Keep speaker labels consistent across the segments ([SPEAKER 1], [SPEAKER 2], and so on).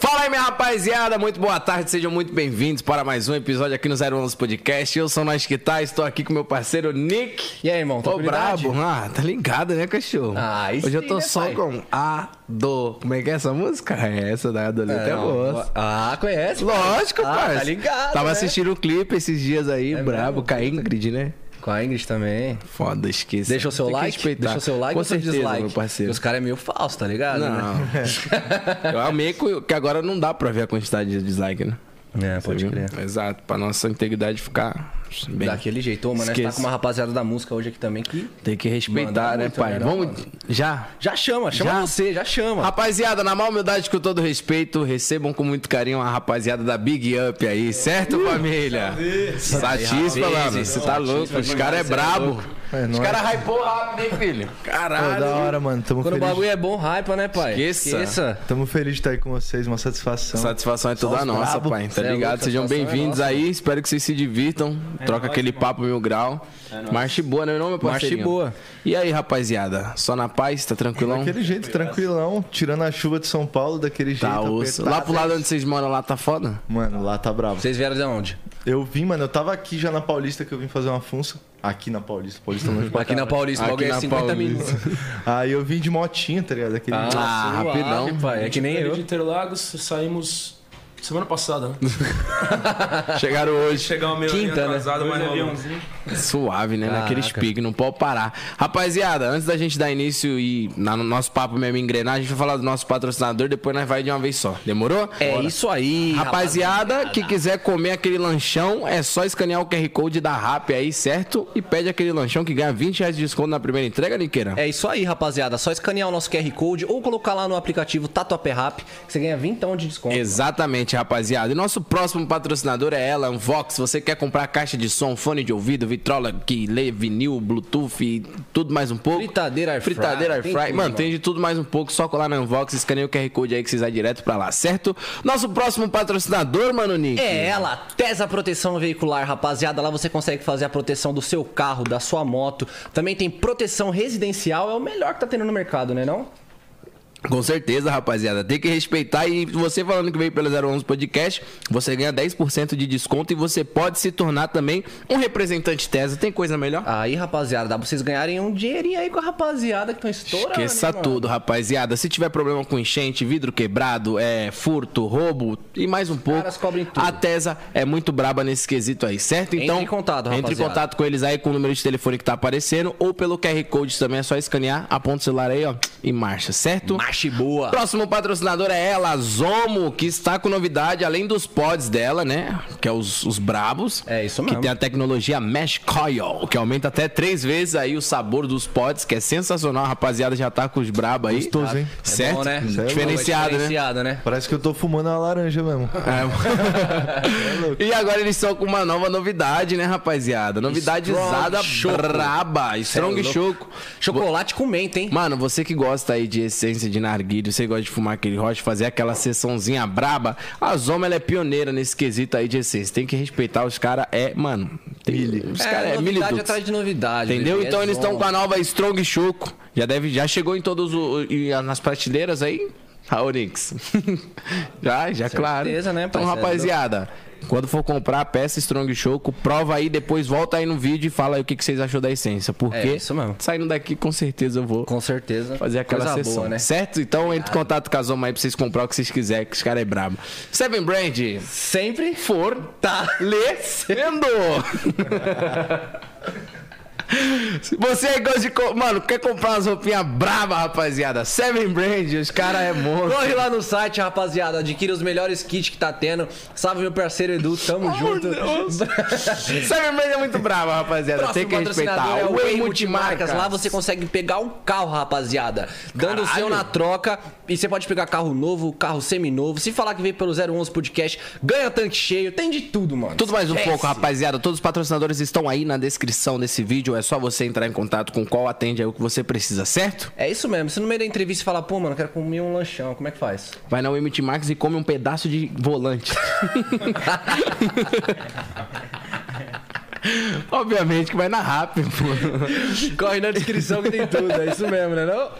[SPEAKER 1] Fala aí, minha rapaziada, muito boa tarde, sejam muito bem-vindos para mais um episódio aqui no Zero Onze Podcast. Eu sou o Nós Que Tá, estou aqui com meu parceiro Nick.
[SPEAKER 2] E aí, irmão, tá
[SPEAKER 1] Ô,
[SPEAKER 2] tranquilidade?
[SPEAKER 1] brabo, ah, tá ligado, né, cachorro?
[SPEAKER 2] Ah, isso
[SPEAKER 1] Hoje eu
[SPEAKER 2] sim,
[SPEAKER 1] tô
[SPEAKER 2] né,
[SPEAKER 1] só
[SPEAKER 2] pai?
[SPEAKER 1] com a do. Como é que é essa música? É essa da Adolita é,
[SPEAKER 2] Não,
[SPEAKER 1] boa.
[SPEAKER 2] Ah, conhece?
[SPEAKER 1] Lógico,
[SPEAKER 2] Ah,
[SPEAKER 1] parça.
[SPEAKER 2] tá ligado,
[SPEAKER 1] Tava
[SPEAKER 2] né? É
[SPEAKER 1] assistindo o clipe esses dias aí, brabo, com a Ingrid, né?
[SPEAKER 2] Com a Ingrid também.
[SPEAKER 1] Foda, esqueci.
[SPEAKER 2] Deixa o seu
[SPEAKER 1] Tem que
[SPEAKER 2] like,
[SPEAKER 1] respeitar.
[SPEAKER 2] deixa o seu like
[SPEAKER 1] com
[SPEAKER 2] ou seu
[SPEAKER 1] certeza,
[SPEAKER 2] dislike.
[SPEAKER 1] meu parceiro.
[SPEAKER 2] Porque Os caras é meio falso, tá ligado?
[SPEAKER 1] Não. Eu amei que que agora não dá pra ver a quantidade de dislike, né?
[SPEAKER 2] Né? É,
[SPEAKER 1] Você
[SPEAKER 2] pode
[SPEAKER 1] viu?
[SPEAKER 2] crer.
[SPEAKER 1] Exato, pra nossa integridade ficar bem.
[SPEAKER 2] Daquele jeito, Ô, mano. Esquece. Tá
[SPEAKER 1] Esqueça.
[SPEAKER 2] com uma rapaziada da música hoje aqui também que.
[SPEAKER 1] Tem que respeitar,
[SPEAKER 2] Mandar
[SPEAKER 1] né,
[SPEAKER 2] muito,
[SPEAKER 1] pai?
[SPEAKER 2] né,
[SPEAKER 1] Vamos.
[SPEAKER 2] mano?
[SPEAKER 1] Já.
[SPEAKER 2] Já chama, chama
[SPEAKER 1] Já?
[SPEAKER 2] você, já chama.
[SPEAKER 1] Rapaziada, na maior humildade com todo respeito, recebam com muito carinho a rapaziada da Big Up aí, certo, família? Satisfa, mano. Você tá louco, os caras é brabo.
[SPEAKER 3] É
[SPEAKER 1] Os
[SPEAKER 3] nóis.
[SPEAKER 1] caras hypou rápido, hein, filho?
[SPEAKER 3] Pô,
[SPEAKER 1] Caralho.
[SPEAKER 3] da hora, mano. Tamo
[SPEAKER 2] Quando o
[SPEAKER 3] feliz.
[SPEAKER 2] bagulho é bom, hypa, né, pai?
[SPEAKER 1] Esqueça.
[SPEAKER 3] Tamo feliz de estar aí com vocês, uma satisfação.
[SPEAKER 1] Satisfação é toda
[SPEAKER 3] os
[SPEAKER 1] nossa,
[SPEAKER 3] brabo.
[SPEAKER 1] pai.
[SPEAKER 2] Cê
[SPEAKER 1] Tá
[SPEAKER 2] é louco,
[SPEAKER 1] ligado? Sejam
[SPEAKER 2] satisfação é
[SPEAKER 1] bem-vindos
[SPEAKER 2] nossa. É
[SPEAKER 1] aí. Espero que vocês se divirtam. Troca aquele papo mil grau. Marche boa, né, meu nome, parceiro?
[SPEAKER 2] boa.
[SPEAKER 1] E aí, rapaziada? Só na paz? Tá tranquilão?
[SPEAKER 3] Daquele jeito, tranquilão, tirando a chuva de São Paulo, daquele jeito.
[SPEAKER 1] Tá osso.
[SPEAKER 3] apertado.
[SPEAKER 1] Lá pro lado onde vocês moram, lá tá foda?
[SPEAKER 3] Mano, lá tá bravo.
[SPEAKER 2] Vocês vieram de onde?
[SPEAKER 3] Eu vim, mano, eu tava aqui já na Paulista que eu vim fazer uma função. Aqui na Paulista, Paulista longe pra
[SPEAKER 2] Aqui na
[SPEAKER 3] caralho.
[SPEAKER 2] Paulista, o
[SPEAKER 1] Aqui
[SPEAKER 2] bagulho é
[SPEAKER 1] na
[SPEAKER 2] 50 minutos.
[SPEAKER 3] Aí eu vim de motinha, tá ligado? Aquele
[SPEAKER 1] Ah,
[SPEAKER 2] suave,
[SPEAKER 1] rapidão.
[SPEAKER 2] Pai. É que nem
[SPEAKER 4] Primeiro de
[SPEAKER 2] eu.
[SPEAKER 4] Interlagos, saímos semana passada, né?
[SPEAKER 1] Chegaram hoje.
[SPEAKER 5] Chegar uma meia
[SPEAKER 2] Quinta,
[SPEAKER 5] Quinta,
[SPEAKER 2] né?
[SPEAKER 5] atrasada, mas rolou.
[SPEAKER 1] Suave, né?
[SPEAKER 2] Caraca.
[SPEAKER 1] Naqueles piques, não pode parar. Rapaziada, antes da gente dar início e na- no nosso papo mesmo engrenar, a gente vai falar do nosso patrocinador, depois nós vai de uma vez só. Demorou?
[SPEAKER 2] É isso aí,
[SPEAKER 1] Rapaziada, que quiser comer aquele lanchão, é só escanear o QR Code da RAP aí, certo? E pede aquele lanchão que ganha 20 reais de desconto na primeira entrega, Niqueira.
[SPEAKER 2] É isso aí, rapaziada. Só escanear o nosso QR Code ou colocar lá no aplicativo Tatuapé Rap, que você ganha 20 de desconto.
[SPEAKER 1] Exatamente, rapaziada. E nosso próximo patrocinador é ela, Unvox. Você quer comprar caixa de som, fone de ouvido, vitrola que lê vinil, bluetooth e tudo mais um pouco?
[SPEAKER 2] Fritadeira air fry,
[SPEAKER 1] Fritadeira air
[SPEAKER 2] tem
[SPEAKER 1] fry.
[SPEAKER 2] tudo,
[SPEAKER 1] Mano,
[SPEAKER 2] mano.
[SPEAKER 1] tem de tudo mais um pouco. Só colar na Unvox, escaneia o QR Code aí que vocês vai direto pra lá, certo? Nosso próximo patrocinador, mano, Nick.
[SPEAKER 2] É ela, Tesa Proteção Veicular, rapaziada. Lá você consegue fazer a proteção do seu carro, da sua moto. Também tem proteção residencial, é o melhor que tá tendo no mercado, né não?
[SPEAKER 1] Com certeza, rapaziada. Tem que respeitar. E você falando que veio pelo 011 Podcast, você ganha 10% de desconto e você pode se tornar também um representante Tesa. Tem coisa melhor?
[SPEAKER 2] Aí, rapaziada, dá pra vocês ganharem um dinheirinho aí com a rapaziada que estão estourando.
[SPEAKER 1] Esqueça
[SPEAKER 2] hein, mano?
[SPEAKER 1] tudo, rapaziada. Se tiver problema com enchente, vidro quebrado, é, furto, roubo e mais um pouco.
[SPEAKER 2] caras cobrem tudo.
[SPEAKER 1] A Tesa é muito braba nesse quesito aí, certo? Então,
[SPEAKER 2] Entre em contato,
[SPEAKER 1] Entre em
[SPEAKER 2] rapaziada.
[SPEAKER 1] contato com eles aí com o número de telefone que tá aparecendo ou pelo QR Code também. É só escanear, aponta o celular aí, ó, e marcha, certo?
[SPEAKER 2] Mache boa.
[SPEAKER 1] Próximo patrocinador é ela, Zomo, que está com novidade, além dos pods dela, né? Que é os, os brabos.
[SPEAKER 2] É isso
[SPEAKER 1] Que
[SPEAKER 2] mesmo.
[SPEAKER 1] tem a tecnologia Mesh Coil, que aumenta até três vezes aí o sabor dos pods, que é sensacional. A rapaziada já tá com os brabos aí. Tá
[SPEAKER 3] Gostoso, hein?
[SPEAKER 2] É
[SPEAKER 1] Certo?
[SPEAKER 2] bom, né?
[SPEAKER 1] Diferenciado,
[SPEAKER 2] É
[SPEAKER 1] né?
[SPEAKER 2] diferenciado, né?
[SPEAKER 3] Parece que eu tô fumando uma laranja mesmo.
[SPEAKER 1] É. e agora eles estão com uma nova novidade, né, rapaziada? Novidade
[SPEAKER 2] Strong
[SPEAKER 1] usada
[SPEAKER 2] Choco.
[SPEAKER 1] braba. Strong
[SPEAKER 2] É louco.
[SPEAKER 1] Choco.
[SPEAKER 2] Chocolate com menta, hein?
[SPEAKER 1] Mano, você que gosta aí de essência de narguilho, você gosta de fumar aquele rocha, fazer aquela sessãozinha braba, a Zoma ela é pioneira nesse quesito aí de essência. Tem que respeitar os caras, é, mano. Tem, os caras é, mili
[SPEAKER 2] novidade atrás de novidade.
[SPEAKER 1] Entendeu?
[SPEAKER 2] bebê,
[SPEAKER 1] Então
[SPEAKER 2] é
[SPEAKER 1] eles estão
[SPEAKER 2] bom.
[SPEAKER 1] com a nova Strong Choco. Já deve, já chegou em todos os e nas prateleiras aí. A Onix. já, já claro.
[SPEAKER 2] certeza, né,
[SPEAKER 1] Então,
[SPEAKER 2] parceiro?
[SPEAKER 1] rapaziada, quando for comprar a peça Strong Choco, prova aí, depois volta aí no vídeo e fala aí o que, que vocês achou da essência. Porque
[SPEAKER 2] É, isso mesmo.
[SPEAKER 1] saindo daqui, com certeza eu vou
[SPEAKER 2] Com certeza.
[SPEAKER 1] fazer aquela
[SPEAKER 2] Coisa
[SPEAKER 1] sessão,
[SPEAKER 2] boa, né?
[SPEAKER 1] certo? Então entre em contato com a Zoma aí pra vocês comprar o que vocês quiserem, que os caras é brabo. Seven Brand,
[SPEAKER 2] Sempre
[SPEAKER 1] for,
[SPEAKER 2] tá.
[SPEAKER 1] Lecendo! Se você aí gosta de. co- Mano, quer comprar umas roupinhas braba, rapaziada? Seven Brand, os caras é monstro.
[SPEAKER 2] Corre lá no site, rapaziada. Adquire os melhores kits que tá tendo. Salve meu parceiro Edu,
[SPEAKER 1] Oh,
[SPEAKER 2] tamo junto.
[SPEAKER 1] Seven Brand é muito braba, rapaziada. Tem que respeitar.
[SPEAKER 2] é o Way
[SPEAKER 1] Multimarcas.
[SPEAKER 2] Multimarcas. Lá você consegue pegar um carro, rapaziada. Dando o seu
[SPEAKER 1] Caralho.
[SPEAKER 2] na troca. E você pode pegar carro novo, carro seminovo. Se falar que veio pelo 011 Podcast, ganha tanque cheio. Tem de tudo, mano. É
[SPEAKER 1] Tudo mais um
[SPEAKER 2] Esquece.
[SPEAKER 1] pouco, rapaziada. Todos os patrocinadores estão aí na descrição desse vídeo. É só você entrar em contato com qual atende aí o que você precisa, certo?
[SPEAKER 2] É isso mesmo. Se no meio da entrevista falar, pô, mano, quero comer um lanchão. Como é que faz?
[SPEAKER 1] Vai na Emit Max e come um pedaço de volante. Obviamente que vai na rápido, pô.
[SPEAKER 2] Corre na descrição que tem tudo, é isso mesmo, né não?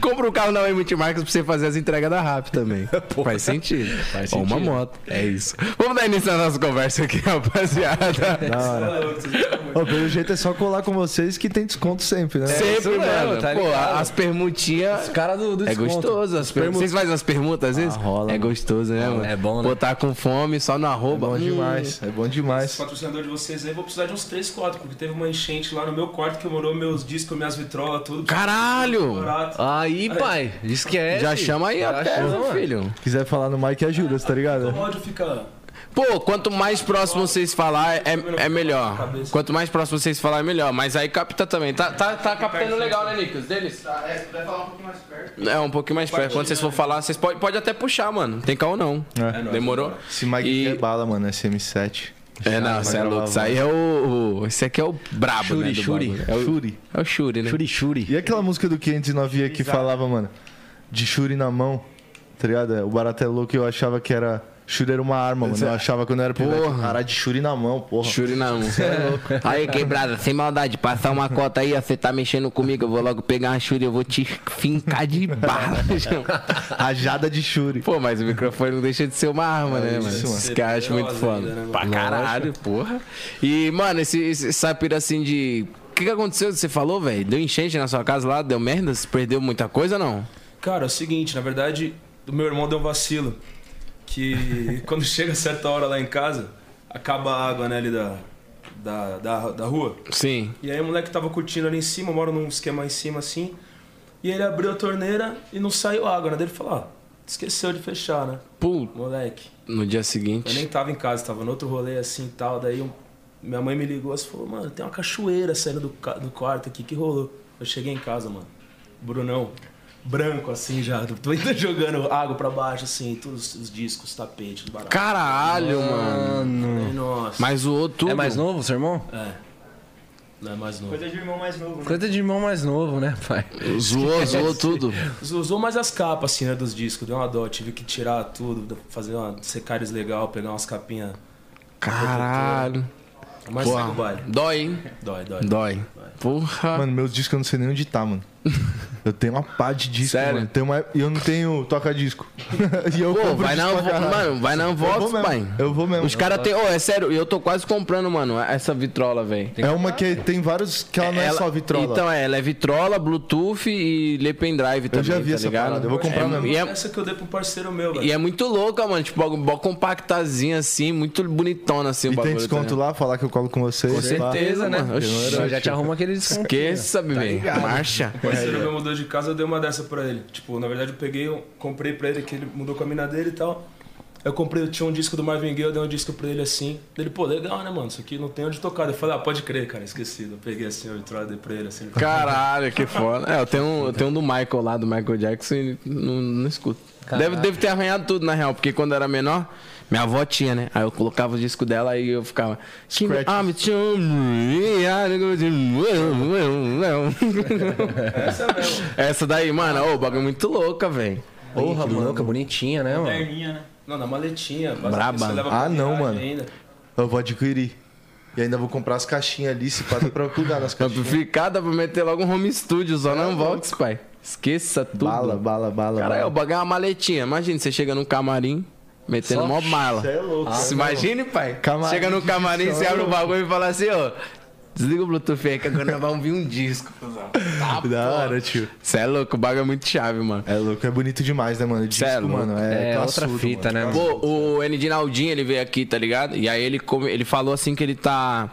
[SPEAKER 1] Compra um carro na Way Multimarcas pra você fazer as entregas da RAP também. Faz sentido.
[SPEAKER 2] Faz
[SPEAKER 1] Ou uma
[SPEAKER 2] sentido.
[SPEAKER 1] moto. É isso. Vamos dar início à nossa conversa aqui, rapaziada.
[SPEAKER 5] Da hora. Ô, pelo jeito é só colar com vocês que tem desconto sempre, né?
[SPEAKER 2] é isso
[SPEAKER 1] Sempre,
[SPEAKER 2] mesmo,
[SPEAKER 1] mano.
[SPEAKER 2] tá
[SPEAKER 1] Pô,
[SPEAKER 2] ligado?
[SPEAKER 1] as permutinhas.
[SPEAKER 2] Os caras do, do
[SPEAKER 1] É
[SPEAKER 2] desconto.
[SPEAKER 1] gostoso as permutas. Vocês fazem as permutas às vezes?
[SPEAKER 5] rola,
[SPEAKER 1] é
[SPEAKER 5] mano.
[SPEAKER 1] gostoso, né, mano?
[SPEAKER 2] é bom, né?
[SPEAKER 1] Pô, tá com fome, só no arroba.
[SPEAKER 5] Bom
[SPEAKER 1] Hum,
[SPEAKER 5] demais.
[SPEAKER 3] É bom
[SPEAKER 5] demais.
[SPEAKER 4] Esse patrocinador de vocês aí, vou precisar de uns 3, 4, porque teve uma enchente lá no meu quarto que morou meus discos, minhas vitrolas, tudo.
[SPEAKER 1] Caralho!
[SPEAKER 4] Barato.
[SPEAKER 2] Aí, pai, esquece.
[SPEAKER 1] Já chama aí
[SPEAKER 2] Já
[SPEAKER 1] a
[SPEAKER 2] chama,
[SPEAKER 1] terra,
[SPEAKER 2] mano.
[SPEAKER 1] filho.
[SPEAKER 5] Quiser falar no Mike ajuda, você tá
[SPEAKER 4] O
[SPEAKER 5] ligado?
[SPEAKER 4] áudio fica.
[SPEAKER 1] Pô, quanto mais próximo vocês falar, é, é melhor.
[SPEAKER 4] Cabeça.
[SPEAKER 1] Quanto mais próximo vocês falar, é melhor. Mas aí capta também. Tá, tá, tá captando legal, né, Nicos? Deles?
[SPEAKER 6] Tá, é, se puder falar um pouquinho mais perto.
[SPEAKER 1] É, um pouquinho mais perto. Quando vocês for falar, vocês podem pode até puxar, mano. Tem caô não. Demorou?
[SPEAKER 3] Esse Mike
[SPEAKER 1] E-
[SPEAKER 3] é bala, mano, SM7.
[SPEAKER 1] É, não, você é louco. Isso aí é o. o- Esse aqui é o brabo,
[SPEAKER 2] Shuri,
[SPEAKER 1] né? do
[SPEAKER 2] Shuri.
[SPEAKER 1] bagulho. É
[SPEAKER 3] É
[SPEAKER 1] o,
[SPEAKER 3] Shuri.
[SPEAKER 1] é o Shuri, né?
[SPEAKER 2] Shuri, shuri.
[SPEAKER 5] E aquela música do 509
[SPEAKER 3] Que falava, mano, de Shuri na mão, tá ligado? O barato é louco eu achava que era... Shuri era uma arma, mano. Eu achava quando eu era pivete.
[SPEAKER 1] Porra.
[SPEAKER 3] Cara, de Shuri na mão, porra.
[SPEAKER 1] Shuri na mão. Aí, quebrada, sem maldade, passar uma cota aí, ó, você tá mexendo comigo, eu vou logo pegar uma Shuri, eu vou te fincar de bala.
[SPEAKER 3] Rajada de Shuri.
[SPEAKER 1] Pô, mas o microfone não deixa de ser uma arma, né, mano?
[SPEAKER 3] isso, mano.
[SPEAKER 1] Esse cara acha muito foda.
[SPEAKER 4] Ainda, né, mano?
[SPEAKER 1] pra caralho, porra. E, mano, esse, esse, essa pira assim de. O que, que aconteceu? Você falou, velho? Deu enchente na sua casa lá, deu merda? Você perdeu muita coisa ou não?
[SPEAKER 4] Cara, é o seguinte, na verdade, o meu irmão deu um vacilo. Que quando chega certa hora lá em casa, acaba a água, né, ali da, da, da, da rua.
[SPEAKER 1] Sim.
[SPEAKER 4] E aí o moleque tava curtindo ali em cima, eu moro num esquema em cima assim. E ele abriu a torneira e não saiu água, né? Daí Ele falou, ó, esqueceu de fechar, né?
[SPEAKER 1] Pô,
[SPEAKER 4] Moleque.
[SPEAKER 1] no dia
[SPEAKER 4] Eu nem
[SPEAKER 1] seguinte.
[SPEAKER 4] tava em casa, tava no outro rolê assim e tal. Daí um- minha mãe me ligou e falou, mano, tem uma cachoeira saindo do, ca- do quarto aqui, que rolou? Eu cheguei em casa, mano. Brunão, branco assim já, tô ainda jogando água pra baixo, assim, todos os discos, tapete, barato.
[SPEAKER 1] Caralho, mano.
[SPEAKER 4] Falei, Nossa.
[SPEAKER 1] Mas zoou tudo.
[SPEAKER 2] É mais novo, seu irmão?
[SPEAKER 4] É. Não é mais novo.
[SPEAKER 6] Coisa de irmão mais novo, né?
[SPEAKER 2] Coisa de irmão mais novo, né, pai?
[SPEAKER 1] Zoou, zoou tudo.
[SPEAKER 4] Usou mais as capas, assim, né, dos discos. Deu uma dó, tive que tirar tudo, fazer uma secares legal, pegar umas capinhas.
[SPEAKER 1] Caralho.
[SPEAKER 4] Mas
[SPEAKER 1] Porra.
[SPEAKER 4] segue o baile.
[SPEAKER 1] Dói, hein?
[SPEAKER 4] Dói, dói.
[SPEAKER 1] Dói. Porra.
[SPEAKER 5] Mano, meus discos eu não sei nem onde tá, mano. Eu tenho uma pá de disco,
[SPEAKER 1] Sério?
[SPEAKER 5] mano. Tem uma- E eu não tenho toca-disco. e eu
[SPEAKER 1] Pô,
[SPEAKER 5] compro
[SPEAKER 1] vai na,
[SPEAKER 5] disco pra
[SPEAKER 1] Unvo-
[SPEAKER 5] caralho.
[SPEAKER 1] mano, vai na
[SPEAKER 5] Eu vou
[SPEAKER 1] Unvox,
[SPEAKER 5] mesmo,
[SPEAKER 1] pai.
[SPEAKER 5] Eu vou mesmo.
[SPEAKER 1] Os caras tem. Ô, é sério, eu tô quase comprando, mano, essa vitrola, velho.
[SPEAKER 5] É uma que tem vários... Que ela não é só vitrola.
[SPEAKER 1] Então, é, ela é vitrola, Bluetooth e lê pendrive também.
[SPEAKER 5] já vi
[SPEAKER 1] tá
[SPEAKER 5] essa
[SPEAKER 1] ligado?
[SPEAKER 5] parada, eu vou comprar
[SPEAKER 1] é,
[SPEAKER 5] mesmo.
[SPEAKER 1] E é,
[SPEAKER 4] Essa que eu dei pro parceiro meu, velho.
[SPEAKER 1] e é muito louca, mano. Tipo, mó compactazinha assim, muito bonitona assim o
[SPEAKER 5] E
[SPEAKER 1] bagulho.
[SPEAKER 5] tem desconto
[SPEAKER 1] tá
[SPEAKER 5] lá, falar que eu colo com vocês.
[SPEAKER 1] ligado? Com
[SPEAKER 5] pá.
[SPEAKER 1] certeza, né?
[SPEAKER 2] mano.
[SPEAKER 1] Oxi,
[SPEAKER 2] Eu já te arrumo aquele desconto.
[SPEAKER 5] Tá
[SPEAKER 1] Esqueça, bebê. Marcha.
[SPEAKER 4] O Um parceiro meu mudou de casa, eu dei uma dessa pra ele. Tipo, na verdade eu peguei, eu comprei pra ele, que ele mudou com a mina dele e tal. Eu comprei, eu tinha um disco do Marvin Gaye, eu dei um disco pra ele assim. Ele, pô, legal, né, mano? Isso aqui não tem onde tocar. Eu falei, ah, pode crer, cara, esquecido. Eu peguei assim, eu entrada dei pra ele assim. Ele falou,
[SPEAKER 1] Caralho, que foda. É, eu tenho, um, eu tenho um do Michael lá, do Michael Jackson, e não, não escuto. Deve, deve ter arranhado tudo, na real, porque quando eu era menor, minha avó tinha, né? Aí eu colocava o disco dela e eu ficava. I'm too
[SPEAKER 4] Essa é mesmo.
[SPEAKER 1] Essa daí, mano, ô, o bagulho é muito louca, velho.
[SPEAKER 2] Porra, louca, bonitinha, né, mano?
[SPEAKER 6] Perninha, né?
[SPEAKER 4] Não, na maletinha.
[SPEAKER 1] Braba.
[SPEAKER 4] você leva pra
[SPEAKER 5] Ah, não,
[SPEAKER 4] viagem
[SPEAKER 5] mano.
[SPEAKER 4] ainda.
[SPEAKER 5] Eu vou adquirir. E ainda vou comprar as caixinhas ali, se pá, dá pra plugar nas caixinhas.
[SPEAKER 1] Amplificada pra meter logo um home studio, só na Unbox, pai. Esqueça tudo.
[SPEAKER 5] Bala, bala, bala.
[SPEAKER 1] Caralho,
[SPEAKER 5] bala.
[SPEAKER 1] o bagulho é uma maletinha. Imagina, você chega num camarim, metendo
[SPEAKER 2] Só-
[SPEAKER 1] mó mala.
[SPEAKER 5] Cê é louco.
[SPEAKER 1] Se Imagine, pai.
[SPEAKER 5] Camarim
[SPEAKER 1] Chega no
[SPEAKER 5] de
[SPEAKER 1] camarim,
[SPEAKER 5] som.
[SPEAKER 1] você abre o bagulho e fala assim, ó. Desliga o Bluetooth aí que agora nós vamos vir um disco. cuzão.
[SPEAKER 5] Da
[SPEAKER 1] Tá, pô.
[SPEAKER 5] hora, né, tio.
[SPEAKER 1] Cê é louco, o bagulho é muito chave, mano.
[SPEAKER 5] É louco, é bonito demais, né, mano? Disco,
[SPEAKER 1] Cê é louco.
[SPEAKER 5] mano.
[SPEAKER 2] É,
[SPEAKER 5] É,
[SPEAKER 2] outra
[SPEAKER 5] classudo,
[SPEAKER 2] fita,
[SPEAKER 5] mano.
[SPEAKER 2] né, mano?
[SPEAKER 1] Pô, o N. Naldinho, ele veio aqui, tá ligado? E aí ele, come- ele falou assim que ele tá.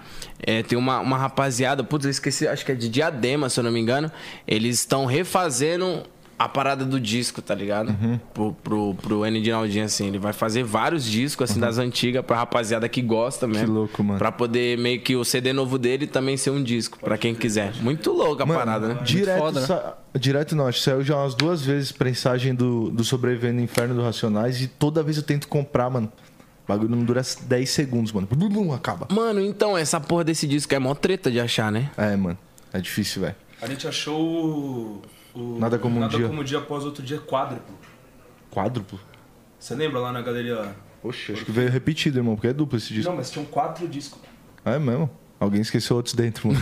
[SPEAKER 1] é, tem uma, uma rapaziada, putz, eu esqueci, acho que é de Diadema, se eu não me engano. Eles estão refazendo a parada do disco, tá ligado? Pro, pro, pro N. Naldinho, assim. Ele vai fazer vários discos, assim, das antigas, pra rapaziada que gosta mesmo.
[SPEAKER 5] louco, mano.
[SPEAKER 1] Pra poder meio que o CD novo dele também ser um disco, pra quem quiser. Muito louca a
[SPEAKER 5] Mano,
[SPEAKER 1] parada, né?
[SPEAKER 5] Direto,
[SPEAKER 2] foda, né?
[SPEAKER 5] sa- direto não, acho que saiu já umas duas vezes prensagem do, do Sobrevivendo no Inferno do Racionais e toda vez eu tento comprar, mano. O bagulho não dura 10 segundos, mano. Bum, bum, acaba.
[SPEAKER 1] Mano, então, essa porra desse disco é mó treta de achar, né?
[SPEAKER 5] É, mano. É difícil, velho.
[SPEAKER 4] A gente achou o. o-
[SPEAKER 5] Nada como um
[SPEAKER 4] Nada
[SPEAKER 5] dia.
[SPEAKER 4] como um dia após outro dia quádruplo.
[SPEAKER 5] Quádruplo?
[SPEAKER 4] Você lembra lá na galeria? um
[SPEAKER 5] Oxe, acho que veio repetido, irmão, porque é duplo esse disco.
[SPEAKER 4] Não, mas tinham quatro discos.
[SPEAKER 5] É mesmo?
[SPEAKER 3] Alguém esqueceu outros dentro, mano.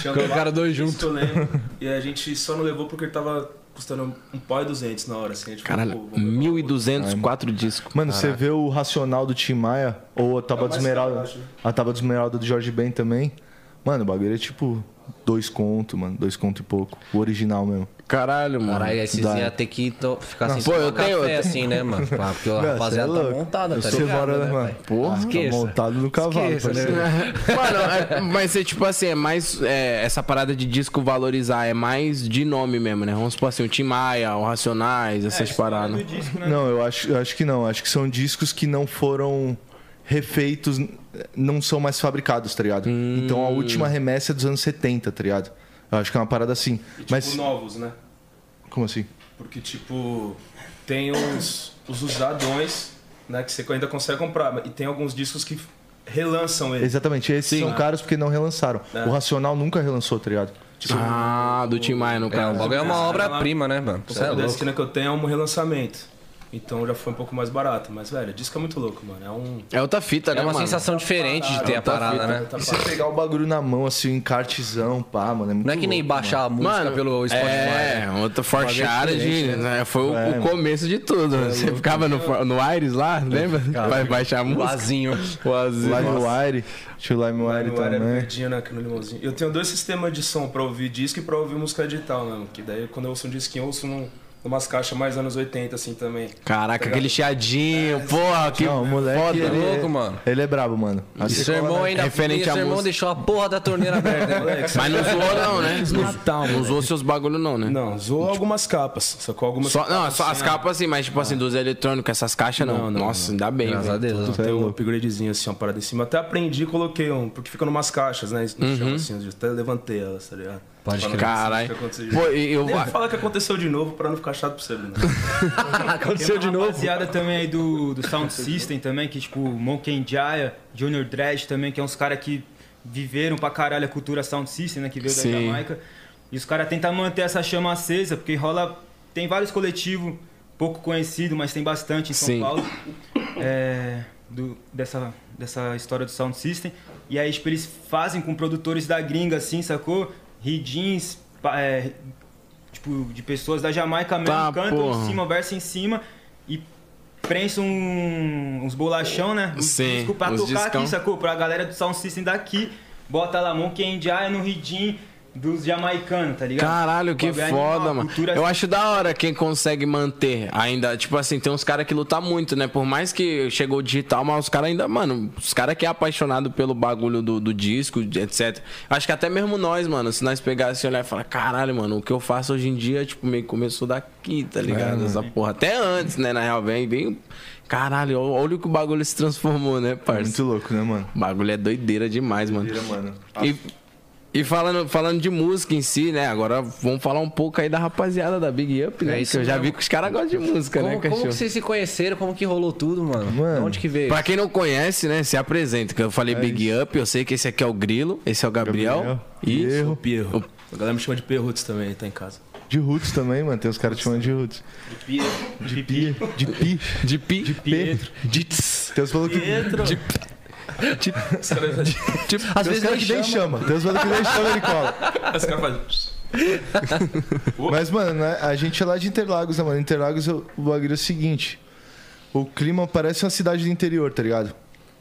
[SPEAKER 4] Tinha
[SPEAKER 2] Colocaram dois
[SPEAKER 4] dois
[SPEAKER 2] juntos.
[SPEAKER 4] juntos. eu lembro. E a gente só não levou porque ele tava custando um pau e 200 na hora, assim. A gente falou,
[SPEAKER 1] Caralho,
[SPEAKER 4] pô, vamos
[SPEAKER 2] hum.
[SPEAKER 4] levar outro.
[SPEAKER 1] 1.200, quatro discos.
[SPEAKER 3] Mano, você vê o Racional do Tim Maia, ou a Tábua
[SPEAKER 4] É o
[SPEAKER 3] de
[SPEAKER 4] mais
[SPEAKER 3] Esmeralda.
[SPEAKER 4] caro, eu acho.
[SPEAKER 3] A Tábua de Esmeralda do Jorge Ben também. Mano, o bagulho é tipo dois conto, mano. Dois conto e pouco. O original mesmo.
[SPEAKER 1] Caralho, mano.
[SPEAKER 2] Caralho, é esses
[SPEAKER 3] Dá.
[SPEAKER 2] ia ter que to- ficar sem
[SPEAKER 1] Pô,
[SPEAKER 2] tomar
[SPEAKER 1] eu tenho-
[SPEAKER 2] café
[SPEAKER 1] eu tenho-
[SPEAKER 2] assim, né, mano? Pá, Porque a
[SPEAKER 3] Não,
[SPEAKER 2] rapaziada
[SPEAKER 3] cê é
[SPEAKER 2] tá
[SPEAKER 3] louco.
[SPEAKER 2] montada,
[SPEAKER 3] Eu
[SPEAKER 2] tá
[SPEAKER 3] sou
[SPEAKER 2] ligado?
[SPEAKER 3] varanda,
[SPEAKER 2] né,
[SPEAKER 3] mano.
[SPEAKER 2] pai?
[SPEAKER 3] Porra.
[SPEAKER 2] Esqueça.
[SPEAKER 3] Tá montado no cavalo,
[SPEAKER 2] Esqueça, né?
[SPEAKER 3] parceiro.
[SPEAKER 1] Mano, é- mas é tipo assim, é mais. é, essa parada de disco valorizar é mais de nome mesmo, né? Vamos supor assim, o Tim Maia, o Racionais, essas paradas.
[SPEAKER 6] Do disco, né?
[SPEAKER 3] Não, eu acho, eu acho que não. Acho que são discos que não foram refeitos, não são mais fabricados, tá ligado?
[SPEAKER 2] Hum.
[SPEAKER 3] Então a última remessa é dos anos 70, tá ligado? Eu acho que é uma parada assim.
[SPEAKER 4] E, tipo,
[SPEAKER 3] Mas.
[SPEAKER 4] novos, né?
[SPEAKER 3] Como assim?
[SPEAKER 4] Porque, tipo, tem uns, os usadões, né? Que você ainda consegue comprar. E tem alguns discos que relançam ele.
[SPEAKER 3] Exatamente, esses
[SPEAKER 4] Sim.
[SPEAKER 3] são caros porque não relançaram.
[SPEAKER 4] É.
[SPEAKER 3] O Racional nunca relançou, tá ligado?
[SPEAKER 4] Tipo,
[SPEAKER 1] Ah, do Tim Maia, no
[SPEAKER 2] É, o
[SPEAKER 1] caso.
[SPEAKER 2] bagulho é uma obra-prima, né, mano?
[SPEAKER 4] o
[SPEAKER 2] Cê é
[SPEAKER 4] Conto da
[SPEAKER 2] louco.
[SPEAKER 4] esquina que eu tenho é um relançamento. Então já foi um pouco mais barato. Mas, velho, disco é muito louco, mano. É um.
[SPEAKER 1] É outra fita, né?
[SPEAKER 2] É uma
[SPEAKER 1] mano?
[SPEAKER 2] sensação diferente de ter a
[SPEAKER 1] Outra
[SPEAKER 2] parada,
[SPEAKER 1] fita,
[SPEAKER 2] né?
[SPEAKER 4] outra
[SPEAKER 3] E
[SPEAKER 4] parada.
[SPEAKER 3] você pegar o bagulho na mão, assim, um encartezão, pá, mano, é muito
[SPEAKER 2] Não é que nem
[SPEAKER 3] louco,
[SPEAKER 2] baixar a música
[SPEAKER 1] Mano,
[SPEAKER 2] pelo Spotify. né? Um
[SPEAKER 1] É, outra forchada de. né? Foi o, o começo de tudo.
[SPEAKER 2] É,
[SPEAKER 1] né? Você ficava no, for- no Aires lá, lembra? Vai baixar a
[SPEAKER 2] O
[SPEAKER 1] música.
[SPEAKER 2] azinho.
[SPEAKER 1] O Azinho.
[SPEAKER 3] LimeWire, tinha o LimeWire
[SPEAKER 4] Eu era
[SPEAKER 3] também.
[SPEAKER 4] verdinho, né, aqui no limãozinho. Eu tenho dois sistemas de som pra ouvir disco e pra ouvir música digital, né? Que daí quando eu ouço um disquinho, eu ouço num, umas caixas mais anos 80, assim também.
[SPEAKER 1] Caraca, aquele chiadinho,
[SPEAKER 2] É,
[SPEAKER 1] porra, que
[SPEAKER 3] Não, o moleque,
[SPEAKER 1] foda.
[SPEAKER 3] ele,
[SPEAKER 2] Louco, mano.
[SPEAKER 3] ele é brabo, mano.
[SPEAKER 2] E
[SPEAKER 3] Assim,
[SPEAKER 2] seu irmão ainda.
[SPEAKER 1] É Referente
[SPEAKER 2] e
[SPEAKER 1] à
[SPEAKER 2] seu irmão
[SPEAKER 1] música.
[SPEAKER 2] deixou a porra da torneira aberta. né?
[SPEAKER 4] Alex,
[SPEAKER 1] Mas não zoou, não, né?
[SPEAKER 4] Natal,
[SPEAKER 1] Não zoou seus bagulho, não, né?
[SPEAKER 4] Não, zoou algumas capas, sacou algumas
[SPEAKER 1] Só, não, só as capas assim, mas tipo assim, dos eletrônicos, essas caixas não.
[SPEAKER 4] Não, não,
[SPEAKER 1] Nossa, ainda bem.
[SPEAKER 2] Graças
[SPEAKER 1] velho.
[SPEAKER 2] a Deus. mano.
[SPEAKER 4] Tem um upgradezinho assim, uma parada em cima. Até aprendi e coloquei um, porque fica numas caixas, né? No chão, assim, eu até levantei elas, tá ligado?
[SPEAKER 2] Pode
[SPEAKER 4] Pra não
[SPEAKER 2] crer.
[SPEAKER 1] Caralho.
[SPEAKER 4] acontecer de-
[SPEAKER 1] Pô, e eu
[SPEAKER 4] Nem vou falar que aconteceu de novo pra não ficar chato pra você, né?
[SPEAKER 2] Aconteceu de novo.
[SPEAKER 6] Rapaziada também aí do, do Sound System também, que tipo, Monkey Jaya, Junior Dredd também, que é uns caras que viveram pra caralho a cultura Sound System, né? Que veio
[SPEAKER 1] Sim.
[SPEAKER 6] da Jamaica. E os caras tentam manter essa chama acesa, porque rola. Tem vários coletivos pouco conhecidos, mas tem bastante em São
[SPEAKER 1] Sim.
[SPEAKER 6] Paulo. é, do- dessa, dessa história do Sound System. E aí, tipo, eles fazem com produtores da gringa, assim, sacou? Ridins, pa- é, tipo, de pessoas da Jamaica mesmo,
[SPEAKER 1] Tá,
[SPEAKER 6] cantam
[SPEAKER 1] porra.
[SPEAKER 6] em cima, verso em cima e prensam um- uns bolachão, né? Uns
[SPEAKER 1] Sim,
[SPEAKER 6] discos pra
[SPEAKER 1] uns
[SPEAKER 6] tocar
[SPEAKER 1] discão.
[SPEAKER 6] aqui, sacou? Pra galera do Sound System daqui, bota lá Monkey and Jaya no ridim dos jamaicanos, tá ligado?
[SPEAKER 1] Caralho, que
[SPEAKER 6] Bagulho é
[SPEAKER 1] foda,
[SPEAKER 6] animal,
[SPEAKER 1] mano.
[SPEAKER 6] cultura
[SPEAKER 1] Eu acho da hora quem consegue manter ainda. Tipo assim, tem uns caras que lutam muito, né? Por mais que chegou o digital, mas os caras ainda, mano, os caras que é apaixonado pelo bagulho do, do disco, de- etc. Acho que até mesmo nós, mano, se nós pegássemos e olhar e falar, caralho, mano, o que eu faço hoje em dia, tipo, meio que começou daqui,
[SPEAKER 6] É,
[SPEAKER 1] tá ligado? Essa porra. Até antes, né? Na real, vem, vem. Caralho, olha o que o bagulho se transformou, né,
[SPEAKER 3] muito
[SPEAKER 1] parça?
[SPEAKER 3] louco, né, mano?
[SPEAKER 1] O bagulho é doideira demais, mano.
[SPEAKER 3] Vira, mano.
[SPEAKER 1] E, e falando, falando de música em si, né? Agora vamos falar um pouco aí da rapaziada da Big Up, né?
[SPEAKER 2] É isso
[SPEAKER 1] que eu já
[SPEAKER 2] mesmo.
[SPEAKER 1] vi que os caras gostam de música, né,
[SPEAKER 2] Como, como
[SPEAKER 1] cachorro?
[SPEAKER 2] que vocês se conheceram? Como que rolou tudo, mano?
[SPEAKER 3] Mano.
[SPEAKER 2] De onde que veio?
[SPEAKER 1] Pra quem não conhece, né, se apresenta. Que eu
[SPEAKER 2] É
[SPEAKER 1] falei Big Up, eu sei que esse aqui é o Grilo, esse é o Gabriel.
[SPEAKER 3] Gabriel.
[SPEAKER 1] e
[SPEAKER 3] Erro.
[SPEAKER 4] Pirro. A galera me chama de Perrutz também, tá em casa.
[SPEAKER 3] De Roots também, mano. Tem uns caras que chamam de Roots. De Pi. De Pi.
[SPEAKER 1] de Pi. De
[SPEAKER 3] Pedro.
[SPEAKER 1] Dits.
[SPEAKER 3] Tem uns falando que.
[SPEAKER 2] Às vezes
[SPEAKER 3] Tem uns
[SPEAKER 4] Os caras
[SPEAKER 3] caras
[SPEAKER 2] nem
[SPEAKER 3] que
[SPEAKER 2] chama.
[SPEAKER 3] nem chama. Tem uns falando que nem chama, ele cola.
[SPEAKER 4] os caras fazem.
[SPEAKER 3] Mas, mano, né, a gente é lá de Interlagos, né, mano? Interlagos, eu- o bagulho é o seguinte. O clima parece uma cidade do interior, tá ligado?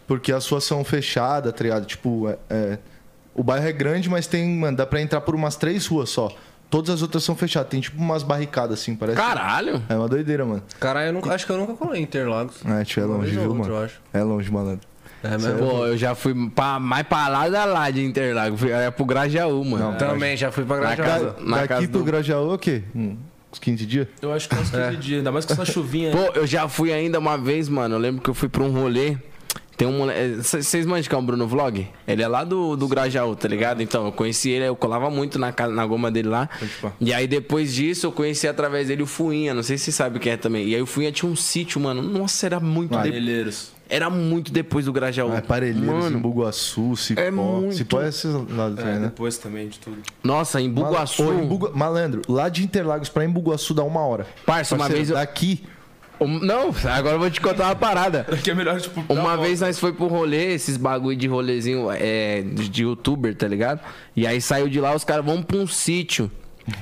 [SPEAKER 3] Porque as ruas são fechadas, tá ligado? Tipo, é- é, o bairro é grande, mas tem, mano, dá pra entrar por umas três ruas só. Todas as outras são fechadas. Tem tipo umas barricadas, assim, parece.
[SPEAKER 1] Caralho.
[SPEAKER 3] É uma doideira, mano.
[SPEAKER 2] Caralho, eu nunca- acho que eu nunca colei em Interlagos.
[SPEAKER 3] É, tio, é
[SPEAKER 2] Uma
[SPEAKER 3] longe,
[SPEAKER 2] vez ou
[SPEAKER 3] viu,
[SPEAKER 2] outra,
[SPEAKER 3] mano?
[SPEAKER 2] eu acho.
[SPEAKER 3] É longe, malandro.
[SPEAKER 2] É mesmo?
[SPEAKER 1] Pô, eu já fui pra, mais pra lá da lá de Interlago. Fui, era pro Grajaú, mano.
[SPEAKER 2] Também, já fui pra
[SPEAKER 1] Na
[SPEAKER 2] Grajaú.
[SPEAKER 1] casa- na
[SPEAKER 3] Daqui
[SPEAKER 1] casa
[SPEAKER 3] pro
[SPEAKER 1] do-
[SPEAKER 3] Grajaú é o quê? Hum, Uns 15 dias?
[SPEAKER 4] Eu acho que é uns 15 dias, ainda mais com essa chuvinha. aí.
[SPEAKER 1] Pô, eu já fui ainda uma vez, mano. Eu lembro que eu fui pra um rolê. Tem um moleque. Vocês manjam que é o Bruno Vlog? Ele é lá do, do Grajaú, tá ligado? Então, eu conheci ele, eu colava muito na, ca- na goma dele lá. E aí, depois disso, eu conheci através dele o Fuinha. Não sei se vocês sabem quem é também. E aí, o Fuinha tinha um sítio, mano. Nossa, era muito. de-
[SPEAKER 4] Parelheiros.
[SPEAKER 1] Era muito depois do Grajaú.
[SPEAKER 3] Ah, Parelheiros,
[SPEAKER 1] Mano,
[SPEAKER 3] Embuguaçu, Cipó.
[SPEAKER 1] é muito-
[SPEAKER 3] Cipó é esses lados
[SPEAKER 4] É,
[SPEAKER 3] aí, né?
[SPEAKER 4] depois também de tudo.
[SPEAKER 1] Nossa, em Bugaçu.
[SPEAKER 3] Ô, em Buga- Malandro, lá de Interlagos pra Embuguaçu dá uma hora.
[SPEAKER 1] Parça, uma
[SPEAKER 3] Parceiro,
[SPEAKER 1] vez eu-
[SPEAKER 3] Daqui
[SPEAKER 1] Um- Não, agora eu vou te contar uma parada.
[SPEAKER 4] Daqui é melhor, tipo. dar
[SPEAKER 1] Uma
[SPEAKER 4] volta.
[SPEAKER 1] vez nós foi pro rolê, esses bagulho de rolezinho é, de de youtuber, tá ligado? E aí saiu de lá, os caras vão pra um sítio.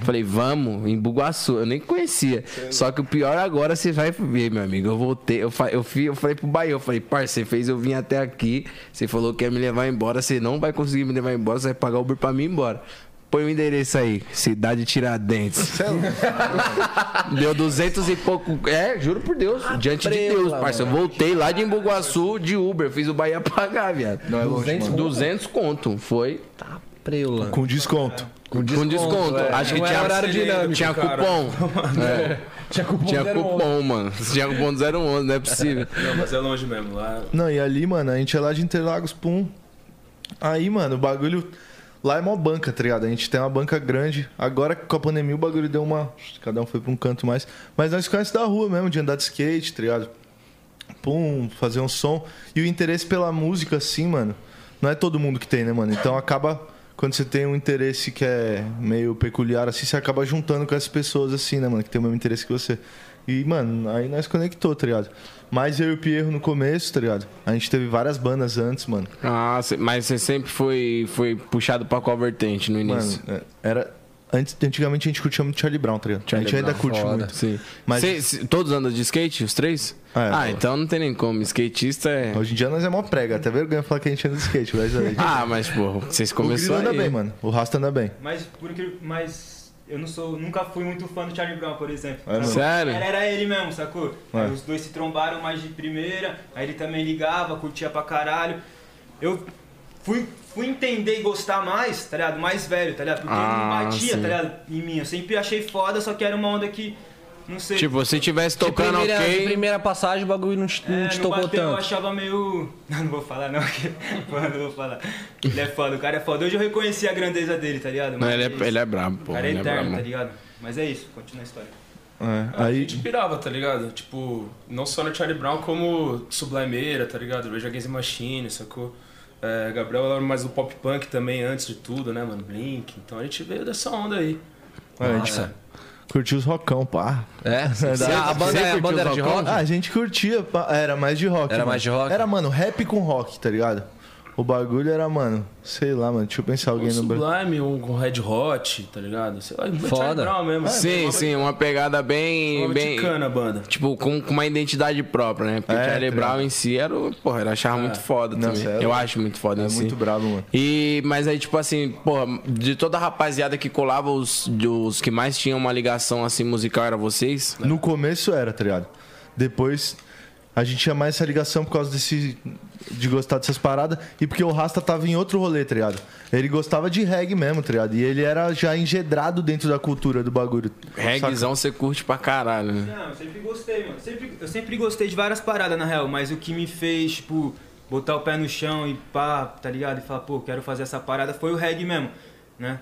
[SPEAKER 1] Falei, vamos, em Bugaçu. Eu nem conhecia. Só que o pior agora você vai ver, meu amigo. Eu voltei, eu, fa- eu, fi- eu falei pro Bahia, eu falei, parça, você fez eu vim até aqui. Você falou que ia me levar embora, você não vai conseguir me levar embora, você vai pagar Uber pra mim ir embora. Põe o endereço aí, Cidade Tiradentes. Deu 200 e pouco. É, juro por Deus. diante de
[SPEAKER 2] prela,
[SPEAKER 1] Deus, parça. Eu voltei lá de Embuguaçu de Uber. Fiz o Bahia pagar, viado.
[SPEAKER 3] Não é longe,
[SPEAKER 2] 200
[SPEAKER 3] mano.
[SPEAKER 1] 200 conto. Foi
[SPEAKER 2] Tá preula.
[SPEAKER 3] Com desconto.
[SPEAKER 1] com desconto.
[SPEAKER 2] é.
[SPEAKER 1] Acho que
[SPEAKER 2] Não era
[SPEAKER 1] tinha,
[SPEAKER 2] horário dinâmico,
[SPEAKER 1] tinha
[SPEAKER 4] cara.
[SPEAKER 1] cupom. É,
[SPEAKER 2] Tinha cupom
[SPEAKER 1] Tinha
[SPEAKER 2] 011.
[SPEAKER 1] cupom, mano. Tinha cupom do 011, não é possível.
[SPEAKER 4] Não, mas é longe mesmo. Lá.
[SPEAKER 3] Não, e ali, mano, a gente é lá de Interlagos, pum. Aí, mano, o bagulho. Lá é mó banca, tá ligado? A gente tem uma banca grande. Agora com a pandemia o bagulho deu uma. Cada um foi pra um canto mais. Mas nós ficamos da rua mesmo, de andar de skate, tá ligado? Pum, fazer um som. E o interesse pela música, assim, mano. Não é todo mundo que tem, né, mano? Então acaba. Quando você tem um interesse que é meio peculiar, assim, você acaba juntando com essas pessoas, assim, né, mano? Que tem o mesmo interesse que você. E, mano, aí nós conectou, tá ligado? Mas eu e o Pierro no começo, tá ligado? A gente teve várias bandas antes, mano.
[SPEAKER 1] Ah, cê- mas você sempre foi, foi puxado pra qual vertente no
[SPEAKER 3] Mano,
[SPEAKER 1] início?
[SPEAKER 3] é, era. Antes, antigamente a gente curtia muito Charlie Brown, tá ligado? a gente ainda curte muito.
[SPEAKER 1] Sim.
[SPEAKER 3] Mas-
[SPEAKER 1] Cê- cê- todos andam de skate, os três?
[SPEAKER 3] Ah, é.
[SPEAKER 1] ah, então não tem nem como. Skatista é.
[SPEAKER 3] Hoje em dia nós é mó prega, até vergonha falar que a gente anda de skate, mas a gente...
[SPEAKER 1] Ah, mas, pô, vocês
[SPEAKER 3] O Grilo
[SPEAKER 1] começaram.
[SPEAKER 3] anda
[SPEAKER 1] aí.
[SPEAKER 3] bem, mano. O Rasta anda bem.
[SPEAKER 6] Mas por incrível, mas eu não sou, nunca fui muito fã do Charlie Brown, por exemplo.
[SPEAKER 3] É, mano.
[SPEAKER 6] Sacou?
[SPEAKER 1] Sério?
[SPEAKER 6] Era, era ele mesmo, sacou?
[SPEAKER 3] É.
[SPEAKER 6] Aí os dois se trombaram mais de primeira, aí ele também ligava, curtia pra caralho. Eu fui, fui entender e gostar mais, tá ligado? Mais velho, tá ligado? Porque ele não
[SPEAKER 1] Ah,
[SPEAKER 6] batia,
[SPEAKER 1] sim.
[SPEAKER 6] tá ligado? Em mim, eu sempre achei foda, só que era uma onda que, não sei.
[SPEAKER 1] Tipo, se tivesse
[SPEAKER 2] De
[SPEAKER 1] tocando
[SPEAKER 2] primeira, de
[SPEAKER 1] ok.
[SPEAKER 2] primeira passagem o bagulho não te,
[SPEAKER 6] É,
[SPEAKER 2] não te
[SPEAKER 6] no
[SPEAKER 2] tocou
[SPEAKER 6] bateu, Eu
[SPEAKER 2] tanto.
[SPEAKER 6] achava meio. Não, não vou falar, não. que- Mano, não vou falar. Ele é foda, o cara é foda. Hoje eu reconheci a grandeza dele, tá ligado?
[SPEAKER 1] Não,
[SPEAKER 6] Mas
[SPEAKER 1] ele
[SPEAKER 6] isso.
[SPEAKER 1] é, ele é brabo,
[SPEAKER 6] O
[SPEAKER 1] pô.
[SPEAKER 6] cara é
[SPEAKER 1] ele é
[SPEAKER 6] eterno, tá
[SPEAKER 1] brabo.
[SPEAKER 6] ligado? Mas é isso, continua a história.
[SPEAKER 3] É,
[SPEAKER 4] A
[SPEAKER 3] aí,
[SPEAKER 4] gente pirava, tá ligado? Tipo, não só no Charlie Brown, como Sublimeira, tá ligado? Rage Against the Machine, sacou? É, Gabriel era mais do pop punk também, antes de tudo, né, mano? Blink. Então a gente veio dessa onda aí.
[SPEAKER 3] é, a gente curtiu os rockão, pá.
[SPEAKER 2] É? Cê- a banda,
[SPEAKER 1] Você
[SPEAKER 2] a
[SPEAKER 1] curtiu
[SPEAKER 2] banda era
[SPEAKER 1] os
[SPEAKER 2] de
[SPEAKER 1] rockão?
[SPEAKER 2] rock?
[SPEAKER 3] Ah, a gente curtia, pá. era mais de rock.
[SPEAKER 2] Era
[SPEAKER 3] mano.
[SPEAKER 2] mais de rock?
[SPEAKER 3] Era, mano, rap com rock, tá ligado? O bagulho era, mano, sei lá, mano, deixa eu pensar alguém
[SPEAKER 4] Um
[SPEAKER 3] no Brasil.
[SPEAKER 4] Sublime, um com Red Hot, tá ligado? Sei lá, Foda. Charlie
[SPEAKER 2] Foda.
[SPEAKER 4] Brown mesmo. assim,
[SPEAKER 1] Sim, sim, uma pegada
[SPEAKER 4] É, Uma
[SPEAKER 1] bem. bem
[SPEAKER 4] mexicana a banda.
[SPEAKER 1] tipo, com, com uma identidade própria, né? Porque
[SPEAKER 3] É,
[SPEAKER 1] o Charlie
[SPEAKER 3] tá
[SPEAKER 1] Brown em si era. o- Porra, eu achava muito foda
[SPEAKER 3] Nossa,
[SPEAKER 1] também.
[SPEAKER 3] era-
[SPEAKER 1] eu acho muito foda em
[SPEAKER 3] É
[SPEAKER 1] si.
[SPEAKER 3] muito brabo, mano.
[SPEAKER 1] E, mas aí, tipo assim, porra, de toda a rapaziada que colava, os, os que mais tinham uma ligação assim musical era vocês?
[SPEAKER 3] No começo era, tá ligado? Depois a gente tinha mais essa ligação por causa desse. de gostar dessas paradas e porque o Rasta tava em outro rolê, tá ligado? Ele gostava de reggae mesmo, tá ligado? E ele era já engedrado dentro da cultura do bagulho.
[SPEAKER 1] Reggaezão você curte pra caralho, né?
[SPEAKER 6] Não, eu sempre gostei, mano. Sempre, eu sempre gostei de várias paradas, na real, mas o que me fez, tipo, botar o pé no chão e pá, tá ligado? E falar, pô, quero fazer essa parada, foi o reggae mesmo, né?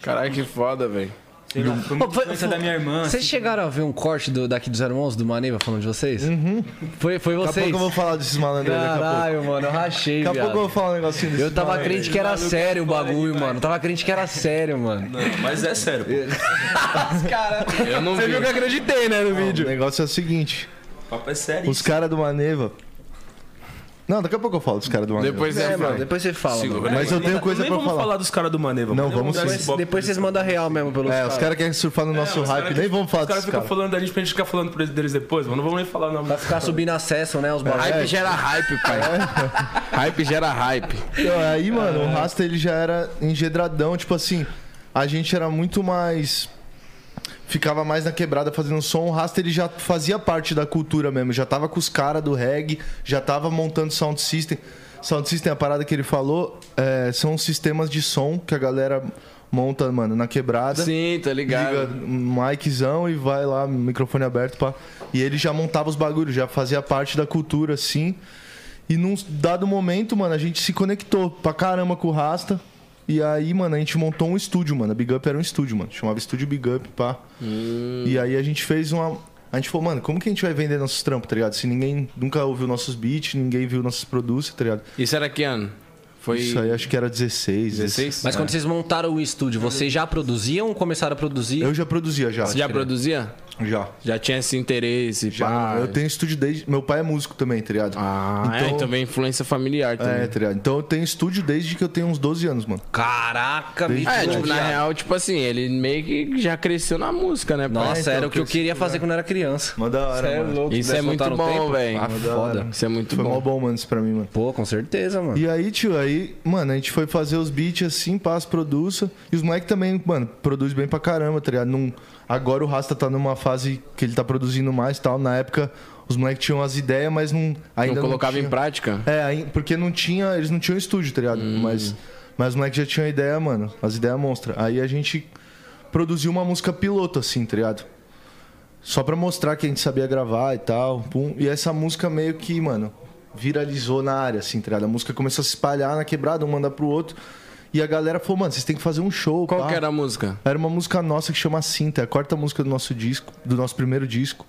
[SPEAKER 1] Caralho, que foda, velho.
[SPEAKER 6] Sei lá, foi uma
[SPEAKER 2] Pô, foi-
[SPEAKER 6] influência
[SPEAKER 2] foi-
[SPEAKER 6] da minha irmã. assim,
[SPEAKER 2] Vocês chegaram a ver um corte do, daqui do 011 do Maneva falando de vocês? Uhum. Foi, foi
[SPEAKER 3] Daqui a
[SPEAKER 2] vocês?
[SPEAKER 3] pouco eu vou falar desses malandros aí, daqui a pouco.
[SPEAKER 2] Caralho, mano, eu rachei,
[SPEAKER 3] Daqui a pouco eu vou
[SPEAKER 2] viado.
[SPEAKER 3] falar um negocinho desse.
[SPEAKER 2] Eu tava crente que era sério o bagulho, mano. Eu Tava crente que era sério, mano.
[SPEAKER 4] Não, mas é sério, pô.
[SPEAKER 2] Cara,
[SPEAKER 1] Eu não
[SPEAKER 2] você
[SPEAKER 1] vi.
[SPEAKER 2] viu que eu acreditei, né, no
[SPEAKER 3] O
[SPEAKER 2] vídeo.
[SPEAKER 3] negócio é o seguinte:
[SPEAKER 4] O papo é sério.
[SPEAKER 3] os caras do Maneva. Não, daqui a pouco eu falo dos caras do Maneva.
[SPEAKER 1] Depois
[SPEAKER 2] É,
[SPEAKER 1] é,
[SPEAKER 2] mano, depois você fala,
[SPEAKER 1] Segura.
[SPEAKER 2] mano.
[SPEAKER 3] Mas eu tenho coisa
[SPEAKER 4] Nem
[SPEAKER 3] pra
[SPEAKER 4] vamos
[SPEAKER 3] falar.
[SPEAKER 4] falar dos caras do Maneva.
[SPEAKER 3] Não,
[SPEAKER 4] mano.
[SPEAKER 3] vamos
[SPEAKER 4] dar
[SPEAKER 3] sim.
[SPEAKER 4] esse
[SPEAKER 2] Depois,
[SPEAKER 4] bop
[SPEAKER 2] depois
[SPEAKER 4] pra
[SPEAKER 2] vocês mandam real mesmo pelos
[SPEAKER 3] É,
[SPEAKER 2] caras.
[SPEAKER 3] os caras querem surfar no nosso
[SPEAKER 4] os
[SPEAKER 3] hype,
[SPEAKER 4] cara que-
[SPEAKER 3] nem vamos falar
[SPEAKER 4] Os caras
[SPEAKER 3] desses
[SPEAKER 4] ficam
[SPEAKER 3] caras.
[SPEAKER 4] falando da gente pra gente ficar falando pra- deles depois, mano. Não vamos nem falar o nome
[SPEAKER 2] Vai ficar subindo acesso,
[SPEAKER 3] É.
[SPEAKER 2] né, os bagulhos.
[SPEAKER 1] Hype gera hype, pai. hype gera hype.
[SPEAKER 3] Então,
[SPEAKER 4] É.
[SPEAKER 3] aí, mano, o Rasta ele já era engedradão, tipo assim, a gente era muito mais. Ficava mais na quebrada fazendo som. O Rasta ele já fazia parte da cultura mesmo, já tava com os caras do reggae, já tava montando sound system. Sound system, é a parada que ele falou, é, são sistemas de som que a galera monta, mano, na quebrada.
[SPEAKER 1] Sim, tá ligado.
[SPEAKER 3] Liga um miczão e vai lá, microfone aberto, pá. E ele já montava os bagulhos, já fazia parte da cultura, assim. E num dado momento, mano, a gente se conectou pra caramba com o Rasta. E aí, mano, a gente montou um estúdio, mano. A Big Up era um estúdio, mano. Chamava Estúdio Big Up, pá.
[SPEAKER 1] Hum.
[SPEAKER 3] E aí a gente fez uma. A gente falou, mano, como que a gente vai vender nossos trampos, tá ligado? Se ninguém nunca ouviu nossos beats, ninguém viu nossos produtos, tá ligado?
[SPEAKER 1] Isso era que ano? Foi
[SPEAKER 3] Isso aí acho que era 16, 16.
[SPEAKER 1] 16?
[SPEAKER 2] Mas quando vocês montaram o estúdio, vocês já produziam ou começaram a produzir?
[SPEAKER 3] Eu já produzia já.
[SPEAKER 1] Você já produzia?
[SPEAKER 3] Já.
[SPEAKER 1] Já tinha esse interesse,
[SPEAKER 3] é. Já.
[SPEAKER 1] pá.
[SPEAKER 3] Eu tenho estúdio desde. Meu pai é músico também, tá ligado?
[SPEAKER 1] Ah, então... é, também influência familiar
[SPEAKER 3] É,
[SPEAKER 1] também.
[SPEAKER 3] tá ligado? Então eu tenho estúdio desde que eu tenho uns 12 anos, mano.
[SPEAKER 2] Caraca, bicho.
[SPEAKER 1] É, tipo, na real, tipo assim, ele meio que já cresceu na música, né? pai?
[SPEAKER 3] Então,
[SPEAKER 2] Nossa, é, era o que eu queria fazer quando era criança.
[SPEAKER 3] Manda da hora, mano.
[SPEAKER 2] louco.
[SPEAKER 1] Isso é muito bom, velho.
[SPEAKER 3] Ah, foda.
[SPEAKER 1] Isso é muito
[SPEAKER 3] Foi
[SPEAKER 1] bom.
[SPEAKER 3] mó bom, mano, isso pra mim, mano.
[SPEAKER 2] Pô, com certeza, mano.
[SPEAKER 3] E aí, tio, aí, mano, a gente foi fazer os beats assim, passa, produça. E os moleques também, mano, produz bem pra caramba, tá ligado? Num- agora o Rasta tá numa fase que ele tá produzindo mais e tal. Na época, os moleques tinham as ideias, mas não. Ainda
[SPEAKER 1] não colocava
[SPEAKER 3] tinha.
[SPEAKER 1] em prática?
[SPEAKER 3] É, aí- porque não tinha. Eles não tinham estúdio, tá ligado?
[SPEAKER 1] Hum.
[SPEAKER 3] Mas, mas os moleques já tinham ideia, mano. As ideias monstra. Aí a gente produziu uma música piloto, assim, tá ligado? Só pra mostrar que a gente sabia gravar e tal. pum. E essa música meio que, mano, viralizou na área, assim, tá ligado? A música começou a se espalhar na quebrada, um manda pro outro. E a galera falou, mano, vocês têm que fazer um show.
[SPEAKER 1] Qual
[SPEAKER 3] pá."
[SPEAKER 1] que era a música?
[SPEAKER 3] Era uma música nossa que chama Cinta, a quarta música do nosso disco, do nosso primeiro disco.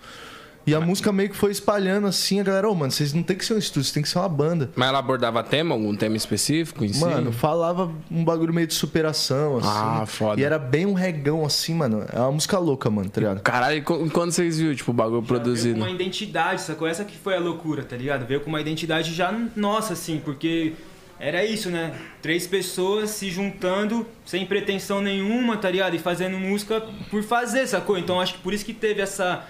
[SPEAKER 3] E a
[SPEAKER 1] Ah.
[SPEAKER 3] música meio que foi espalhando assim, a galera, ô, mano, vocês não tem que ser um estúdio, vocês tem que ser uma banda.
[SPEAKER 1] Mas ela abordava tema, algum tema específico em si?
[SPEAKER 3] Mano, falava um bagulho meio de superação, assim.
[SPEAKER 1] Ah, foda.
[SPEAKER 3] E era bem um regão, assim, mano. É uma música louca, mano, tá ligado?
[SPEAKER 1] Caralho, e qu- quando vocês viram, tipo, o bagulho
[SPEAKER 6] Veio com
[SPEAKER 1] produzido?
[SPEAKER 6] uma identidade, sacou? Essa que foi a loucura, tá ligado? Veio com uma identidade já nossa, assim, porque era isso, né? Três pessoas se juntando sem pretensão nenhuma, tá ligado? E fazendo música por fazer, sacou? Então acho que por isso que teve essa.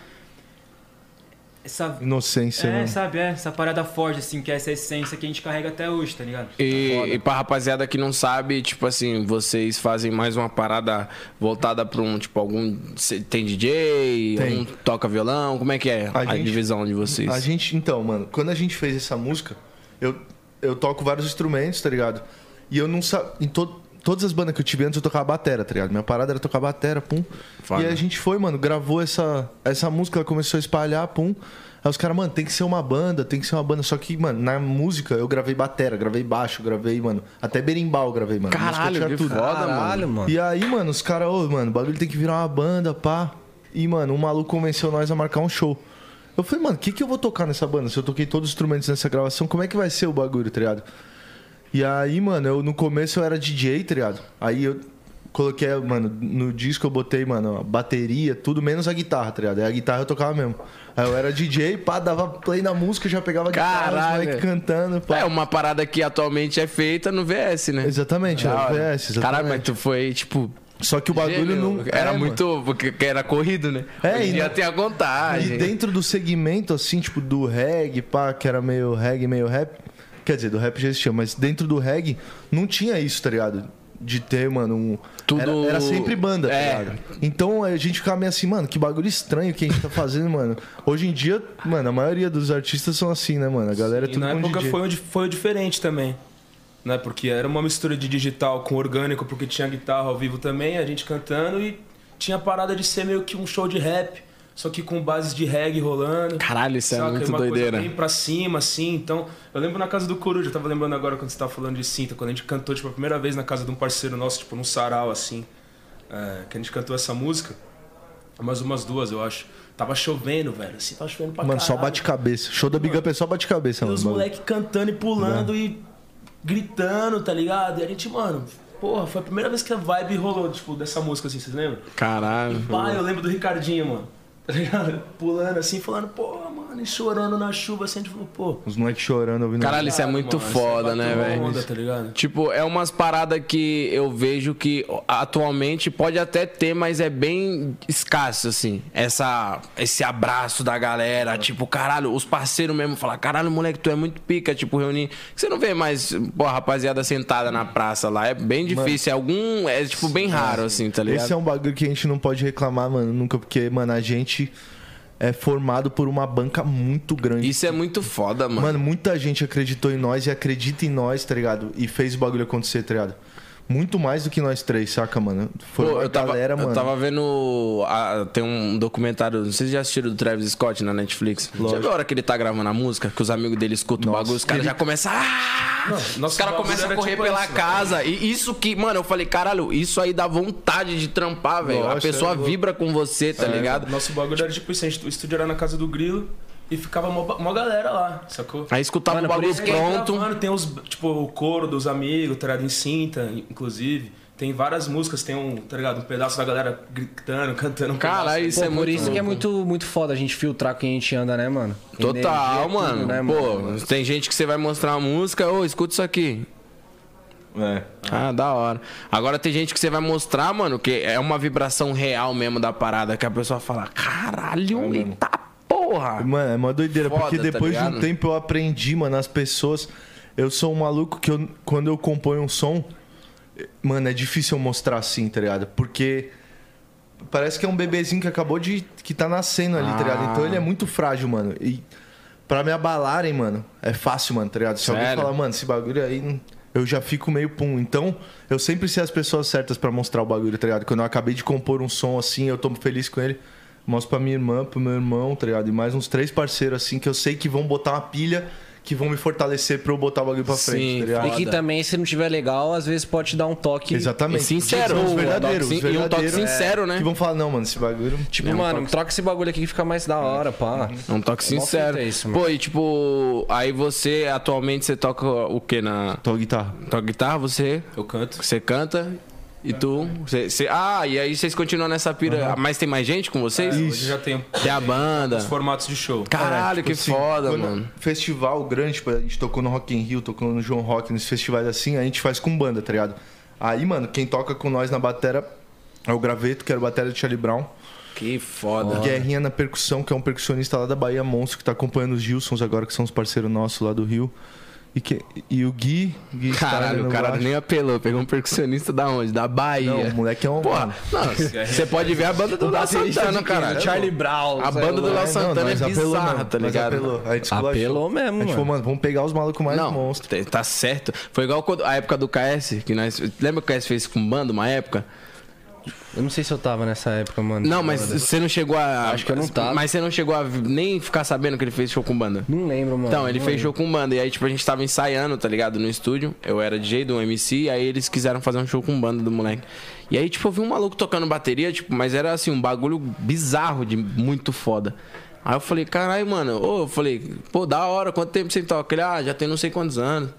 [SPEAKER 6] Essa.
[SPEAKER 3] Inocência, né?
[SPEAKER 6] é,
[SPEAKER 3] mano.
[SPEAKER 6] sabe? É, essa parada forte, assim, que é essa essência que a gente carrega até hoje, tá ligado?
[SPEAKER 3] É
[SPEAKER 1] E, e pra rapaziada que não sabe, tipo assim, vocês fazem mais uma parada voltada pra um, tipo, algum. cê- Tem DJ,
[SPEAKER 3] Tem.
[SPEAKER 1] um toca violão, como é que é a,
[SPEAKER 3] A gente-
[SPEAKER 1] divisão de vocês?
[SPEAKER 3] A gente, então, mano, quando a gente fez essa música, eu, eu toco vários instrumentos, tá ligado? E eu não sabia. Em to- todas as bandas que eu tive antes, eu tocava batera, tá ligado? Minha parada era tocar batera, pum.
[SPEAKER 1] Foda.
[SPEAKER 3] E aí a gente foi, mano, gravou essa, essa música, ela começou a espalhar, pum. Aí os caras, mano, tem que ser uma banda, tem que ser uma banda. Só que, mano, na música eu gravei batera, gravei baixo, gravei, mano, até berimbau eu gravei, mano. A música
[SPEAKER 1] Caralho,
[SPEAKER 3] tinha
[SPEAKER 1] que
[SPEAKER 3] tudo.
[SPEAKER 1] foda,
[SPEAKER 2] Caralho, mano.
[SPEAKER 3] E aí, mano, os caras, ô, mano, o bagulho tem que virar uma banda, pá. E, mano, um maluco convenceu nós a marcar um show. Eu falei, mano, o que, que eu vou tocar nessa banda? Se eu toquei todos os instrumentos nessa gravação, como é que vai ser o bagulho, tá ligado? E aí, mano, eu no começo eu era DJ, tá ligado? Aí eu coloquei, mano, no disco eu botei, mano, a bateria, tudo menos a guitarra, tá ligado? Aí a guitarra eu tocava mesmo. Aí eu era DJ, pá, dava play na música, já pegava a guitarra,
[SPEAKER 1] Caralho.
[SPEAKER 3] os moleques cantando, pá.
[SPEAKER 1] É uma parada que atualmente é feita no VS, né?
[SPEAKER 3] Exatamente,
[SPEAKER 1] Da
[SPEAKER 3] era
[SPEAKER 1] hora.
[SPEAKER 3] VS, exatamente.
[SPEAKER 1] Caralho, mas tu foi, tipo.
[SPEAKER 3] Só que o bagulho
[SPEAKER 1] gênio.
[SPEAKER 3] não.
[SPEAKER 1] Era
[SPEAKER 3] é, mano.
[SPEAKER 1] muito. Porque era corrido, né?
[SPEAKER 3] É,
[SPEAKER 1] Hoje
[SPEAKER 3] e
[SPEAKER 1] já
[SPEAKER 3] não-
[SPEAKER 1] tem a contagem.
[SPEAKER 3] E dentro do segmento, assim, tipo, do reggae, pá, que era meio reggae, meio rap. Quer dizer, do rap já existia, mas dentro do reggae não tinha isso, tá ligado? De ter, mano, um.
[SPEAKER 1] Tudo-
[SPEAKER 3] Era, era sempre banda, tá
[SPEAKER 1] É.
[SPEAKER 3] ligado? Então a gente ficava meio assim, mano, que bagulho estranho que a gente tá fazendo, mano. Hoje em dia, mano, a maioria dos artistas são assim, né, mano? A galera é
[SPEAKER 4] E
[SPEAKER 3] tudo
[SPEAKER 4] na
[SPEAKER 3] com
[SPEAKER 4] época
[SPEAKER 3] DJ.
[SPEAKER 4] foi, o di- foi o diferente também. Né? Porque era uma mistura de digital com orgânico, porque tinha guitarra ao vivo também, a gente cantando e tinha a parada de ser meio que um show de rap, só que com bases de reggae rolando.
[SPEAKER 1] Caralho, isso é
[SPEAKER 4] Saca?
[SPEAKER 1] muito
[SPEAKER 4] uma
[SPEAKER 1] doideira.
[SPEAKER 4] Coisa bem pra cima, assim. Então, eu lembro na casa do Coruja, eu tava lembrando agora quando você tava falando de cinta, quando a gente cantou, tipo, a primeira vez na casa de um parceiro nosso, tipo, num sarau, assim, é, que a gente cantou essa música. Mais umas duas, eu acho. Tava chovendo, velho. Assim, tava chovendo pra
[SPEAKER 3] Mano, só
[SPEAKER 4] caralho.
[SPEAKER 3] bate-cabeça. Show da Big Up é só bate-cabeça,
[SPEAKER 4] E
[SPEAKER 3] mano.
[SPEAKER 4] os
[SPEAKER 3] bagulho.
[SPEAKER 4] moleques cantando e
[SPEAKER 1] Né?
[SPEAKER 4] pulando e gritando, tá ligado? E a gente, mano, porra, foi a primeira vez que a vibe rolou, tipo, dessa música, assim, vocês lembram?
[SPEAKER 1] Uhum. Caralho.
[SPEAKER 4] Pai, eu lembro do Ricardinho, mano. Tá ligado? Pulando assim, falando, porra, mano, e chorando na chuva, assim, a gente falou, pô.
[SPEAKER 3] Os moleques chorando ouvindo.
[SPEAKER 1] Caralho, isso é muito
[SPEAKER 4] mano,
[SPEAKER 1] foda,
[SPEAKER 4] você
[SPEAKER 1] né,
[SPEAKER 4] bateu
[SPEAKER 1] velho?
[SPEAKER 4] onda, tá ligado?
[SPEAKER 1] Tipo, é umas paradas que eu vejo que atualmente pode até ter, mas é bem escasso, assim. Essa, esse abraço da galera, tipo, caralho, os parceiros mesmo falar, caralho, moleque, tu é muito pica, tipo, reunir. Você não vê mais, pô, a rapaziada sentada na praça lá. É bem difícil, é algum. É, tipo, bem raro, assim, tá ligado?
[SPEAKER 3] Esse é um bagulho que a gente não pode reclamar, mano, nunca, porque, mano, a gente é formado por uma banca muito grande.
[SPEAKER 1] Isso é muito foda, mano.
[SPEAKER 3] Mano, muita gente acreditou em nós e acredita em nós, tá ligado? E fez o bagulho acontecer, tá ligado? Muito mais do que nós três, saca, mano? Foi
[SPEAKER 1] Pô,
[SPEAKER 3] uma
[SPEAKER 1] eu tava,
[SPEAKER 3] galera,
[SPEAKER 1] eu
[SPEAKER 3] mano.
[SPEAKER 1] tava vendo. ah, tem um documentário, não sei se já assistiram do Travis Scott na Netflix. Já viu a hora que ele tá gravando a música, que os amigos dele escutam o bagulho, os caras já começam. "Ah!" os
[SPEAKER 4] nosso
[SPEAKER 1] caras
[SPEAKER 4] bagulho
[SPEAKER 1] começam a
[SPEAKER 4] era
[SPEAKER 1] correr
[SPEAKER 4] tipo
[SPEAKER 1] pela
[SPEAKER 4] isso,
[SPEAKER 1] casa. E isso que, mano, eu falei, caralho, isso aí dá vontade de trampar, velho. A
[SPEAKER 2] é
[SPEAKER 3] Nossa,
[SPEAKER 1] pessoa
[SPEAKER 3] eu vou-
[SPEAKER 1] vibra com você, tá ligado?
[SPEAKER 4] Nosso bagulho era tipo isso, a gente, o estúdio era na casa do Grilo e ficava mó, mó galera lá, sacou?
[SPEAKER 1] Aí escutava
[SPEAKER 2] Mano,
[SPEAKER 1] o
[SPEAKER 2] por
[SPEAKER 1] bagulho
[SPEAKER 2] isso é
[SPEAKER 4] Quem tá
[SPEAKER 1] pronto.
[SPEAKER 4] gravando, tem os, tipo, o coro dos amigos, tirado em cinta, inclusive. Tem várias músicas, tem um, tá ligado? Um pedaço da galera gritando, cantando. um
[SPEAKER 1] Caralho,
[SPEAKER 4] pedaço.
[SPEAKER 1] isso é
[SPEAKER 2] Por
[SPEAKER 1] muito
[SPEAKER 2] isso que é
[SPEAKER 1] louco.
[SPEAKER 2] muito, muito foda a gente filtrar quem a gente anda, né, mano? Energia é
[SPEAKER 1] Total,
[SPEAKER 2] tudo,
[SPEAKER 1] mano.
[SPEAKER 2] né,
[SPEAKER 1] Pô,
[SPEAKER 2] mano?
[SPEAKER 1] tem gente que você vai mostrar uma música, ô, escuta isso aqui.
[SPEAKER 3] É.
[SPEAKER 1] Ah, da hora. Agora tem gente que você vai mostrar, mano, que é uma vibração real mesmo da parada, que a pessoa fala, caralho, eita porra.
[SPEAKER 3] Mano, é uma doideira,
[SPEAKER 1] Ah, Foda,
[SPEAKER 3] porque
[SPEAKER 1] tá
[SPEAKER 3] depois de um
[SPEAKER 1] ligado?
[SPEAKER 3] tempo eu aprendi, mano, as pessoas. Eu sou um maluco que eu- quando eu componho um som, eh, mano, é difícil eu mostrar assim, tá ligado? Porque parece que é um bebezinho que acabou de. que tá nascendo ali, tá ligado? Então ele é
[SPEAKER 1] Ah.
[SPEAKER 3] muito frágil, mano. E pra me abalarem, mano, é fácil, mano, tá ligado? Se alguém
[SPEAKER 1] Sério?
[SPEAKER 3] falar, mano, esse bagulho aí. não- Eu já fico meio pum. Então, eu sempre sei as pessoas certas pra mostrar o bagulho, tá ligado? Quando eu acabei de compor um som assim, eu tô feliz com ele. Mostro pra minha irmã, pro meu irmão, tá ligado? E mais uns três parceiros assim que eu sei que vão botar uma pilha, que vão me fortalecer pra eu botar o bagulho pra
[SPEAKER 1] Sim,
[SPEAKER 3] frente, tá ligado?
[SPEAKER 2] E que também, se não tiver legal, às vezes pode te dar um toque.
[SPEAKER 1] E
[SPEAKER 3] Exatamente.
[SPEAKER 1] sincero,
[SPEAKER 3] São os
[SPEAKER 1] um
[SPEAKER 3] verdadeiros,
[SPEAKER 1] toque
[SPEAKER 3] os
[SPEAKER 1] sin- e um toque
[SPEAKER 3] verdadeiros,
[SPEAKER 1] sincero, né?
[SPEAKER 3] Que vão falar, não, mano, esse bagulho.
[SPEAKER 2] Tipo,
[SPEAKER 1] um
[SPEAKER 2] mano, troca esse bagulho aqui que fica mais da hora, pá.
[SPEAKER 1] É um toque
[SPEAKER 2] É mó
[SPEAKER 1] sincero.
[SPEAKER 2] fita isso, mano.
[SPEAKER 1] Pô, e tipo, aí você, atualmente, você toca o que na...
[SPEAKER 3] Tô a guitarra.
[SPEAKER 1] Toca guitarra, você...
[SPEAKER 4] Eu canto.
[SPEAKER 1] Você canta e tu. Você, você- ah, e aí vocês continuam nessa pira. Mas tem mais gente com vocês?
[SPEAKER 4] Hoje já tem
[SPEAKER 1] Tem a banda.
[SPEAKER 4] os formatos de show.
[SPEAKER 1] Caralho, que
[SPEAKER 3] Assim,
[SPEAKER 1] foda,
[SPEAKER 3] quando-
[SPEAKER 1] mano.
[SPEAKER 3] Festival grande, tipo, a gente tocou no Rock in Rio, tocou no João Rock, nesses festivais assim, a gente faz com banda, tá ligado? Aí, mano, quem toca com nós na batera é o Graveto, que era o batera de Charlie Brown.
[SPEAKER 1] Que foda.
[SPEAKER 3] Guerrinha na percussão, que é um percussionista lá da Bahia Monstro, que tá acompanhando os Gilsons agora, que são os parceiros nossos lá do Rio. E, que, e o Gui. Gui né, Steiner
[SPEAKER 1] Caralho,
[SPEAKER 3] no
[SPEAKER 1] o cara
[SPEAKER 3] baixo.
[SPEAKER 1] nem apelou. Pegou um percussionista da onde? Da
[SPEAKER 3] Não,
[SPEAKER 1] Bahia.
[SPEAKER 3] o moleque é um.
[SPEAKER 1] Porra, não, você pode ver a banda do Léo Santana,
[SPEAKER 3] né?
[SPEAKER 1] cara.
[SPEAKER 2] Charlie Brown.
[SPEAKER 1] A
[SPEAKER 2] sei
[SPEAKER 1] banda
[SPEAKER 2] lá.
[SPEAKER 1] do Léo
[SPEAKER 3] É, não,
[SPEAKER 1] Santana é
[SPEAKER 3] nós apelou
[SPEAKER 1] bizarra,
[SPEAKER 3] mesmo,
[SPEAKER 1] tá
[SPEAKER 3] nós
[SPEAKER 1] ligado?
[SPEAKER 3] Apelou, Aí desculachou.
[SPEAKER 2] Apelou mesmo,
[SPEAKER 3] A gente falou,
[SPEAKER 2] mano.
[SPEAKER 3] mano, vamos pegar os malucos mais
[SPEAKER 1] Não,
[SPEAKER 3] monstros.
[SPEAKER 1] te- tá certo. Foi igual quando- a época do KS, que nós. Lembra que o KS fez com banda uma época?
[SPEAKER 2] Eu não sei se eu tava nessa época, mano.
[SPEAKER 1] Não, mas você não chegou a.
[SPEAKER 2] Acho que eu não tava.
[SPEAKER 1] Mas você não chegou a nem ficar sabendo que ele fez show com banda.
[SPEAKER 2] Não lembro, mano.
[SPEAKER 1] Então, ele fechou com banda. E aí, tipo, a gente tava ensaiando, tá ligado? No estúdio. Eu era DJ do MC. Aí eles quiseram fazer um show com banda do moleque. E aí, tipo, eu vi um maluco tocando bateria, tipo, mas era assim, um bagulho bizarro de muito foda. Aí eu falei, caralho, mano. Ô, eu falei, pô, da hora, quanto tempo você toca? Ele, ah, já tem não sei quantos anos.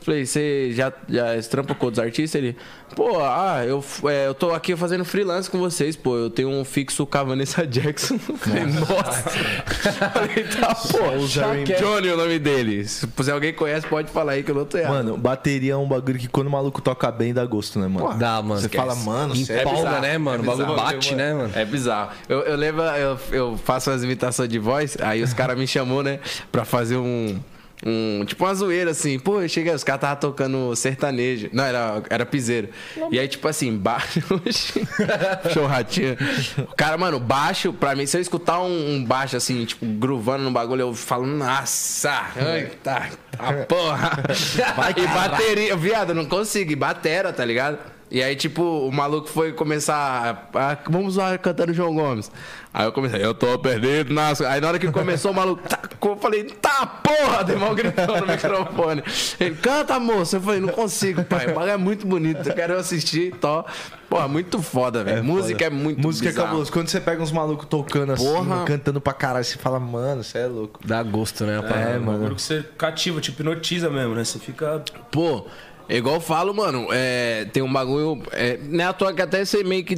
[SPEAKER 1] Falei, você já, já estrampa com outros artistas? Ele, pô, ah, eu, f- é, eu tô aqui fazendo freelance com vocês, pô. Eu tenho um fixo com a Vanessa Jackson. Falei, nossa. Falei, tá, pô. Johnny é o nome dele. Se puser alguém que conhece, pode falar aí que eu não tô errado.
[SPEAKER 3] Mano, bateria é um bagulho que quando o maluco toca bem dá gosto, né, mano?
[SPEAKER 2] Dá, mano.
[SPEAKER 3] Você fala, mano, sério? É
[SPEAKER 2] Empalma,
[SPEAKER 1] bizarro,
[SPEAKER 2] né, mano? O bagulho
[SPEAKER 1] bizarro.
[SPEAKER 2] bate, né, mano?
[SPEAKER 1] É bizarro. Eu, eu lembro, eu, eu faço umas imitações de voz, aí os caras me chamou, né, pra fazer um. Um, tipo uma zoeira assim, pô, eu cheguei, os caras estavam tocando sertanejo. Não, era, era piseiro. E aí, tipo assim, baixo. Show ratinho. O cara, mano, baixo, pra mim, se eu escutar um, um baixo assim, tipo, gruvando no bagulho, eu falo, nossa, eita, a porra. e bateria, viado, eu não consigo, e batera, tá ligado? E aí, tipo, o maluco foi começar. a- a- vamos lá cantando João Gomes. Aí eu comecei, eu tô perdido, nossa. Aí na hora que começou, o maluco. tá, eu falei, tá porra! Deu mal gritando no microfone. Ele, canta, moço. Eu falei, não consigo, pai. O bagulho é muito bonito, eu quero assistir e tal. Porra, muito foda, velho. Música é muito
[SPEAKER 3] Música é
[SPEAKER 1] bizarro.
[SPEAKER 3] cabuloso. Quando você pega uns malucos tocando assim,
[SPEAKER 1] Porra.
[SPEAKER 3] cantando pra caralho, você fala, mano, você é louco.
[SPEAKER 2] Dá gosto, né,
[SPEAKER 4] É,
[SPEAKER 2] pai?
[SPEAKER 4] mano. Um bagulho que você cativa, te hipnotiza mesmo, né? Você fica.
[SPEAKER 1] Pô, é igual eu falo, mano, é, tem um bagulho. É, né, à toa que até você meio que.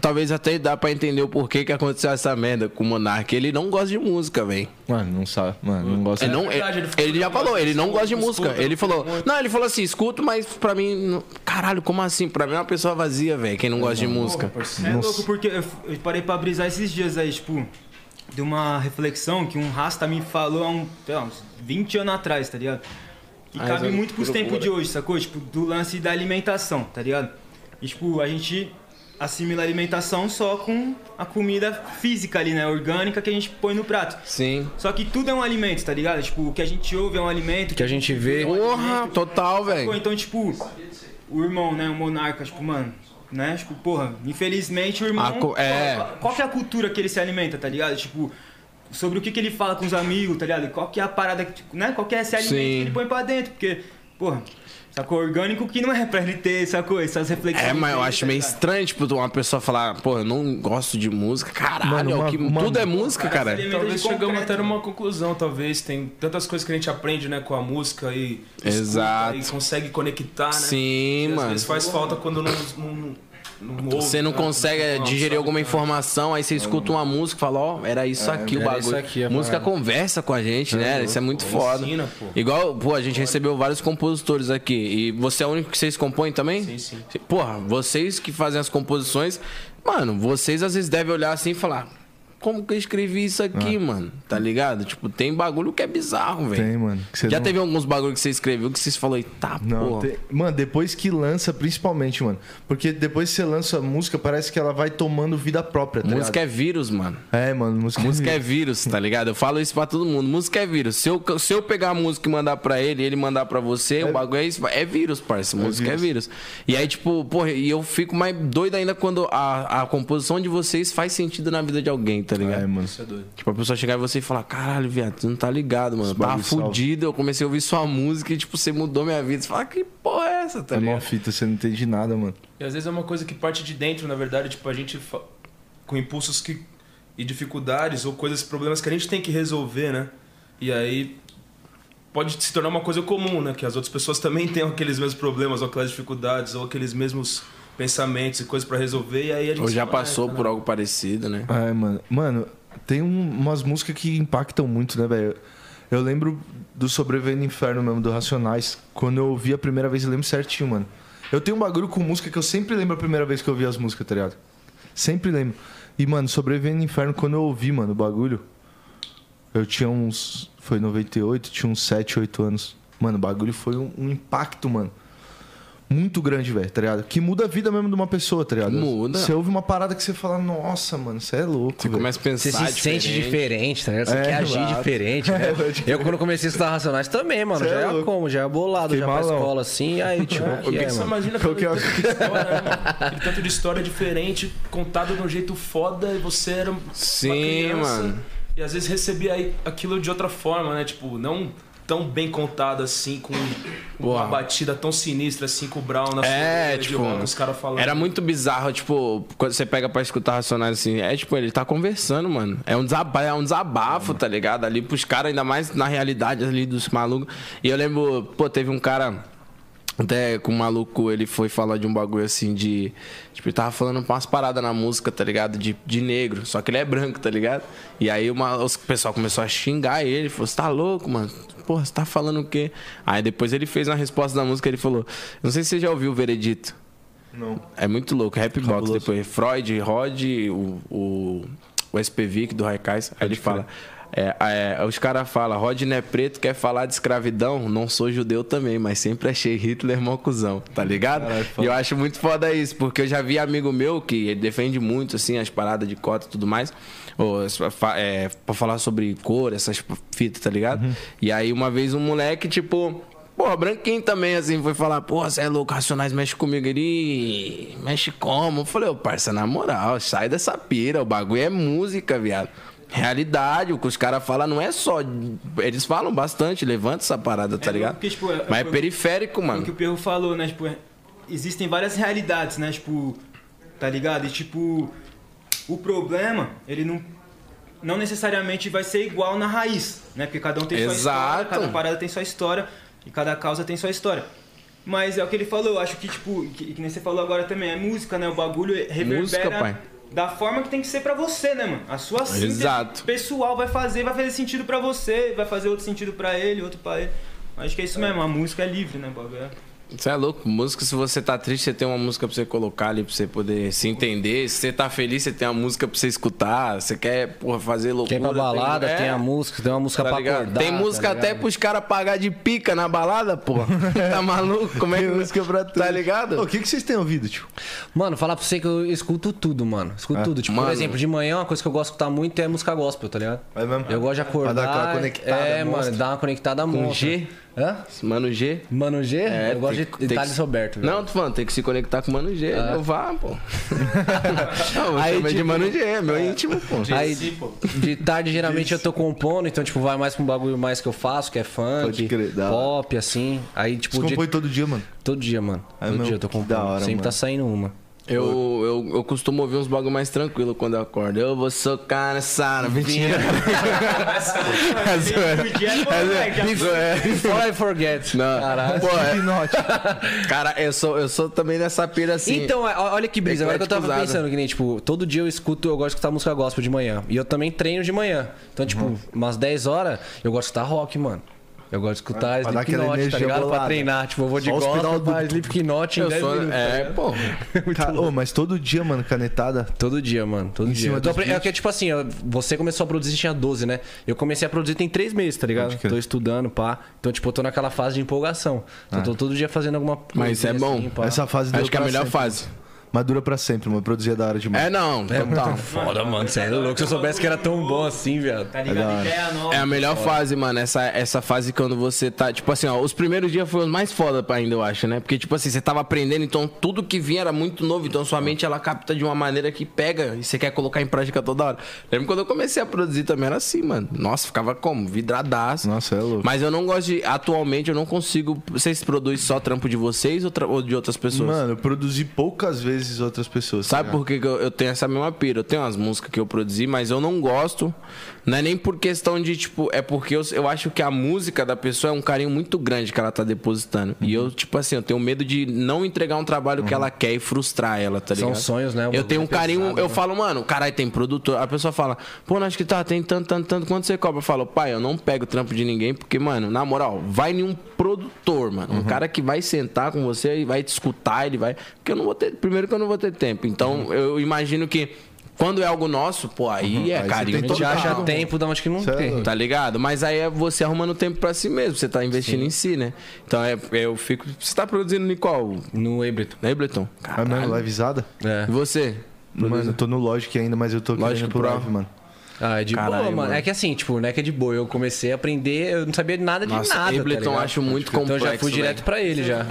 [SPEAKER 1] Talvez até dá pra entender o porquê que aconteceu essa merda com o Monark. Ele não gosta de música, velho.
[SPEAKER 3] Mano, não sabe. Mano, não gosta.
[SPEAKER 1] Ele, É, não-
[SPEAKER 4] é
[SPEAKER 1] ele,
[SPEAKER 4] verdade, ele falou
[SPEAKER 1] ele já
[SPEAKER 4] que não
[SPEAKER 1] falou,
[SPEAKER 4] gosta,
[SPEAKER 1] ele não
[SPEAKER 4] escuta,
[SPEAKER 1] gosta de
[SPEAKER 4] não
[SPEAKER 1] música.
[SPEAKER 4] escuta,
[SPEAKER 1] Ele
[SPEAKER 4] não
[SPEAKER 1] falou.
[SPEAKER 4] escuta muito.
[SPEAKER 1] Não, ele falou assim, escuto, mas pra mim. não- Caralho, como assim? Pra mim é uma pessoa vazia, velho. Quem não gosta de música.
[SPEAKER 6] É louco porque eu, eu parei pra brisar esses dias aí, tipo, de uma reflexão que um rasta me falou há um, sei lá, uns 20 anos atrás, tá ligado? Que
[SPEAKER 1] Ah,
[SPEAKER 6] cabe
[SPEAKER 1] exato.
[SPEAKER 6] muito pros tempos de hoje, sacou? Tipo, do lance da alimentação, tá ligado? E, tipo, a gente assimila a alimentação só com a comida física ali, né? Orgânica que a gente põe no prato.
[SPEAKER 1] Sim.
[SPEAKER 6] Só que tudo é um alimento, tá ligado? Tipo, o que a gente ouve é um alimento.
[SPEAKER 2] Que a gente vê.
[SPEAKER 1] um Porra, total,
[SPEAKER 6] Pô,
[SPEAKER 1] velho.
[SPEAKER 6] então, tipo, o irmão, né? O monarca, tipo, mano, né? Tipo, porra, infelizmente o
[SPEAKER 1] A
[SPEAKER 6] irmão.
[SPEAKER 1] cu- é.
[SPEAKER 6] Qual, qual que é a cultura que ele se alimenta, tá ligado? Tipo, sobre o que, que ele fala com os amigos, tá ligado? Qual que é a parada, que, tipo, né? Qual que é esse alimento
[SPEAKER 1] Sim.
[SPEAKER 6] que ele põe pra dentro? Porque. pô, porra, sacou? Orgânico que não é pra ele ter, sacou? Essas reflexões.
[SPEAKER 1] É, mas eu
[SPEAKER 6] dele,
[SPEAKER 1] acho
[SPEAKER 6] tá
[SPEAKER 1] meio
[SPEAKER 6] ligado?
[SPEAKER 1] estranho, tipo, uma pessoa falar, pô, eu não gosto de música. Caralho,
[SPEAKER 5] Mano,
[SPEAKER 1] é o
[SPEAKER 5] uma-
[SPEAKER 1] que-
[SPEAKER 5] uma-
[SPEAKER 1] tudo é música, cara.
[SPEAKER 6] seria-
[SPEAKER 4] Talvez
[SPEAKER 6] Concreto,
[SPEAKER 4] chegamos até
[SPEAKER 6] né?
[SPEAKER 4] numa conclusão, talvez. Tem tantas coisas que a gente aprende, né, com a música e escuta
[SPEAKER 1] Exato.
[SPEAKER 4] e consegue conectar, né?
[SPEAKER 1] Sim,
[SPEAKER 4] E Às
[SPEAKER 1] mano.
[SPEAKER 4] vezes faz falta quando não, não, não ouve,
[SPEAKER 1] Você não
[SPEAKER 4] né?
[SPEAKER 1] consegue é,
[SPEAKER 4] Não,
[SPEAKER 1] digerir
[SPEAKER 4] sabe,
[SPEAKER 1] alguma
[SPEAKER 4] né?
[SPEAKER 1] informação, aí você escuta uma música e fala, ó, era isso aqui o
[SPEAKER 7] era
[SPEAKER 1] bagulho.
[SPEAKER 7] isso aqui, é
[SPEAKER 1] música
[SPEAKER 7] parada.
[SPEAKER 1] conversa com a gente, né? Isso é muito foda.
[SPEAKER 4] Ensina, pô.
[SPEAKER 1] Igual, pô, a gente recebeu vários compositores aqui. E você é o único que vocês compõem também?
[SPEAKER 4] Sim, sim.
[SPEAKER 1] Porra, vocês que fazem as composições, mano, vocês às vezes devem olhar assim e falar. Como que eu escrevi isso aqui, mano? Tá ligado? Tipo, tem bagulho que é bizarro, velho.
[SPEAKER 5] Tem, mano, que você
[SPEAKER 1] Já
[SPEAKER 5] não-
[SPEAKER 1] teve alguns bagulho que você escreveu que vocês falaram, tá,
[SPEAKER 5] Não,
[SPEAKER 1] porra.
[SPEAKER 5] tem- mano, depois que lança, principalmente, mano. Porque depois que você lança a música, parece que ela vai tomando vida própria, tá
[SPEAKER 1] Música
[SPEAKER 5] ligado?
[SPEAKER 1] é vírus, mano.
[SPEAKER 5] É, mano, música,
[SPEAKER 1] Música é vírus, tá ligado? Eu falo isso pra todo mundo. Música é vírus. Se eu, se eu pegar a música e mandar pra ele, ele mandar pra você, o bagulho é isso. É vírus, parceiro. Música é vírus. E aí, tipo, porra, e eu fico mais doido ainda quando a, a composição de vocês faz sentido na vida de alguém, tá ligado?
[SPEAKER 5] É, mano.
[SPEAKER 1] Tipo, a pessoa chegar em você e falar, caralho, viado, tu não tá ligado, mano. Eu Tava
[SPEAKER 5] bagulho salva.
[SPEAKER 1] fudido, eu comecei a ouvir sua música e, tipo, você mudou minha vida. Você fala, que porra é essa, tá
[SPEAKER 5] É mó
[SPEAKER 1] ligado?
[SPEAKER 5] fita, você não entende nada, mano.
[SPEAKER 4] E às vezes é uma coisa que parte de dentro, na verdade, tipo, a gente fa- com impulsos que e dificuldades ou coisas, problemas que a gente tem que resolver, né? E aí pode se tornar uma coisa comum, né? Que as outras pessoas também tenham aqueles mesmos problemas, ou aquelas dificuldades, ou aqueles mesmos pensamentos e coisas pra resolver, e aí a gente
[SPEAKER 1] Ou
[SPEAKER 4] se
[SPEAKER 1] já
[SPEAKER 4] conecta,
[SPEAKER 1] passou
[SPEAKER 4] né?
[SPEAKER 1] por algo parecido, né?
[SPEAKER 5] É, mano. Mano, tem um- umas músicas que impactam muito, né, velho? Eu lembro do Sobrevivendo Inferno mesmo, do Racionais. Quando eu ouvi a primeira vez, eu lembro certinho, mano. Eu tenho um bagulho com música que eu sempre lembro a primeira vez que eu ouvi as músicas, tá ligado? Sempre lembro. E, mano, Sobrevivendo Inferno, quando eu ouvi, mano, o bagulho. Eu tinha uns. Foi 98, tinha uns 7, 8 anos. Mano, o bagulho foi um, um impacto, mano. Muito grande, velho, tá ligado? Que muda a vida mesmo de uma pessoa, tá ligado?
[SPEAKER 1] Muda.
[SPEAKER 5] Você ouve uma parada que você fala, nossa, mano, você é louco.
[SPEAKER 1] Você
[SPEAKER 5] velho."
[SPEAKER 1] começa a pensar
[SPEAKER 2] Você se sente diferente, tá ligado? Você
[SPEAKER 5] É,
[SPEAKER 2] quer agir
[SPEAKER 5] exato.
[SPEAKER 2] diferente,
[SPEAKER 1] É,
[SPEAKER 2] né? eu, quando comecei a estudar Racionais, também, mano.
[SPEAKER 5] Cê
[SPEAKER 2] já
[SPEAKER 5] é
[SPEAKER 2] era
[SPEAKER 5] louco.
[SPEAKER 2] como? Já é bolado,
[SPEAKER 5] Fiquei
[SPEAKER 2] já pra
[SPEAKER 5] malão.
[SPEAKER 2] escola, assim. Aí, tipo, o que é,
[SPEAKER 4] Você
[SPEAKER 2] mano?
[SPEAKER 4] imagina
[SPEAKER 5] Qual
[SPEAKER 4] aquele
[SPEAKER 5] que é a-
[SPEAKER 4] tanto de história, né, mano? Aquele tanto de história diferente, contada de um jeito foda, e você era uma
[SPEAKER 1] Sim,
[SPEAKER 4] criança,
[SPEAKER 1] mano.
[SPEAKER 4] E às vezes recebia aí aquilo de outra forma, né? Tipo, não tão bem contado assim, com uma
[SPEAKER 1] Porra.
[SPEAKER 4] batida tão sinistra assim, com o Brown na
[SPEAKER 1] É,
[SPEAKER 4] sua- de
[SPEAKER 1] tipo,
[SPEAKER 4] rock, os caras falando.
[SPEAKER 1] Era muito bizarro, tipo, quando você pega pra escutar Racionais assim, é tipo, ele tá conversando, mano. É um desabafo, é um desabafo tá ligado? Ali pros caras, ainda mais na realidade ali dos malucos. E eu lembro, pô, teve um cara. Até com um maluco, ele foi falar de um bagulho assim de. Tipo, ele tava falando umas paradas na música, tá ligado? De, de negro. Só que ele é branco, tá ligado? E aí uma, os- o pessoal começou a xingar ele. Falou, você tá louco, mano? Porra, você tá falando o quê? Aí depois ele fez uma resposta da música, ele falou. Não sei se você já ouviu o veredito. É muito louco. Rap Box, depois Freud, Rod, o, o, o SPVIC do Raikais. Aí ele fala. é, é, os caras falam, Rodney é preto, quer falar de escravidão? Não sou judeu também, mas sempre achei Hitler mó cuzão, tá ligado? e eu acho muito foda isso, porque eu já vi amigo meu que ele defende muito, assim, as paradas de cota e tudo mais, ou, as- fa- é, pra falar sobre cor, essas fitas, tá ligado? E aí uma vez um moleque, tipo, Porra, branquinho também, assim, foi falar, porra, você é louco, Racionais mexe comigo. Ele "Ih, mexe como? Eu falei, ô, parça, na moral, sai dessa pira, o bagulho é música, viado. Realidade, o que os caras falam não é só. Eles falam bastante, levanta essa parada, tá
[SPEAKER 6] É,
[SPEAKER 1] ligado?
[SPEAKER 6] porque, tipo, é-
[SPEAKER 1] Mas é
[SPEAKER 6] foi-
[SPEAKER 1] periférico,
[SPEAKER 6] O que o
[SPEAKER 1] mano.
[SPEAKER 6] Perro falou, né? Tipo, existem várias realidades, né? Tipo, tá ligado? E tipo, o problema, ele não, não necessariamente vai ser igual na raiz, né? Porque cada um tem sua história,
[SPEAKER 1] Exato.
[SPEAKER 6] cada parada tem sua história e cada causa tem sua história. Mas é o que ele falou, eu acho que, tipo, que, que nem você falou agora também, é música, né? O bagulho reverbera
[SPEAKER 1] Música, pai.
[SPEAKER 6] da forma que tem que ser pra você, né, mano? A sua síntese
[SPEAKER 1] Exato.
[SPEAKER 6] pessoal vai fazer, vai fazer sentido pra você, vai fazer outro sentido pra ele, outro pra ele. Acho que é isso mesmo, a música é livre, né, bagulho?
[SPEAKER 1] Você é louco, música, se você tá triste, você tem uma música pra você colocar ali, pra você poder se entender. Se você tá feliz, você tem uma música pra você escutar. Você quer, porra, fazer loucura.
[SPEAKER 2] Tem pra balada,
[SPEAKER 1] é.
[SPEAKER 2] tem a música, tem uma música
[SPEAKER 1] Tá
[SPEAKER 2] pra
[SPEAKER 1] ligado?
[SPEAKER 2] acordar.
[SPEAKER 1] Tem música
[SPEAKER 2] tá
[SPEAKER 1] até
[SPEAKER 2] ligado?
[SPEAKER 1] pros caras pagar de pica na balada, porra. tá maluco? Como é que.
[SPEAKER 5] Tem música pra tudo.
[SPEAKER 1] Tá ligado?
[SPEAKER 5] Ô, O que, que vocês têm ouvido, tio?
[SPEAKER 2] Mano, falar pra você que eu escuto tudo, mano. Escuto tudo. Tipo,
[SPEAKER 1] É. Mano.
[SPEAKER 2] por exemplo, de manhã, uma coisa que eu gosto de escutar muito é música gospel, tá ligado?
[SPEAKER 5] É mesmo?
[SPEAKER 2] Eu gosto de acordar.
[SPEAKER 5] Pra dar aquela conectada
[SPEAKER 2] É, mano,
[SPEAKER 5] monstra.
[SPEAKER 2] dar uma conectada monstro.
[SPEAKER 1] G?
[SPEAKER 2] Hã?
[SPEAKER 1] Mano G.
[SPEAKER 2] Mano G?
[SPEAKER 1] É,
[SPEAKER 2] eu gosto
[SPEAKER 1] tem-
[SPEAKER 2] de
[SPEAKER 1] tem
[SPEAKER 2] Thales
[SPEAKER 1] que-
[SPEAKER 2] Roberto. velho.
[SPEAKER 1] Não, tô falando, tem que se conectar com o Mano G. Eu vá, pô. Não,
[SPEAKER 2] Ah.
[SPEAKER 1] Aí,
[SPEAKER 2] Aí,
[SPEAKER 1] chamei de
[SPEAKER 2] tipo,
[SPEAKER 1] Mano G, é meu íntimo, pô.
[SPEAKER 2] Aí, de tarde, geralmente eu tô compondo, então, tipo, vai mais pra um bagulho mais que eu faço, que é funk,
[SPEAKER 8] Pode crer, da hora.
[SPEAKER 2] pop, assim. Aí, tipo,
[SPEAKER 3] Você
[SPEAKER 2] de-
[SPEAKER 3] compõe todo dia, mano.
[SPEAKER 2] todo dia, mano. todo
[SPEAKER 3] meu,
[SPEAKER 2] dia eu tô
[SPEAKER 3] que
[SPEAKER 2] compondo.
[SPEAKER 3] da hora,
[SPEAKER 2] Sempre
[SPEAKER 3] mano.
[SPEAKER 2] tá saindo uma.
[SPEAKER 1] Eu, eu, eu costumo ouvir uns bagulho mais tranquilo quando eu acordo. Eu vou socar nessa. Mentira. É zoeira.
[SPEAKER 2] né?
[SPEAKER 1] É zoeira.
[SPEAKER 2] Before I forget.
[SPEAKER 1] Não.
[SPEAKER 2] Caralho.
[SPEAKER 1] Pô, é- Cara, eu sou, eu sou também nessa pira assim.
[SPEAKER 2] Então, é, ó- olha que brisa. Agora que eu tava
[SPEAKER 1] Eclético usado.
[SPEAKER 2] pensando, que nem, tipo, todo dia eu escuto, eu gosto de escutar música gospel de manhã. E eu também treino de manhã. Então, tipo, umas 10 horas, eu gosto de escutar rock, mano. Eu gosto de escutar
[SPEAKER 3] Pra dar aquela
[SPEAKER 2] Slipknot, tá
[SPEAKER 3] energia
[SPEAKER 2] ligado? Pra
[SPEAKER 3] bolada.
[SPEAKER 2] treinar. Tipo, eu vou de
[SPEAKER 3] Só o
[SPEAKER 2] gospel
[SPEAKER 3] final do-
[SPEAKER 2] pra Slipknot em
[SPEAKER 1] eu
[SPEAKER 2] 10
[SPEAKER 1] sou.
[SPEAKER 2] minutos.
[SPEAKER 1] É, pô.
[SPEAKER 3] Tá, ô, mas todo dia, mano, canetada.
[SPEAKER 2] Todo dia, mano. Todo dia.
[SPEAKER 3] cima
[SPEAKER 2] Eu tô
[SPEAKER 3] dos
[SPEAKER 2] apre- é que, tipo assim, eu- você começou a produzir tinha 12, né? Eu comecei a produzir tem 3 meses, tá ligado? Tô estudando, pá. Então, tipo, eu tô naquela fase de empolgação. Então, eu tô todo dia fazendo alguma coisa.
[SPEAKER 1] Mas isso é bom.
[SPEAKER 2] pá.
[SPEAKER 3] Essa fase dura
[SPEAKER 1] Acho que é a
[SPEAKER 3] pra
[SPEAKER 1] melhor
[SPEAKER 3] sempre.
[SPEAKER 1] fase.
[SPEAKER 3] Mas dura pra sempre, mano. Produzir é da hora demais.
[SPEAKER 1] É não, total.
[SPEAKER 2] Foda, mano. Você é louco. Se eu soubesse que era tão bom assim, viado.
[SPEAKER 6] Tá ligado? Ideia nova.
[SPEAKER 1] É a melhor fase, mano. Essa, essa fase quando você tá. Tipo assim, ó, os primeiros dias foram os mais foda pra ainda, eu acho, né? Porque, tipo assim, você tava aprendendo, então tudo que vinha era muito novo. Então sua mente ela capta de uma maneira que pega e você quer colocar em prática toda hora. Lembro quando eu comecei a produzir também, era assim, mano. Nossa, ficava como? Vidradaço.
[SPEAKER 3] Nossa, é louco.
[SPEAKER 1] Mas eu não gosto de. Atualmente eu não consigo. Vocês produzem só trampo de vocês ou, tra- ou de outras pessoas?
[SPEAKER 3] Mano, eu produzi poucas vezes outras pessoas.
[SPEAKER 1] Sabe
[SPEAKER 2] É.
[SPEAKER 1] por que que eu, eu tenho essa mesma pira? Eu tenho umas músicas que eu produzi, mas eu não gosto. Não é nem por questão de, tipo, é porque eu, eu acho que a música da pessoa é um carinho muito grande que ela tá depositando. E eu, tipo assim, eu tenho medo de não entregar um trabalho que ela quer e frustrar ela, tá
[SPEAKER 2] Uhum. São
[SPEAKER 1] ligado?
[SPEAKER 2] sonhos, né? O
[SPEAKER 1] Eu tenho um
[SPEAKER 2] bagulho é
[SPEAKER 1] carinho,
[SPEAKER 2] pesado,
[SPEAKER 1] eu
[SPEAKER 2] né?
[SPEAKER 1] falo, mano, caralho, tem produtor. A pessoa fala, pô, não acho que tá, tem tanto, tanto, tanto. Quanto você cobra? Eu falo, pai, eu não pego trampo de ninguém, porque, mano, na moral, vai em um produtor, mano. Um cara que vai sentar com você e vai te escutar, ele vai. Porque eu não vou ter. Primeiro que eu não vou ter tempo. Então, eu imagino que quando é algo nosso, pô, aí é
[SPEAKER 3] Aí
[SPEAKER 1] carinho.
[SPEAKER 3] você tem
[SPEAKER 2] A
[SPEAKER 1] de
[SPEAKER 2] gente
[SPEAKER 3] todo
[SPEAKER 2] acha
[SPEAKER 3] carro.
[SPEAKER 2] tempo da onde que não
[SPEAKER 3] Cê é
[SPEAKER 2] tem.
[SPEAKER 3] louco.
[SPEAKER 1] Tá ligado? Mas aí é você arrumando tempo pra si mesmo, você tá investindo em si, né? Então é, eu fico. Você tá produzindo em qual?
[SPEAKER 2] No Ebreton.
[SPEAKER 1] Né, Bleton?
[SPEAKER 3] Ah, mano, livezada?
[SPEAKER 2] É.
[SPEAKER 1] E você?
[SPEAKER 3] Mano, eu tô no Logic ainda, mas eu tô
[SPEAKER 1] Logic
[SPEAKER 3] querendo pro
[SPEAKER 1] Pro.
[SPEAKER 3] Live, mano.
[SPEAKER 2] Ah, é de boa,
[SPEAKER 1] Caralho,
[SPEAKER 2] mano.
[SPEAKER 1] mano.
[SPEAKER 2] É que assim, tipo, não é que é de boa. Eu comecei a aprender, eu não sabia nada de
[SPEAKER 1] Nossa,
[SPEAKER 2] nada. tá
[SPEAKER 1] Ableton
[SPEAKER 2] ligado?
[SPEAKER 1] acho muito
[SPEAKER 2] Então eu já
[SPEAKER 1] complexo,
[SPEAKER 2] fui direto
[SPEAKER 1] velho.
[SPEAKER 2] pra ele já.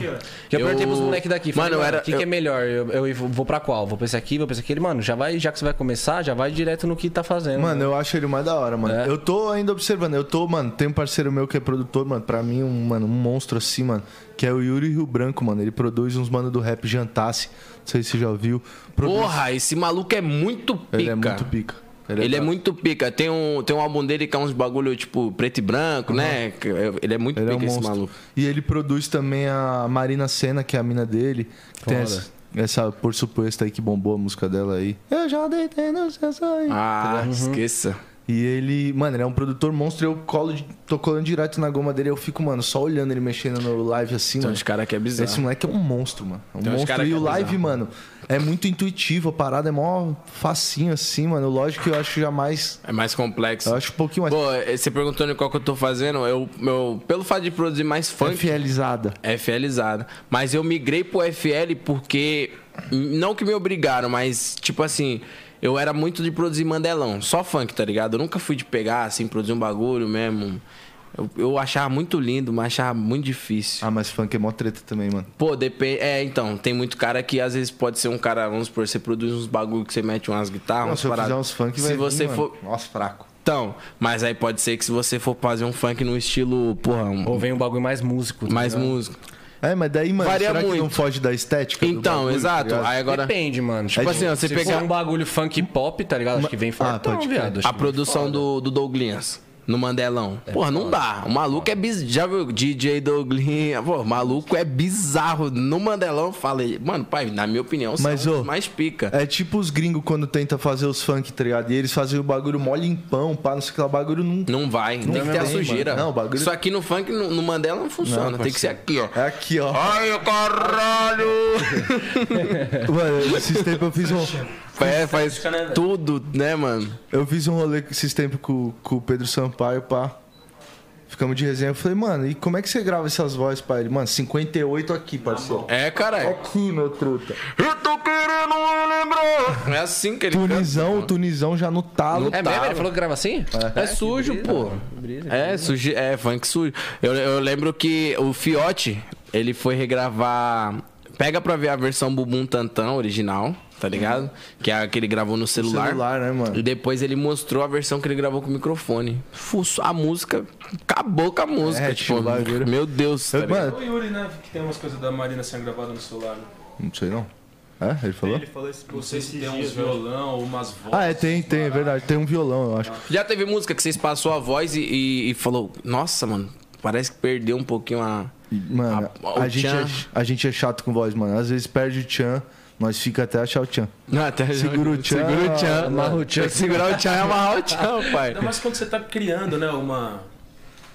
[SPEAKER 2] Já
[SPEAKER 1] Eu-
[SPEAKER 2] perguntei pros moleques daqui. Falei,
[SPEAKER 1] Mano, eu
[SPEAKER 2] mano,
[SPEAKER 1] era-
[SPEAKER 2] o que, que é
[SPEAKER 1] eu-
[SPEAKER 2] melhor? Eu, eu vou pra qual? Vou pra esse aqui, vou pra esse aqui. Ele, Mano, já vai, já que você vai começar, já vai direto no que tá fazendo.
[SPEAKER 3] Mano, eu acho ele mais da hora, mano.
[SPEAKER 2] É.
[SPEAKER 3] Eu tô ainda observando. Eu tô, mano, tem um parceiro meu que é produtor, mano. Pra mim, um, mano, um monstro assim, mano. Que é o Yuri Rio Branco, mano. Ele produz uns mano do rap Jantasse. Não sei se você já ouviu. Produz-
[SPEAKER 1] Porra, esse maluco é muito pica.
[SPEAKER 3] Ele é muito pica.
[SPEAKER 1] Ele, é
[SPEAKER 3] da-
[SPEAKER 1] muito pica. Tem um, tem um álbum dele que é uns bagulho, tipo, preto e branco, né? Que é- Ele é muito
[SPEAKER 3] Ele é um
[SPEAKER 1] pica, esse
[SPEAKER 3] monstro.
[SPEAKER 1] maluco.
[SPEAKER 3] E ele produz também a Marina Senna, que é a mina dele. Que tem essa, essa por suposto aí que bombou a música dela aí. Eu já deitei no seu sonho.
[SPEAKER 1] Ah, esqueça.
[SPEAKER 3] E ele, mano, ele é um produtor monstro. Eu colo, de- tô colando direto na goma dele. Eu fico, mano, só olhando ele mexendo no live assim,
[SPEAKER 1] Tem
[SPEAKER 3] mano.
[SPEAKER 1] uns caras que é bizarro.
[SPEAKER 3] Esse moleque é um monstro, mano. É um
[SPEAKER 1] Tem uns cara
[SPEAKER 3] monstro.
[SPEAKER 1] que
[SPEAKER 3] E
[SPEAKER 1] é
[SPEAKER 3] o live,
[SPEAKER 1] bizarro.
[SPEAKER 3] mano, é muito intuitivo. A parada é mó facinho assim, mano. Lógico que eu acho jamais.
[SPEAKER 1] É mais complexo.
[SPEAKER 3] Eu acho um pouquinho mais.
[SPEAKER 1] Pô, eh, você perguntando qual que eu tô fazendo, eu, eu pelo fato de produzir mais
[SPEAKER 3] É
[SPEAKER 1] funk,
[SPEAKER 3] fielizada.
[SPEAKER 1] FLizada. Mas eu migrei pro FL porque. Não que me obrigaram, mas tipo assim. Eu era muito de produzir mandelão, só funk, tá ligado? Eu nunca fui de pegar, assim, produzir um bagulho mesmo. Eu, eu achava muito lindo, mas achava muito difícil.
[SPEAKER 3] Ah, mas funk é mó treta também, mano.
[SPEAKER 1] Pô, depende. É, então, tem muito cara que às vezes pode ser um cara, vamos supor, você produz uns bagulho que você mete umas guitarras, Tá
[SPEAKER 3] Não,
[SPEAKER 1] umas
[SPEAKER 3] se eu fizer
[SPEAKER 1] paradas.
[SPEAKER 3] uns funk,
[SPEAKER 1] Se
[SPEAKER 3] vai vir,
[SPEAKER 1] você
[SPEAKER 3] mano.
[SPEAKER 1] for.
[SPEAKER 3] Nossa, fraco.
[SPEAKER 1] Então, mas aí pode ser que se você for fazer um funk no estilo, porra, um-
[SPEAKER 2] Ou vem um bagulho mais músico. tá
[SPEAKER 1] mais
[SPEAKER 2] ligado?
[SPEAKER 1] música.
[SPEAKER 3] É, mas daí, mano,
[SPEAKER 1] Varia
[SPEAKER 3] será que
[SPEAKER 1] muito.
[SPEAKER 3] não foge da estética? do
[SPEAKER 1] Então,
[SPEAKER 3] bagulho,
[SPEAKER 1] exato.
[SPEAKER 3] tá ligado?
[SPEAKER 1] Aí agora.
[SPEAKER 2] Depende, mano.
[SPEAKER 1] Tipo assim, ó, você
[SPEAKER 2] se
[SPEAKER 1] pegar- Ah,
[SPEAKER 2] for um bagulho funk pop, tá ligado? Acho que vem fortão,
[SPEAKER 3] pode crer.
[SPEAKER 2] viado.
[SPEAKER 1] A produção do, do Douglas no Mandelão. Porra, não dá. O maluco é bizarro. Já viu DJ Douglas? Pô, o maluco é bizarro. No Mandelão, eu falei, mano, pai, na minha opinião, são
[SPEAKER 3] Mas,
[SPEAKER 1] os
[SPEAKER 3] ô,
[SPEAKER 1] mais pica.
[SPEAKER 3] É tipo os gringos quando tenta fazer os funk, tá ligado? E eles fazem o bagulho mó limpão, pá, não sei o que lá, o bagulho não.
[SPEAKER 1] Não é vai, tem que ter a
[SPEAKER 3] vem,
[SPEAKER 1] sujeira.
[SPEAKER 3] mano. Não, o bagulho-
[SPEAKER 1] Isso aqui no funk, no, no Mandela não funciona. tem que ser aqui, ó.
[SPEAKER 3] É aqui, ó.
[SPEAKER 1] Ai, caralho!
[SPEAKER 3] Mano, esses tempos eu fiz um.
[SPEAKER 1] É, faz tudo, né, mano?
[SPEAKER 3] Eu fiz um rolê esses tempos com, com o Pedro Sampaio, pá. ficamos de resenha. Eu falei, mano, e como é que você grava essas vozes, pai? Ele, mano, 58 aqui, parceiro.
[SPEAKER 1] É, caralho.
[SPEAKER 3] Aqui, meu truta.
[SPEAKER 1] Eu tô querendo um, lembrar. Não é assim que ele canta,
[SPEAKER 3] Tunizão,
[SPEAKER 1] mano.
[SPEAKER 3] tunizão já no talo.
[SPEAKER 1] No
[SPEAKER 2] É mesmo? Ele falou que grava assim?
[SPEAKER 1] É sujo, pô.
[SPEAKER 3] né?
[SPEAKER 1] É, sujo, é funk sujo. Eu, eu lembro que o Fiote, ele foi regravar. Pega pra ver a versão Bubum Tantão original, tá ligado? Que é a que ele gravou no celular.
[SPEAKER 3] celular, né, mano?
[SPEAKER 1] E depois ele mostrou a versão que ele gravou com o microfone. Fuço, a música, acabou com a música.
[SPEAKER 3] É,
[SPEAKER 1] tipo,
[SPEAKER 3] tio, bagulho.
[SPEAKER 1] meu Deus. tá
[SPEAKER 3] Eu-
[SPEAKER 1] ligado?
[SPEAKER 4] O Yuri, né? Que tem umas coisas da Marina sendo gravadas no celular. Né?
[SPEAKER 3] Não sei não. É? Ele falou?
[SPEAKER 6] Ele falou isso.
[SPEAKER 4] Não sei se tem uns
[SPEAKER 6] né?
[SPEAKER 4] violão ou umas vozes.
[SPEAKER 3] Ah, é, tem, tem, é verdade. Tem um violão, eu acho.
[SPEAKER 1] Já teve música que vocês passou a voz e, e- e falou, nossa, mano, parece que perdeu um pouquinho a.
[SPEAKER 3] Mano,
[SPEAKER 1] A-
[SPEAKER 3] a,
[SPEAKER 1] o
[SPEAKER 3] gente
[SPEAKER 1] tchan.
[SPEAKER 3] é, a gente é chato com voz, mano. Às vezes perde o tchan, nós fica até achar o tchan.
[SPEAKER 1] Não, até
[SPEAKER 3] Segura o tchan,
[SPEAKER 1] Segura o tchan.
[SPEAKER 3] amarra o
[SPEAKER 1] Tem que Segurar o tchan e amarrar o tchan, pai.
[SPEAKER 4] Ainda mais quando você tá criando, né? Uma.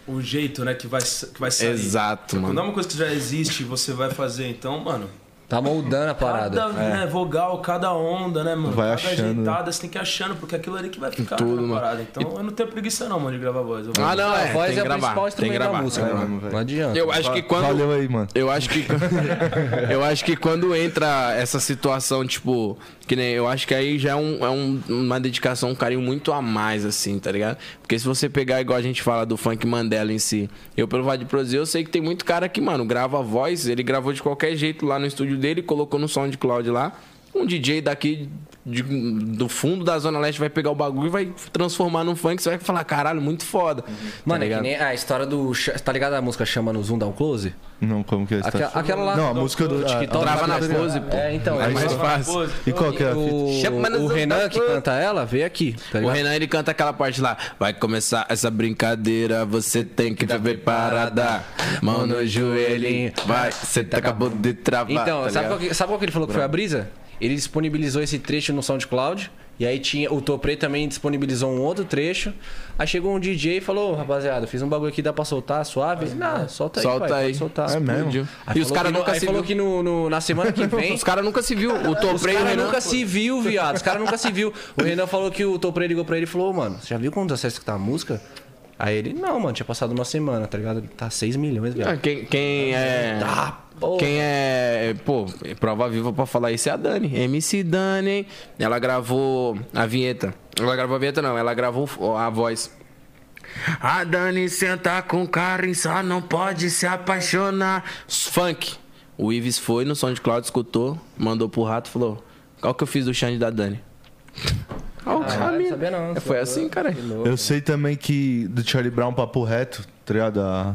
[SPEAKER 4] Um jeito, né? Que vai, sa- que vai sair.
[SPEAKER 1] Exato,
[SPEAKER 4] Não é
[SPEAKER 1] mano.
[SPEAKER 4] uma coisa que já existe e você vai fazer. Então, mano,
[SPEAKER 2] Tá moldando a parada.
[SPEAKER 4] cada né, vogal, cada onda, né, mano?
[SPEAKER 3] Vai
[SPEAKER 4] cada
[SPEAKER 3] achando,
[SPEAKER 4] ajeitada, você tem que ir achando, porque é aquilo ali que vai ficar
[SPEAKER 1] Tudo,
[SPEAKER 4] na
[SPEAKER 1] mano.
[SPEAKER 4] parada. Então eu não tenho preguiça não, mano, de gravar voz. Eu vou-
[SPEAKER 1] Ah, não,
[SPEAKER 2] a
[SPEAKER 1] é.
[SPEAKER 2] voz
[SPEAKER 1] tem que
[SPEAKER 2] é o
[SPEAKER 1] gravar, tem
[SPEAKER 2] principal
[SPEAKER 1] que
[SPEAKER 2] instrumento da
[SPEAKER 1] gravar. É
[SPEAKER 2] música, mano. Não adianta.
[SPEAKER 1] Eu acho que quando.
[SPEAKER 3] Valeu aí, mano.
[SPEAKER 1] Eu acho que. eu acho que quando entra essa situação, tipo. Que nem. Eu acho que aí já é, um- é um- uma dedicação, um carinho muito a mais, assim, tá ligado? Porque se você pegar, igual a gente fala do funk Mandela em si. Eu, pelo lado de produzir, eu sei que tem muito cara que, mano, grava a voz. Ele gravou de qualquer jeito lá no estúdio dele, colocou no SoundCloud lá. Um DJ daqui. de- do fundo da Zona Leste vai pegar o bagulho e vai transformar num funk. Você vai falar, caralho, muito foda.
[SPEAKER 2] Mano,
[SPEAKER 1] tá
[SPEAKER 2] é que
[SPEAKER 1] ligado?
[SPEAKER 2] nem a história do. Cha- Tá ligado a música chama no Zoom Down Close?
[SPEAKER 3] Não, como que é a
[SPEAKER 2] Aquela,
[SPEAKER 3] história?
[SPEAKER 2] aquela lá.
[SPEAKER 3] Não, a música
[SPEAKER 2] que
[SPEAKER 3] do TikTok.
[SPEAKER 1] Trava na
[SPEAKER 2] tá
[SPEAKER 1] pose,
[SPEAKER 2] ligado?
[SPEAKER 1] pô.
[SPEAKER 2] É, então,
[SPEAKER 1] É
[SPEAKER 2] é
[SPEAKER 1] mais
[SPEAKER 2] isso.
[SPEAKER 1] fácil.
[SPEAKER 3] E qual que é a fita?
[SPEAKER 1] Chama no
[SPEAKER 2] O,
[SPEAKER 1] Zoom
[SPEAKER 2] o
[SPEAKER 1] Down
[SPEAKER 2] Renan que
[SPEAKER 1] Close.
[SPEAKER 2] canta ela veio aqui, tá
[SPEAKER 1] O
[SPEAKER 2] ligado?
[SPEAKER 1] Renan ele canta aquela parte lá. Vai começar essa brincadeira, você tem que estar preparada. Mão no joelhinho, vai, você tá acabou de travar.
[SPEAKER 2] Então,
[SPEAKER 1] tá
[SPEAKER 2] sabe,
[SPEAKER 1] ligado?
[SPEAKER 2] qual que, sabe qual que ele falou que foi a brisa? Ele disponibilizou esse trecho no SoundCloud. E aí tinha. O Toprei também disponibilizou um outro trecho. Aí chegou um DJ e falou, rapaziada, fiz um bagulho aqui, dá pra soltar suave? Não, solta aí,
[SPEAKER 1] Solta
[SPEAKER 2] pai,
[SPEAKER 1] aí.
[SPEAKER 2] pode soltar.
[SPEAKER 3] É mesmo?
[SPEAKER 1] Explodiu.
[SPEAKER 2] Aí
[SPEAKER 1] E os
[SPEAKER 2] falou
[SPEAKER 1] caras
[SPEAKER 2] que no-
[SPEAKER 1] nunca
[SPEAKER 2] aí
[SPEAKER 1] se
[SPEAKER 2] falou
[SPEAKER 1] viu.
[SPEAKER 2] que no, no- na semana que vem.
[SPEAKER 1] Os caras nunca se viu. O
[SPEAKER 2] Os
[SPEAKER 1] Toprei e o
[SPEAKER 2] caras
[SPEAKER 1] Renan.
[SPEAKER 2] nunca se viu, viado. Os caras nunca se viu. O Renan falou que o Toprei ligou pra ele e falou, mano, você já viu quantos acessos que tá a música? Aí ele, não, mano, tinha passado uma semana, tá ligado? Tá 6 milhões, viado.
[SPEAKER 1] Ah, Quem, quem é.
[SPEAKER 2] porra.
[SPEAKER 1] Quem é. Pô, prova viva pra falar isso é a Dani. MC Dani, hein? Ela gravou a vinheta. Ela gravou a vinheta, não. Ela gravou a voz. A Dani senta com Karen, só não pode se apaixonar. Funk. O Ives foi no SoundCloud, escutou, mandou pro rato e falou: Qual que eu fiz do Xande da Dani? Olha o caminho.
[SPEAKER 2] sabia Ah, não,
[SPEAKER 1] É, Foi assim, cara.
[SPEAKER 3] Eu sei também que do Charlie Brown Papo Reto, tá ligado? A-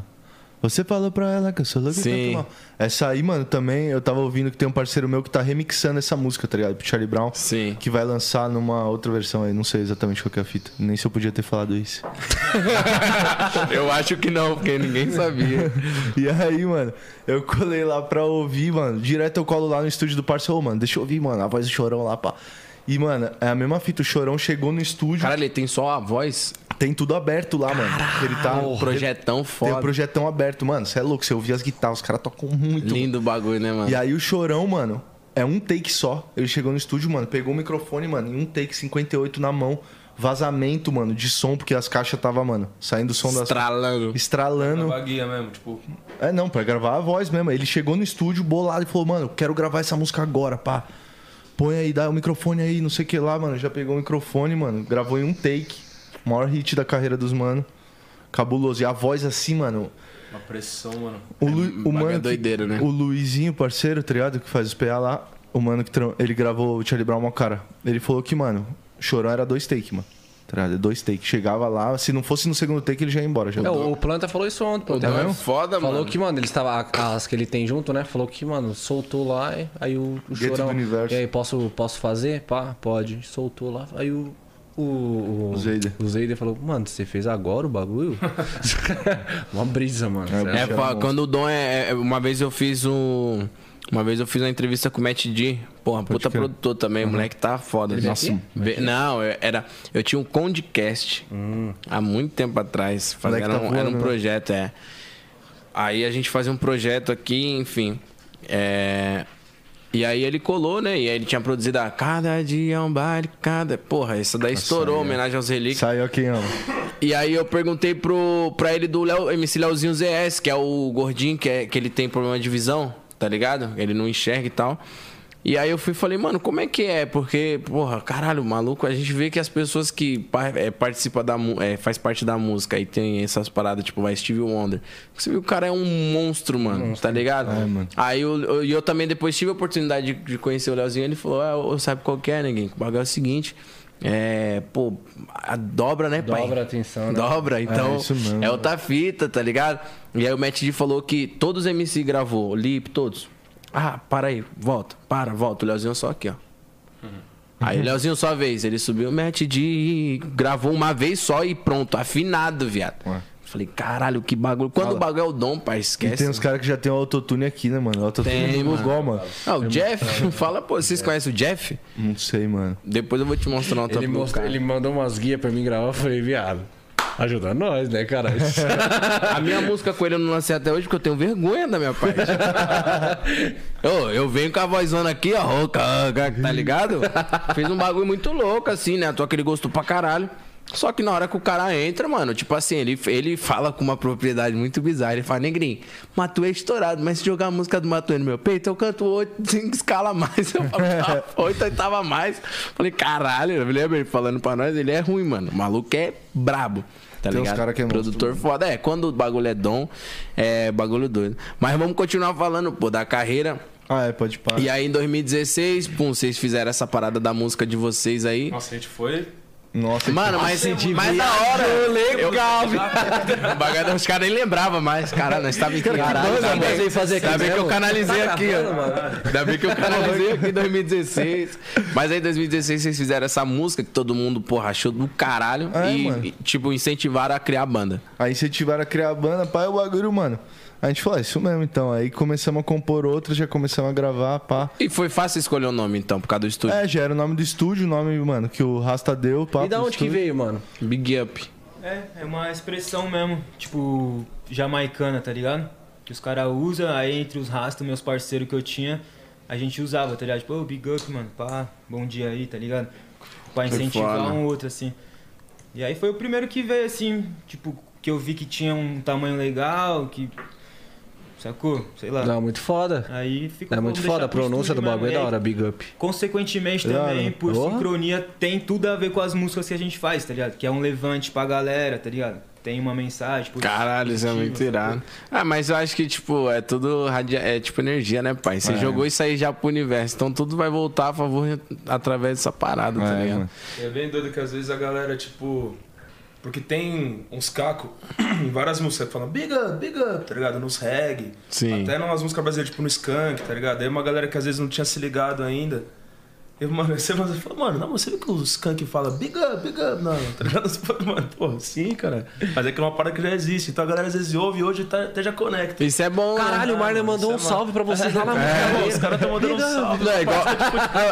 [SPEAKER 3] Você falou pra ela que eu sou louco e
[SPEAKER 1] Sim.
[SPEAKER 3] tanto mal. Essa aí, mano, também eu tava ouvindo que tem um parceiro meu que tá remixando essa música, tá ligado? Pro Charlie Brown.
[SPEAKER 1] Sim.
[SPEAKER 3] Que vai lançar numa outra versão aí. Não sei exatamente qual que é a fita. Nem se eu podia ter falado isso.
[SPEAKER 1] Eu acho que não, porque ninguém sabia.
[SPEAKER 3] E aí, mano, eu colei lá pra ouvir, mano. Direto eu colo lá no estúdio do parceiro, Ô, mano, deixa eu ouvir, mano, a voz do Chorão lá, pá. E, mano, é a mesma fita. O Chorão chegou no estúdio,
[SPEAKER 1] Caralho, ele tem só a voz.
[SPEAKER 3] tem tudo aberto lá, mano. Ele tá...
[SPEAKER 1] Um projetão
[SPEAKER 3] Tem
[SPEAKER 1] foda.
[SPEAKER 3] o projetão aberto, mano. Você é louco, você ouvia as guitarras, os caras tocam muito.
[SPEAKER 1] Lindo o bagulho, né, mano?
[SPEAKER 3] E aí o Chorão, mano, é um take só. Ele chegou no estúdio, mano, pegou o microfone, mano, em um take 58 na mão. Vazamento, mano, de som, porque as caixas tava, mano, saindo o som das...
[SPEAKER 1] Estralando.
[SPEAKER 3] Estralando.
[SPEAKER 4] Gravar guia mesmo, tipo,
[SPEAKER 3] É, não, pra gravar a voz mesmo. Ele chegou no estúdio bolado e falou, mano, eu quero gravar essa música agora, pá. Põe aí, dá o microfone aí, não sei o que lá, mano. Já pegou o microfone, mano. Gravou em um take. O maior hit da carreira dos mano. Cabuloso. E a voz assim, mano.
[SPEAKER 4] uma pressão, mano.
[SPEAKER 3] O, Lu- o
[SPEAKER 1] bagulho
[SPEAKER 3] mano.
[SPEAKER 1] é
[SPEAKER 3] que-
[SPEAKER 1] doideira, né?
[SPEAKER 3] O Luizinho, parceiro, tá ligado? Que faz os PA lá. O mano que tram- ele gravou o Charlie Brown mó cara. Ele falou que, mano, chorão era dois take, mano. Tá ligado? Dois take. Chegava lá, se não fosse no segundo take, ele já ia embora. Já
[SPEAKER 2] É, o o Planta falou isso ontem. pô.
[SPEAKER 1] Então é foda,
[SPEAKER 2] Falou
[SPEAKER 1] mano.
[SPEAKER 2] que, mano, ele estava. As que ele tem junto, né? Falou que, mano, soltou lá, e- aí o, o
[SPEAKER 3] Dentro
[SPEAKER 2] chorão.
[SPEAKER 3] do universo.
[SPEAKER 2] E aí, posso, posso fazer? Pá, pode. Soltou lá. Aí o. O, o,
[SPEAKER 3] O Zeider.
[SPEAKER 2] o Zeider falou, mano, você fez agora o bagulho? Uma brisa, mano. sério.
[SPEAKER 1] É, fa- quando o Dom é, é- Uma vez eu fiz um. Uma vez eu fiz uma entrevista com o Matt D. Porra, puta produtor também.
[SPEAKER 3] Uhum.
[SPEAKER 1] O moleque tá foda. né? Vê- Não, eu- era. Eu tinha um Condcast há muito tempo atrás. Fazia,
[SPEAKER 3] Hum. Moleque
[SPEAKER 1] era,
[SPEAKER 3] tá
[SPEAKER 1] um, era
[SPEAKER 3] voando,
[SPEAKER 1] um
[SPEAKER 3] né?
[SPEAKER 1] projeto, é. Aí a gente fazia um projeto aqui, enfim. É, E aí ele colou, né? E aí ele tinha produzido a Cada dia é um baile, cada. Porra, essa daí estourou,
[SPEAKER 3] é
[SPEAKER 1] homenagem aos relíquios.
[SPEAKER 5] Saiu quem ama.
[SPEAKER 1] E aí eu perguntei pro, pra ele do Léo, MC Leozinho ZS, que é o gordinho que, é, que ele tem problema de visão, tá ligado? Ele não enxerga e tal. E aí eu fui e falei, mano, como é que é? Porque, porra, caralho, maluco, a gente vê que as pessoas que par- é, participa da mu- é, faz parte da música e tem essas paradas, tipo, vai Steve Wonder. Você viu que o cara é um monstro, mano, tá ligado? Aí eu, eu, e eu também depois tive a oportunidade de, de conhecer o Leozinho, ele falou, ah, eu- sabe qual que é, ninguém? O bagulho é o seguinte. É, pô, a dobra, né, pai?
[SPEAKER 2] Dobra a atenção, né?
[SPEAKER 1] Dobra, então
[SPEAKER 5] isso mesmo.
[SPEAKER 1] é, outra fita, tá ligado? E aí o Matt D falou que todos os MC gravou, Lip, todos. Ah, para aí, volta, para, volta. O Leozinho só aqui, ó. Aí o Leozinho só vez, ele subiu o Matt D, gravou uma vez só e pronto, afinado, viado. Falei, caralho, que bagulho. Quando o bagulho é o dom, pai, esquece.
[SPEAKER 5] E tem uns
[SPEAKER 1] mano.
[SPEAKER 5] caras que já tem o autotune aqui, né, mano? O autotune
[SPEAKER 1] Tem,
[SPEAKER 5] do Lugol, mano.
[SPEAKER 1] Ah, o Jeff, fala, pô, vocês conhecem o Jeff?
[SPEAKER 5] Não sei, mano.
[SPEAKER 1] Depois eu vou te mostrar um
[SPEAKER 2] Ele,
[SPEAKER 1] trampo do
[SPEAKER 2] mostrou-
[SPEAKER 1] cara.
[SPEAKER 2] ele mandou umas guias pra mim gravar, eu falei, viado, ajuda nós, né, cara?
[SPEAKER 1] A minha música com ele eu não lancei até hoje porque eu tenho vergonha da minha parte. Ô, eu venho com a vozona aqui, ó, rouca, rouca, tá ligado? Fez um bagulho muito louco, assim, né? Tô aquele gosto pra caralho. Só que na hora que o cara entra, mano, tipo assim, ele, ele fala com uma propriedade muito bizarra. Ele fala, negrinho, Matuê é estourado, mas se jogar a música do Matuê no meu peito, eu canto oito, cinco escala mais. Eu falo, tá, oito oitava mais. Falei, caralho, eu lembro ele falando pra nós, ele é ruim, mano. O maluco é brabo. Tá
[SPEAKER 5] Tem uns
[SPEAKER 1] ligado?
[SPEAKER 5] cara que é monstro,
[SPEAKER 1] Produtor foda. É, quando o bagulho é dom, é bagulho doido. Mas vamos continuar falando, pô, da carreira.
[SPEAKER 5] Ah, é, pode parar.
[SPEAKER 1] E aí em 2016, pum, vocês fizeram essa parada da música de vocês aí.
[SPEAKER 4] Nossa, a gente foi.
[SPEAKER 5] Nossa,
[SPEAKER 1] Mano, mas, mas da hora. Legal, O bagulho os caras nem lembravam mais. Caralho, nós estávamos em Caralho,
[SPEAKER 2] dois
[SPEAKER 1] ainda
[SPEAKER 2] anos
[SPEAKER 1] bem-
[SPEAKER 2] aí fazer aqui
[SPEAKER 1] Ainda bem que eu
[SPEAKER 2] mesmo?
[SPEAKER 1] canalizei
[SPEAKER 2] Tá
[SPEAKER 1] aqui, ó. Ainda bem que eu
[SPEAKER 5] Tá
[SPEAKER 1] canalizei aqui em 2016. Mas aí em 2016 vocês fizeram essa música que todo mundo, porra, achou do caralho.
[SPEAKER 5] É,
[SPEAKER 1] e,
[SPEAKER 5] mano.
[SPEAKER 1] e, tipo, incentivaram a criar a banda.
[SPEAKER 5] Aí incentivaram a criar a banda,
[SPEAKER 3] é
[SPEAKER 5] pá, e o bagulho, mano. A gente
[SPEAKER 3] "Ah,
[SPEAKER 5] falou, é isso mesmo, então. Aí começamos a compor outra, já começamos a gravar, pá.
[SPEAKER 1] E foi fácil escolher o nome, então, por causa do estúdio.
[SPEAKER 5] É, já era o nome do estúdio, o nome, mano, que o Rasta deu, pá.
[SPEAKER 2] E da
[SPEAKER 5] pro
[SPEAKER 2] onde que
[SPEAKER 5] estúdio.
[SPEAKER 2] veio, mano?
[SPEAKER 1] Big Up.
[SPEAKER 6] É, é uma expressão mesmo, tipo, jamaicana, tá ligado? Que os caras usam, aí entre os rastos, meus parceiros que eu tinha, a gente usava, tá ligado? Tipo, ô, big up, mano, pá, bom dia aí, tá ligado?
[SPEAKER 1] Foi
[SPEAKER 6] Pra incentivar
[SPEAKER 1] foda.
[SPEAKER 6] um outro, assim. E aí foi o primeiro que veio, assim, tipo, que eu vi que tinha um tamanho legal, que. Sacou? Sei lá.
[SPEAKER 2] Não, muito foda.
[SPEAKER 6] Aí ficou
[SPEAKER 2] É muito
[SPEAKER 6] vamos deixar
[SPEAKER 2] foda, Ah. a
[SPEAKER 6] pro
[SPEAKER 2] pronúncia
[SPEAKER 6] estúdio
[SPEAKER 2] do
[SPEAKER 6] mesmo.
[SPEAKER 2] bagulho é
[SPEAKER 6] E
[SPEAKER 2] da
[SPEAKER 6] aí,
[SPEAKER 2] hora, big up.
[SPEAKER 6] Consequentemente
[SPEAKER 5] Da
[SPEAKER 6] também,
[SPEAKER 5] hora.
[SPEAKER 6] por
[SPEAKER 2] Porra.
[SPEAKER 6] sincronia, tem tudo a ver com as músicas que a gente faz, tá ligado? Que é um levante pra galera, tá ligado? Tem uma mensagem. tipo, Por...
[SPEAKER 1] Caralho, isso é muito irado. Ah, mas eu acho que, tipo, é tudo radia... é tipo energia, né, pai?
[SPEAKER 5] É.
[SPEAKER 1] Você jogou isso aí já pro universo, então tudo vai voltar a favor através dessa parada, tá
[SPEAKER 5] É,
[SPEAKER 1] ligado?
[SPEAKER 5] mano.
[SPEAKER 4] É bem doido que às vezes a galera, tipo. Porque tem uns cacos em várias músicas que falam big up, big up, tá ligado? Nos reggae.
[SPEAKER 1] Sim.
[SPEAKER 4] Até nas músicas brasileiras, tipo no skunk, tá ligado? Aí uma galera que às vezes não tinha se ligado ainda. Eu, mano, você mano, fala, mano, não, você viu que o skunk fala big up, big up, não, tá ligado? Você fala, mano, pô, sim, cara. Mas é que é uma parada que já existe. Então a galera às vezes ouve hoje e tá, até já conecta.
[SPEAKER 1] Isso é bom, né?
[SPEAKER 2] Caralho, o Marlon mandou um salve pra vocês lá na
[SPEAKER 4] É, os caras estão mandando um salve.
[SPEAKER 1] Não, é igual.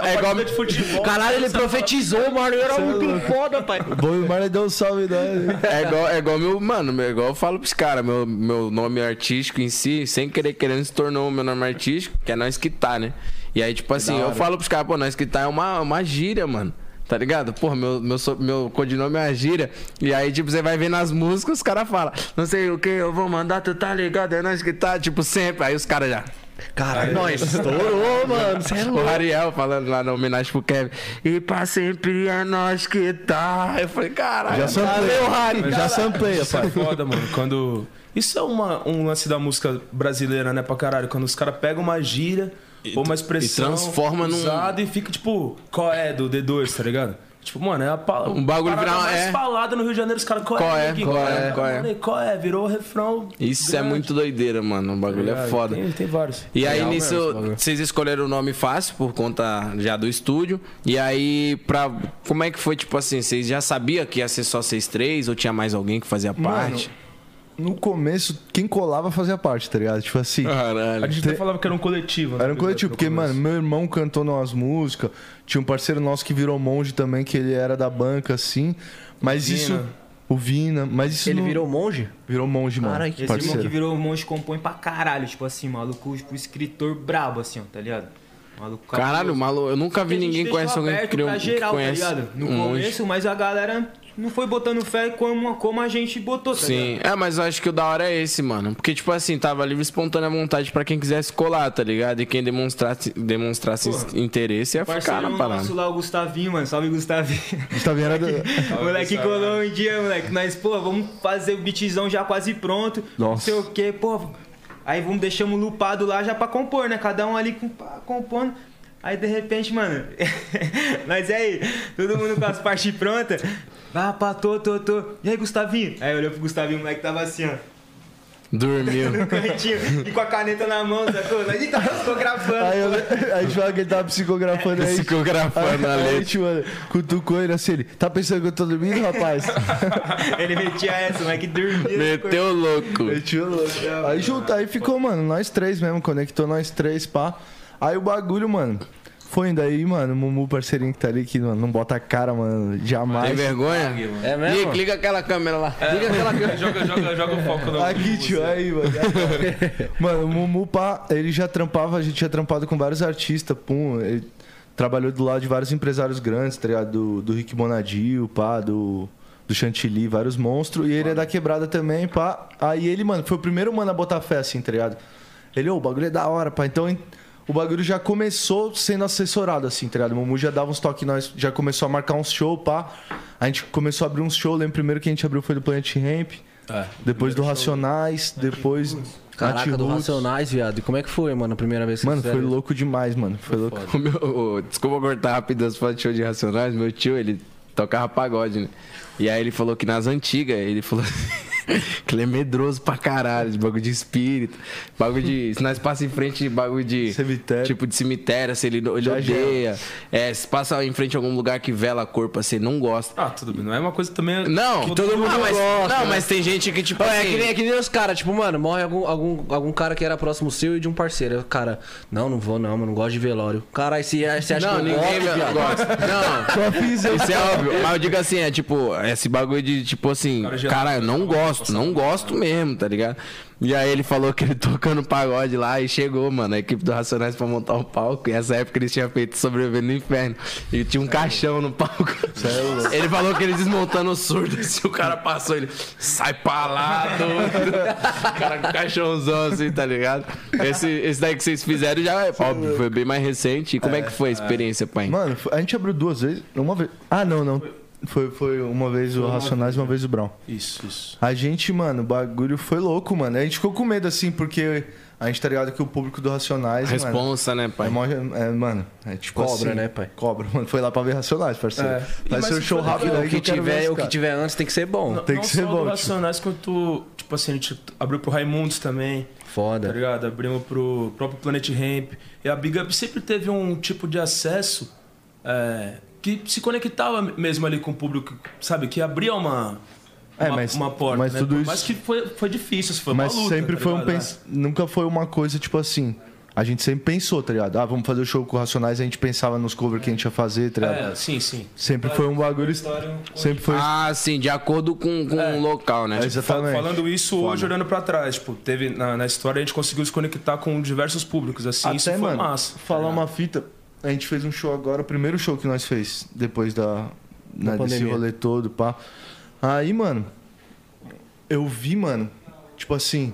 [SPEAKER 4] É igual de futebol.
[SPEAKER 2] Caralho, ele profetizou, o Marlon era muito foda, pai.
[SPEAKER 5] Bom, o Marley deu um salve, né?
[SPEAKER 1] É igual, é igual meu. Mano, é igual eu falo pros caras. Meu, meu nome artístico em si, sem querer querendo, se tornou o meu nome artístico, que é nós que tá, né? E aí, tipo assim, eu falo pros caras, pô, nós que tá é uma, uma gíria, mano. Tá ligado? Porra, meu, meu, so- meu codinome é uma gíria. E aí, tipo, você vai ver nas músicas, os caras falam, não sei o que eu vou mandar, tu tá ligado? É nós que tá, tipo, sempre. Aí os caras já.
[SPEAKER 2] Caralho, nós estourou, mano. Você é
[SPEAKER 1] O
[SPEAKER 2] louco.
[SPEAKER 1] Ariel falando lá na homenagem pro Kevin. E pra sempre é nós que tá. Eu falei, caralho.
[SPEAKER 5] Já sampleia. Já sampleia,
[SPEAKER 4] Isso é
[SPEAKER 5] pai.
[SPEAKER 4] foda, mano. Quando. Isso é uma, um lance da música brasileira, né, pra caralho? Quando os caras pegam uma gíria ou uma expressão.
[SPEAKER 1] e transforma num-
[SPEAKER 4] usada E fica tipo, qual é do D2, tá ligado? Tipo, mano, é a pala...
[SPEAKER 1] Um bagulho
[SPEAKER 4] parada
[SPEAKER 1] virar-
[SPEAKER 4] mais
[SPEAKER 1] é.
[SPEAKER 4] falada no Rio de Janeiro, os caras, qual,
[SPEAKER 1] Qual é,
[SPEAKER 4] é? neguinho?
[SPEAKER 1] qual é, qual é?
[SPEAKER 4] Mano, Qual é? Virou refrão.
[SPEAKER 1] Isso é
[SPEAKER 4] grande,
[SPEAKER 1] muito doideira, mano. O bagulho é
[SPEAKER 4] tá ligado?
[SPEAKER 1] foda.
[SPEAKER 4] Tem, tem vários.
[SPEAKER 1] E aí
[SPEAKER 2] Legal
[SPEAKER 1] nisso,
[SPEAKER 2] mesmo esse bagulho.
[SPEAKER 1] vocês escolheram o nome fácil por conta já do estúdio. E aí, pra. Como é que foi, tipo assim, vocês já sabiam que ia ser só vocês três ou tinha mais alguém que fazia parte?
[SPEAKER 5] No começo, quem colava fazia parte, tá ligado? Tipo assim.
[SPEAKER 1] Ah,
[SPEAKER 4] A
[SPEAKER 1] Caralho.
[SPEAKER 4] gente até falava que era um coletivo, né?
[SPEAKER 5] Era um coletivo, porque, mano, meu irmão cantou nas músicas, tinha um parceiro nosso que virou monge também, que ele era da banca, assim. Mas
[SPEAKER 4] Vina.
[SPEAKER 5] isso. O Vina, mas isso.
[SPEAKER 2] Ele
[SPEAKER 5] não-
[SPEAKER 3] Um
[SPEAKER 2] virou monge?
[SPEAKER 5] virou monge, mano.
[SPEAKER 2] Caralho,
[SPEAKER 6] Esse irmão que virou monge compõe pra caralho, tipo assim, maluco, tipo, escritor brabo, assim, ó, tá ligado? Maluco,
[SPEAKER 1] Caralho, maluco, eu nunca vi
[SPEAKER 6] a gente
[SPEAKER 1] ninguém
[SPEAKER 6] deixou
[SPEAKER 1] conhece alguém que
[SPEAKER 6] aberto
[SPEAKER 1] criou um
[SPEAKER 6] pra
[SPEAKER 1] que
[SPEAKER 6] geral,
[SPEAKER 1] conhece
[SPEAKER 6] tá ligado? No
[SPEAKER 1] um monte.
[SPEAKER 6] começo, mas a galera não foi botando fé como, como a gente botou, tá ligado?
[SPEAKER 1] Sim, é, mas eu acho que o da hora é esse, mano. Porque, tipo assim, tava livre e espontânea vontade pra quem quisesse colar, tá ligado? E quem demonstrasse, demonstrasse interesse ia ficar
[SPEAKER 6] Parceiro
[SPEAKER 1] na
[SPEAKER 6] nosso
[SPEAKER 1] parada.
[SPEAKER 6] lá, o Gustavinho, mano. Salve, Gustavinho.
[SPEAKER 3] Tá vendo? Era-
[SPEAKER 6] O moleque colou um dia, moleque. Nós, pô, vamos fazer o beatzão já quase pronto. Não
[SPEAKER 3] Nossa.
[SPEAKER 6] sei o quê, pô. Aí vamos deixamos lupado lá já pra compor, né? Cada um ali com- pá, compondo. Aí de repente, mano. Mas e aí, todo mundo com as partes prontas. Vá, pá, tô, tô, tô. E aí, Gustavinho? Aí olhou pro Gustavinho, o moleque tava assim, ó.
[SPEAKER 1] Dormiu.
[SPEAKER 6] No cantinho. E com a caneta na mão, sacou? Mas Eita, eu tô gravando.
[SPEAKER 3] Aí eu, a gente fala que ele tava psicografando aí.
[SPEAKER 1] Psicografando a
[SPEAKER 3] Aí,
[SPEAKER 1] letra.
[SPEAKER 3] tipo, mano, cutucou ele assim, ele, tá pensando que eu tô dormindo, rapaz?
[SPEAKER 6] Ele metia essa, o moleque dormia.
[SPEAKER 1] Meteu o louco. né,
[SPEAKER 3] Metiu louco. Aí junto, aí ficou, mano, nós três mesmo, conectou nós três, pá. Aí o bagulho, mano, foi indo aí, mano, o Mumu, parceirinho que tá ali, que mano, não bota a cara, mano,
[SPEAKER 1] Tem
[SPEAKER 3] jamais.
[SPEAKER 1] vergonha?
[SPEAKER 2] É mesmo?
[SPEAKER 1] Liga, liga aquela câmera lá.
[SPEAKER 3] É.
[SPEAKER 1] Liga aquela câmera.
[SPEAKER 4] Joga, joga, joga o foco no.
[SPEAKER 3] Aqui, tio, aí, mano. mano, o Mumu, pá, ele já trampava, a gente tinha trampado com vários artistas, pum. Ele trabalhou do lado de vários empresários grandes, tá ligado? Do, do Rick Bonadio, pá, do, do Chantilly, vários monstros. E ele é da quebrada também, pá. Aí ele, mano, foi o primeiro mano a botar fé, assim, tá ligado? Ele, ô, o bagulho é da hora, pá. Então. O bagulho já começou sendo assessorado, assim, tá ligado? O Mumu já dava uns toques, nós já começou a marcar uns show, pá. A gente começou a abrir uns show, lembro primeiro que a gente abriu foi do Planet Ramp. Depois do Racionais, depois.
[SPEAKER 2] Caraca, do
[SPEAKER 3] Nath Roots.
[SPEAKER 2] Racionais, viado. E como é que foi, mano, a primeira vez que
[SPEAKER 3] Mano,
[SPEAKER 2] fizeram
[SPEAKER 3] foi
[SPEAKER 2] isso?
[SPEAKER 3] louco demais, mano. Foi louco.
[SPEAKER 1] O meu- o- desculpa cortar rápido as fotos de show de Racionais. Meu tio, ele tocava pagode, né? E aí ele falou que nas antigas, ele falou que ele é medroso pra caralho, de bagulho de espírito, bagulho de. Se nós passa em frente de bagulho de.
[SPEAKER 3] Cemitério.
[SPEAKER 1] Tipo de cemitério, assim, ele, ele
[SPEAKER 3] Já, já.
[SPEAKER 1] odeia. É, se passa em frente a algum lugar que vela corpo, assim, não gosta.
[SPEAKER 4] Ah, tudo bem. Não é uma coisa também.
[SPEAKER 1] Não,
[SPEAKER 4] que
[SPEAKER 1] todo mundo mas,
[SPEAKER 2] gosta,
[SPEAKER 1] Não,
[SPEAKER 2] né?
[SPEAKER 1] mas tem gente que, tipo,
[SPEAKER 2] Não, é,
[SPEAKER 1] assim,
[SPEAKER 2] que nem, é que nem os caras, tipo, mano, morre algum, algum, algum cara que era próximo seu e de um parceiro. Aí o Cara, não, não vou não, mano, não gosto de velório. Caralho, você, você acha
[SPEAKER 1] Não,
[SPEAKER 2] que eu
[SPEAKER 1] ninguém
[SPEAKER 2] gosto, viado?
[SPEAKER 1] gosta. Não, isso é óbvio. Mas eu digo assim, é tipo, esse bagulho de tipo assim, cara, eu não gosto, não gosto mesmo, tá ligado? E aí ele falou que ele tocando pagode lá e chegou, mano, a equipe do Racionais pra montar o palco. E nessa época eles tinham feito Sobrevivendo no Inferno. E tinha um caixão no palco. Ele falou que ele desmontando o surdo, assim, o cara passou, ele, sai pra lá, doido. O cara com o caixãozão assim, tá ligado? Esse, esse daí que vocês fizeram já, é óbvio, foi bem mais recente. E como é que foi a experiência, pai?
[SPEAKER 3] Mano, foi- a gente abriu duas vezes. Uma vez. Ah, não, não. Foi, foi uma vez o Racionais uma vez o Brown.
[SPEAKER 4] Isso, isso.
[SPEAKER 3] A gente, mano, o bagulho foi louco, mano. A gente ficou com medo, assim, porque a gente tá ligado que o público do Racionais. Mano,
[SPEAKER 1] Responsa, né, pai?
[SPEAKER 3] é, mó- é, mano, é tipo
[SPEAKER 2] Cobra,
[SPEAKER 3] assim,
[SPEAKER 2] né, pai? É.
[SPEAKER 3] Cobra, mano. Foi lá pra ver Racionais, parceiro. Vai ser um show rápido aí
[SPEAKER 2] O que,
[SPEAKER 3] eu quero ver
[SPEAKER 2] tiver,
[SPEAKER 3] esse
[SPEAKER 2] o que
[SPEAKER 3] cara.
[SPEAKER 2] tiver antes tem que ser bom.
[SPEAKER 4] Não,
[SPEAKER 3] Tem
[SPEAKER 4] não
[SPEAKER 3] que ser
[SPEAKER 4] só
[SPEAKER 3] bom,
[SPEAKER 4] do Racionais, quanto, tipo assim, a gente abriu pro Raimundos também,
[SPEAKER 3] É.
[SPEAKER 4] tá
[SPEAKER 2] Foda.
[SPEAKER 4] ligado? Abrimos pro próprio Planet Ramp. E a Big Up sempre teve um tipo de acesso é, que se conectava mesmo ali com o público, sabe? Que abria uma,
[SPEAKER 3] É,
[SPEAKER 4] uma,
[SPEAKER 3] mas-
[SPEAKER 4] uma porta,
[SPEAKER 3] mas
[SPEAKER 4] né?
[SPEAKER 3] tudo
[SPEAKER 4] Por
[SPEAKER 3] isso-
[SPEAKER 4] mais que foi, foi difícil, isso foi
[SPEAKER 3] Mas
[SPEAKER 4] uma luta,
[SPEAKER 3] sempre
[SPEAKER 4] tá
[SPEAKER 3] foi um
[SPEAKER 4] ligado?
[SPEAKER 3] pens... Nunca foi uma coisa tipo assim. A gente sempre pensou, tá ligado? Ah, vamos fazer o show com o Racionais, a gente pensava nos covers que a gente ia fazer, tá ligado?
[SPEAKER 4] É, sim, sim.
[SPEAKER 3] Sempre foi um bagulho. Sempre foi. Ah,
[SPEAKER 1] Ah, sim, de acordo com, com o local, né?
[SPEAKER 3] Exatamente.
[SPEAKER 4] Tipo, Falando isso hoje, olhando pra trás, tipo, teve na, na história a gente conseguiu se conectar com diversos públicos, assim,
[SPEAKER 3] Até,
[SPEAKER 4] isso foi
[SPEAKER 3] mano,
[SPEAKER 4] massa.
[SPEAKER 3] falar uma fita. A gente fez um show agora, o primeiro show que nós fez depois da, né, desse
[SPEAKER 2] pandemia.
[SPEAKER 3] rolê todo, pá. Aí, mano, eu vi, mano, tipo assim,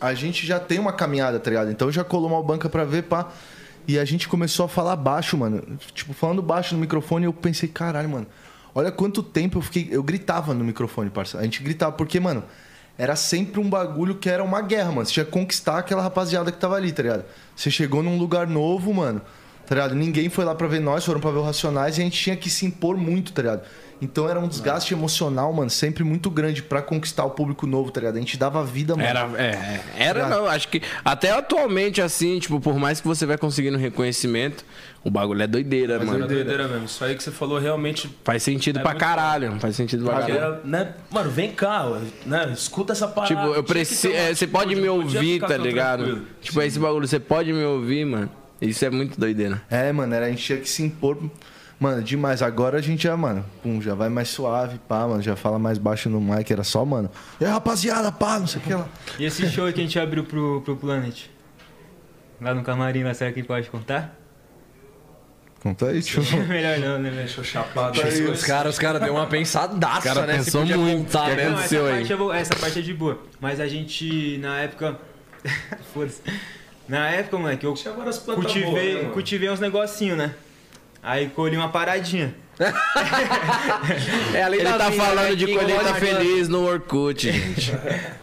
[SPEAKER 3] a gente já tem uma caminhada, tá ligado? Então já colou uma banca pra ver, pá. E a gente começou a falar baixo, mano. Tipo, falando baixo no microfone, eu pensei, caralho, mano. Olha quanto tempo eu fiquei. Eu gritava no microfone, parça. A gente gritava, porque, mano, era sempre um bagulho que era uma guerra, mano. Você tinha que conquistar aquela rapaziada que tava ali, tá ligado? Você chegou num lugar novo, mano. Tá ligado? Ninguém foi lá pra ver nós, foram pra ver o Racionais e a gente tinha que se impor muito, tá ligado? Então era um desgaste emocional, mano, sempre muito grande pra conquistar o público novo, tá ligado? A gente dava vida, mano.
[SPEAKER 1] Era, é, é. era não, acho que até atualmente, assim, tipo, por mais que você vai conseguindo reconhecimento, o bagulho é doideira,
[SPEAKER 4] Mas
[SPEAKER 1] mano.
[SPEAKER 4] era doideira mesmo. Isso aí que você falou realmente
[SPEAKER 1] Faz sentido pra caralho, faz sentido pra
[SPEAKER 4] Porque,
[SPEAKER 1] caralho.
[SPEAKER 4] né, Mano, vem cá, ó, né? Escuta essa parada.
[SPEAKER 1] Tipo, eu preciso.
[SPEAKER 3] é,
[SPEAKER 1] você pode me ouvir, tá ligado? Tipo, esse bagulho, você pode me ouvir, mano. Isso é muito doideira.
[SPEAKER 3] É, mano, era, a gente tinha que se impor. Mano, demais. Agora a gente já, mano, pum, já vai mais suave, pá, mano, já fala mais baixo no mic, era só, mano. E aí, rapaziada, pá, não sei o que lá.
[SPEAKER 6] E esse show que a gente abriu pro, pro Planet? Lá no camarim, lá, será que pode contar?
[SPEAKER 3] Conta aí, tio.
[SPEAKER 6] Melhor não, né, velho?
[SPEAKER 4] Deixou chapado.
[SPEAKER 2] Os caras, os cara deu uma pensadaça,
[SPEAKER 1] O cara
[SPEAKER 2] né? Se
[SPEAKER 1] pensou
[SPEAKER 2] podia
[SPEAKER 1] muito,
[SPEAKER 2] contar,
[SPEAKER 1] que
[SPEAKER 2] né?
[SPEAKER 1] aconteceu?
[SPEAKER 6] Não,
[SPEAKER 1] seu aí.
[SPEAKER 6] essa parte, é bo- essa parte é de boa. Mas a gente, na época. Foda-se. Na época, moleque, eu
[SPEAKER 4] Tinha várias plantas boas, né,
[SPEAKER 6] cultivei,
[SPEAKER 4] mano?
[SPEAKER 6] cultivei uns negocinhos, né? Aí colhi uma paradinha.
[SPEAKER 2] É, além
[SPEAKER 1] Ele
[SPEAKER 2] da
[SPEAKER 1] tá
[SPEAKER 2] vida, né?
[SPEAKER 1] falando de
[SPEAKER 2] Quem gosta
[SPEAKER 1] colheita
[SPEAKER 2] de
[SPEAKER 1] feliz no Orkut, gente.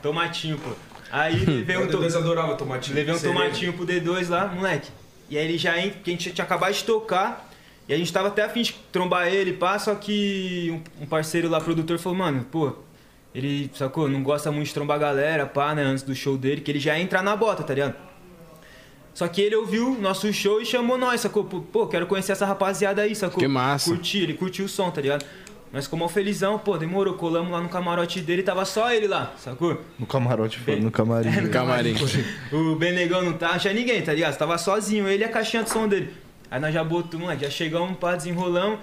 [SPEAKER 6] Tomatinho, pô. Aí levei
[SPEAKER 4] Eu
[SPEAKER 6] um, to-
[SPEAKER 4] depois adorava tomatinho.
[SPEAKER 6] levei um
[SPEAKER 1] né?
[SPEAKER 4] Cereja.
[SPEAKER 6] tomatinho pro D2 lá, moleque. E aí ele já, en- que a gente tinha acabado de tocar. E a gente tava até afim de trombar ele, pá. Só que um, um parceiro lá, produtor, falou, mano, pô. Ele, sacou? Não gosta muito de trombar a galera, pá, né? Antes do show dele, que ele já ia entrar na bota, tá ligado? Só que ele ouviu nosso show e chamou nós, sacou? Pô, Pô, quero conhecer essa rapaziada aí, sacou?
[SPEAKER 1] Que massa.
[SPEAKER 6] Curti, ele curtiu o som, tá ligado? Nós ficou mó felizão, pô, demorou, colamos lá no camarote dele, tava só ele lá, sacou?
[SPEAKER 3] No camarote, foi, É, no camarim.
[SPEAKER 1] Camarim.
[SPEAKER 6] O Benegão não tá, tinha ninguém, tá ligado? Tava sozinho, ele e a caixinha de som dele. Aí nós já botamos, moleque, já chegamos, pá, desenrolamos.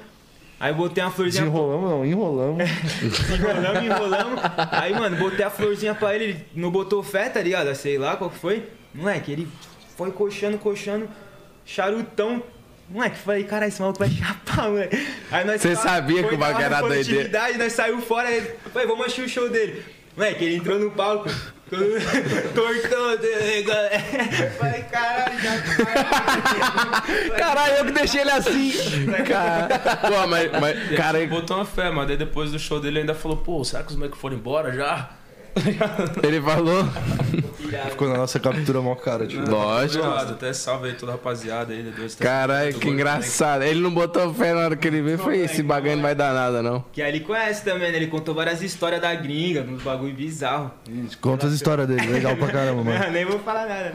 [SPEAKER 6] Aí botei uma florzinha
[SPEAKER 3] Desenrolamos, não, enrolamos.
[SPEAKER 6] Enrolamos, enrolamos. Aí, mano, botei a florzinha pra ele, ele não botou fé, tá ligado? Sei lá qual que foi. Moleque, ele foi coxando, coxando, charutão. Moleque, falei, cara, esse maluco vai chapar, moleque. Aí nós
[SPEAKER 1] Você
[SPEAKER 6] pá,
[SPEAKER 1] sabia
[SPEAKER 6] foi
[SPEAKER 1] que o bagulho
[SPEAKER 6] na
[SPEAKER 1] era doideira.
[SPEAKER 6] coletividade, Nós saímos fora, ele, falei, vamos assistir o show dele. Moleque, ele entrou no palco. todo Tortão, galera. Falei, caralho, já tá."
[SPEAKER 1] Caralho, eu que deixei ele assim. Cara, pô, mas, mas, cara,
[SPEAKER 4] Ele botou uma fé, mas daí depois do show dele ele ainda falou, pô, será que os moleques foram embora já?
[SPEAKER 1] ele falou.
[SPEAKER 3] Ficou na nossa captura mó cara, tipo.
[SPEAKER 1] Lógico.
[SPEAKER 4] Obrigado, até salve aí toda a rapaziada aí, Deus. tá-
[SPEAKER 1] Caralho,
[SPEAKER 4] Muito
[SPEAKER 1] que
[SPEAKER 4] bom,
[SPEAKER 1] engraçado. Ele não botou fé na hora que ele veio. Foi esse bagulho não vai dar nada, não.
[SPEAKER 6] Que aí ele conhece também, né? Ele contou várias histórias da gringa, uns bagulho bizarro.
[SPEAKER 3] Conta as histórias dele, legal pra caramba, mano.
[SPEAKER 6] Nem vou falar nada. né?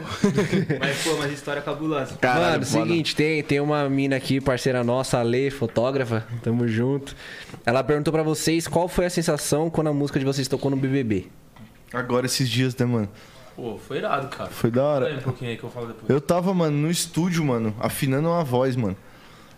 [SPEAKER 6] mas, pô, mas história cabulosa.
[SPEAKER 1] Caralho,
[SPEAKER 2] Mano,
[SPEAKER 1] foda.
[SPEAKER 2] seguinte, tem, tem uma mina aqui, parceira nossa, a Lê, fotógrafa, tamo junto. Ela perguntou pra vocês qual foi a sensação quando a música de vocês tocou no BBB.
[SPEAKER 3] Agora esses dias, né, mano?
[SPEAKER 4] né? Pô, foi irado, cara.
[SPEAKER 3] Foi da
[SPEAKER 4] Fala
[SPEAKER 3] hora.
[SPEAKER 4] aí um pouquinho aí que eu falo depois.
[SPEAKER 3] Eu tava, mano, no estúdio, mano, afinando uma voz, mano.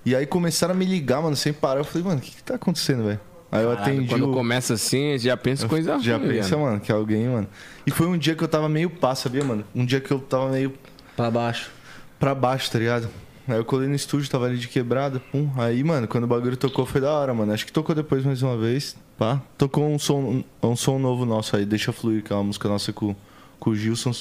[SPEAKER 3] E aí começaram a me ligar, mano, sem parar. Eu falei, mano, o que, que tá acontecendo, velho? Aí eu atendi.
[SPEAKER 1] Quando
[SPEAKER 3] o-
[SPEAKER 1] começa assim, já pensa coisa
[SPEAKER 3] Já
[SPEAKER 1] ruim,
[SPEAKER 3] pensa,
[SPEAKER 1] velho.
[SPEAKER 3] mano, que é alguém, mano. E foi um dia que eu tava meio pá, sabia, mano? Um dia que eu tava meio
[SPEAKER 2] Pra baixo.
[SPEAKER 3] pra baixo, tá ligado? Aí eu colei no estúdio, tava ali de quebrada, pum. Aí, mano, quando o bagulho tocou foi da hora, mano. Acho que tocou depois mais uma vez, pá. Tocou um som, um, um som novo nosso aí, Deixa Fluir, que é uma música nossa com, com o Gilson.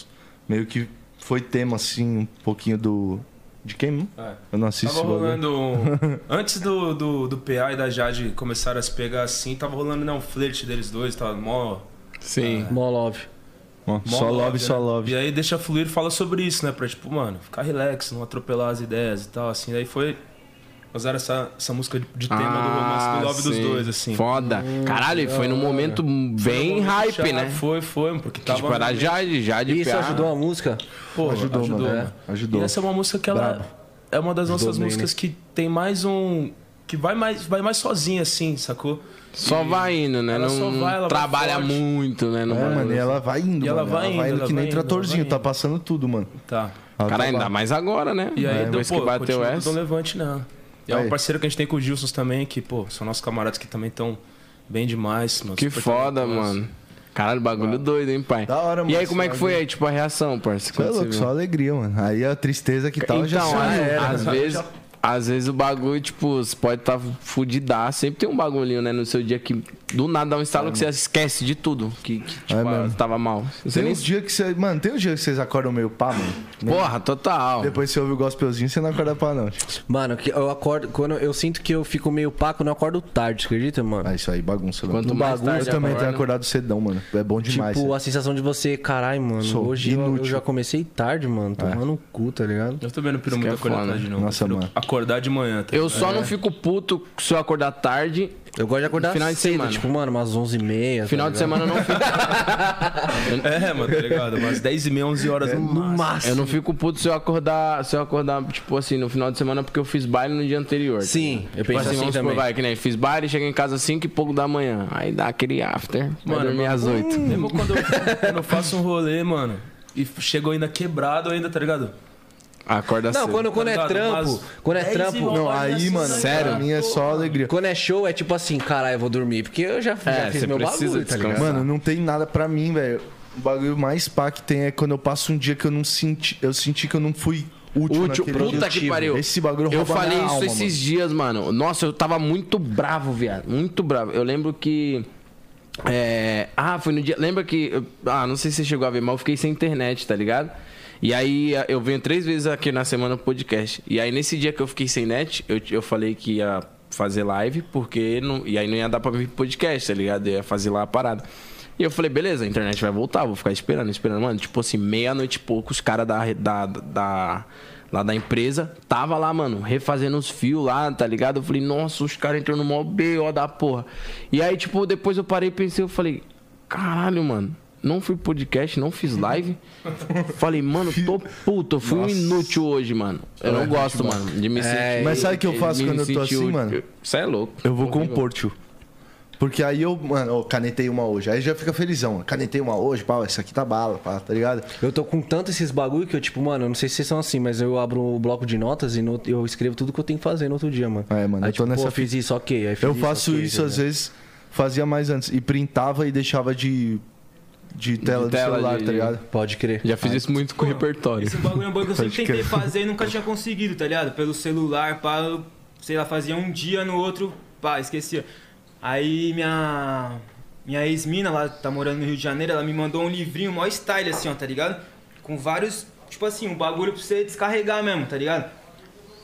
[SPEAKER 3] Meio que foi tema, assim, um pouquinho do... De quem?
[SPEAKER 4] É.
[SPEAKER 3] Eu não assisto
[SPEAKER 4] Tava
[SPEAKER 3] esse bagulho.
[SPEAKER 4] rolando. um- Antes do, do, do PA e da Jade começarem a se pegar assim, tava rolando né, um flerte deles dois, tava mó.
[SPEAKER 3] um-
[SPEAKER 1] Sim.
[SPEAKER 2] Mó love.
[SPEAKER 3] Ó,
[SPEAKER 4] mó
[SPEAKER 3] só love,
[SPEAKER 4] né?
[SPEAKER 3] só love.
[SPEAKER 4] E aí deixa fluir fala sobre isso, né? Pra tipo, mano, ficar relax, não atropelar as ideias e tal, assim. Daí foi. Usaram essa, essa música de, de tema do
[SPEAKER 3] Ah,
[SPEAKER 4] romance do love
[SPEAKER 1] Ah, sim.
[SPEAKER 4] dos dois, assim. um
[SPEAKER 1] Foda. Caralho, e foi num momento bem
[SPEAKER 4] Vamos
[SPEAKER 1] hype,
[SPEAKER 4] deixar-
[SPEAKER 1] né?
[SPEAKER 4] Foi, foi, porque tava.
[SPEAKER 1] Tipo, era Jade, Jade
[SPEAKER 2] Isso
[SPEAKER 1] PA.
[SPEAKER 2] ajudou a música?
[SPEAKER 4] Pô,
[SPEAKER 3] Ajudou, mano, é. Ajudou.
[SPEAKER 4] E essa é uma música que ela
[SPEAKER 3] Brabo.
[SPEAKER 4] é uma das nossas
[SPEAKER 3] bem, né?
[SPEAKER 4] músicas que tem mais um que vai mais vai mais sozinha assim, sacou?
[SPEAKER 1] Só vai indo, né?
[SPEAKER 4] Ela
[SPEAKER 1] Não
[SPEAKER 4] só vai, ela vai
[SPEAKER 1] trabalha
[SPEAKER 4] forte.
[SPEAKER 1] muito, né? Não
[SPEAKER 3] É,
[SPEAKER 1] vai-
[SPEAKER 3] mano, e ela vai indo,
[SPEAKER 4] E ela
[SPEAKER 3] mano.
[SPEAKER 4] vai indo, ela
[SPEAKER 3] que nem
[SPEAKER 4] vai indo,
[SPEAKER 3] tratorzinho,
[SPEAKER 4] ela vai
[SPEAKER 3] tá
[SPEAKER 4] indo.
[SPEAKER 3] passando tudo, mano.
[SPEAKER 4] Tá.
[SPEAKER 3] Ela
[SPEAKER 1] Cara,
[SPEAKER 3] tá
[SPEAKER 1] ainda
[SPEAKER 3] lá.
[SPEAKER 1] mais agora, né?
[SPEAKER 4] E aí então,
[SPEAKER 1] Depois
[SPEAKER 4] pô,
[SPEAKER 1] que bateu
[SPEAKER 4] continua do
[SPEAKER 1] essa.
[SPEAKER 4] Dom Levante, né? E é
[SPEAKER 3] Aí.
[SPEAKER 4] um parceiro que a gente tem com o Gilson também, que, pô, são nossos camaradas que também estão bem demais, mano.
[SPEAKER 1] Que
[SPEAKER 4] Super
[SPEAKER 1] foda,
[SPEAKER 4] talentosos.
[SPEAKER 1] mano. Caralho, bagulho é doido, hein, pai?
[SPEAKER 3] Da hora,
[SPEAKER 1] E
[SPEAKER 3] mano,
[SPEAKER 1] aí, como é que
[SPEAKER 3] esse
[SPEAKER 1] foi aí, tipo, a reação, parceiro?
[SPEAKER 3] Você é louco, só tá alegria, mano. Aí a tristeza que tal
[SPEAKER 1] Então,
[SPEAKER 3] já é.
[SPEAKER 1] a-
[SPEAKER 3] sumiu.
[SPEAKER 1] às vezes, às vezes o bagulho, tipo, você pode estar tá fudidaço. Sempre tem um bagulhinho, né, no seu dia que do nada dá um estalo que você esquece de tudo. Que, que, tipo, ah,
[SPEAKER 3] É, mesmo.
[SPEAKER 1] tava mal. Você
[SPEAKER 3] Tem
[SPEAKER 1] nem...
[SPEAKER 3] uns dias que você. Mano, tem uns dias que vocês acordam meio pá, mano.
[SPEAKER 1] Porra, total.
[SPEAKER 3] Depois você ouve o gospelzinho, você não acorda pá, não. Tipo,
[SPEAKER 2] Mano, que eu acordo. Quando eu sinto que eu fico meio paco, eu não acordo tarde, você acredita, mano?
[SPEAKER 3] ah, isso aí, bagunça.
[SPEAKER 1] Quanto
[SPEAKER 3] não.
[SPEAKER 1] mais
[SPEAKER 3] Eu
[SPEAKER 1] tarde
[SPEAKER 3] também
[SPEAKER 1] acorda.
[SPEAKER 3] tenho acordado cedão, mano. É bom demais.
[SPEAKER 2] tipo,
[SPEAKER 3] né?
[SPEAKER 2] a sensação de você, caralho, mano,
[SPEAKER 3] Sou
[SPEAKER 2] hoje eu- eu
[SPEAKER 3] inútil.
[SPEAKER 2] já comecei tarde, mano. Tomando cu, tá ligado?
[SPEAKER 4] Eu também não piro
[SPEAKER 1] que
[SPEAKER 4] muito
[SPEAKER 1] é
[SPEAKER 4] acordar
[SPEAKER 1] foda.
[SPEAKER 4] tarde, não.
[SPEAKER 3] Nossa,
[SPEAKER 4] Eu prefiro
[SPEAKER 3] mano.
[SPEAKER 4] Acordar de manhã, tá?
[SPEAKER 1] Eu só
[SPEAKER 3] É.
[SPEAKER 1] não fico puto se eu acordar tarde.
[SPEAKER 3] Tá
[SPEAKER 2] Eu gosto de acordar
[SPEAKER 1] Final de
[SPEAKER 2] cedo,
[SPEAKER 1] semana.
[SPEAKER 2] tipo, mano, umas 11h30.
[SPEAKER 1] Final de semana eu não fico.
[SPEAKER 4] É, mano, tá ligado? Umas 10 e meia, 11 horas
[SPEAKER 1] É.
[SPEAKER 4] um no
[SPEAKER 2] No
[SPEAKER 4] máximo.
[SPEAKER 2] máximo.
[SPEAKER 1] Eu não fico puto se eu acordar, se eu acordar, tipo assim, no final de semana, porque eu fiz baile no dia anterior. tá
[SPEAKER 2] Sim,
[SPEAKER 1] ligado?
[SPEAKER 2] eu
[SPEAKER 1] Tipo
[SPEAKER 2] penso
[SPEAKER 1] assim,
[SPEAKER 2] assim
[SPEAKER 1] vamos
[SPEAKER 2] também.
[SPEAKER 1] supor, vai, que nem fiz baile, cheguei em casa às 5 e pouco da manhã. Aí dá aquele after. Vai
[SPEAKER 4] Mano,
[SPEAKER 1] dormir
[SPEAKER 4] mano,
[SPEAKER 1] às 8.
[SPEAKER 2] Hum.
[SPEAKER 4] Mesmo quando eu, quando eu faço um rolê, mano, e chego ainda quebrado ainda, tá ligado?
[SPEAKER 1] Acorda
[SPEAKER 2] Não,
[SPEAKER 1] cedo.
[SPEAKER 2] quando, quando é
[SPEAKER 4] Tá ligado?
[SPEAKER 2] trampo,
[SPEAKER 4] Mas
[SPEAKER 2] quando é
[SPEAKER 4] 10 e
[SPEAKER 2] trampo,
[SPEAKER 4] uma
[SPEAKER 3] Não,
[SPEAKER 4] hora
[SPEAKER 3] aí,
[SPEAKER 4] dessa
[SPEAKER 3] mano,
[SPEAKER 4] noite,
[SPEAKER 3] sério, a minha é só alegria.
[SPEAKER 2] quando é show, é tipo assim, caralho, eu vou dormir, porque eu já, já
[SPEAKER 1] É,
[SPEAKER 2] fiz
[SPEAKER 1] você
[SPEAKER 2] meu
[SPEAKER 1] precisa
[SPEAKER 2] bagulho, tá ligado?
[SPEAKER 1] descansar.
[SPEAKER 3] Mano, não tem nada pra mim, velho. O bagulho mais pá que tem é quando eu passo um dia que eu não senti. Eu senti que eu não fui
[SPEAKER 1] Útil, puta que
[SPEAKER 3] naquele
[SPEAKER 2] produtivo.
[SPEAKER 1] pariu.
[SPEAKER 3] Esse bagulho
[SPEAKER 1] Eu
[SPEAKER 3] rouba
[SPEAKER 1] falei
[SPEAKER 3] minha
[SPEAKER 1] isso
[SPEAKER 3] alma,
[SPEAKER 1] esses
[SPEAKER 3] mano.
[SPEAKER 1] dias, mano. Nossa, eu tava muito bravo, viado. Muito bravo. Eu lembro que. é, Ah, foi no dia. Lembra que. eu- Ah, não sei se você chegou a ver, mas eu fiquei sem internet, tá ligado? E aí a- eu venho três vezes aqui na semana pro podcast. E aí nesse dia que eu fiquei sem net, eu, eu falei que ia fazer live, porque. Não... E aí não ia dar pra vir pro podcast, tá ligado? Eu ia fazer lá a parada. E eu falei, beleza, a internet vai voltar, vou ficar esperando, esperando. Mano, tipo assim, meia-noite e pouco, os caras da, da, da- lá da empresa tava lá, mano, refazendo os fios lá, tá ligado? Eu falei, nossa, os caras entrando no maior B.O. da porra. E aí, tipo, depois eu parei e pensei, eu falei, caralho, mano. Não fui podcast, não fiz live. Falei, mano, tô puto, eu fui um inútil hoje, mano. Eu não gosto, mano, de me sentir.
[SPEAKER 3] É, Mas sabe o que eu faço
[SPEAKER 1] me
[SPEAKER 3] quando eu tô
[SPEAKER 1] sentir
[SPEAKER 3] assim,
[SPEAKER 1] útil.
[SPEAKER 3] mano?
[SPEAKER 1] Isso é louco.
[SPEAKER 3] Eu vou compor, tio. Porque aí eu, mano, eu canetei uma hoje. Aí já fica felizão. Canetei uma hoje, pau, essa aqui tá bala, pá, tá ligado?
[SPEAKER 2] Eu tô com tanto esses bagulho que eu, tipo, mano, eu não sei se vocês são assim, mas eu abro o bloco de notas e no- eu escrevo tudo que eu tenho que fazer no outro dia, mano.
[SPEAKER 3] É, mano,
[SPEAKER 2] aí,
[SPEAKER 3] eu tô
[SPEAKER 2] tipo,
[SPEAKER 3] nessa
[SPEAKER 2] pô, fiz isso, ok. Aí fiz
[SPEAKER 3] Eu faço
[SPEAKER 2] ok,
[SPEAKER 3] isso
[SPEAKER 2] tá
[SPEAKER 3] às
[SPEAKER 2] ligado?
[SPEAKER 3] vezes, fazia mais antes. E printava e deixava de, de tela do
[SPEAKER 1] tela,
[SPEAKER 3] celular,
[SPEAKER 1] de-
[SPEAKER 3] tá ligado?
[SPEAKER 2] Pode crer. Ah.
[SPEAKER 1] Já fiz isso muito com o repertório.
[SPEAKER 6] Esse bagulho é um bagulho que eu sempre tentei fazer e nunca tinha conseguido, tá ligado? Pelo celular, pá, eu, sei lá, fazia um dia no outro, pá, esquecia. Aí minha. Minha ex-mina lá, tá morando no Rio de Janeiro, ela me mandou um livrinho, maior style assim, ó, tá ligado? Com vários. Tipo assim, um bagulho pra você descarregar mesmo, tá ligado?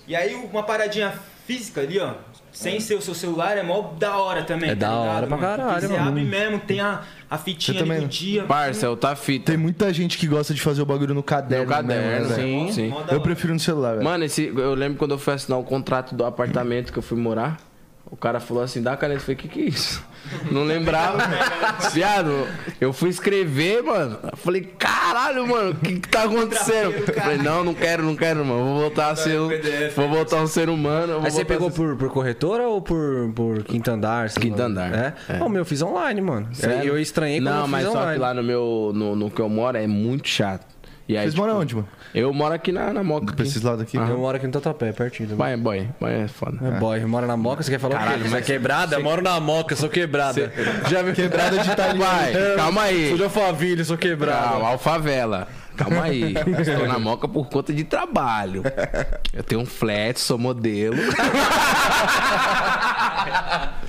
[SPEAKER 6] E aí uma paradinha física ali, ó. Sem ser o seu celular, é mó da hora também.
[SPEAKER 2] É
[SPEAKER 6] tá
[SPEAKER 2] da
[SPEAKER 6] ligado,
[SPEAKER 2] hora pra
[SPEAKER 6] mano? Porque
[SPEAKER 2] caralho,
[SPEAKER 6] Você
[SPEAKER 2] mano.
[SPEAKER 6] abre mesmo, tem a, a fitinha
[SPEAKER 3] Você
[SPEAKER 6] ali
[SPEAKER 3] também,
[SPEAKER 6] do
[SPEAKER 3] né?
[SPEAKER 6] dia.
[SPEAKER 1] Parça, eu tá fita.
[SPEAKER 3] Tem muita gente que gosta de fazer o bagulho no caderno.
[SPEAKER 1] No caderno,
[SPEAKER 3] mesmo, né, velho?
[SPEAKER 1] sim, sim.
[SPEAKER 6] Mó da
[SPEAKER 3] Eu
[SPEAKER 6] hora.
[SPEAKER 3] prefiro no celular, velho.
[SPEAKER 1] Mano, esse, eu lembro quando eu fui assinar o contrato do apartamento que eu fui morar. O cara falou assim, dá a caneta. Eu falei, que que é isso? Não lembrava. Viado, eu fui escrever, mano. Eu falei, caralho, mano, o que que tá acontecendo? Eu falei, não, não quero, não quero, mano. Vou voltar a ser um... Vou voltar a um ser humano. eu vou
[SPEAKER 2] Aí você
[SPEAKER 1] voltar a
[SPEAKER 2] pegou
[SPEAKER 1] ser-
[SPEAKER 2] por, por corretora ou por, por quinto andar? sei lá?
[SPEAKER 1] Quinto andar,
[SPEAKER 2] É?
[SPEAKER 1] é.
[SPEAKER 2] Não, meu, eu fiz online, mano. É,
[SPEAKER 1] Sério?
[SPEAKER 2] Eu estranhei quando
[SPEAKER 1] Não,
[SPEAKER 2] eu fiz
[SPEAKER 1] mas
[SPEAKER 2] online.
[SPEAKER 1] só que lá no meu... No, no que eu moro é muito chato. E aí,
[SPEAKER 3] Vocês
[SPEAKER 1] tipo,
[SPEAKER 3] moram onde, mano?
[SPEAKER 1] Eu moro aqui na, na Moca.
[SPEAKER 3] Pra esses
[SPEAKER 1] Aqui.
[SPEAKER 3] lados aqui?
[SPEAKER 2] Eu moro aqui no Tatuapé, pertinho. do-
[SPEAKER 1] Boy, boy, boy é foda.
[SPEAKER 2] É, boy, mora na Moca, você quer falar o
[SPEAKER 1] Caralho,
[SPEAKER 2] quê? Você
[SPEAKER 1] mas-
[SPEAKER 2] é quebrada? Eu Moro na Moca, sou quebrada. Já me...
[SPEAKER 3] Quebrada de
[SPEAKER 1] Vai,
[SPEAKER 3] italiano.
[SPEAKER 1] calma aí.
[SPEAKER 2] Sou de Alphaville, sou quebrada.
[SPEAKER 1] Não, Ah, Alfavela. Calma aí. Estou na moca por conta de trabalho. Eu tenho um flat, sou modelo.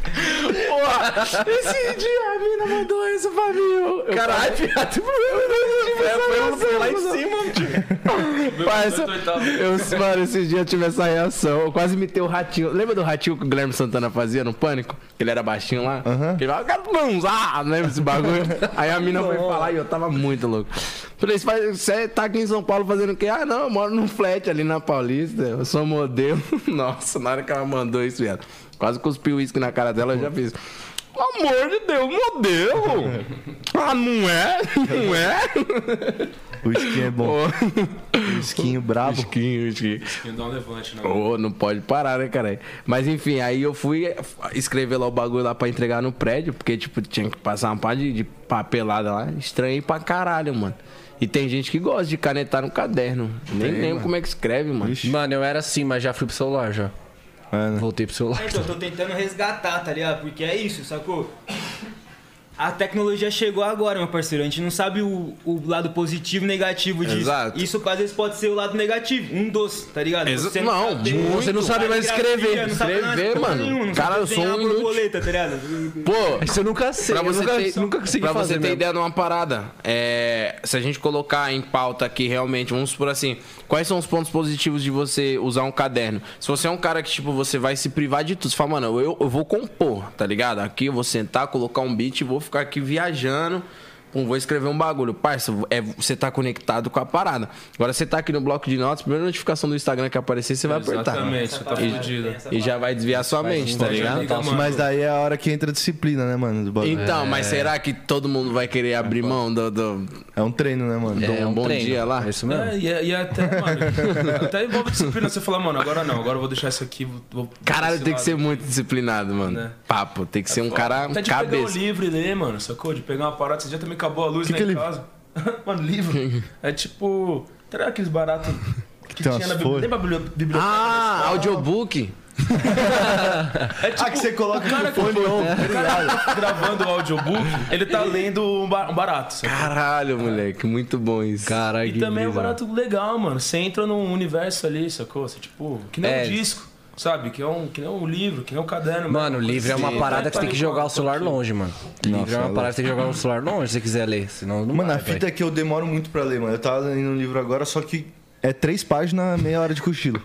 [SPEAKER 1] Porra, esse dia a mina mandou isso pra mim. Eu, eu
[SPEAKER 2] Caralho, viado.
[SPEAKER 1] eu
[SPEAKER 2] Foi lá em cima, tio.
[SPEAKER 1] Parça, eu, mano, esses dias eu tive essa reação. Eu quase metei o ratinho. Lembra do ratinho que o Guilherme Santana fazia no Pânico? Que ele era baixinho lá? Que Ele falava, "Quero transar", lembra esse bagulho? Aí a mina foi falar e eu tava muito louco. Falei, "Você faz- você tá aqui em São Paulo fazendo o quê? Ah, não, eu moro num flat ali na Paulista, eu sou modelo. Nossa, na hora que ela mandou isso, viado, quase cuspiu uísque na cara dela, eu já fiz. Pelo amor de Deus, modelo! Ah, não é? Não é?
[SPEAKER 3] O skin é bom. O skin brabo.
[SPEAKER 1] Isquinho, isquinho.
[SPEAKER 4] Tem que dar um levante, né?
[SPEAKER 1] um Ô, não pode parar, né, cara? Mas enfim, aí eu fui escrever lá o bagulho lá pra entregar no prédio, porque, tipo, tinha que passar uma parte de, de papelada lá. Estranhei pra caralho, mano. E tem gente que gosta de canetar no caderno. Nem lembro como é que escreve, mano.
[SPEAKER 2] Mano, eu era assim, mas já fui pro celular, já.
[SPEAKER 3] É, né?
[SPEAKER 2] Voltei pro celular.
[SPEAKER 6] É, Então, eu tô tentando resgatar, tá ligado? Porque é isso, sacou? A tecnologia chegou agora, meu parceiro. A gente não sabe o, o lado positivo e negativo disso.
[SPEAKER 1] Exato.
[SPEAKER 6] Isso às vezes pode ser o lado negativo, um doce, tá ligado?
[SPEAKER 1] Exa-
[SPEAKER 6] Você
[SPEAKER 1] não,
[SPEAKER 6] sabe-
[SPEAKER 1] muito.
[SPEAKER 2] Você não sabe mais escrever.
[SPEAKER 6] não sabe
[SPEAKER 1] Escrever,
[SPEAKER 6] nada,
[SPEAKER 1] mano.
[SPEAKER 6] nenhuma, não
[SPEAKER 1] Cara,
[SPEAKER 6] sabe
[SPEAKER 1] eu sou
[SPEAKER 6] desenhar
[SPEAKER 1] um inútil.
[SPEAKER 6] borboleta, tá ligado?
[SPEAKER 1] Pô,
[SPEAKER 2] Isso eu nunca sei.
[SPEAKER 1] Pra
[SPEAKER 2] eu
[SPEAKER 1] você
[SPEAKER 2] nunca,
[SPEAKER 1] ter,
[SPEAKER 2] nunca consegui
[SPEAKER 1] pra
[SPEAKER 2] fazer
[SPEAKER 1] você ter
[SPEAKER 2] mesmo.
[SPEAKER 1] ideia de uma parada, é, se a gente colocar em pauta aqui realmente, vamos supor assim, quais são os pontos positivos de você usar um caderno? Se você é um cara que, tipo, você vai se privar de tudo, você fala, mano, eu, eu vou compor, tá ligado? Aqui eu vou sentar, colocar um beat e vou ficar aqui viajando. Pum, vou escrever um bagulho. Parça, é, você tá conectado com a parada. Agora você tá aqui no bloco de notas, primeira notificação do Instagram que aparecer, você vai apertar.
[SPEAKER 4] Exatamente, você tá fudido.
[SPEAKER 1] E já vai desviar sua mente, tá ligado?
[SPEAKER 4] Liga, mano.
[SPEAKER 3] Mas daí é a hora que entra a disciplina, né, mano? Do bagulho.
[SPEAKER 1] Então, mas será que todo mundo vai querer abrir mão do- do,
[SPEAKER 3] É um treino, né, mano?
[SPEAKER 1] É, um bom
[SPEAKER 2] treino.
[SPEAKER 1] dia lá.
[SPEAKER 2] É isso mesmo.
[SPEAKER 4] É, e, e até, mano, até envolve disciplina. Você falar, mano, agora não, agora eu vou deixar isso aqui. Vou, vou-
[SPEAKER 1] Caralho,
[SPEAKER 4] esse
[SPEAKER 1] tem que
[SPEAKER 4] lado.
[SPEAKER 1] ser muito disciplinado, mano.
[SPEAKER 4] Né?
[SPEAKER 1] Papo, tem que ser um cara
[SPEAKER 4] Até de pegar um
[SPEAKER 1] cabeça.
[SPEAKER 4] livro e ler, mano, sacou? De pegar uma parada, esse dia também acabou a luz
[SPEAKER 3] Que
[SPEAKER 4] lá
[SPEAKER 3] que
[SPEAKER 4] em
[SPEAKER 3] é livro?
[SPEAKER 4] casa. mano, livro é tipo. Será aqueles baratos que
[SPEAKER 3] Tem
[SPEAKER 4] tinha
[SPEAKER 3] umas
[SPEAKER 4] na
[SPEAKER 3] folhas. Ah,
[SPEAKER 4] biblioteca? Lembra a bibli- biblioteca?
[SPEAKER 1] Ah, audiobook.
[SPEAKER 4] É tipo,
[SPEAKER 3] Ah, que você coloca
[SPEAKER 4] o cara,
[SPEAKER 3] no fone.
[SPEAKER 4] o cara gravando o audiobook, ele tá lendo um, ba- um barato. sabe?
[SPEAKER 1] Caralho, moleque, muito bom isso.
[SPEAKER 2] Caralho,
[SPEAKER 4] E
[SPEAKER 2] que
[SPEAKER 4] também é um
[SPEAKER 2] brisa,
[SPEAKER 4] barato legal, mano. Você entra num universo ali, sacou? Você, tipo, que nem
[SPEAKER 2] É.
[SPEAKER 4] um disco, sabe? Que é um, que nem um livro, que nem um caderno.
[SPEAKER 2] Mano, o livro é uma
[SPEAKER 4] Sim.
[SPEAKER 2] parada que você tem que
[SPEAKER 1] tá
[SPEAKER 2] jogar o celular
[SPEAKER 4] Aqui.
[SPEAKER 2] longe, mano. Livro é uma
[SPEAKER 3] é
[SPEAKER 2] parada que você tem que jogar o celular longe se você quiser ler. Senão não
[SPEAKER 3] Mano,
[SPEAKER 2] vai,
[SPEAKER 3] a fita
[SPEAKER 2] velho.
[SPEAKER 3] é que eu demoro muito pra ler, mano. Eu tava lendo um livro agora, só que é três páginas, meia hora de cochilo.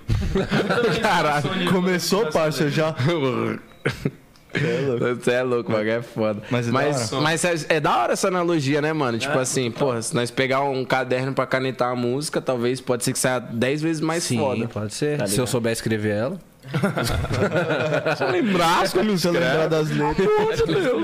[SPEAKER 4] Caralho,
[SPEAKER 3] Começou, parça, eu já. É louco.
[SPEAKER 1] Você é louco, o bagulho é foda.
[SPEAKER 3] Mas é
[SPEAKER 1] mas,
[SPEAKER 3] da
[SPEAKER 1] mas é, é da hora essa analogia, né, mano? Tipo assim, porra, se nós pegar um caderno pra canetar a música, talvez pode ser que saia 10 vezes é mais
[SPEAKER 2] Sim,
[SPEAKER 1] foda. Tá
[SPEAKER 2] pode ser. se eu souber escrever ela.
[SPEAKER 1] Se eu lembrar, como
[SPEAKER 3] Se eu lembrar das letras.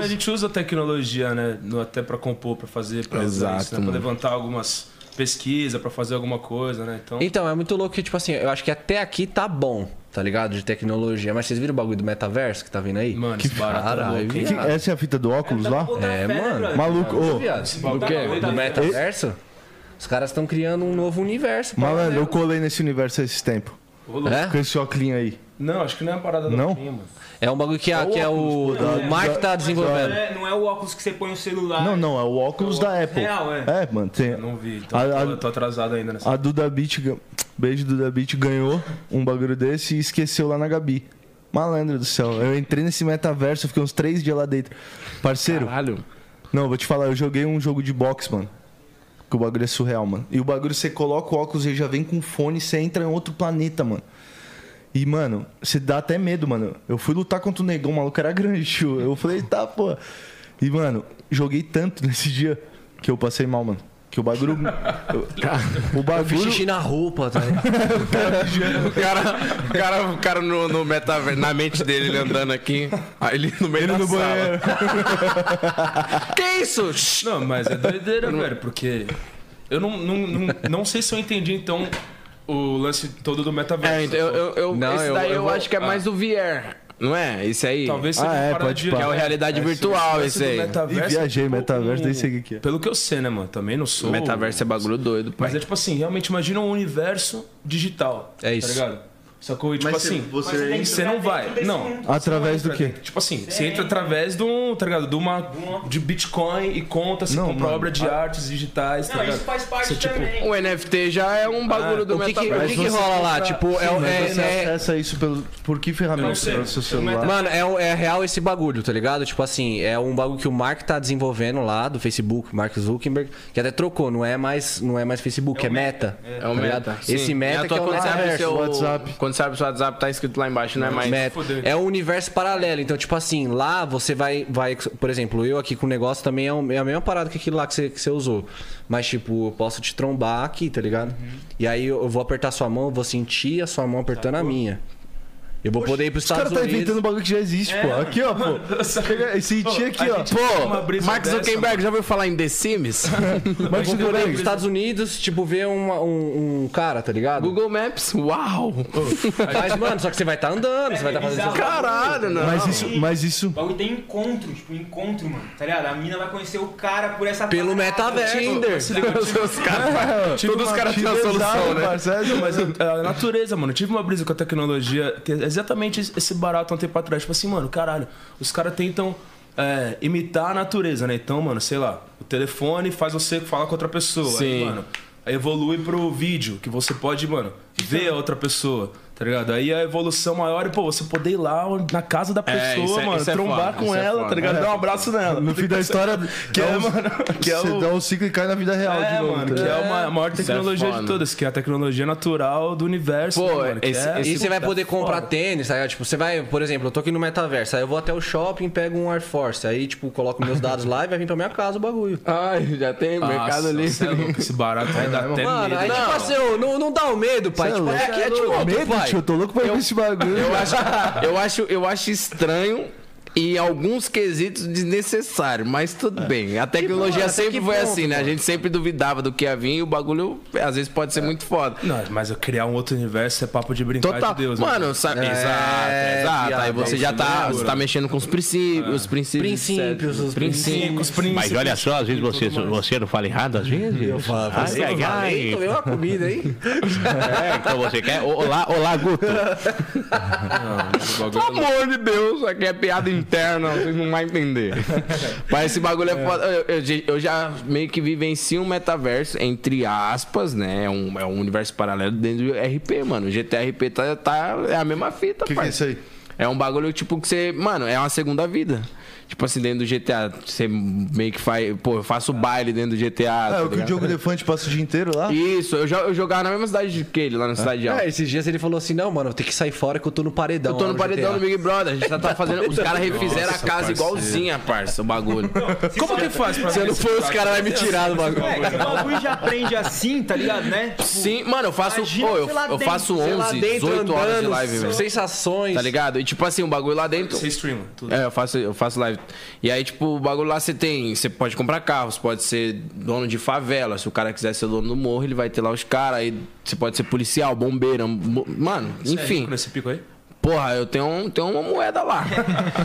[SPEAKER 4] A gente usa a tecnologia, né? no- Até pra compor, pra fazer, pra, usar
[SPEAKER 1] Exato,
[SPEAKER 4] isso, né? pra
[SPEAKER 1] mano.
[SPEAKER 4] levantar algumas pesquisas, pra fazer alguma coisa, né? Então,
[SPEAKER 2] Então, é muito louco que, tipo assim, eu acho que até aqui tá bom, tá ligado? De tecnologia. Mas vocês viram o bagulho do metaverso que tá vindo aí?
[SPEAKER 4] mano, esse barato é
[SPEAKER 2] Caralho,
[SPEAKER 4] louco. hein?
[SPEAKER 3] Que- essa é a fita do óculos lá?
[SPEAKER 2] É, mano.
[SPEAKER 3] Maluco, ô.
[SPEAKER 2] Do
[SPEAKER 4] tá
[SPEAKER 2] quê?
[SPEAKER 1] tá
[SPEAKER 4] né?
[SPEAKER 2] Do metaverso? Os caras estão criando um novo universo. pô,
[SPEAKER 3] Malandro,
[SPEAKER 2] né?
[SPEAKER 3] eu colei nesse universo há esse tempo. Com
[SPEAKER 2] É?
[SPEAKER 3] esse óculinho aí.
[SPEAKER 4] Não, acho que não é uma parada do
[SPEAKER 3] Não?
[SPEAKER 4] fim, mano.
[SPEAKER 2] É um bagulho que, é- que é o, o Mark tá
[SPEAKER 6] Não
[SPEAKER 2] desenvolvendo.
[SPEAKER 6] é, não é o óculos que você põe no celular.
[SPEAKER 3] Não, não, é o óculos da Apple.
[SPEAKER 6] Real, é.
[SPEAKER 3] É, mano, tem.
[SPEAKER 4] Eu não vi. Então,
[SPEAKER 3] A-
[SPEAKER 4] eu tô,
[SPEAKER 3] a-
[SPEAKER 4] eu tô atrasado ainda nessa.
[SPEAKER 3] A Duda Beat, gan- beijo Duda Beat, ganhou um bagulho desse e esqueceu lá na Gabi. Malandro do céu, eu entrei nesse metaverso, fiquei uns três dias lá dentro. Parceiro,
[SPEAKER 1] Caralho.
[SPEAKER 3] não, vou te falar, eu joguei um jogo de boxe, mano. Que o bagulho é surreal, mano. E o bagulho, você coloca o óculos e já vem com um fone, você entra em outro planeta, mano. E, mano, você dá até medo, mano. Eu fui lutar contra o negão, o maluco era grande, tio. Eu falei, tá, pô. E, mano, joguei tanto nesse dia que eu passei mal, mano. Que o bagulho. eu- o
[SPEAKER 2] Tá. Fiz
[SPEAKER 3] bagulho.
[SPEAKER 2] xixi na roupa, tá ligado?
[SPEAKER 1] O cara, o cara, o cara no, no metaverso, na mente dele, ele andando aqui. Aí ele no meio da
[SPEAKER 3] no
[SPEAKER 1] sala.
[SPEAKER 3] banheiro.
[SPEAKER 1] Que isso? Shhh.
[SPEAKER 4] Não, mas é doideira, velho, porque eu não, não, não, não sei se eu entendi, então, o lance todo do
[SPEAKER 1] É,
[SPEAKER 4] metaverso.
[SPEAKER 1] eu, eu, eu-
[SPEAKER 2] Não,
[SPEAKER 1] esse
[SPEAKER 2] eu-
[SPEAKER 1] daí eu,
[SPEAKER 2] eu vou- ah.
[SPEAKER 1] acho que é mais do VR, não é? Esse aí.
[SPEAKER 4] Talvez seja
[SPEAKER 3] Ah, é,
[SPEAKER 4] uma parada
[SPEAKER 3] pode
[SPEAKER 4] de...
[SPEAKER 3] pá.
[SPEAKER 1] Que é o realidade virtual, esse aí.
[SPEAKER 3] E viajei, metaverso, nem sei o que que é.
[SPEAKER 4] um Pelo que eu sei, né, mano? Também não sou.
[SPEAKER 1] Metaverso é bagulho doido, pai.
[SPEAKER 4] Mas é tipo assim, realmente imagina um universo digital.
[SPEAKER 2] É isso.
[SPEAKER 4] Tá ligado? Sacou? E tipo
[SPEAKER 3] Mas se
[SPEAKER 4] assim,
[SPEAKER 3] você
[SPEAKER 4] você,
[SPEAKER 3] entra
[SPEAKER 6] tá
[SPEAKER 4] não vai. Não.
[SPEAKER 3] Através do quê?
[SPEAKER 4] Tipo assim, você entra através de um, tá ligado? De uma. De Bitcoin e conta, se
[SPEAKER 3] Não,
[SPEAKER 4] compra
[SPEAKER 3] mano.
[SPEAKER 4] obra de artes digitais, tá
[SPEAKER 6] Não,
[SPEAKER 4] ligado?
[SPEAKER 6] isso faz parte
[SPEAKER 4] Você, tipo,
[SPEAKER 6] também.
[SPEAKER 1] O NFT já é um bagulho do
[SPEAKER 2] Ah, o que que-
[SPEAKER 1] metaverso.
[SPEAKER 2] o que que rola lá? Tipo, é,
[SPEAKER 3] Mas
[SPEAKER 2] é,
[SPEAKER 3] você
[SPEAKER 2] é,
[SPEAKER 3] acessa isso pelo, por que ferramenta?
[SPEAKER 4] sei.
[SPEAKER 3] Pelo seu celular?
[SPEAKER 2] Mano, é, o- é real esse bagulho, tá ligado? Tipo assim, é um bagulho que o Mark tá desenvolvendo lá do Facebook, Mark Zuckerberg, que até trocou, não é mais, não é mais Facebook, é, Meta.
[SPEAKER 1] É o
[SPEAKER 2] tá ligado?
[SPEAKER 1] meta.
[SPEAKER 2] Esse meta
[SPEAKER 1] é
[SPEAKER 2] que é o
[SPEAKER 1] quando você abre
[SPEAKER 2] metaverso.
[SPEAKER 1] o seu
[SPEAKER 3] WhatsApp.
[SPEAKER 1] WhatsApp. Quando você abre o seu WhatsApp, tá escrito lá embaixo, não é mais.
[SPEAKER 2] Meta. É um universo paralelo. Então, tipo assim, lá você vai. vai por exemplo, eu aqui com o negócio também é, um- é a mesma parada que aquilo lá que você, que você usou. Mas, tipo, eu posso te trombar aqui, tá ligado? E aí eu eu vou apertar sua mão, eu vou sentir a sua mão apertando a minha. Eu vou poder ir pros
[SPEAKER 3] Os caras
[SPEAKER 2] Estados
[SPEAKER 3] tá
[SPEAKER 2] Unidos. É.
[SPEAKER 3] inventando um bagulho que já existe, pô. Aqui, ó, pô. Chega, sentia aqui,
[SPEAKER 4] a
[SPEAKER 3] ó.
[SPEAKER 4] gente- Uma
[SPEAKER 1] Pô,
[SPEAKER 4] brisa
[SPEAKER 1] Mark
[SPEAKER 4] dessa,
[SPEAKER 1] Zuckerberg já ouviu falar em The Sims?
[SPEAKER 3] Mark
[SPEAKER 2] Vou poder ir
[SPEAKER 3] Zuckerberg.
[SPEAKER 2] pros Estados Unidos, tipo, ver uma- um, um cara, tá ligado?
[SPEAKER 1] Google Maps? Uau!
[SPEAKER 2] Mas, mano, só que você vai estar andando,
[SPEAKER 4] tá
[SPEAKER 2] você vai estar fazendo.
[SPEAKER 6] bizarro.
[SPEAKER 1] Caralho, não.
[SPEAKER 3] Mas isso, mas isso.
[SPEAKER 6] O bagulho tem encontro, tipo, encontro, mano. Tá ligado? A mina vai conhecer o cara por essa
[SPEAKER 2] Pelo
[SPEAKER 6] parada. tipo,
[SPEAKER 2] metaverso.
[SPEAKER 1] É, Tinder. é Os caras- Todos os caras têm a solução, né?
[SPEAKER 3] Parceiro, mas eu...
[SPEAKER 4] É a natureza, mano. Eu tive uma brisa com a tecnologia, que é exatamente esse barato há um tempo atrás. Tipo assim, mano, caralho, os caras tentam é, imitar a natureza, né? Então, mano, sei lá, o telefone faz você falar com outra pessoa. Aí,
[SPEAKER 1] Sim.
[SPEAKER 4] mano, aí evolui pro vídeo, que você pode, mano, ver a outra pessoa. Tá ligado? Aí a evolução maior é, pô, você poder ir lá na casa da pessoa,
[SPEAKER 1] isso é-
[SPEAKER 4] mano,
[SPEAKER 1] isso é
[SPEAKER 4] trombar
[SPEAKER 1] foda,
[SPEAKER 4] com
[SPEAKER 1] isso é
[SPEAKER 4] ela,
[SPEAKER 1] foda.
[SPEAKER 4] tá ligado? Dar um abraço nela.
[SPEAKER 3] No fim da história, que é, mano,
[SPEAKER 4] que é
[SPEAKER 3] você
[SPEAKER 4] o-
[SPEAKER 3] dá um ciclo e cai na vida real
[SPEAKER 4] É,
[SPEAKER 3] de novo.
[SPEAKER 4] mano,
[SPEAKER 3] tá
[SPEAKER 4] que é
[SPEAKER 3] ligado?
[SPEAKER 4] uma- a maior tecnologia
[SPEAKER 1] né? foda.
[SPEAKER 4] de todas, que é a tecnologia natural do universo.
[SPEAKER 1] Pô,
[SPEAKER 4] né, mano, que
[SPEAKER 1] esse-
[SPEAKER 4] é-
[SPEAKER 1] esse
[SPEAKER 2] E você vai
[SPEAKER 4] tá
[SPEAKER 2] poder comprar
[SPEAKER 4] foda.
[SPEAKER 2] tênis, tá ligado? Tipo, você vai, por exemplo, eu tô aqui no metaverso, aí eu vou até o shopping, pego um Air Force, aí, tipo, coloco meus dados lá e vai vir pra minha casa o bagulho.
[SPEAKER 1] Ai, já tem mercado
[SPEAKER 4] Nossa,
[SPEAKER 1] livre.
[SPEAKER 4] cê é louco, Esse barato vai dar
[SPEAKER 1] É
[SPEAKER 4] até
[SPEAKER 2] Mano,
[SPEAKER 4] medo.
[SPEAKER 1] né?
[SPEAKER 2] aí, tipo assim, ô, não, não dá o medo, pai.
[SPEAKER 3] Cê é
[SPEAKER 2] tipo, é,
[SPEAKER 3] louco.
[SPEAKER 2] é, tipo,
[SPEAKER 3] Medo,
[SPEAKER 2] pai.
[SPEAKER 3] tio, eu tô louco pra ver esse bagulho.
[SPEAKER 1] Eu acho, eu acho, eu acho estranho em alguns quesitos desnecessário, mas tudo bem. A tecnologia sempre foi assim, né? A gente sempre duvidava do que ia vir e o bagulho às vezes pode ser muito foda.
[SPEAKER 4] Não, mas eu criar um outro universo é papo de brincar
[SPEAKER 1] Total.
[SPEAKER 4] de Deus, né?
[SPEAKER 1] Mano, sabe?
[SPEAKER 2] É,
[SPEAKER 1] exato, exato.
[SPEAKER 2] viado,
[SPEAKER 1] Aí você
[SPEAKER 2] é
[SPEAKER 1] já
[SPEAKER 2] isso
[SPEAKER 1] tá,
[SPEAKER 4] mesmo.
[SPEAKER 1] você tá mexendo com os princípios, os princípios.
[SPEAKER 2] Princípios,
[SPEAKER 1] certo?
[SPEAKER 2] os princípios.
[SPEAKER 4] Os príncipes.
[SPEAKER 7] Mas olha só, às vezes você, você não fala errado, às vezes. Eu falo, ai, ai, ai.
[SPEAKER 2] Comeu uma comida, hein?
[SPEAKER 7] É, então você quer. Ô, Olá, olá, Guto.
[SPEAKER 1] Pelo amor de Deus, aqui é piada interna, vocês não vão entender. Mas esse bagulho é, foda. Eu, eu- eu já meio que vivencio um metaverso, entre aspas, né? É um, é um universo paralelo dentro do RP, mano. O GTRP tá, tá, é a mesma fita,
[SPEAKER 3] O que, que é isso aí?
[SPEAKER 1] É um bagulho, tipo, que você. Mano, é uma segunda vida. Tipo assim, dentro do GTA, você meio que faz. Pô, eu faço baile dentro do GTA.
[SPEAKER 3] Ah,
[SPEAKER 1] tá
[SPEAKER 3] é o que o
[SPEAKER 1] ligado?
[SPEAKER 3] Diogo Defante passa o dia inteiro lá?
[SPEAKER 1] Isso, eu, jo- eu jogava na mesma cidade que ele, lá na cidade de Alto.
[SPEAKER 2] É, esses dias ele falou assim: não, mano, eu tenho que sair fora que eu tô no paredão.
[SPEAKER 1] Eu tô
[SPEAKER 2] lá
[SPEAKER 1] no paredão do
[SPEAKER 2] GTA.
[SPEAKER 1] Big Brother. A gente tá, tá fazendo. Os caras refizeram a casa igualzinha, parça, o bagulho.
[SPEAKER 4] Como que faz pra
[SPEAKER 1] Se eu não for, os caras vão me tirar do bagulho.
[SPEAKER 6] É, que o bagulho já aprende assim, tá ligado, né? Tipo,
[SPEAKER 1] Sim, mano, eu faço.
[SPEAKER 6] Imagina
[SPEAKER 1] pô, eu,
[SPEAKER 6] você lá
[SPEAKER 1] eu faço
[SPEAKER 6] dentro,
[SPEAKER 2] Sei lá
[SPEAKER 1] 11,
[SPEAKER 2] dentro,
[SPEAKER 1] 18 horas de
[SPEAKER 2] andando,
[SPEAKER 1] live, velho.
[SPEAKER 2] Sensações.
[SPEAKER 1] Tá ligado? E tipo assim, o bagulho lá dentro.
[SPEAKER 4] Você streama tudo.
[SPEAKER 1] É, eu faço, eu faço live. E aí, tipo, o bagulho lá você tem. Você pode comprar carros, pode ser dono de favela. Se o cara quiser ser dono do morro, ele vai ter lá os caras. Aí você pode ser policial, bombeiro. ambu- Mano,
[SPEAKER 4] Você é
[SPEAKER 1] enfim.
[SPEAKER 4] rico nesse pico aí?
[SPEAKER 1] Porra, eu tenho, um- tenho uma moeda lá.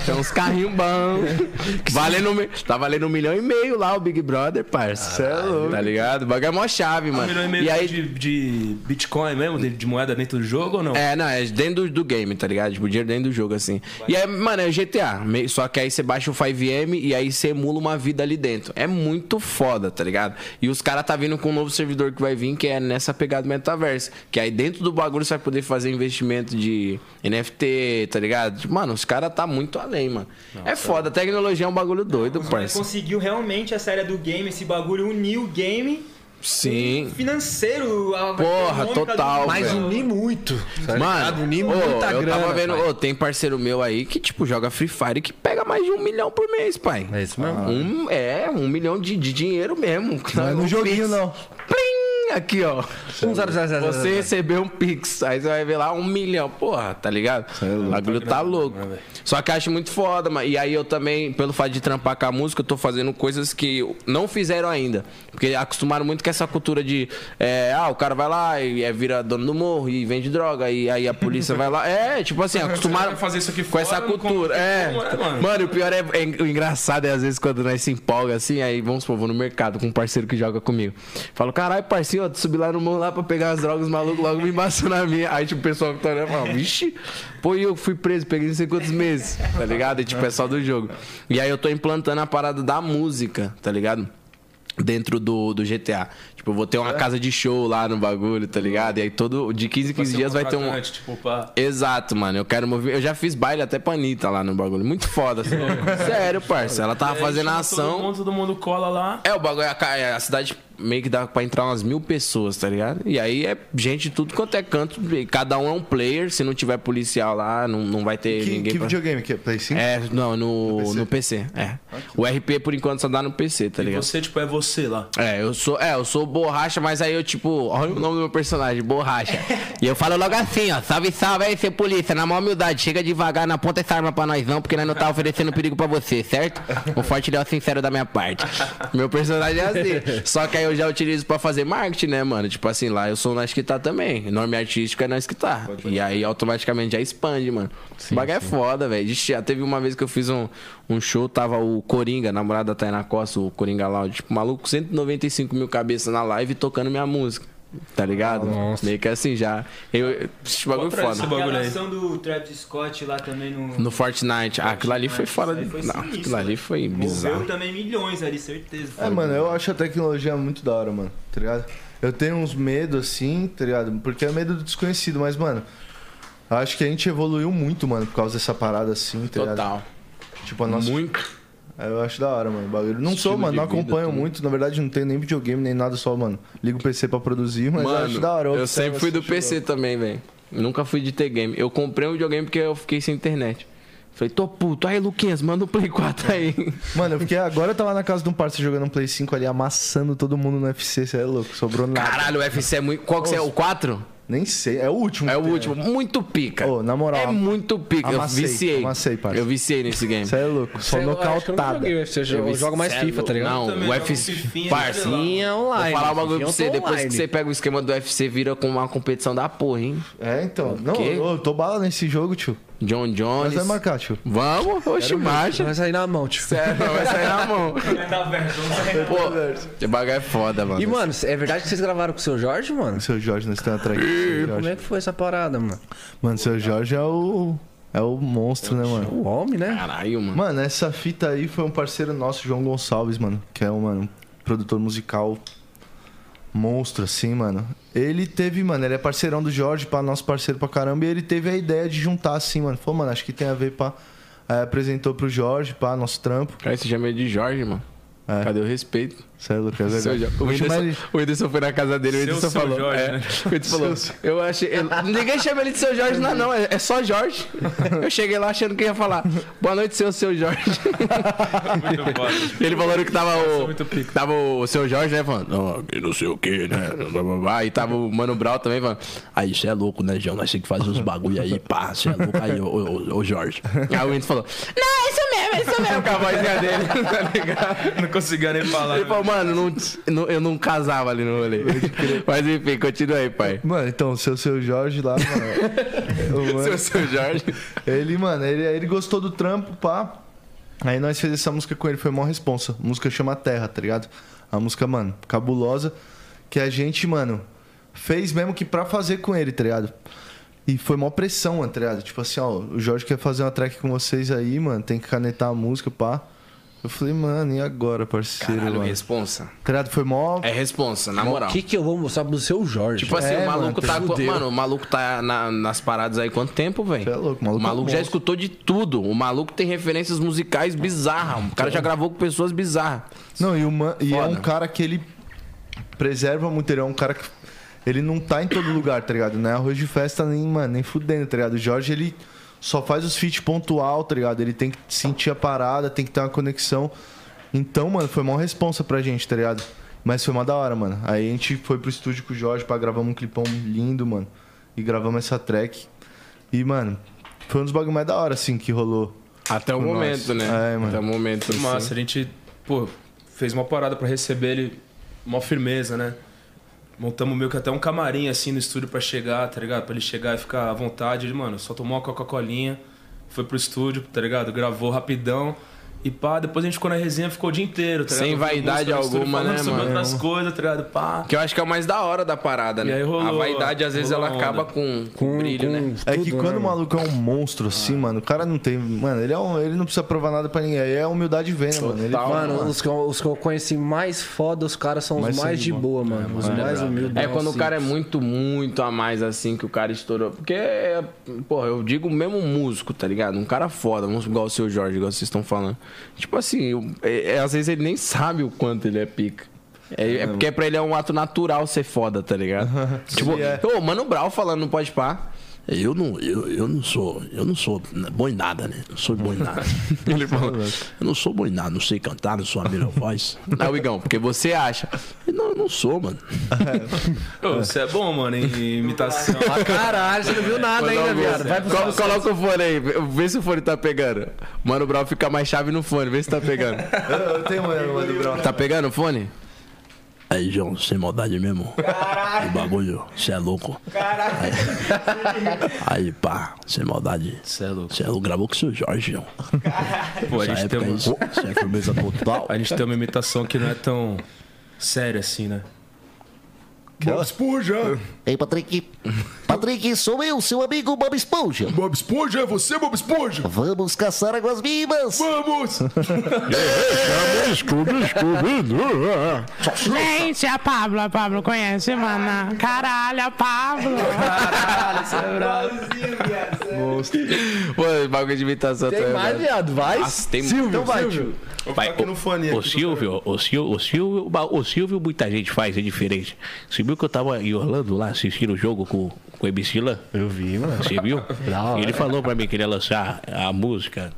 [SPEAKER 1] Tem uns carrinhos bons. valendo, um mi- tá valendo um milhão e meio lá o Big Brother, parça. Cê é louco. Tá ligado? O bagulho é mó chave, mano.
[SPEAKER 4] Virou e-mail
[SPEAKER 1] E aí,
[SPEAKER 4] de, de Bitcoin mesmo, de, de moeda dentro do jogo ou não?
[SPEAKER 1] É, não, é dentro do, do game, tá ligado? Tipo, dinheiro dentro do jogo, assim. E aí, mano, é GTA. meio- Só que aí você baixa o 5M e aí você emula uma vida ali dentro. É muito foda, tá ligado? E os caras tá vindo com um novo servidor que vai vir, que é nessa pegada metaverso. Que aí dentro do bagulho você vai poder fazer investimento de NFT, tá ligado? Tipo, Mano, os caras tá muito além, mano. é foda, a tecnologia é um bagulho doido,
[SPEAKER 6] Ele
[SPEAKER 1] parça.
[SPEAKER 6] conseguiu realmente essa área do game, esse bagulho, unir o game
[SPEAKER 1] Sim.
[SPEAKER 6] financeiro. A
[SPEAKER 1] Porra,
[SPEAKER 6] econômica do-
[SPEAKER 1] total,
[SPEAKER 2] Mas
[SPEAKER 1] velho.
[SPEAKER 2] uni muito.
[SPEAKER 1] Mano,
[SPEAKER 2] Unimos
[SPEAKER 1] Tá ô,
[SPEAKER 2] muita
[SPEAKER 1] eu
[SPEAKER 2] grana,
[SPEAKER 1] tava vendo,
[SPEAKER 2] pai.
[SPEAKER 1] ô, tem parceiro meu aí que, tipo, joga Free Fire que pega mais de um milhão por mês, pai.
[SPEAKER 2] É isso mesmo.
[SPEAKER 1] Um, é, um milhão de, de dinheiro mesmo.
[SPEAKER 3] Não é no
[SPEAKER 1] Um
[SPEAKER 3] joguinho,
[SPEAKER 1] Pix.
[SPEAKER 3] não.
[SPEAKER 1] Plim! Aqui, ó.
[SPEAKER 2] Um zero, zero, zero,
[SPEAKER 1] Você
[SPEAKER 2] zero.
[SPEAKER 1] recebeu um Pix, aí você vai ver lá um milhão. Porra, tá ligado? O bagulho tá louco. Só que eu acho muito foda, mano. E aí eu também, pelo fato de trampar com a música, eu tô fazendo coisas que não fizeram ainda. Porque acostumaram muito com essa cultura de. é, ah, o cara vai lá e é, vira dono do morro e vende droga. E aí a polícia vai lá. É, tipo assim, acostumaram.
[SPEAKER 4] vai fazer isso aqui
[SPEAKER 1] com
[SPEAKER 4] fora,
[SPEAKER 1] essa
[SPEAKER 4] não conta
[SPEAKER 1] cultura. É.
[SPEAKER 4] como é, mano.
[SPEAKER 1] Mano, o pior é, é en- o engraçado é às vezes quando nós se empolga assim, aí vamos supor, vou no mercado com um parceiro que joga comigo. Falo, caralho, parceiro, ó, tu subi lá no morro lá pra pegar as drogas, os malucos logo me embaçou na minha. Aí tipo, o pessoal que tá olhando fala, vixe, pô, e eu fui preso, peguei não sei quantos meses, tá ligado? E tipo, é só do jogo. E aí eu tô implantando a parada da música, tá ligado? Dentro do, do GTA. Tipo, eu vou ter uma casa de show lá no bagulho, tá ligado? E aí todo. De 15 em 15 dias vai ter um.
[SPEAKER 4] contratante, Tipo, pra...
[SPEAKER 1] Exato, mano. Eu quero mover. Eu já fiz baile até pra Anitta lá no bagulho. Muito foda. assim. Sério, parça. Ela tava fazendo a
[SPEAKER 4] Chama É, Todo
[SPEAKER 1] ação.
[SPEAKER 4] mundo, todo mundo cola lá.
[SPEAKER 1] É, o bagulho, a, ca- a cidade meio que dá pra entrar umas mil pessoas, tá ligado? E aí é gente de tudo quanto é canto. e Cada um é um player. Se não tiver policial lá, não, não vai ter
[SPEAKER 3] Que,
[SPEAKER 1] ninguém.
[SPEAKER 3] que
[SPEAKER 1] pra-
[SPEAKER 3] videogame que é? Play 5?
[SPEAKER 1] É, não, no, no PC. é.
[SPEAKER 3] Ah,
[SPEAKER 1] O RP, por enquanto, só dá no PC, tá
[SPEAKER 4] E
[SPEAKER 1] ligado?
[SPEAKER 4] você, tipo, é você lá.
[SPEAKER 1] É, eu sou, é, eu sou borracha, mas aí eu tipo, olha o nome do meu personagem, borracha. e eu falo logo assim, ó, salve, salve aí, seu polícia, na maior humildade, chega devagar, não aponta essa arma pra nós não, porque nós não tá oferecendo perigo pra você, certo? Um forte ideal sincero da minha parte. Meu personagem é assim. Só que aí eu já utilizo pra fazer marketing, né, mano? Tipo assim, lá eu sou nós que tá também. Nome artístico é nós que tá. E aí automaticamente já expande, mano. o bagulho é foda, velho. Ixi, Já teve uma vez que eu fiz um, um show, tava o Coringa, namorado da Tainá Costa, o Coringa Loud, tipo, maluco, 195 mil cabeças na live tocando minha música. Tá ligado? Meio que assim já. Eu, esse bagulho é
[SPEAKER 4] Qual atrás
[SPEAKER 1] foda.
[SPEAKER 4] desse bagulho
[SPEAKER 6] Aquela
[SPEAKER 4] aí?
[SPEAKER 6] ação do Travis Scott lá também no.
[SPEAKER 1] No Fortnite, ah, aquilo ali foi
[SPEAKER 6] Fortnite,
[SPEAKER 1] fora.
[SPEAKER 6] isso aí foi
[SPEAKER 1] Não,
[SPEAKER 6] sinistro,
[SPEAKER 1] aquilo ali
[SPEAKER 6] né?
[SPEAKER 1] foi
[SPEAKER 6] Moveu
[SPEAKER 1] bizarro.
[SPEAKER 6] também milhões ali, certeza.
[SPEAKER 3] É, mano, eu acho a tecnologia muito da hora, mano, tá ligado? Eu tenho uns medos assim, tá ligado? Porque é medo do desconhecido, mas, mano, acho que a gente evoluiu muito, mano, por causa dessa parada assim, tá ligado?
[SPEAKER 1] Total.
[SPEAKER 3] Tipo, a nossa.
[SPEAKER 1] Muito.
[SPEAKER 3] É, Eu acho da hora, mano, o bagulho. Não
[SPEAKER 1] Estilo
[SPEAKER 3] sou, mano,
[SPEAKER 1] de
[SPEAKER 3] não
[SPEAKER 1] vida,
[SPEAKER 3] acompanho
[SPEAKER 1] tudo.
[SPEAKER 3] muito, na verdade não tenho nem videogame nem nada só, mano. Ligo o PC pra produzir, mas eu acho
[SPEAKER 1] Mano,
[SPEAKER 3] da hora.
[SPEAKER 1] eu
[SPEAKER 3] observo
[SPEAKER 1] sempre fui do
[SPEAKER 3] essas coisas.
[SPEAKER 1] PC também, velho. Nunca fui de ter game. Eu comprei um videogame porque eu fiquei sem internet. Falei, tô puto. Aí, Luquinhas, manda o Play 4 aí.
[SPEAKER 3] Mano, eu fiquei agora eu tava na casa de um parceiro jogando um Play 5 ali, amassando todo mundo no FC, você é louco, sobrou nada.
[SPEAKER 1] Caralho, o UFC é muito. Qual que você é? O 4?
[SPEAKER 3] Nem sei, é o último.
[SPEAKER 1] É o
[SPEAKER 3] que tem,
[SPEAKER 1] último.
[SPEAKER 3] né?
[SPEAKER 1] Muito pica.
[SPEAKER 3] Ô, na moral,
[SPEAKER 1] É muito pica.
[SPEAKER 3] amassei,
[SPEAKER 1] eu viciei.
[SPEAKER 3] amassei, parça.
[SPEAKER 1] eu viciei nesse game.
[SPEAKER 3] Você é louco, só nocautada.
[SPEAKER 2] Eu, eu, eu,
[SPEAKER 1] vi-
[SPEAKER 2] jogo mais
[SPEAKER 1] cê é
[SPEAKER 2] FIFA,
[SPEAKER 1] louco.
[SPEAKER 2] tá ligado?
[SPEAKER 1] Não,
[SPEAKER 6] um
[SPEAKER 4] também
[SPEAKER 1] o
[SPEAKER 4] jogo
[SPEAKER 1] UFC.
[SPEAKER 4] fifinha,
[SPEAKER 1] Parça.
[SPEAKER 4] sei lá.
[SPEAKER 6] né,
[SPEAKER 2] Sim, é online.
[SPEAKER 1] Vou falar um bagulho
[SPEAKER 2] Eu
[SPEAKER 1] pra
[SPEAKER 2] tô
[SPEAKER 1] você. Depois
[SPEAKER 2] online.
[SPEAKER 1] que você pega o esquema do UFC, vira com uma competição da porra, hein?
[SPEAKER 3] É, então. Não,
[SPEAKER 1] quê?
[SPEAKER 3] eu, eu tô bala nesse jogo, tio.
[SPEAKER 1] John
[SPEAKER 3] Mas
[SPEAKER 1] Jones.
[SPEAKER 3] vai marcar, É, tio.
[SPEAKER 1] Vamos, oxe, marcha.
[SPEAKER 2] Vai sair um na mão, tipo, tio.
[SPEAKER 1] Sério, vai sair na mão. Pô,
[SPEAKER 3] Conversa.
[SPEAKER 1] esse bagulho é foda, mano.
[SPEAKER 2] E, mano, é verdade que vocês gravaram com o seu Jorge, mano?
[SPEAKER 3] Seu Jorge, nós estamos atrás. Seu
[SPEAKER 2] Como
[SPEAKER 3] Jorge.
[SPEAKER 2] é que foi essa parada, mano?
[SPEAKER 3] Mano, seu Jorge é o. É o monstro, né, mano?
[SPEAKER 2] O homem, né?
[SPEAKER 1] Caralho, mano.
[SPEAKER 3] Mano, essa fita aí foi um parceiro nosso, João Gonçalves, mano. Que é um, mano, produtor musical monstro, assim, mano. Ele teve, mano, ele é parceirão do Jorge, pá, nosso parceiro pra caramba. E ele teve a ideia de juntar, assim, mano. Falou, mano, acho que tem a ver, pá. Aí apresentou pro Jorge, pá, nosso trampo.
[SPEAKER 1] Cara, esse chama ele de Jorge, mano.
[SPEAKER 3] É.
[SPEAKER 1] Cadê o respeito?
[SPEAKER 3] Você é louco, é verdade.
[SPEAKER 1] Seu Jorge. O
[SPEAKER 3] Vou chamar ele-
[SPEAKER 1] Whindersson, o Whindersson foi na casa dele, o
[SPEAKER 4] Seu,
[SPEAKER 1] Whindersson
[SPEAKER 4] seu
[SPEAKER 1] falou.
[SPEAKER 4] Jorge,
[SPEAKER 1] é.
[SPEAKER 4] né?
[SPEAKER 1] O Whindersson falou. Eu achei. eu- ninguém chama ele de seu Jorge, não, não. É, é só Jorge. Eu cheguei lá achando que ia falar. Boa noite, seu seu Jorge.
[SPEAKER 4] Muito foda.
[SPEAKER 1] Ele falou que tava o.
[SPEAKER 4] muito pica.
[SPEAKER 1] Tava o seu Jorge, né, falando. Não, que não sei o que, né? blá, blá, blá." Aí tava o Mano Brau também falando. Aí você é louco, né, João? Nós temos que fazer uns bagulho aí, pá, você é louco aí, ô, ô, ô, ô, Jorge. Aí o Whindersson falou. Não, é isso mesmo, é isso mesmo, com a vozinha dele, tá ligado?
[SPEAKER 4] Não conseguia nem falar. né?
[SPEAKER 1] Ele falou, mano, não- não- eu não casava ali no rolê. Mas enfim, continua aí, pai.
[SPEAKER 3] Mano, então, seu seu Jorge lá, mano. o mano
[SPEAKER 1] Seu, seu Jorge.
[SPEAKER 3] ele, mano, ele, ele gostou do trampo, pá. Aí nós fizemos essa música com ele, foi mó responsa. A música chama Terra, tá ligado? A música, mano, cabulosa. Que a gente, mano, fez mesmo que pra fazer com ele, tá ligado? E foi mó pressão, mano, tá ligado? Tipo assim, ó, o Jorge quer fazer uma track com vocês aí, mano, tem que canetar a música, pá. Eu falei, mano, e agora, parceiro,
[SPEAKER 1] Caralho,
[SPEAKER 3] mano?
[SPEAKER 1] responsa.
[SPEAKER 3] Tá ligado? Foi mó.
[SPEAKER 1] É responsa, na
[SPEAKER 2] O
[SPEAKER 1] moral.
[SPEAKER 2] que que eu vou mostrar pro seu Jorge?
[SPEAKER 1] Tipo assim,
[SPEAKER 3] É,
[SPEAKER 1] o maluco
[SPEAKER 3] mano,
[SPEAKER 1] tá.
[SPEAKER 3] fudeu.
[SPEAKER 1] Mano, o maluco tá na- nas paradas aí quanto tempo, velho?
[SPEAKER 3] Cê é louco, o maluco
[SPEAKER 1] O
[SPEAKER 3] é um
[SPEAKER 1] maluco já
[SPEAKER 3] monstro.
[SPEAKER 1] escutou de tudo. O maluco tem referências musicais bizarras. O cara
[SPEAKER 3] é
[SPEAKER 1] já gravou com pessoas bizarras.
[SPEAKER 3] Não, e, o man- e é
[SPEAKER 1] Foda.
[SPEAKER 3] um cara que ele preserva muito, ele é um cara que. Ele não tá em todo lugar, tá ligado? Não é arroz de festa nem, mano, nem fudendo, tá ligado? O Jorge, ele só faz os feats pontual, tá ligado? Ele tem que sentir a parada, tem que ter uma conexão. Então, mano, foi uma responsa pra gente, tá ligado? Mas foi uma da hora, mano. Aí a gente foi pro estúdio com o Jorge pra gravar um clipão lindo, mano. E gravamos essa track. E, mano, foi um dos bagulho mais da hora, assim, que rolou.
[SPEAKER 1] Até o
[SPEAKER 3] Nossa.
[SPEAKER 1] momento, né?
[SPEAKER 3] É, mano.
[SPEAKER 1] Até o momento.
[SPEAKER 4] Foi massa, a gente, pô, fez uma parada pra receber ele, uma firmeza, né? Montamos meio que até um camarim assim no estúdio pra chegar, tá ligado? Pra ele chegar e ficar à vontade. Ele, mano, só tomou uma Coca-Colinha, foi pro estúdio, tá ligado? Gravou rapidão. E pá, depois a gente ficou na resenha, ficou o dia inteiro, tá ligado?
[SPEAKER 1] Sem
[SPEAKER 4] Ouvindo
[SPEAKER 1] vaidade
[SPEAKER 4] música no estúdio,
[SPEAKER 1] alguma,
[SPEAKER 4] falando
[SPEAKER 1] né,
[SPEAKER 4] sobre
[SPEAKER 1] mano?
[SPEAKER 4] outras coisas, tá ligado? Pá.
[SPEAKER 1] Que eu acho que é o mais da hora da parada, né?
[SPEAKER 4] aí rolou-
[SPEAKER 1] a vaidade, às vezes,
[SPEAKER 4] rolou
[SPEAKER 1] ela
[SPEAKER 4] a
[SPEAKER 1] acaba
[SPEAKER 4] onda.
[SPEAKER 1] com, com brilho, né?
[SPEAKER 3] É
[SPEAKER 2] tudo,
[SPEAKER 3] que
[SPEAKER 2] né,
[SPEAKER 3] quando o
[SPEAKER 2] mano?
[SPEAKER 3] maluco é um monstro assim, mano, o cara não tem. Mano, ele, é um- ele não precisa provar nada pra ninguém. Aí é humildade vem, né, mano. Ele,
[SPEAKER 1] Total.
[SPEAKER 3] mano,
[SPEAKER 2] Mano, os que, eu, os que eu conheci mais foda, os caras são os
[SPEAKER 3] Mais
[SPEAKER 2] mais,
[SPEAKER 3] sangue
[SPEAKER 2] de
[SPEAKER 3] bom.
[SPEAKER 2] boa, mano. os mais humildes.
[SPEAKER 1] É quando o
[SPEAKER 2] assim.
[SPEAKER 1] cara é muito, muito a mais assim que o cara estourou. Porque, porra, eu digo mesmo músico, tá ligado? Um cara foda, um- igual o seu Jorge, igual vocês estão falando. Tipo assim, eu- é- é- às vezes ele nem sabe o quanto ele é pica. É, é porque pra ele é um ato natural ser foda, tá ligado? tipo,
[SPEAKER 3] Sim, é.
[SPEAKER 1] ô, Mano Brau falando no Pode Pá.
[SPEAKER 9] Eu não, eu, eu não sou, eu não sou bom em nada, né? Não sou bom em nada. Ele falou, eu não sou bom em nada, não sei cantar, não sou a melhor voz.
[SPEAKER 1] Não, Igão, porque você acha.
[SPEAKER 9] Não, eu não sou, mano.
[SPEAKER 4] Ô, você é bom, mano, em imitação.
[SPEAKER 2] Ah, caralho, você não viu nada ainda, viado. Vai pro
[SPEAKER 1] Col- coloca o fone aí, vê se o fone tá pegando. Mano Brau fica mais chave no fone, vê se tá pegando.
[SPEAKER 3] eu, eu tenho mano, mano, Brown.
[SPEAKER 1] tá pegando o fone?
[SPEAKER 9] Aí, João, sem maldade mesmo. O bagulho, você é louco. Aí, aí, pá, sem maldade.
[SPEAKER 4] Você é louco.
[SPEAKER 9] Você é louco, gravou com o seu Jorge, João.
[SPEAKER 4] Pô, a
[SPEAKER 9] Essa
[SPEAKER 4] gente tem
[SPEAKER 9] época
[SPEAKER 4] uma-
[SPEAKER 1] um-
[SPEAKER 9] aí, você é firmeza total.
[SPEAKER 4] A gente tem uma imitação que não é tão séria assim, né?
[SPEAKER 3] Bob Esponja!
[SPEAKER 10] Ei, Patrick. Patrick, sou eu, seu amigo Bob Esponja.
[SPEAKER 3] Bob Esponja é você, Bob Esponja!
[SPEAKER 10] Vamos caçar águas vivas.
[SPEAKER 3] Vamos!
[SPEAKER 11] Gente, a Pablo, a Pablo conhece, mano. Caralho, a Pablo.
[SPEAKER 4] é
[SPEAKER 6] é
[SPEAKER 1] Pô, bagulho de imitação
[SPEAKER 2] Tem
[SPEAKER 1] também,
[SPEAKER 2] mais,
[SPEAKER 1] mano.
[SPEAKER 2] viado, vai.
[SPEAKER 1] Tá Nossa, tem
[SPEAKER 2] Silvio,
[SPEAKER 1] muito. Então
[SPEAKER 2] vai,
[SPEAKER 7] Vai, o, o Silvio, o Silvio, o Silvio, o Silvio, muita gente faz, é diferente. Você viu que eu tava em Orlando lá assistindo o jogo com, com o MC Lan? Eu vi, mano. Você viu? Ele falou pra mim que ele ia lançar a música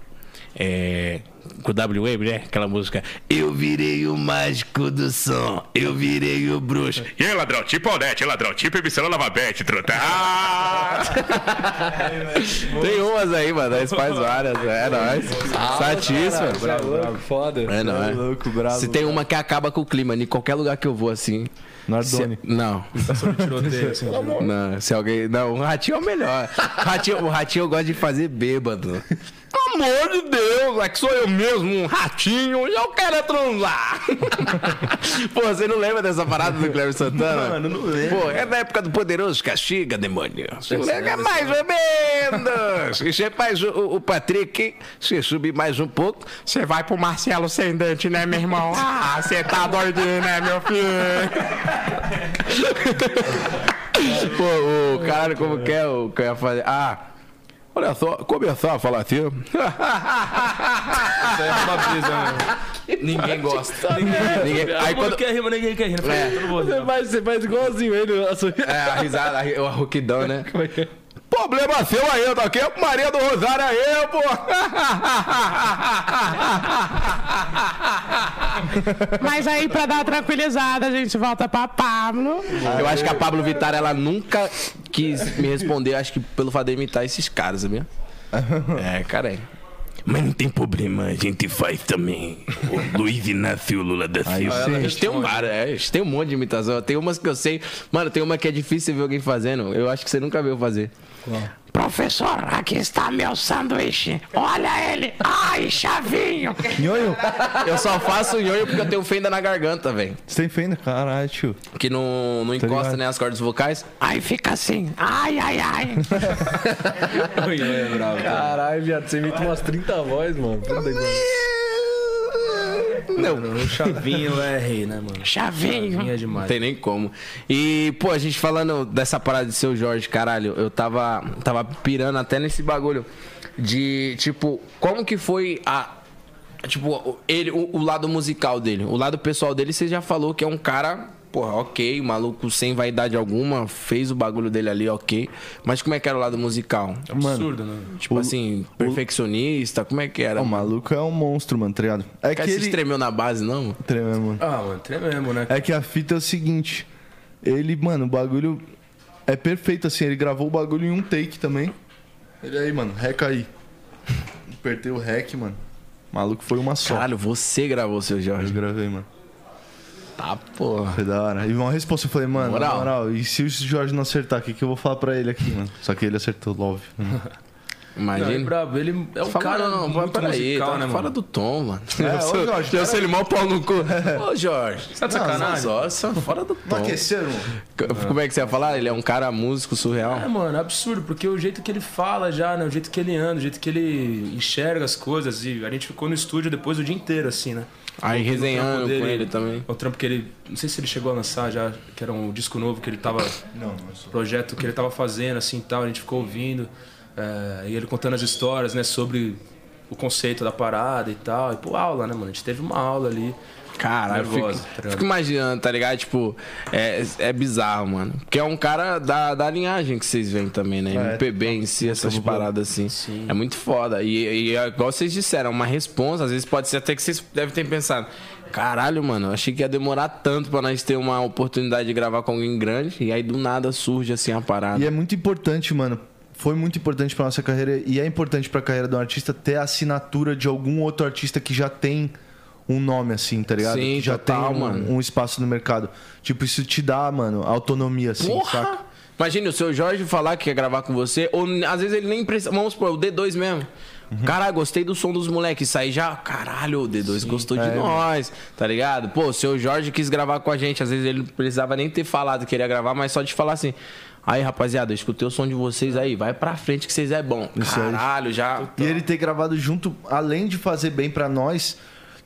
[SPEAKER 7] É, com o WM, né? Aquela música. Eu virei o mágico do som, eu virei o bruxo.
[SPEAKER 12] E aí, ladrão, tipo Aldete, ladrão, tipo emissora Lavabete, truta. Ah!
[SPEAKER 1] Tem umas aí, mano. Nós faz várias. É nóis.
[SPEAKER 9] Ah, é
[SPEAKER 1] Satisfa.
[SPEAKER 2] Foda.
[SPEAKER 1] É nóis.
[SPEAKER 3] Tá Louco, bravo.
[SPEAKER 1] Se tem uma que acaba com o clima, em qualquer lugar que eu vou assim.
[SPEAKER 3] Nardone.
[SPEAKER 1] se- Não.
[SPEAKER 4] Tiroteio, assim.
[SPEAKER 1] Não, se alguém. Não, o ratinho é o melhor. Ratinho, o ratinho eu gosto de fazer bêbado. Pelo amor de Deus, é que sou eu mesmo, um ratinho, e eu quero é transar. Pô, você não lembra dessa parada do Cleber Santana? Mano, não lembro. Pô, é da época do Poderoso Castiga, demônio. Você lembra mais ou menos. E você faz o, o- o Patrick, se subir mais um pouco,
[SPEAKER 7] Você vai pro Marcelo sem dente, né, meu irmão? Ah, você tá doidinho, né, meu filho?
[SPEAKER 1] Pô, o caralho, como que é o que eu ia fazer? Ah, olha só, começar a falar assim.
[SPEAKER 4] Isso aí é uma brisa,
[SPEAKER 1] Ninguém gosta. Ninguém- Aí quando.
[SPEAKER 4] quer rir, mas ninguém quer rir. É. Todo mundo.
[SPEAKER 2] Você faz, você faz igualzinho ele.
[SPEAKER 1] É, a risada, a ri- o arroquidão, né? Problema seu aí, tá ok? Maria do Rosário aí, pô!
[SPEAKER 11] Mas aí, pra dar uma tranquilizada, a gente volta pra Pablo.
[SPEAKER 1] Eu acho que a Pablo Vittar, ela nunca quis me responder, acho que pelo fato de imitar esses caras, sabia? É, caralho.
[SPEAKER 7] Mas não tem problema, a gente faz também. O Luiz Inácio Lula da Silva.
[SPEAKER 1] A gente tem um bar, é, a gente tem um monte de imitação. Tem umas que eu sei. Mano, tem uma que é difícil você ver alguém fazendo. Eu acho que você nunca viu fazer.
[SPEAKER 7] Professor, aqui está meu sanduíche. Olha ele. Ai, chavinho.
[SPEAKER 3] Nhonho,
[SPEAKER 1] Eu só faço nhonho porque eu tenho fenda na garganta, velho.
[SPEAKER 3] você tem fenda? Caralho, tio.
[SPEAKER 1] Que não, não encosta
[SPEAKER 3] ligado.
[SPEAKER 1] né, as cordas vocais.
[SPEAKER 7] Aí fica assim. Ai, ai, ai.
[SPEAKER 4] é
[SPEAKER 2] Caralho, viado, você imita umas 30 vozes, mano. Puta que-
[SPEAKER 1] Não,
[SPEAKER 4] Chavinho é rei, né, mano?
[SPEAKER 7] Chavinho.
[SPEAKER 4] Chavinho é
[SPEAKER 1] não
[SPEAKER 4] demais.
[SPEAKER 1] tem nem como. E, pô, a gente falando dessa parada de seu Jorge, caralho, eu tava, tava pirando até nesse bagulho de, tipo, como que foi a. Tipo, o- ele, o, o lado musical dele. O lado pessoal dele, você já falou que é um cara, porra, ok, maluco sem vaidade alguma, fez o bagulho dele ali, ok. Mas como é que era o lado musical?
[SPEAKER 4] Absurdo, né?
[SPEAKER 1] Tipo assim, perfeccionista, como é que era?
[SPEAKER 3] O maluco é um monstro, mano, tá ligado? É
[SPEAKER 1] Cara,
[SPEAKER 3] que
[SPEAKER 1] se
[SPEAKER 3] ele...
[SPEAKER 1] tremeu na base, não?
[SPEAKER 3] Tremendo, mano.
[SPEAKER 4] Ah, mano, tremendo, né?
[SPEAKER 3] É que a fita é o seguinte. Ele, mano, o bagulho é perfeito, assim. Ele gravou o bagulho em um take também. Ele aí, mano, rec aí. Apertei o rec, mano. O maluco foi uma só.
[SPEAKER 1] Caralho, você gravou seu
[SPEAKER 3] Eu
[SPEAKER 1] Jorge.
[SPEAKER 3] gravei, mano.
[SPEAKER 1] Tá, porra.
[SPEAKER 3] Foi da hora. E uma resposta, eu falei, mano,
[SPEAKER 1] Moral.
[SPEAKER 3] na moral, e se o Jorge não acertar, o que, que eu vou falar pra ele aqui, mano? Só que ele acertou, né? love.
[SPEAKER 4] Não, ele é
[SPEAKER 1] Imagina.
[SPEAKER 4] bravo, ele é um
[SPEAKER 1] Fala,
[SPEAKER 4] cara
[SPEAKER 1] não, não,
[SPEAKER 4] muito
[SPEAKER 1] peraí,
[SPEAKER 4] musical,
[SPEAKER 1] tá
[SPEAKER 4] né,
[SPEAKER 1] fora
[SPEAKER 4] mano? É,
[SPEAKER 1] do tom, mano.
[SPEAKER 3] ô,
[SPEAKER 1] eu sou,
[SPEAKER 3] Jorge,
[SPEAKER 1] eu sou ele mó pau no cu. Ô, Jorge.
[SPEAKER 4] Tá de sacanagem?
[SPEAKER 1] Só, só fora do tom.
[SPEAKER 3] Aqueceram?
[SPEAKER 1] Como é que você ia falar? Ele é um cara músico surreal.
[SPEAKER 4] É, mano, é absurdo, porque o jeito que ele fala já, né? O jeito que ele anda, o jeito que ele enxerga as coisas. E a gente ficou no estúdio depois o dia inteiro, assim, né?
[SPEAKER 1] Aí
[SPEAKER 4] O
[SPEAKER 1] resenhando
[SPEAKER 4] trampo
[SPEAKER 1] com
[SPEAKER 4] dele-
[SPEAKER 1] ele também.
[SPEAKER 4] O trampo que ele. Não sei se ele chegou a lançar já, que era um disco novo que ele tava. Não, Projeto que ele tava fazendo, assim e tal, a gente ficou ouvindo. é, e ele contando as histórias, né, sobre o conceito da parada e tal. E pô, aula, né, mano? A gente teve uma aula ali.
[SPEAKER 1] Caralho, eu fico,
[SPEAKER 4] Nervosa, tá ligado?
[SPEAKER 1] fico imaginando, tá ligado? Tipo, é, é bizarro, mano. Porque é um cara da, da linhagem que vocês veem também, né? MPB em si, essas paradas assim. É muito foda. E, e é igual vocês disseram, é uma responsa. Às vezes pode ser até que vocês devem ter pensado. Caralho, mano, achei que ia demorar tanto pra nós ter uma oportunidade de gravar com alguém grande. E aí do nada surge assim a parada.
[SPEAKER 3] E é muito importante, mano. Foi muito importante pra nossa carreira e é importante pra carreira de um artista ter a assinatura de algum outro artista que já tem um nome assim, tá ligado?
[SPEAKER 1] Sim,
[SPEAKER 3] que já
[SPEAKER 1] total,
[SPEAKER 3] tem um,
[SPEAKER 1] mano.
[SPEAKER 3] um espaço no mercado. Tipo, isso te dá, mano, autonomia assim, saca?
[SPEAKER 1] Porra! Imagine o seu Jorge falar que quer gravar com você, ou n- às vezes ele nem precisa. Vamos supor, o D2 mesmo.
[SPEAKER 3] Uhum.
[SPEAKER 1] Caralho, gostei do som dos moleques. Isso aí já. Caralho, o D2 gostou
[SPEAKER 3] é
[SPEAKER 1] de nós, tá ligado? Pô, o seu Jorge quis gravar com a gente. Às vezes ele não precisava nem ter falado que ele ia gravar, mas só de falar assim. Aí, rapaziada, eu escutei o som de vocês aí. Vai pra frente que vocês é bom.
[SPEAKER 3] Isso aí.
[SPEAKER 1] Caralho, já.
[SPEAKER 3] E ele ter gravado junto, além de fazer bem pra nós,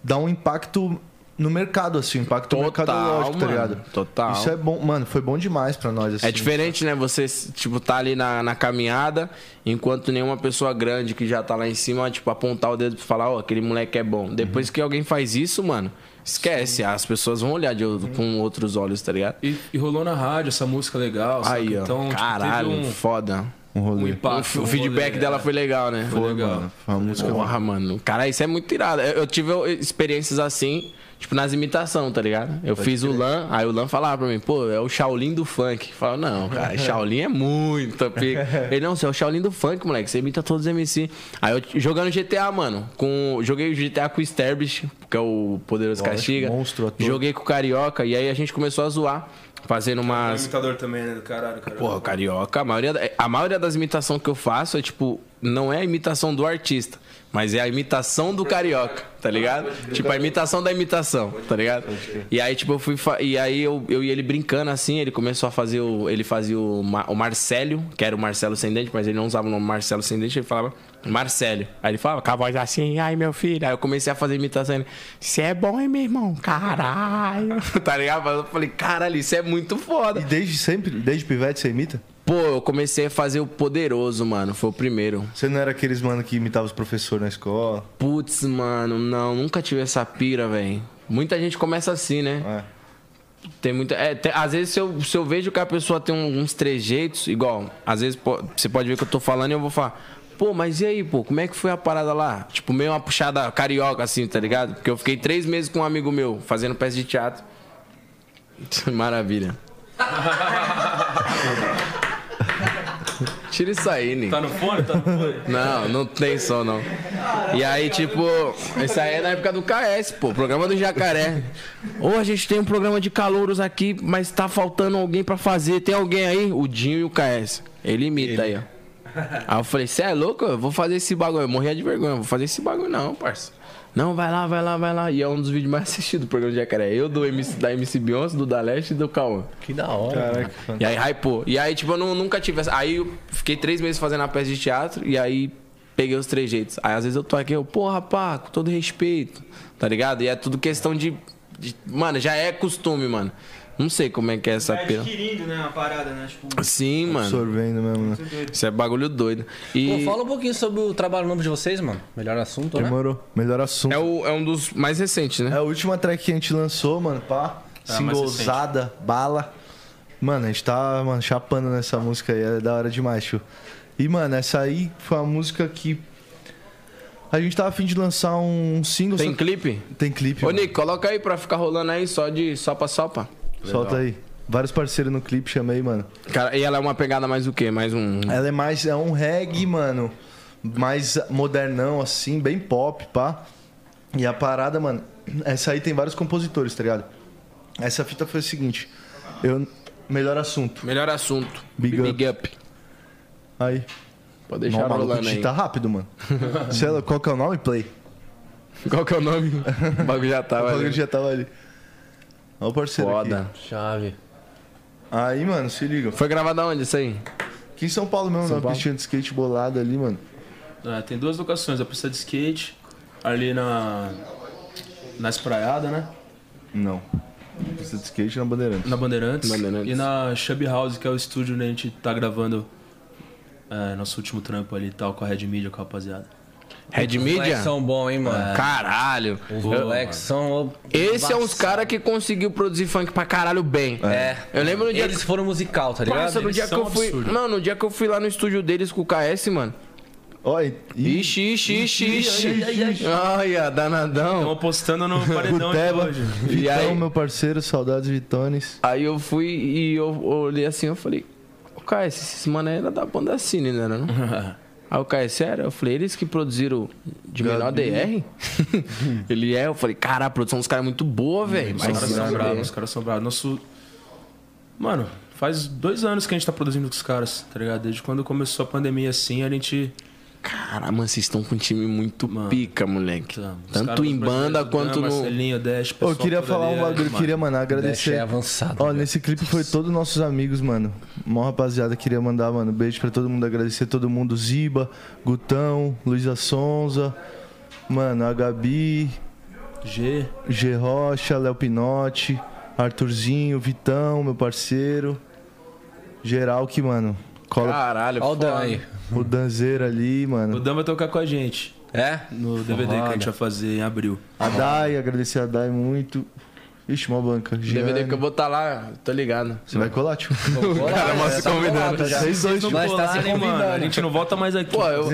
[SPEAKER 3] dá um impacto no mercado assim, um impacto
[SPEAKER 1] Total,
[SPEAKER 3] mercadológico, tá
[SPEAKER 1] mano.
[SPEAKER 3] ligado?
[SPEAKER 1] Total.
[SPEAKER 3] Isso é bom, mano, foi bom demais pra nós assim.
[SPEAKER 1] É diferente, né? Você, tipo, tá ali na, na caminhada, enquanto nenhuma pessoa grande que já tá lá em cima, tipo, apontar o dedo pra falar, ó, aquele moleque é bom. Depois
[SPEAKER 4] Uhum.
[SPEAKER 1] que alguém faz isso, mano, esquece. As pessoas vão olhar de, outro- com outros olhos, tá ligado?
[SPEAKER 4] E, e rolou na rádio essa música legal. saca?
[SPEAKER 1] Aí, ó.
[SPEAKER 4] Então, tipo,
[SPEAKER 1] caralho,
[SPEAKER 4] teve um-
[SPEAKER 1] foda.
[SPEAKER 3] um rolê.
[SPEAKER 1] o, o feedback dela foi legal, né?
[SPEAKER 3] Foi, mano. Foi uma música
[SPEAKER 1] Porra, mano. Cara, isso é muito irado. Eu, eu tive experiências assim, tipo, nas imitações, tá ligado? Eu fiz o Lan, aí o Lan falava pra mim, pô, é o Shaolin do funk. Eu falava, não, cara, Shaolin é muito pica. Ele, não, você é o Shaolin do funk, moleque. Você imita todos os MC. Aí eu t- jogando GTA, mano. Com, joguei GTA com o Sterbich, que é o Poderoso
[SPEAKER 3] Lógico,
[SPEAKER 1] Castiga.
[SPEAKER 3] monstro ator.
[SPEAKER 1] joguei com o Carioca, e aí a gente começou a zoar. Fazendo
[SPEAKER 4] O
[SPEAKER 1] umas.
[SPEAKER 4] imitador também, né? Do caralho, cara.
[SPEAKER 1] Porra, carioca, a maioria, da- a maioria das imitações que eu faço é tipo, não é a imitação do artista, mas é a imitação do carioca, tá ligado? Tipo, a imitação da imitação, tá ligado? E aí, tipo, eu fui. fa- E aí eu, eu e ele brincando assim, ele começou a fazer o. Ele fazia o, Ma- o Marcélio, que era o Marcelo Sem Dente, mas ele não usava o nome Marcelo Sem Dente, ele falava Marcélio. Aí ele falava com a voz assim, ai meu filho. Aí eu comecei a fazer imitação ele, Você é bom, hein, meu irmão? Caralho. tá ligado? Eu falei, caralho, isso é muito foda.
[SPEAKER 3] E desde sempre, desde pivete você imita?
[SPEAKER 1] Pô, eu comecei a fazer o Poderoso, mano. Foi o primeiro.
[SPEAKER 3] Você não era aqueles mano que imitava os professores na escola?
[SPEAKER 1] Putz, mano, não, nunca tive essa pira, velho. Muita gente começa assim, né?
[SPEAKER 3] É.
[SPEAKER 1] Tem muita. É, tem- às vezes, se eu, se eu vejo que a pessoa tem um- uns trejeitos, igual, às vezes po- você pode ver que eu tô falando e eu vou falar, pô, mas e aí, pô, como é que foi a parada lá? Tipo, meio uma puxada carioca, assim, tá ligado? Porque eu fiquei três meses com um amigo meu fazendo peça de teatro. Maravilha. Tira isso aí, Nick.
[SPEAKER 4] Tá no fone? Tá no fone?
[SPEAKER 1] Não, não tem som, não. E aí, tipo, isso aí é na época do KS, pô, programa do jacaré. Ou a gente tem um programa de calouros aqui, mas tá faltando alguém pra fazer. Tem alguém aí? O Dinho e o KS. Ele imita aí, ó. Aí eu falei, você é louco? Eu vou fazer esse bagulho. Eu morria de vergonha, eu vou fazer esse bagulho não, parça. Não, vai lá, vai lá, vai lá. E é um dos vídeos mais assistidos do programa do Jacaré. Eu, do MC, da MC Beyoncé, do Daleste e do Cauã.
[SPEAKER 2] Que da hora.
[SPEAKER 1] E aí hypou. E aí, tipo, eu nu- nunca tive essa. Aí eu fiquei três meses fazendo a peça de teatro e aí peguei os três jeitos. Aí às vezes eu tô aqui, eu, porra, pá, com todo respeito, tá ligado? E é tudo questão de. de- mano, já é costume, mano. Não sei como é que é essa
[SPEAKER 6] Vai
[SPEAKER 1] pira.
[SPEAKER 6] adquirindo, né, uma parada, né? Tipo,
[SPEAKER 1] Sim, mano.
[SPEAKER 3] Sorvendo mesmo, né?
[SPEAKER 1] Isso é bagulho doido.
[SPEAKER 2] Pô,
[SPEAKER 1] E.
[SPEAKER 2] fala um pouquinho sobre o trabalho novo de vocês, mano. Melhor assunto, né?
[SPEAKER 3] Demorou. Melhor assunto.
[SPEAKER 1] É, o- é um dos mais recentes, né?
[SPEAKER 3] É a última track que a gente lançou, mano, pá.
[SPEAKER 1] Ah,
[SPEAKER 3] Singlezada, bala. Mano, a gente tá mano, chapando nessa música aí, é da hora demais, tio. E, mano, essa aí foi uma música que. A gente tava afim de lançar um single.
[SPEAKER 1] Tem
[SPEAKER 3] só-
[SPEAKER 1] clipe?
[SPEAKER 3] Tem clipe.
[SPEAKER 1] Ô,
[SPEAKER 3] mano.
[SPEAKER 1] Nick, coloca aí pra ficar rolando aí só de sopa-sopa.
[SPEAKER 3] Solta aí. Vários parceiros no clipe, chamei, mano.
[SPEAKER 1] Cara, e ela é uma pegada mais o quê? Mais um.
[SPEAKER 3] Ela é mais. É um reggae, mano. Mais modernão, assim, bem pop, pá. E a parada, mano. Essa aí tem vários compositores, tá ligado? Essa fita foi o seguinte. Eu. Melhor assunto.
[SPEAKER 1] Melhor assunto.
[SPEAKER 3] Big up.
[SPEAKER 1] up.
[SPEAKER 3] Aí.
[SPEAKER 1] Pode deixar
[SPEAKER 3] Não, maluco,
[SPEAKER 1] rolando aí.
[SPEAKER 3] digita rápido, mano. Sei lá, qual que é o nome? Play.
[SPEAKER 1] Qual que é o nome? O bagulho já
[SPEAKER 3] O
[SPEAKER 1] tava.
[SPEAKER 3] bagulho
[SPEAKER 1] ali.
[SPEAKER 3] já tava ali. Olha o parceiro aqui.
[SPEAKER 1] Tá, Foda.
[SPEAKER 2] Chave.
[SPEAKER 3] Aí, mano, se liga.
[SPEAKER 1] Foi gravado aonde isso aí?
[SPEAKER 3] Aqui em São Paulo mesmo, na piscina de skate bolada ali, mano.
[SPEAKER 4] É, tem duas locações, a pista de skate, ali na. Na espraiada, né?
[SPEAKER 3] Não. Pista de skate na Bandeirantes.
[SPEAKER 4] Na Bandeirantes.
[SPEAKER 1] Bandeirantes.
[SPEAKER 4] E na Chubby House, que é o estúdio onde a gente tá gravando é, nosso último trampo ali e tal, com a Red Media, com a rapaziada.
[SPEAKER 1] Red
[SPEAKER 2] Os moleques
[SPEAKER 1] Media?
[SPEAKER 2] são bons, hein, mano.
[SPEAKER 1] Caralho.
[SPEAKER 2] Os moleques são...
[SPEAKER 1] Esse é uns cara que conseguiu produzir funk pra caralho bem.
[SPEAKER 2] É.
[SPEAKER 1] Eu lembro no dia
[SPEAKER 2] Eles foram musical, tá
[SPEAKER 1] que... Parça,
[SPEAKER 2] ligado?
[SPEAKER 1] no dia que eu fui... Não, no dia que eu fui lá no estúdio deles com o KS, mano.
[SPEAKER 3] Olha, e...
[SPEAKER 1] Ixi, ixi, ixi, ixi. Olha, danadão.
[SPEAKER 4] Estamos apostando no paredão de
[SPEAKER 3] Guteba,
[SPEAKER 4] hoje.
[SPEAKER 1] E
[SPEAKER 3] Vitão,
[SPEAKER 1] aí?
[SPEAKER 3] meu parceiro, saudades Vitones.
[SPEAKER 1] Aí eu fui e eu olhei assim, eu falei... O KS, esses mano aí era da banda Cine, né? Não? Aí o KS, sério? Eu falei, eles que produziram de menor DR? Ele é, eu falei, cara, a produção dos caras é muito boa, velho.
[SPEAKER 4] Os
[SPEAKER 1] Mas é
[SPEAKER 4] caras são bravos, os caras são bravos. Nosso. Mano, faz dois anos que a gente tá produzindo com os caras, tá ligado? Desde quando começou a pandemia assim, a gente.
[SPEAKER 1] Caramba, mano, vocês estão com um time muito
[SPEAKER 4] Mano.
[SPEAKER 1] pica, moleque.
[SPEAKER 4] tá, os caras
[SPEAKER 1] Tanto
[SPEAKER 4] dos
[SPEAKER 1] em banda
[SPEAKER 4] brasileiros,
[SPEAKER 1] quanto
[SPEAKER 4] Dan,
[SPEAKER 1] no.
[SPEAKER 4] Marcelinho, Dash,
[SPEAKER 3] Ô,
[SPEAKER 4] pessoal
[SPEAKER 3] eu queria
[SPEAKER 4] todo
[SPEAKER 3] falar
[SPEAKER 1] né,
[SPEAKER 4] ali,
[SPEAKER 3] um bagulho,
[SPEAKER 4] mano.
[SPEAKER 3] queria, mano,
[SPEAKER 2] Dash é
[SPEAKER 3] agradecer.
[SPEAKER 2] avançado.
[SPEAKER 3] Ó,
[SPEAKER 2] velho.
[SPEAKER 3] nesse clipe foi todos os nossos amigos, mano. Mó rapaziada, queria mandar, mano, beijo pra todo mundo, agradecer todo mundo. Ziba, Gutão, Luísa Sonza, mano, a Gabi,
[SPEAKER 4] G.
[SPEAKER 3] G. Rocha, Léo Pinotti, Arthurzinho, Vitão, meu parceiro. Geral que, mano, cola
[SPEAKER 1] Caralho,
[SPEAKER 2] Ó o Dan
[SPEAKER 1] É foda.
[SPEAKER 2] aí.
[SPEAKER 3] o Danzeiro ali,
[SPEAKER 4] O
[SPEAKER 3] mano.
[SPEAKER 4] Dan vai tocar com a gente
[SPEAKER 2] É?
[SPEAKER 4] no DVD que a gente vai fazer em abril.
[SPEAKER 3] A Dai, agradecer a Dai muito. Ixi, uma banca.
[SPEAKER 1] DVD que eu vou estar lá, tô ligado.
[SPEAKER 3] Você vai colar, tio.
[SPEAKER 1] O cara mó se
[SPEAKER 2] Tá
[SPEAKER 1] convidando.
[SPEAKER 3] Vocês dois, tipo. tio.
[SPEAKER 4] Nós tá se mano. A gente não volta mais aqui.
[SPEAKER 1] Pô, eu-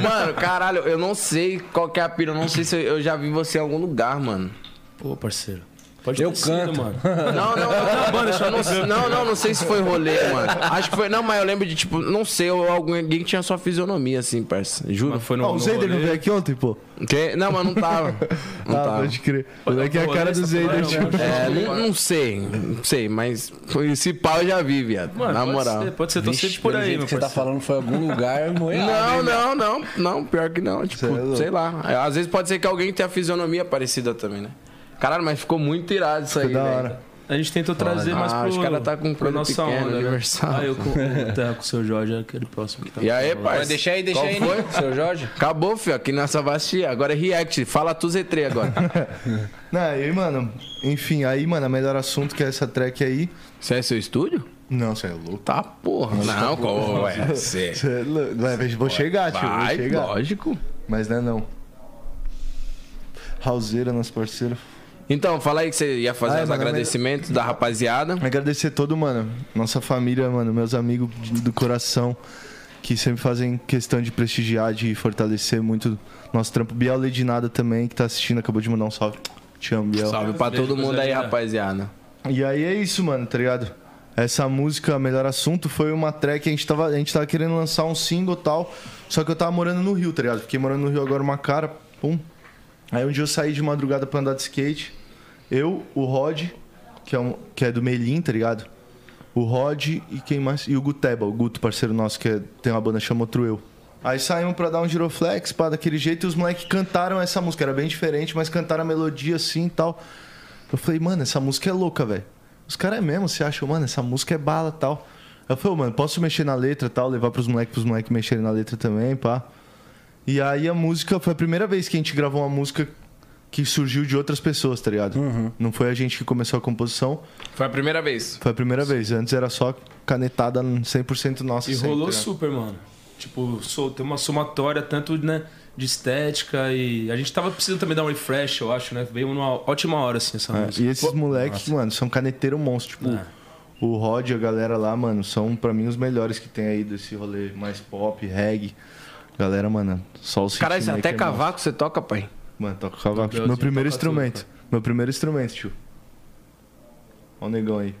[SPEAKER 1] Mano, caralho, eu não sei qual que é a pira. Eu não sei se eu, eu já vi você em algum lugar, mano.
[SPEAKER 4] Pô, parceiro. Pode
[SPEAKER 2] Eu
[SPEAKER 4] ter sido,
[SPEAKER 2] canto.
[SPEAKER 4] mano.
[SPEAKER 1] Não, não, não, mano, eu não, não, não, não sei se foi rolê, mano. Acho que foi, não, mas eu lembro de, tipo, não sei, ou alguém alguém que tinha sua fisionomia, assim, parça, juro.
[SPEAKER 4] Mas foi no,
[SPEAKER 3] Ó, Ah, o
[SPEAKER 4] no
[SPEAKER 3] Zayder não
[SPEAKER 4] rolê.
[SPEAKER 3] veio aqui ontem, pô?
[SPEAKER 1] Que- Não, mas não tava, não tá.
[SPEAKER 3] ah,
[SPEAKER 1] tava.
[SPEAKER 3] pode crer. Olha aqui é a
[SPEAKER 4] Pô,
[SPEAKER 3] cara
[SPEAKER 4] essa
[SPEAKER 3] do Zayder, tipo,
[SPEAKER 4] porra não,
[SPEAKER 3] tio.
[SPEAKER 1] É, não, não sei, não sei, mas foi esse pau eu já vi, viado,
[SPEAKER 4] Mano,
[SPEAKER 1] na
[SPEAKER 4] pode
[SPEAKER 1] moral.
[SPEAKER 4] ser, pode ser torcido por
[SPEAKER 2] pelo
[SPEAKER 4] aí,
[SPEAKER 2] jeito
[SPEAKER 4] meu
[SPEAKER 2] que você tá
[SPEAKER 4] parceiro.
[SPEAKER 2] falando foi algum lugar moiado,
[SPEAKER 1] Não,
[SPEAKER 2] hein,
[SPEAKER 1] não,
[SPEAKER 2] velho?
[SPEAKER 1] não, não, pior que não. Tipo, sei lá. Às vezes pode ser que alguém tenha a fisionomia parecida também, né? Caralho, mas ficou muito irado isso aí,
[SPEAKER 3] da
[SPEAKER 1] velho.
[SPEAKER 3] hora.
[SPEAKER 4] A gente tentou trazer, mas
[SPEAKER 1] Ah,
[SPEAKER 4] pro...
[SPEAKER 1] os cara tá com
[SPEAKER 4] pro
[SPEAKER 1] coisa pequena, universal.
[SPEAKER 4] Ah, eu com, tá, com o seu Jorge, aquele próximo que tá
[SPEAKER 1] E aí, parceiro?
[SPEAKER 2] Mas deixa aí, deixa
[SPEAKER 1] Qual
[SPEAKER 2] aí,
[SPEAKER 1] foi?
[SPEAKER 2] né, seu Jorge.
[SPEAKER 1] Acabou, fio. Aqui não é só Bastia. Agora é React. Fala tu Z3 agora.
[SPEAKER 3] Não, aí, mano. Enfim, aí, mano, a melhor assunto que é essa track aí.
[SPEAKER 1] Isso é seu estúdio?
[SPEAKER 3] Não, você é louco.
[SPEAKER 1] Tá porra. Não, qual é? Cê-
[SPEAKER 3] Você é louco. Vai, vou chegar, tio. Vou
[SPEAKER 1] Vai,
[SPEAKER 3] chegar.
[SPEAKER 1] lógico.
[SPEAKER 3] Mas não é não. Raulzeira, nosso parceiro.
[SPEAKER 1] Então, fala aí que você ia fazer
[SPEAKER 3] Ai,
[SPEAKER 1] os
[SPEAKER 3] mano,
[SPEAKER 1] agradecimentos da rapaziada.
[SPEAKER 3] Agradecer todo, mano, nossa família, mano, meus amigos de- do coração que sempre fazem questão de prestigiar, de fortalecer muito nosso trampo. Biel Ledinada também, que tá assistindo, acabou de mandar um salve. Te amo, Biel.
[SPEAKER 1] Salve pra todo mundo aí, rapaziada.
[SPEAKER 3] E aí é isso, mano, tá ligado? Essa música, Melhor Assunto, foi uma track que a gente tava, a gente tava querendo lançar um single e tal. Só que eu tava morando no Rio, tá ligado? Fiquei morando no Rio agora uma cara, pum. Aí um dia eu saí de madrugada pra andar de skate. Eu, o Rod, que é, um, que é do Melim, tá ligado? O Rod e quem mais? E o Guteba, o Guto, parceiro nosso, que é- tem uma banda chama Outro Eu. Aí saímos pra dar um giroflex, pá, daquele jeito, e os moleques cantaram essa música. Era bem diferente, mas cantaram a melodia assim e tal. Eu falei, mano, essa música é louca, velho. Os caras é mesmo, você acha, mano, essa música é bala tal. Eu falei, ô, mano, posso mexer na letra e tal, levar pros moleques, pros moleques mexerem na letra também, pá. E aí a música foi a primeira vez que a gente gravou uma música que surgiu de outras pessoas, tá ligado?
[SPEAKER 4] Uhum.
[SPEAKER 3] Não foi a gente que começou a composição,
[SPEAKER 1] Foi a primeira vez.
[SPEAKER 3] foi a primeira vez. Antes era só canetada 100% nossa.
[SPEAKER 4] E
[SPEAKER 3] sempre,
[SPEAKER 4] rolou
[SPEAKER 3] né?
[SPEAKER 4] super, mano. Tipo, sou, tem uma somatória tanto, né, de estética e... A gente tava precisando também dar um refresh, eu acho, né? Veio numa ótima hora, assim, essa
[SPEAKER 3] É,
[SPEAKER 4] música. É.
[SPEAKER 3] e esses moleques, mano, são caneteiro monstro. Tipo, o Rod e a galera lá, mano, são pra mim os melhores que tem aí desse rolê mais pop, reggae. Galera, mano, só os
[SPEAKER 1] Caralho,
[SPEAKER 3] hitmaker,
[SPEAKER 1] até
[SPEAKER 3] mano.
[SPEAKER 1] cavaco você toca, pai.
[SPEAKER 3] é Mano, toca cavaco. Meu primeiro instrumento. meu primeiro instrumento, tio. Olha o negão aí.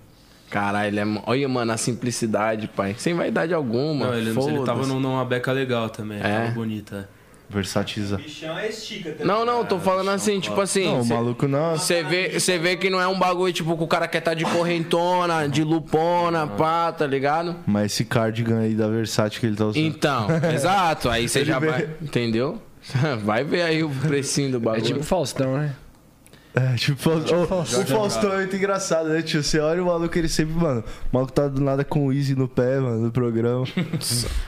[SPEAKER 1] Caralho, ele é... mo- olha, mano, a simplicidade, pai. Sem vaidade alguma.
[SPEAKER 4] Não, ele, ele
[SPEAKER 1] foda-se.
[SPEAKER 4] tava num- numa beca legal também,
[SPEAKER 1] É.
[SPEAKER 4] tava bonita.
[SPEAKER 3] Versatiza.
[SPEAKER 6] Bichão é estica também.
[SPEAKER 1] Não, não, tô falando assim, tipo assim.
[SPEAKER 3] Não, o maluco não.
[SPEAKER 1] Você vê, cê vê que não é um bagulho, tipo, que o cara quer tá de correntona, de lupona, pá, tá ligado?
[SPEAKER 3] Mas esse cardigan aí da Versátil que ele tá usando.
[SPEAKER 1] Então, exato. Aí você
[SPEAKER 3] Ele
[SPEAKER 1] já
[SPEAKER 3] vê-
[SPEAKER 1] vai. Entendeu? Vai ver aí o precinho do
[SPEAKER 2] É
[SPEAKER 1] bagulho.
[SPEAKER 2] tipo Faustão, né?
[SPEAKER 3] É, tipo, o, o Faustão é muito engraçado, né, tio? Você olha o maluco, ele sempre, mano. O maluco tá do nada com o Easy no pé, mano, no programa.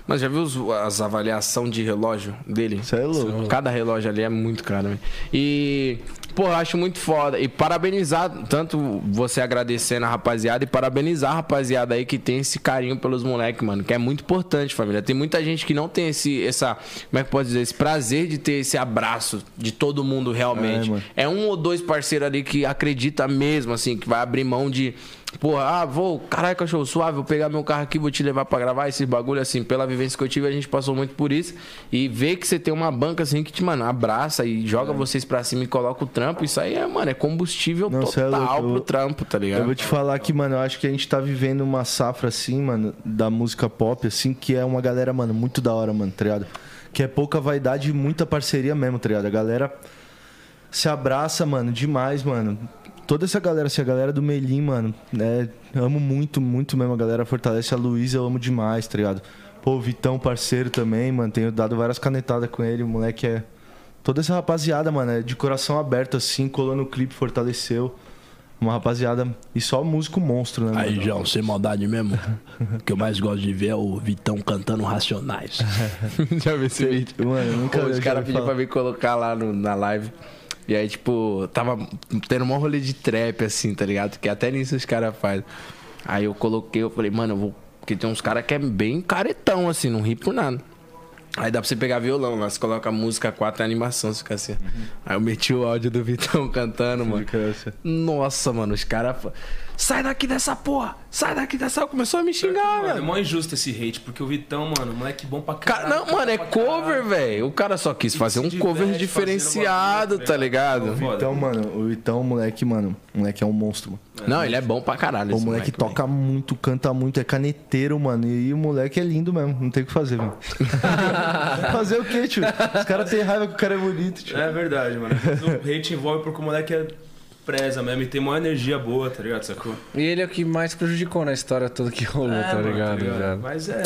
[SPEAKER 1] Mas já viu os- as avaliações de relógio dele?
[SPEAKER 3] Isso é louco.
[SPEAKER 1] Cada relógio ali é muito caro. né? E, pô, eu acho muito foda. E parabenizar, tanto você agradecendo a rapaziada e parabenizar a rapaziada aí que tem esse carinho pelos moleques, mano. Que é muito importante, família. Tem muita gente que não tem esse, essa, como é que pode dizer, esse prazer de ter esse abraço de todo mundo realmente.
[SPEAKER 3] É, mano.
[SPEAKER 1] É, um ou dois parceiros ali que acredita mesmo, assim, que vai abrir mão de. Porra, ah, vou, caralho, cachorro suave, vou pegar meu carro aqui, vou te levar pra gravar esse bagulho, assim, pela vivência que eu tive, a gente passou muito por isso. E ver que você tem uma banca, assim, que te, mano, abraça e
[SPEAKER 3] É.
[SPEAKER 1] joga vocês pra cima e coloca o trampo, isso aí é, mano, é combustível
[SPEAKER 3] Não, cê é
[SPEAKER 1] total
[SPEAKER 3] louco, eu-
[SPEAKER 1] pro trampo, tá ligado?
[SPEAKER 3] Eu vou te falar que, mano, eu acho que a gente tá vivendo uma safra, assim, mano, da música pop, assim, que é uma galera, mano, muito da hora, mano, tá ligado? Que é pouca vaidade e muita parceria mesmo, tá ligado? A galera se abraça, mano, demais, mano. Toda essa galera, assim, a galera do Melim, mano, né? Amo muito, muito mesmo. A galera fortalece a Luísa, eu amo demais, tá ligado? Pô, o Vitão, parceiro também, mano. Tenho dado várias canetadas com ele, o moleque é. Toda essa rapaziada, mano, é de coração aberto, assim, colou no clipe, fortaleceu. Uma rapaziada. E só músico monstro, né?
[SPEAKER 9] Aí,
[SPEAKER 3] mano?
[SPEAKER 9] João, sem maldade mesmo, o que eu mais gosto de ver é o Vitão cantando Racionais.
[SPEAKER 1] Já vi esse vídeo.
[SPEAKER 3] Mano, eu nunca
[SPEAKER 1] Pô,
[SPEAKER 3] vi, um
[SPEAKER 1] os
[SPEAKER 3] eu já
[SPEAKER 1] caras
[SPEAKER 3] ouvi
[SPEAKER 1] pediram pra
[SPEAKER 3] falar.
[SPEAKER 1] mim colocar lá no- na live. E aí, tipo, tava tendo um rolê de trap, assim, tá ligado? Que até nisso os caras fazem. Aí eu coloquei, eu falei, mano, eu vou. Porque tem uns caras que é bem caretão, assim, não ri por nada. Aí dá pra você pegar violão lá, você coloca a música 4 e a animação, você fica assim.
[SPEAKER 3] Uhum.
[SPEAKER 1] Aí eu meti o áudio do Vitão cantando, mano. Nossa, mano, os caras. fa- Sai daqui dessa porra! Sai daqui dessa. Começou a me xingar,
[SPEAKER 4] Mano, é
[SPEAKER 1] velho.
[SPEAKER 4] mó injusto esse hate, porque o Vitão, mano, moleque bom pra
[SPEAKER 1] Cara,
[SPEAKER 4] caralho.
[SPEAKER 1] não, mano, é cover, velho. O cara só quis fazer um
[SPEAKER 4] se
[SPEAKER 1] cover
[SPEAKER 4] diverte fazendo
[SPEAKER 1] diferenciado,
[SPEAKER 4] bagulho,
[SPEAKER 1] tá ligado?
[SPEAKER 3] Então, mano, o Vitão, moleque, mano, moleque é um monstro, mano.
[SPEAKER 1] Não, ele é bom pra caralho.
[SPEAKER 3] O
[SPEAKER 1] esse é
[SPEAKER 3] moleque
[SPEAKER 1] velho.
[SPEAKER 3] toca muito, canta muito, é caneteiro, mano. E o moleque é lindo mesmo, não tem o que fazer, velho. fazer o quê, tio? Os caras têm raiva que o cara é bonito, tio.
[SPEAKER 4] É verdade, mano. O hate envolve porque o moleque é preza mesmo e tem uma energia boa, tá ligado? Sacou?
[SPEAKER 2] E ele é o que mais prejudicou na história toda que rolou,
[SPEAKER 4] É,
[SPEAKER 2] tá
[SPEAKER 4] mano,
[SPEAKER 2] ligado? viado?
[SPEAKER 4] Mas é.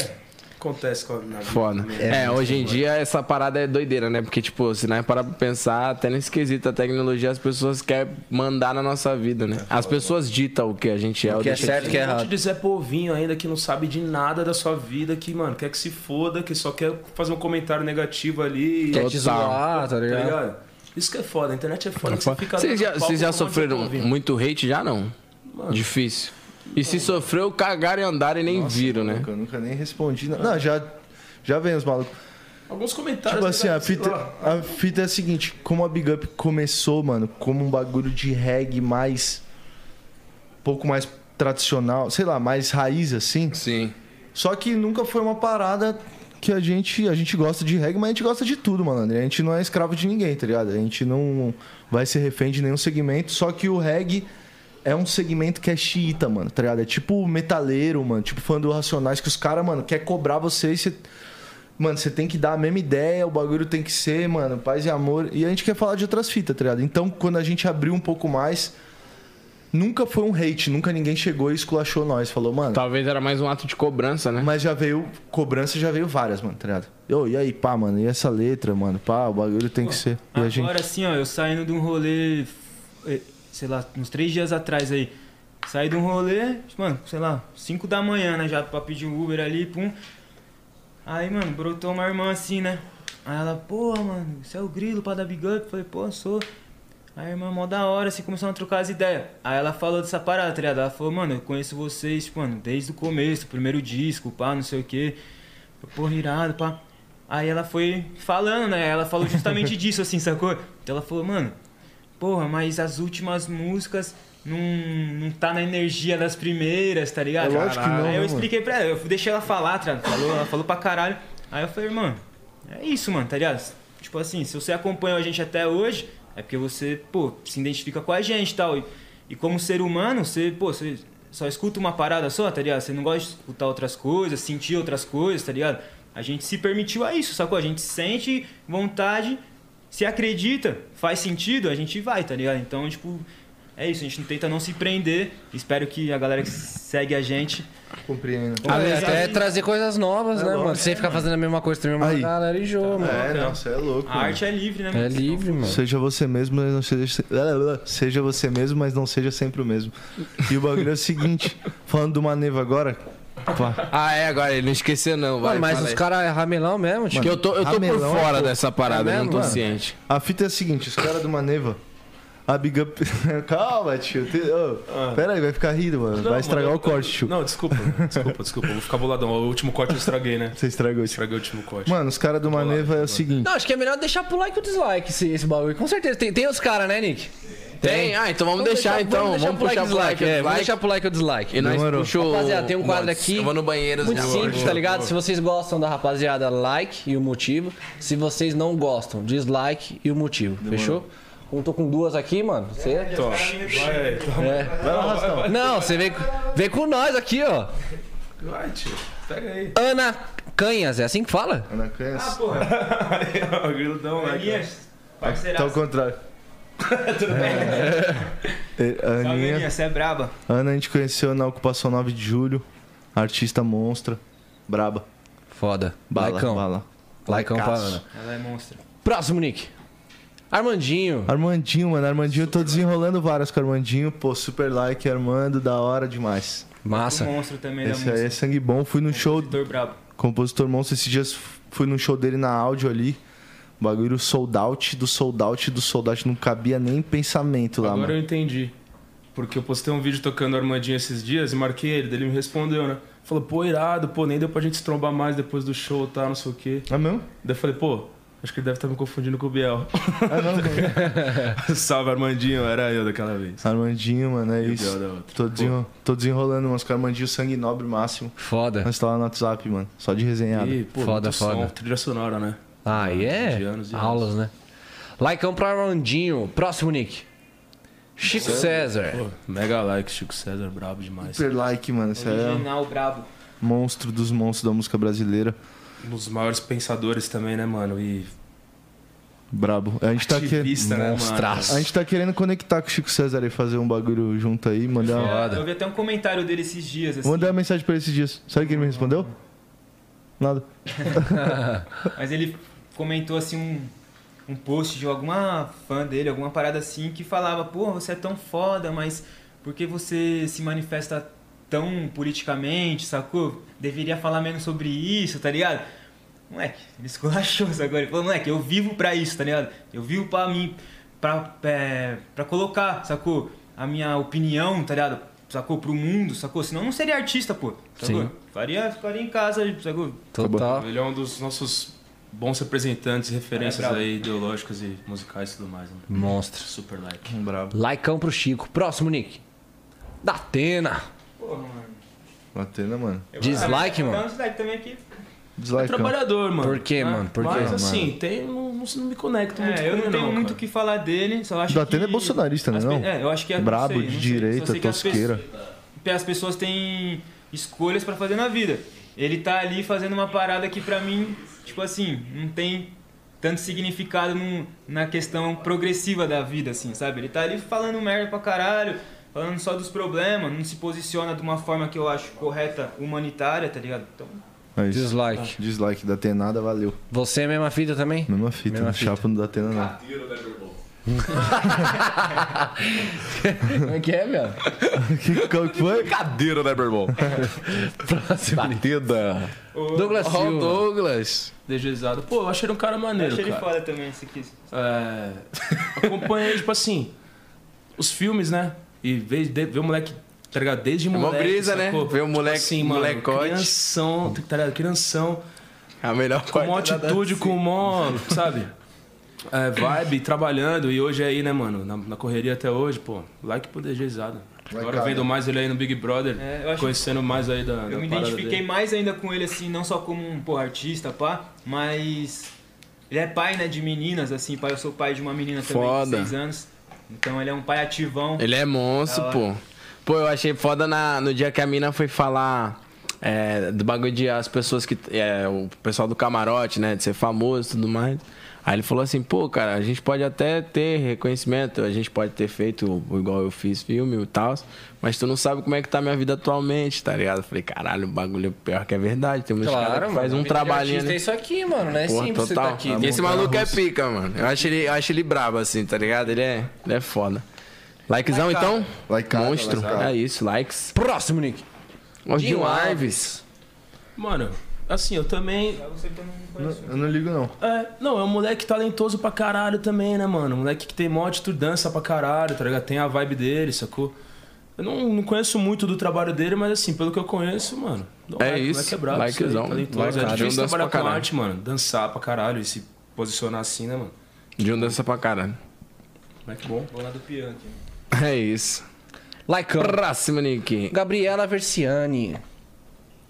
[SPEAKER 4] Acontece com a na vida
[SPEAKER 1] Foda.
[SPEAKER 4] também, né?
[SPEAKER 1] É, hoje em dia essa parada é doideira, né? Porque, tipo, se nós parar pra pensar, até nesse quesito, a tecnologia as pessoas querem mandar na nossa vida, né? As pessoas ditam o que a gente é. O
[SPEAKER 2] que é certo, o que é
[SPEAKER 4] Tem um monte
[SPEAKER 2] errado.
[SPEAKER 4] de Zé Povinho ainda que não sabe de nada da sua vida, que, mano, quer que se foda, que só quer fazer um comentário negativo ali.
[SPEAKER 2] Quer te zoar, tá
[SPEAKER 4] Tá
[SPEAKER 2] ligado?
[SPEAKER 4] ligado? Isso que é foda, a internet é foda. que Você fica
[SPEAKER 1] Vocês já,
[SPEAKER 4] no palco
[SPEAKER 1] vocês já
[SPEAKER 4] com um monte de
[SPEAKER 1] sofreram
[SPEAKER 4] Zé Povinho.
[SPEAKER 1] muito hate? Já não? Difícil. E se sofreu, cagaram e andaram e nem viram, né?
[SPEAKER 3] Eu nunca nem respondi. Não, não já, já vem os malucos.
[SPEAKER 4] Alguns comentários.
[SPEAKER 3] Tipo assim, a
[SPEAKER 4] negativos,
[SPEAKER 3] fita,
[SPEAKER 4] sei lá.
[SPEAKER 3] a fita é a seguinte: como a Big Up começou, mano, como um bagulho de reggae mais. pouco mais tradicional, sei lá, mais raiz assim.
[SPEAKER 1] Sim.
[SPEAKER 3] Só que nunca foi uma parada que a gente, a gente gosta de reggae, mas a gente gosta de tudo, mano. A gente não é escravo de ninguém, tá ligado? A gente não vai ser refém de nenhum segmento. Só que o reggae é um segmento que é xiita, mano, tá ligado? É tipo metaleiro, mano. Tipo fã do Racionais, que os caras, mano, quer cobrar você e você. Mano, você tem que dar a mesma ideia, o bagulho tem que ser, mano, paz e amor. E a gente quer falar de outras fitas, tá ligado? Então, quando a gente abriu um pouco mais, nunca foi um hate, nunca ninguém chegou e esculachou nós. Falou, mano,
[SPEAKER 1] Talvez era mais um ato de cobrança, né?
[SPEAKER 3] mas já veio, cobrança já veio várias, mano, tá ligado? Ô, e aí, pá, mano, e essa letra, mano? Pá, o bagulho tem que ser. E a
[SPEAKER 6] Agora
[SPEAKER 3] gente.
[SPEAKER 6] assim, ó, eu saindo de um rolê, eh, sei lá, uns três dias atrás aí. Saí de um rolê, mano, sei lá, 5 da manhã, né? Já pra pedir um Uber ali, pum. Aí, mano, brotou uma irmã assim, né? Aí ela, porra, mano, você é o grilo pra dar big up? Falei, pô, sou. Aí a irmã, mó da hora, assim, começaram a trocar as ideias. Aí ela falou dessa parada, tá ligado? Ela falou, mano, eu conheço vocês, tipo, mano, desde o começo, primeiro disco, pá, não sei o quê. Eu, Porra, irado, pá. Aí ela foi falando, né? Ela falou justamente disso, assim, sacou? Então ela falou, mano, porra, mas as últimas músicas não, não tá na energia das primeiras, tá ligado?
[SPEAKER 3] É lógico que não,
[SPEAKER 6] Aí
[SPEAKER 3] né,
[SPEAKER 6] eu
[SPEAKER 3] mano?
[SPEAKER 6] expliquei pra ela, eu deixei ela falar, tá ligado? Falou, ela falou pra caralho. Aí eu falei, mano, é isso, mano, tá ligado? Tipo assim, se você acompanhou a gente até hoje, é porque você, pô, se identifica com a gente e tal. E, e como ser humano, você, pô, você só escuta uma parada só, tá ligado? Você não gosta de escutar outras coisas, sentir outras coisas, tá ligado? A gente se permitiu a isso, sacou? A gente sente vontade, se acredita, faz sentido, a gente vai, tá ligado? Então, tipo, é isso, a gente tenta não se prender. Espero que a galera que segue a gente
[SPEAKER 3] Compreendo.
[SPEAKER 2] É, até trazer coisas novas, né, mano? Sem ficar fazendo a mesma coisa, também é uma
[SPEAKER 3] Aí.
[SPEAKER 2] galera enjoa, mano.
[SPEAKER 3] É, não, você é louco.
[SPEAKER 6] A arte é livre, né?
[SPEAKER 2] É
[SPEAKER 6] mano?
[SPEAKER 2] livre, mano.
[SPEAKER 3] Seja você mesmo, mas não seja. Seja você mesmo, mas não seja sempre o mesmo. E o bagulho é o seguinte, falando do Maneva agora. Pá,
[SPEAKER 1] Ah, é, agora ele não esqueceu, não. Vai,
[SPEAKER 2] Mano, mas
[SPEAKER 1] fala
[SPEAKER 2] os
[SPEAKER 1] aí.
[SPEAKER 2] caras é ramelão mesmo, tipo.
[SPEAKER 1] Que eu tô, eu tô por
[SPEAKER 3] Ramelão é
[SPEAKER 1] fora
[SPEAKER 3] pouco.
[SPEAKER 1] dessa parada,
[SPEAKER 2] É
[SPEAKER 1] eu não tô
[SPEAKER 2] mesmo, mano?
[SPEAKER 1] ciente.
[SPEAKER 3] a fita é a seguinte, os caras do Maneva. A Big Up. Calma, tio. te- ô, Pera aí, vai ficar rindo, mano.
[SPEAKER 4] Não,
[SPEAKER 3] vai estragar
[SPEAKER 4] mano,
[SPEAKER 3] o corte, tio.
[SPEAKER 4] Não, desculpa, desculpa, desculpa. Vou ficar boladão. O último corte eu estraguei, né?
[SPEAKER 3] Você estragou isso.
[SPEAKER 4] Estraguei o último corte.
[SPEAKER 3] Mano, os caras do Maneva é o seguinte.
[SPEAKER 2] Não, acho que é melhor deixar pro like ou dislike esse, esse bagulho. Com certeza. Tem, tem os caras, né, Nick?
[SPEAKER 1] Tem? Ah, então vamos deixar, então. Vamos,
[SPEAKER 2] like
[SPEAKER 1] puxar
[SPEAKER 2] e
[SPEAKER 1] pro like.
[SPEAKER 2] dislike. É, vamos
[SPEAKER 1] like.
[SPEAKER 2] deixar pro like ou dislike.
[SPEAKER 1] E nós
[SPEAKER 3] Demorou.
[SPEAKER 1] puxou.
[SPEAKER 2] Rapaziada, tem um quadro
[SPEAKER 1] Montes.
[SPEAKER 2] aqui.
[SPEAKER 1] Eu vou no banheiro
[SPEAKER 2] Muito
[SPEAKER 1] já.
[SPEAKER 2] simples, tá ligado? Se vocês gostam da rapaziada, like e o motivo. Se vocês não gostam, dislike e o motivo. Fechou? Como tô com duas aqui, mano. Você. É. Não, você vem, vem com nós aqui, ó.
[SPEAKER 4] Vai, tio. Pega aí.
[SPEAKER 2] Ana Canhas, é assim que fala?
[SPEAKER 3] Ana Cães.
[SPEAKER 6] Ah,
[SPEAKER 4] o griludão, né? cara?
[SPEAKER 6] Elias,
[SPEAKER 3] Tá
[SPEAKER 6] parceiraço.
[SPEAKER 3] ao contrário. Tudo bem?
[SPEAKER 6] Salve,
[SPEAKER 3] É, Aninha.
[SPEAKER 6] Elias, você é braba.
[SPEAKER 3] Ana a gente conheceu na ocupação 9 de julho. Artista monstra. Braba.
[SPEAKER 2] Foda.
[SPEAKER 3] Bala,
[SPEAKER 2] Likeão.
[SPEAKER 3] bala.
[SPEAKER 2] Likeão pra
[SPEAKER 3] Likeaço.
[SPEAKER 2] Ana.
[SPEAKER 6] Ela é monstro.
[SPEAKER 2] Próximo, Nick. Armandinho.
[SPEAKER 3] Armandinho, mano. Armandinho, eu tô desenrolando várias com o Armandinho. Pô, super like, Armando. Da hora demais.
[SPEAKER 2] Massa.
[SPEAKER 6] Monstro também,
[SPEAKER 3] Esse
[SPEAKER 6] ele é
[SPEAKER 3] aí é
[SPEAKER 6] monstro.
[SPEAKER 3] sangue bom. Fui no show...
[SPEAKER 6] Compositor brabo.
[SPEAKER 3] Compositor monstro. Esses dias fui no show dele na áudio ali. Bagulho sold out, do sold out, do sold out. Não cabia nem pensamento lá,
[SPEAKER 4] Agora
[SPEAKER 3] mano.
[SPEAKER 4] eu entendi. Porque eu postei um vídeo tocando o Armandinho esses dias e marquei ele, daí ele me respondeu, né? Falou, pô, irado, pô, nem deu pra gente se trombar mais depois do show, tá, não sei o quê.
[SPEAKER 3] É mesmo?
[SPEAKER 4] Daí eu falei, pô, acho que ele deve estar me confundindo com o Biel. Ah, não, não. Salve, Armandinho, era eu daquela vez.
[SPEAKER 3] Armandinho, mano, é isso. Biel da outra. Tô, desenro... Tô desenrolando umas com o Armandinho, sangue nobre máximo.
[SPEAKER 2] Foda.
[SPEAKER 3] Nós tá lá no WhatsApp, mano, só de resenhada.
[SPEAKER 2] Ih, pô, foda, foda. Som,
[SPEAKER 4] trilha sonora, né?
[SPEAKER 2] Ah, é? Yeah. De anos e Aulas, anos. né? Likeão pra Armandinho. Próximo, Nick. Chico César. Pô,
[SPEAKER 4] mega like, Chico César, brabo demais.
[SPEAKER 3] Super like, mano. Isso
[SPEAKER 6] Original, é... brabo.
[SPEAKER 3] Monstro dos monstros da música brasileira.
[SPEAKER 4] Um dos maiores pensadores também, né, mano? E.
[SPEAKER 3] Brabo. A gente, tá que...
[SPEAKER 2] né,
[SPEAKER 3] a gente tá querendo conectar com o Chico César e fazer um bagulho junto aí, mandar
[SPEAKER 6] uma... Eu vi até um comentário dele esses dias. Assim.
[SPEAKER 3] Mandei uma mensagem pra ele esses dias. Sabe o que ele me respondeu? Nada.
[SPEAKER 6] Mas ele comentou assim um um post de alguma fã dele, alguma parada assim, que falava, pô, você é tão foda, mas por que você se manifesta tão politicamente, sacou? Deveria falar menos sobre isso, tá ligado? Moleque, ele esculachou isso agora. Ele falou, moleque, eu vivo pra isso, tá ligado? Eu vivo pra mim, pra, é, pra colocar, sacou? A minha opinião, tá ligado? Sacou? Pro mundo, sacou? Senão não seria artista, pô. Sacou? Sim. Faria, ficaria em casa, sacou?
[SPEAKER 2] Total.
[SPEAKER 4] Ele é um dos nossos bons representantes, referências é aí ideológicas e musicais e tudo mais. Né?
[SPEAKER 2] Monstro.
[SPEAKER 4] Super like.
[SPEAKER 3] Um brabo.
[SPEAKER 2] Likeão pro Chico. Próximo, Nick. Da Atena.
[SPEAKER 6] Porra, mano.
[SPEAKER 3] Atena, mano. Eu
[SPEAKER 2] dislike,
[SPEAKER 6] vou...
[SPEAKER 2] mano.
[SPEAKER 6] um dislike também aqui.
[SPEAKER 3] Dislike,
[SPEAKER 4] é trabalhador, mano. né?
[SPEAKER 2] Por quê, mano? Por quê,
[SPEAKER 4] Mas
[SPEAKER 2] mano?
[SPEAKER 4] assim, tem, não, não, não me conecto muito
[SPEAKER 6] é, Eu não
[SPEAKER 4] ele,
[SPEAKER 6] tenho
[SPEAKER 4] não,
[SPEAKER 6] muito o que falar dele, só acho
[SPEAKER 3] da Atena é
[SPEAKER 6] que...
[SPEAKER 3] bolsonarista, né? Não?
[SPEAKER 6] É, eu acho que é...
[SPEAKER 3] Brabo,
[SPEAKER 6] sei,
[SPEAKER 3] de direita,
[SPEAKER 6] sei,
[SPEAKER 3] tosqueira.
[SPEAKER 6] As, as pessoas têm escolhas pra fazer na vida. Ele tá ali fazendo uma parada que pra mim tipo assim, não tem tanto significado num, na questão progressiva da vida, assim, sabe? Ele tá ali falando merda pra caralho, falando só dos problemas, não se posiciona de uma forma que eu acho correta, humanitária, tá ligado? Então.
[SPEAKER 3] É
[SPEAKER 2] Dislike.
[SPEAKER 3] Ah, dislike da Tenada, valeu.
[SPEAKER 2] Você é mesma fita também?
[SPEAKER 3] Mesma fita, mesma fita. chapa não dá Tena, não.
[SPEAKER 2] Como é que é, meu?
[SPEAKER 3] que, qual que foi?
[SPEAKER 12] Cadeira, né, meu irmão?
[SPEAKER 2] Próximo.
[SPEAKER 1] Tá.
[SPEAKER 12] Batida.
[SPEAKER 2] Douglas
[SPEAKER 4] Ó,
[SPEAKER 2] Silva.
[SPEAKER 4] Douglas. Dejuizado. Pô, eu achei ele um cara
[SPEAKER 6] Eu
[SPEAKER 4] maneiro,
[SPEAKER 6] achei ele
[SPEAKER 4] cara.
[SPEAKER 6] foda também, esse aqui.
[SPEAKER 4] É... Acompanhei, tipo assim, os filmes, né? E ver, de- ver o moleque, tá ligado? Desde
[SPEAKER 1] mó
[SPEAKER 4] moleque.
[SPEAKER 1] brisa, né?
[SPEAKER 4] sacou? Tipo assim,
[SPEAKER 1] Ver o moleque- molecote.
[SPEAKER 4] Crianção, tá ligado? Crianção.
[SPEAKER 1] A melhor
[SPEAKER 4] Com mó
[SPEAKER 1] parte da
[SPEAKER 4] atitude, com um mó, sabe? É, vibe, trabalhando. E hoje aí, né, mano? Na, na correria até hoje, pô. Like pro Dejuizado. Agora
[SPEAKER 3] cara.
[SPEAKER 4] vendo mais ele aí no Big Brother.
[SPEAKER 6] É, eu acho-
[SPEAKER 4] conhecendo mais aí da, da
[SPEAKER 6] Eu me
[SPEAKER 4] É parada
[SPEAKER 6] identifiquei
[SPEAKER 4] dele.
[SPEAKER 6] mais ainda com ele, assim, não só como um pô, artista, pá, mas ele é pai, né, de meninas, assim, pai. Eu sou pai de uma menina também
[SPEAKER 1] Foda.
[SPEAKER 6] de 6 anos. Então ele é um pai ativão.
[SPEAKER 1] Ele é monstro,
[SPEAKER 6] Da
[SPEAKER 1] pô. Pô, eu achei foda na- no dia que a mina foi falar é, do bagulho de as pessoas que. é, o pessoal do camarote, né? De ser famoso e tudo mais. Aí ele falou assim, pô, cara, a gente pode até ter reconhecimento, a gente pode ter feito igual eu fiz filme e tal, mas tu não sabe como é que tá a minha vida atualmente, tá ligado? Eu falei, caralho, o bagulho é pior que é verdade. Tem muitos caras
[SPEAKER 2] Claro,
[SPEAKER 1] que
[SPEAKER 2] mano.
[SPEAKER 1] faz um
[SPEAKER 2] Vida de
[SPEAKER 1] trabalhinho.
[SPEAKER 2] artista
[SPEAKER 1] ali.
[SPEAKER 2] É isso aqui, mano. Não é
[SPEAKER 1] Pô,
[SPEAKER 2] simples você tá
[SPEAKER 1] total.
[SPEAKER 2] aqui.
[SPEAKER 1] E esse maluco é pica, mano. Eu acho ele, eu acho ele brabo, assim, tá ligado? Ele é, ele é foda. Likezão, então?
[SPEAKER 3] Likeada,
[SPEAKER 1] Monstro.
[SPEAKER 3] likeada.
[SPEAKER 1] É isso, likes.
[SPEAKER 2] Próximo, Nick.
[SPEAKER 1] Gordinho Ives.
[SPEAKER 4] Mano, assim, eu também.
[SPEAKER 3] Eu não ligo, não.
[SPEAKER 4] É, não, é um moleque talentoso pra caralho também, né, mano? Um moleque que tem mó atitude, dança pra caralho, tá ligado? Tem a vibe dele, sacou? Eu não, não conheço muito do trabalho dele, mas assim, pelo que eu conheço, mano. dá um
[SPEAKER 1] É
[SPEAKER 4] like,
[SPEAKER 1] isso,
[SPEAKER 4] moleque é brabo, isso aí,
[SPEAKER 1] likezão,
[SPEAKER 4] talentoso. É
[SPEAKER 1] likeado,
[SPEAKER 4] difícil
[SPEAKER 1] dança
[SPEAKER 4] trabalhar
[SPEAKER 1] pra
[SPEAKER 4] com
[SPEAKER 1] caralho.
[SPEAKER 4] arte, mano. Dançar pra caralho e se posicionar assim, né, mano?
[SPEAKER 1] De um dança pra caralho.
[SPEAKER 4] Moleque bom.
[SPEAKER 6] Vou lá do piano aqui.
[SPEAKER 1] É isso.
[SPEAKER 2] Like.
[SPEAKER 1] Próximo, Nick.
[SPEAKER 2] Gabriela Versiani.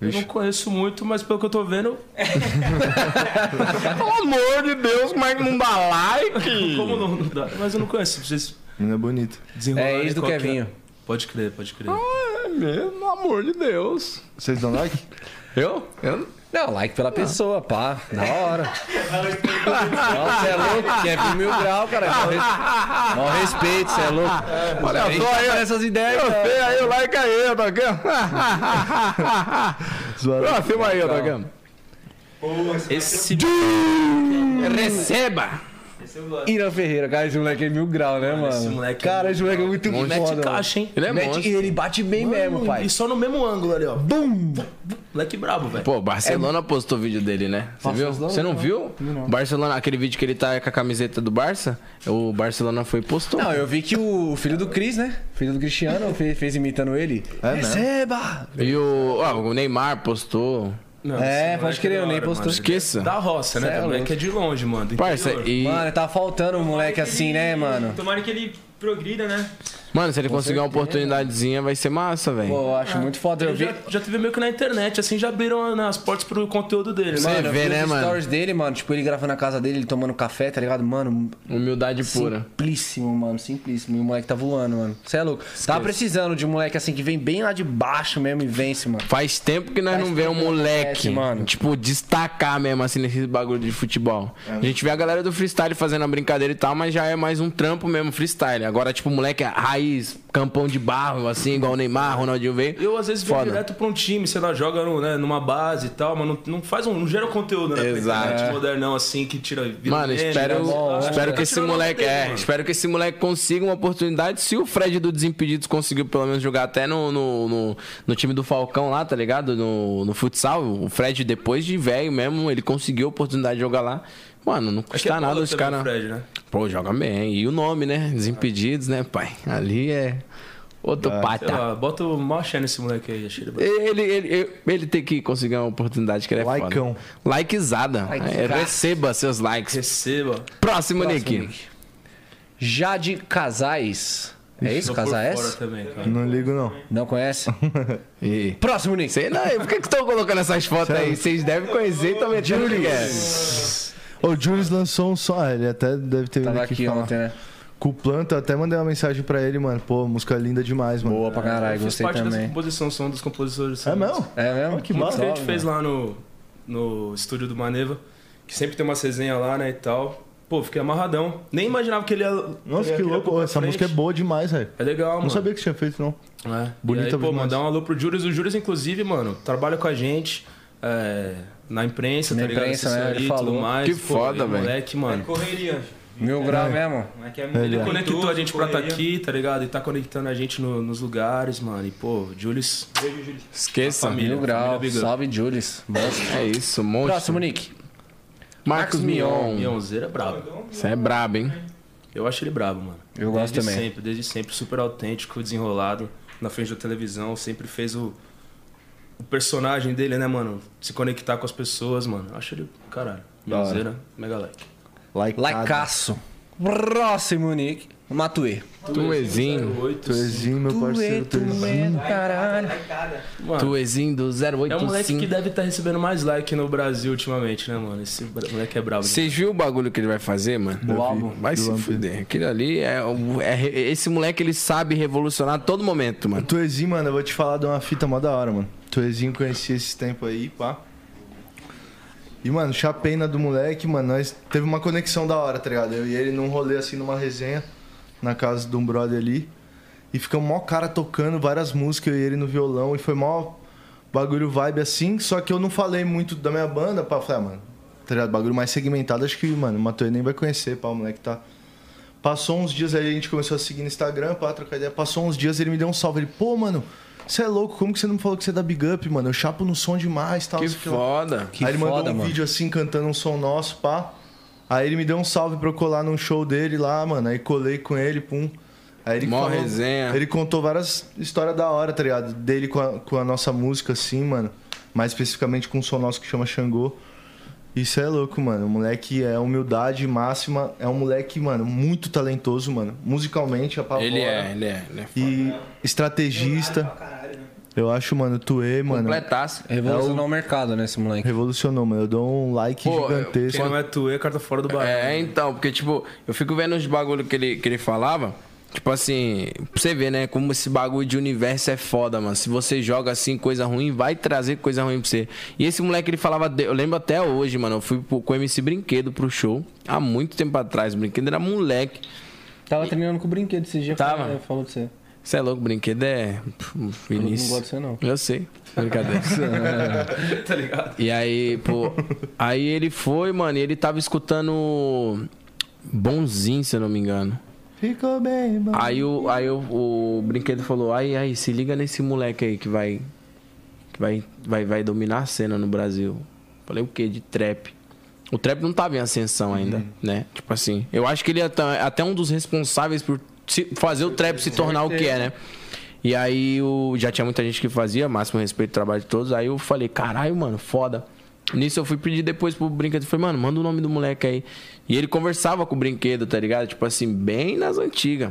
[SPEAKER 4] Eu não conheço muito, mas pelo que eu tô vendo,
[SPEAKER 1] Pelo amor de Deus, como é que não dá like?
[SPEAKER 4] como não, não dá. Mas eu não conheço. Vocês
[SPEAKER 3] Menina é bonita.
[SPEAKER 4] desenrolarem
[SPEAKER 2] É ex do
[SPEAKER 4] qual que
[SPEAKER 2] Kevinho.
[SPEAKER 4] Pode crer, pode crer.
[SPEAKER 1] É mesmo, pelo amor de Deus.
[SPEAKER 3] Vocês dão like?
[SPEAKER 1] Eu? Eu?
[SPEAKER 2] Não, like pela pessoa, pá. Da hora. Não, você é louco. Kevin Mil Grau, cara. Mal res- Mal respeito, você é louco.
[SPEAKER 1] Olha
[SPEAKER 2] A gente
[SPEAKER 1] só aí.
[SPEAKER 2] tá nessas ideias,
[SPEAKER 1] Eu né?
[SPEAKER 2] cara.
[SPEAKER 1] sei, aí o like aí, ó, Dogão.
[SPEAKER 3] Zoaram.
[SPEAKER 1] Próximo aí, ó, Dogão.
[SPEAKER 4] Esse
[SPEAKER 1] Receba!
[SPEAKER 2] Irã Ferreira, cara, esse moleque é mil grau, né, mano?
[SPEAKER 4] esse moleque é
[SPEAKER 2] cara,
[SPEAKER 4] mil
[SPEAKER 2] esse moleque é
[SPEAKER 4] grau.
[SPEAKER 2] muito
[SPEAKER 4] Monstro.
[SPEAKER 2] foda,
[SPEAKER 4] Mete
[SPEAKER 2] mano.
[SPEAKER 4] caixa, hein?
[SPEAKER 1] Ele é
[SPEAKER 2] Mete-
[SPEAKER 1] monstro.
[SPEAKER 2] E ele bate bem mesmo, pai.
[SPEAKER 4] E só no mesmo ângulo ali, ó. Bum! Moleque brabo, velho.
[SPEAKER 1] Pô,
[SPEAKER 2] É.
[SPEAKER 1] Barcelona postou vídeo dele, né? Você viu? Você não viu? Barcelona, aquele vídeo que ele tá com a camiseta do Barça, o Barcelona foi e postou.
[SPEAKER 2] Não, eu vi que o filho do Cris, né? Filho do Cristiano fe- fez, imitando ele.
[SPEAKER 4] É
[SPEAKER 2] Receba!
[SPEAKER 1] E o, ó, o Neymar postou.
[SPEAKER 4] Não,
[SPEAKER 2] É,
[SPEAKER 4] esse
[SPEAKER 2] pode
[SPEAKER 4] moleque
[SPEAKER 2] crer,
[SPEAKER 4] da
[SPEAKER 2] eu nem
[SPEAKER 4] hora,
[SPEAKER 2] postou.
[SPEAKER 4] mano.
[SPEAKER 1] Esqueça.
[SPEAKER 4] Da roça,
[SPEAKER 2] Cê é
[SPEAKER 4] né? O
[SPEAKER 2] louco.
[SPEAKER 4] moleque é de longe, mano. do
[SPEAKER 1] Parça,
[SPEAKER 4] interior.
[SPEAKER 1] e.
[SPEAKER 2] Mano, tá faltando um moleque assim, né, mano?
[SPEAKER 6] Tomara que ele progrida, né?
[SPEAKER 1] Mano, se ele conseguir uma oportunidadezinha, vai ser massa,
[SPEAKER 2] Pô,
[SPEAKER 1] velho.
[SPEAKER 2] eu acho muito foda. Eu vi,
[SPEAKER 4] Já, já teve meio que na internet, assim, já abriram né, as portas pro conteúdo dele,
[SPEAKER 1] Você
[SPEAKER 4] né?
[SPEAKER 2] mano, eu
[SPEAKER 1] vê,
[SPEAKER 2] vi
[SPEAKER 1] né,
[SPEAKER 2] os
[SPEAKER 1] mano?
[SPEAKER 2] stories dele, mano. Tipo, ele gravando na casa dele, ele tomando café, tá ligado? Mano,
[SPEAKER 1] Humildade pura.
[SPEAKER 2] Simplíssimo, mano, simplíssimo. E o moleque tá voando, mano. Você é louco. Tá precisando de um moleque assim que vem bem lá de baixo mesmo e vence, mano.
[SPEAKER 1] Faz tempo que nós
[SPEAKER 2] Faz
[SPEAKER 1] não vê um
[SPEAKER 2] tempo que não
[SPEAKER 1] moleque,
[SPEAKER 2] acontece,
[SPEAKER 4] É,
[SPEAKER 2] mano.
[SPEAKER 1] tipo, destacar mesmo, assim, nesse bagulho de futebol.
[SPEAKER 2] É.
[SPEAKER 1] A gente vê a galera do freestyle fazendo a brincadeira e tal, mas já é mais um trampo mesmo, freestyle. Agora, tipo, moleque raiz, campão de barro, assim, igual o Neymar, Ronaldinho veio.
[SPEAKER 4] Eu, às vezes, vou
[SPEAKER 1] Foda.
[SPEAKER 4] direto pra um time, sei lá, joga no, né, numa base e tal, mas não, não faz um. Não gera conteúdo, né? pra
[SPEAKER 1] Exato.
[SPEAKER 2] É.
[SPEAKER 4] internet modernão, assim, que tira. vira
[SPEAKER 1] Mano,
[SPEAKER 4] meme,
[SPEAKER 1] espero,
[SPEAKER 4] né, tal.
[SPEAKER 1] espero que
[SPEAKER 4] Tá
[SPEAKER 1] esse
[SPEAKER 4] tirando onda
[SPEAKER 1] moleque,
[SPEAKER 4] dele,
[SPEAKER 1] é,
[SPEAKER 4] mano.
[SPEAKER 1] espero que esse moleque consiga uma oportunidade. Se o Fred do Desimpedidos conseguiu pelo menos jogar até no, no, no- no time do Falcão lá, tá ligado? No, no futsal, o Fred depois de velho mesmo, ele conseguiu a oportunidade de jogar lá. Mano, não
[SPEAKER 4] Acho que
[SPEAKER 1] custa
[SPEAKER 4] é
[SPEAKER 1] nada
[SPEAKER 4] bola
[SPEAKER 1] os
[SPEAKER 4] também,
[SPEAKER 1] caras.
[SPEAKER 4] Fred, né?
[SPEAKER 1] Pô, joga bem. E o nome, né? Desimpedidos, né, pai? Ali é outro
[SPEAKER 4] Ah, Sei
[SPEAKER 2] Tá.
[SPEAKER 1] pata.
[SPEAKER 4] lá, bota o maior share nesse moleque aí, achei ele brabo.
[SPEAKER 1] Ele, ele, ele, ele tem que conseguir uma oportunidade que ele é
[SPEAKER 3] Likeão.
[SPEAKER 1] foda. Likezada. É, receba seus likes.
[SPEAKER 4] Receba.
[SPEAKER 1] Próximo, Nick.
[SPEAKER 2] Jade Casais. É isso?
[SPEAKER 4] Tô por fora
[SPEAKER 2] Casais?
[SPEAKER 4] também, cara.
[SPEAKER 3] Não ligo, não.
[SPEAKER 2] Não conhece?
[SPEAKER 1] E...
[SPEAKER 2] Próximo, Nick.
[SPEAKER 1] Sei não, e por que que estão colocando essas fotos aí? Vocês devem conhecer e também é
[SPEAKER 3] O Julius lançou um só, ele até deve ter vindo
[SPEAKER 2] Tava
[SPEAKER 3] aqui,
[SPEAKER 2] aqui
[SPEAKER 3] falar.
[SPEAKER 2] ontem, né?
[SPEAKER 3] Com o Planta, até mandei uma mensagem pra ele, mano. Pô, música linda demais, mano.
[SPEAKER 2] Boa pra caralho,
[SPEAKER 4] Fiz
[SPEAKER 2] gostei
[SPEAKER 4] parte dessa
[SPEAKER 2] também.
[SPEAKER 4] composição, sou um dos compositores.
[SPEAKER 3] É mesmo?
[SPEAKER 2] É mesmo? Que
[SPEAKER 4] Muito que a gente fez lá no, no estúdio do Maneva, que sempre tem umas resenhas lá, né, e tal. Pô, fiquei amarradão. Nem imaginava que ele ia...
[SPEAKER 3] Nossa,
[SPEAKER 4] ele
[SPEAKER 3] que
[SPEAKER 4] ia
[SPEAKER 3] louco.
[SPEAKER 4] pra
[SPEAKER 3] essa
[SPEAKER 4] frente.
[SPEAKER 3] música é boa demais, velho.
[SPEAKER 4] É legal,
[SPEAKER 3] Não
[SPEAKER 4] mano.
[SPEAKER 3] sabia que você tinha feito, não.
[SPEAKER 4] É.
[SPEAKER 3] Bonita
[SPEAKER 4] e aí, pô,
[SPEAKER 3] demais.
[SPEAKER 4] mandar um alô pro Július. O Július, inclusive, mano, trabalha com a gente é, na imprensa,
[SPEAKER 2] Na
[SPEAKER 4] tá ligado?
[SPEAKER 2] imprensa, né?
[SPEAKER 4] Assessoria
[SPEAKER 2] Ele
[SPEAKER 4] e
[SPEAKER 2] falou.
[SPEAKER 4] Tudo mais.
[SPEAKER 1] Que
[SPEAKER 4] Pô,
[SPEAKER 1] foda,
[SPEAKER 4] ele é
[SPEAKER 1] velho.
[SPEAKER 4] Moleque, mano.
[SPEAKER 6] Correria.
[SPEAKER 2] Mil grau mesmo.
[SPEAKER 6] Não é que é
[SPEAKER 3] Ele
[SPEAKER 6] muito
[SPEAKER 4] Conectou a gente pra estar
[SPEAKER 6] correria.
[SPEAKER 4] aqui, tá ligado? E tá conectando a gente no- nos lugares, mano. E, pô, Julius,
[SPEAKER 6] Beijo, Júlio.
[SPEAKER 1] Esqueça.
[SPEAKER 2] Mil
[SPEAKER 4] família,
[SPEAKER 2] grau.
[SPEAKER 4] família Big Up.
[SPEAKER 2] Salve, Julius. Monstro.
[SPEAKER 1] É isso, monstro.
[SPEAKER 2] Próximo, Nick.
[SPEAKER 1] Marcos
[SPEAKER 2] Marcos
[SPEAKER 1] Mion.
[SPEAKER 4] Mionzeiro é brabo.
[SPEAKER 1] Você é brabo, hein?
[SPEAKER 4] Eu acho ele brabo, mano.
[SPEAKER 2] Eu gosto
[SPEAKER 4] desde
[SPEAKER 2] também.
[SPEAKER 4] sempre, desde sempre, super autêntico, desenrolado, na frente da televisão, sempre fez o, o personagem dele, né, mano? Se conectar com as pessoas, mano. Eu Acho ele, caralho, Mionzeira, mega like.
[SPEAKER 3] Like.
[SPEAKER 2] Laicaço. Próximo, Nick. Matue.
[SPEAKER 1] Tuezinho.
[SPEAKER 3] Tu exime, meu
[SPEAKER 2] é
[SPEAKER 3] parceiro. Tu exime.
[SPEAKER 2] caralho.
[SPEAKER 4] Mano,
[SPEAKER 1] Tuezinho do
[SPEAKER 4] é um moleque que
[SPEAKER 1] 085.
[SPEAKER 4] deve estar recebendo mais like no Brasil ultimamente, né, mano? Esse bra- moleque é brabo.
[SPEAKER 1] Vocês viram o bagulho que ele vai fazer, mano?
[SPEAKER 2] O álbum.
[SPEAKER 1] Vai se fuder. Aquilo ali é, o- é re- Esse moleque, ele sabe revolucionar a todo momento, mano.
[SPEAKER 3] Tu exime, mano, eu vou te falar de uma fita mó da hora, mano. Tu exime, conheci esse tempo aí, pá. E, mano, chapena do moleque, mano, nós teve uma conexão da hora, tá ligado? Eu e ele num rolê assim, numa resenha, na casa de um brother ali. E ficamos mó cara tocando várias músicas, eu e ele no violão. E foi mó bagulho vibe assim, só que eu não falei muito da minha banda, pá. Falei, ah, mano, tá ligado? Bagulho mais segmentado, acho que, mano, o Matoê nem vai conhecer, pá, o moleque tá. Passou uns dias aí, a gente começou a seguir no Instagram, pá, trocar ideia. Passou uns dias, ele me deu um salve. Ele, pô, mano, você é louco, como que você não me falou que você é da Big Up, mano? Eu chapo no som demais, tal,
[SPEAKER 1] Que
[SPEAKER 3] não sei o lá."
[SPEAKER 1] foda.
[SPEAKER 2] Que
[SPEAKER 3] aí ele mandou
[SPEAKER 2] foda,
[SPEAKER 3] um
[SPEAKER 2] mano.
[SPEAKER 3] vídeo assim, cantando um som nosso, pá. Aí ele me deu um salve pra eu colar num show dele lá, mano. Aí colei com ele, pum. Aí ele
[SPEAKER 1] Mó resenha.
[SPEAKER 3] Ele contou várias histórias da hora, tá ligado? Dele com a, com a nossa música, assim, mano. Mais especificamente com um som nosso que chama Xangô. Isso é louco, mano. O moleque é humildade máxima. É um moleque, mano, muito talentoso, mano. Musicalmente, apavora.
[SPEAKER 1] Ele é, ele é. Ele é
[SPEAKER 3] E estrategista. Eu acho, mano, Tuê, mano.
[SPEAKER 1] completaço.
[SPEAKER 2] Revolucionou o mercado, né, esse moleque?
[SPEAKER 3] Revolucionou, mano. Eu dou um like
[SPEAKER 1] Pô,
[SPEAKER 3] gigantesco.
[SPEAKER 4] Quem não é tu, é carta fora do barco.
[SPEAKER 1] É, então, porque, tipo, eu fico vendo os bagulho que ele, que ele falava. Tipo assim, pra você ver, né? Como esse bagulho de universo é foda, mano. Se você joga assim coisa ruim, vai trazer coisa ruim pra você. E esse moleque, ele falava. de- Eu lembro até hoje, mano. Eu fui pro- com o MC Brinquedo pro show. Há muito tempo atrás. O brinquedo era moleque.
[SPEAKER 2] Tava treinando com o brinquedo esse dia.
[SPEAKER 1] Tava.
[SPEAKER 2] falou- Falou pra você.
[SPEAKER 1] Você é louco, brinquedo é. Pff, Vinícius.
[SPEAKER 2] gosto de você, não.
[SPEAKER 1] Eu sei. Brincadeira.
[SPEAKER 4] tá ligado?
[SPEAKER 1] E aí, pô. Aí ele foi, mano, e ele tava escutando bonzinho, se eu não me engano.
[SPEAKER 3] Ficou bem, mano.
[SPEAKER 1] Aí, o, aí o, o brinquedo falou: aí, aí, se liga nesse moleque aí que vai. Que vai, vai, vai dominar a cena no Brasil. Falei o quê? De trap. O trap não tava em ascensão ainda, né? Tipo assim. Eu acho que ele é ta- até um dos responsáveis por se- fazer o trap se tornar o que é, né? E aí o, já tinha muita gente que fazia, máximo respeito ao trabalho de todos. Aí eu falei, caralho, mano, foda. Nisso eu fui pedir depois pro brinquedo. Falei, mano, manda o nome do moleque aí. E ele conversava com o brinquedo, tá ligado? Tipo assim, bem nas antigas.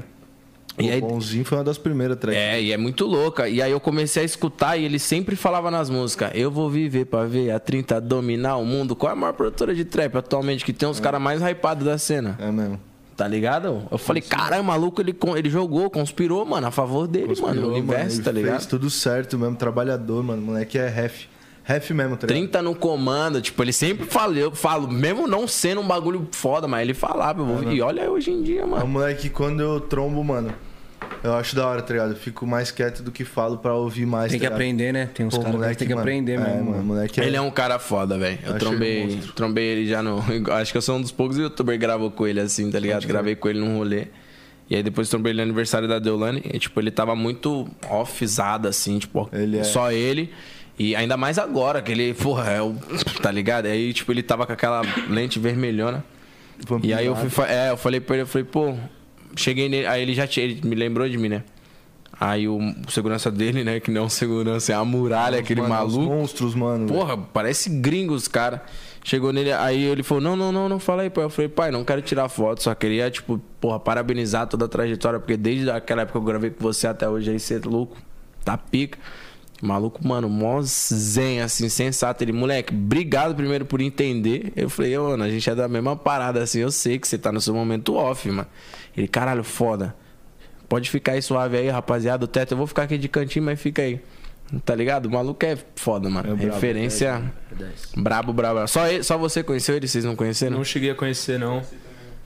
[SPEAKER 1] E aí,
[SPEAKER 3] O Bonzinho foi uma das primeiras tracks.
[SPEAKER 1] é, e é muito louca. E aí eu comecei a escutar e ele sempre falava nas músicas: Eu vou viver pra ver a 30 dominar o mundo. Qual é a maior produtora de trap atualmente que tem os caras mais hypados da cena?
[SPEAKER 3] É, mesmo.
[SPEAKER 1] Tá ligado? Eu falei: Caralho, maluco, ele, con- ele jogou, conspirou, mano, a favor dele, mano,
[SPEAKER 3] Inspirou,
[SPEAKER 1] no universo,
[SPEAKER 3] ele
[SPEAKER 1] tá ligado?
[SPEAKER 3] Fez tudo certo mesmo, trabalhador, mano. Moleque é ref. Ref mesmo, tá ligado?
[SPEAKER 1] 30 no comando, tipo, ele sempre fala, eu falo, mesmo não sendo um bagulho foda, mas ele falava, eu vou, e olha hoje em dia,
[SPEAKER 3] É um
[SPEAKER 1] mano.
[SPEAKER 3] moleque que quando eu trombo, mano, eu acho da hora, tá ligado? Eu Fico mais quieto do que falo pra ouvir mais.
[SPEAKER 2] Tem que
[SPEAKER 3] tá ligado?
[SPEAKER 2] aprender, né? Tem uns
[SPEAKER 3] Pô,
[SPEAKER 2] caras que
[SPEAKER 3] moleque,
[SPEAKER 2] tem que
[SPEAKER 3] mano,
[SPEAKER 2] aprender
[SPEAKER 3] é,
[SPEAKER 2] mesmo.
[SPEAKER 3] mano,
[SPEAKER 2] mano.
[SPEAKER 3] moleque
[SPEAKER 1] Ele é um cara foda, velho. Eu
[SPEAKER 3] Achei
[SPEAKER 1] trombei,
[SPEAKER 3] monstro.
[SPEAKER 1] trombei ele já no. Acho que eu sou um dos poucos youtubers que gravou com ele assim, tá ligado? Gravei com ele num rolê. E aí depois trombei ele no aniversário da Deolane. E, tipo, ele tava muito offzado, assim, tipo,
[SPEAKER 3] Ele é.
[SPEAKER 1] só ele. E ainda mais agora, que ele, porra, é o. Tá ligado? Aí, tipo, ele tava com aquela lente vermelhona. um- E aí eu fui, fa- é, eu falei pra ele, eu falei, pô, cheguei nele, aí ele já tinha, ele me lembrou de mim, né? Aí o, o segurança dele, né, que não é um segurança, é a muralha, aquele
[SPEAKER 3] Mano, os
[SPEAKER 1] maluco.
[SPEAKER 3] monstros, mano.
[SPEAKER 1] Porra, parece gringo os cara. Chegou nele, aí ele falou: Não, não, não, não fala aí, pai. Eu falei: Pai, não quero tirar foto, só queria, tipo, porra, parabenizar toda a trajetória, porque desde aquela época que eu gravei com você até hoje aí, você é louco, tá pica. Maluco, mano, mó zen, assim, sensato. Ele, moleque, obrigado primeiro por entender. Eu falei, ô, mano, a gente é da mesma parada, assim, eu sei que você tá no seu momento off, mano. Ele, caralho, foda. Pode ficar aí suave aí, rapaziada. O teto, eu vou ficar aqui de cantinho, mas fica aí. Tá ligado? O maluco é foda, mano. Referência. brabo, brabo, brabo. Só, ele- só você conheceu ele, vocês não conheceram?
[SPEAKER 4] Não cheguei a conhecer, não.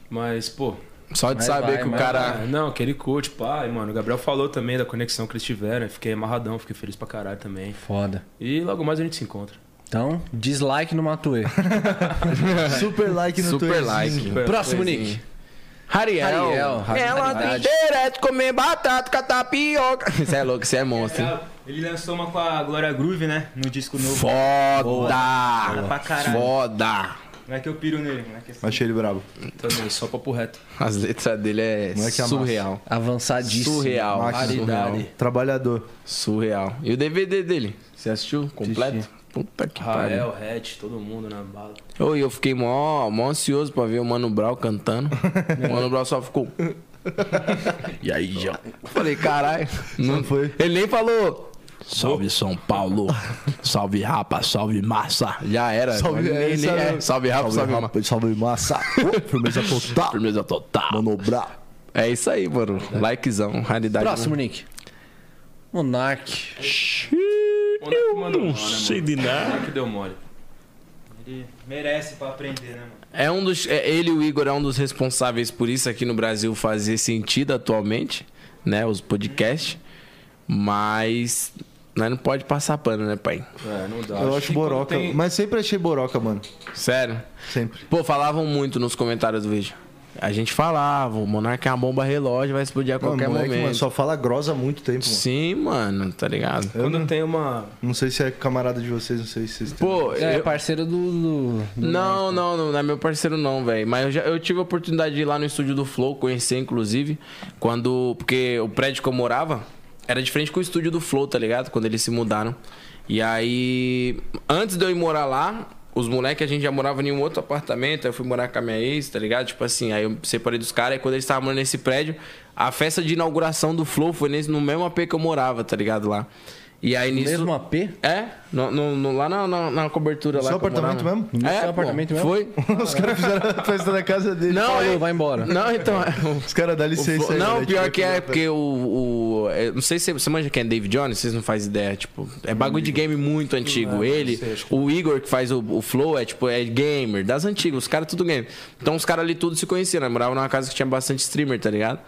[SPEAKER 4] Mas, pô.
[SPEAKER 1] Só de saber
[SPEAKER 2] vai,
[SPEAKER 1] que o
[SPEAKER 2] mas
[SPEAKER 1] cara.
[SPEAKER 4] ah, não, que ele curte, pai, mano. O Gabriel falou também da conexão que eles tiveram. eu Fiquei amarradão, fiquei feliz pra caralho também.
[SPEAKER 2] Foda.
[SPEAKER 4] E logo mais a gente se encontra.
[SPEAKER 2] Então, dislike no Matuê.
[SPEAKER 3] Super like no
[SPEAKER 1] Super
[SPEAKER 3] Twitter.
[SPEAKER 1] like. É
[SPEAKER 2] Próximo, Nick.
[SPEAKER 1] Ariel.
[SPEAKER 2] Ariel,
[SPEAKER 1] Ela tem
[SPEAKER 2] racionalidade.
[SPEAKER 1] direito de comer batata com a tapioca. Você é louco, você é monstro. hein?
[SPEAKER 6] Ele lançou uma com a Glória Groove, né? No disco novo.
[SPEAKER 1] Foda!
[SPEAKER 6] Foda pra caralho.
[SPEAKER 1] Foda!
[SPEAKER 6] Não é que eu piro nele, não é que assim.
[SPEAKER 3] Achei ele brabo.
[SPEAKER 4] Também, Então, assim, só papo reto.
[SPEAKER 1] As letras dele é
[SPEAKER 3] Moleque amassa.
[SPEAKER 1] surreal.
[SPEAKER 2] Avançadíssimo.
[SPEAKER 1] Surreal.
[SPEAKER 3] Máquina.
[SPEAKER 1] Surreal.
[SPEAKER 3] Trabalhador.
[SPEAKER 1] Surreal. E o DVD dele? Você assistiu completo? Puta que pariu.
[SPEAKER 4] Rael, Hatch, todo mundo na bala.
[SPEAKER 1] Ô, e eu fiquei mó, mó ansioso pra ver o Mano Brown cantando. o Mano Brown só ficou.
[SPEAKER 7] E aí, já.
[SPEAKER 1] Falei, caralho. Não
[SPEAKER 3] foi.
[SPEAKER 1] Ele nem falou.
[SPEAKER 9] Salve São Paulo. salve Rapa, salve Massa.
[SPEAKER 1] Já era.
[SPEAKER 3] Salve,
[SPEAKER 1] Nem-
[SPEAKER 3] é,
[SPEAKER 1] nem-
[SPEAKER 3] isso
[SPEAKER 1] é,
[SPEAKER 3] mesmo.
[SPEAKER 1] salve rapa, salve, mama.
[SPEAKER 9] Rapa, salve Massa. Firmeza total. Firmeza total. Manobrar.
[SPEAKER 1] É isso aí, mano. Likezão, raridade. né?
[SPEAKER 2] Próximo, Nick. Monark.
[SPEAKER 4] Eu não sei
[SPEAKER 7] de
[SPEAKER 6] é
[SPEAKER 7] nada.
[SPEAKER 4] que deu mole.
[SPEAKER 6] Ele merece pra aprender, né, mano?
[SPEAKER 1] É um dos, é, ele e o Igor é um dos responsáveis por isso aqui no Brasil fazer sentido atualmente, né? Os podcasts. Mas nós não pode passar pano, né, pai?
[SPEAKER 4] É, não dá.
[SPEAKER 3] Eu
[SPEAKER 4] que
[SPEAKER 3] acho
[SPEAKER 4] quando
[SPEAKER 3] boroca.
[SPEAKER 4] tem-
[SPEAKER 3] Mas sempre achei boroca, mano.
[SPEAKER 1] Sério.
[SPEAKER 3] Sempre.
[SPEAKER 1] Pô, falavam muito nos comentários do vídeo. A gente falava, o Monarca é uma bomba relógio, vai explodir a qualquer
[SPEAKER 3] Mano, moleque,
[SPEAKER 1] momento.
[SPEAKER 3] mano, só fala grosa há muito tempo, mano.
[SPEAKER 1] Sim, mano, tá ligado?
[SPEAKER 3] Eu
[SPEAKER 4] Quando
[SPEAKER 3] não,
[SPEAKER 4] tem uma.
[SPEAKER 3] não sei se é camarada de vocês, não sei se vocês têm.
[SPEAKER 1] Pô,
[SPEAKER 2] É
[SPEAKER 1] eu-
[SPEAKER 2] parceiro do. do- do-
[SPEAKER 1] Não, não, não, não é meu parceiro não, velho. Mas eu, já, eu tive a oportunidade de ir lá no estúdio do Flow, conhecer inclusive, quando... Porque o prédio que eu morava era de frente com o estúdio do Flow, tá ligado? Quando eles se mudaram. E aí, antes de eu ir morar lá, os moleques, a gente já morava em um outro apartamento, aí eu fui morar com a minha ex, tá ligado? Tipo assim, aí eu separei dos caras, e quando eles estavam morando nesse prédio, a festa de inauguração do Flow foi nesse, no mesmo AP que eu morava, tá ligado? Lá. E aí nisso...
[SPEAKER 2] Mesmo AP?
[SPEAKER 1] É, no, no- no- lá na, na- na cobertura lá.
[SPEAKER 3] Seu
[SPEAKER 1] que eu
[SPEAKER 3] apartamento
[SPEAKER 1] morava.
[SPEAKER 3] mesmo?
[SPEAKER 1] É,
[SPEAKER 2] Seu
[SPEAKER 1] pô,
[SPEAKER 2] apartamento mesmo?
[SPEAKER 1] Foi.
[SPEAKER 3] Os caras fizeram a festa na casa dele.
[SPEAKER 1] Não,
[SPEAKER 2] Falou,
[SPEAKER 1] é-
[SPEAKER 2] vai embora.
[SPEAKER 1] Não, então. é-
[SPEAKER 3] Os caras dá
[SPEAKER 1] o
[SPEAKER 3] licença
[SPEAKER 1] Flo-
[SPEAKER 3] aí, né, tipo,
[SPEAKER 1] não,
[SPEAKER 3] velho,
[SPEAKER 1] pior
[SPEAKER 3] a gente
[SPEAKER 1] que
[SPEAKER 3] vai
[SPEAKER 1] é,
[SPEAKER 3] pra-
[SPEAKER 1] porque o. o- é, não sei se você manja quem é David Jones, vocês não fazem ideia. Tipo, é bagulho de game muito antigo. Ele, o Igor que faz o, o Flow, é tipo, é gamer, das antigas, os caras tudo gamer. Então os caras ali tudo se conheciam, né? Moravam numa casa que tinha bastante streamer, tá ligado?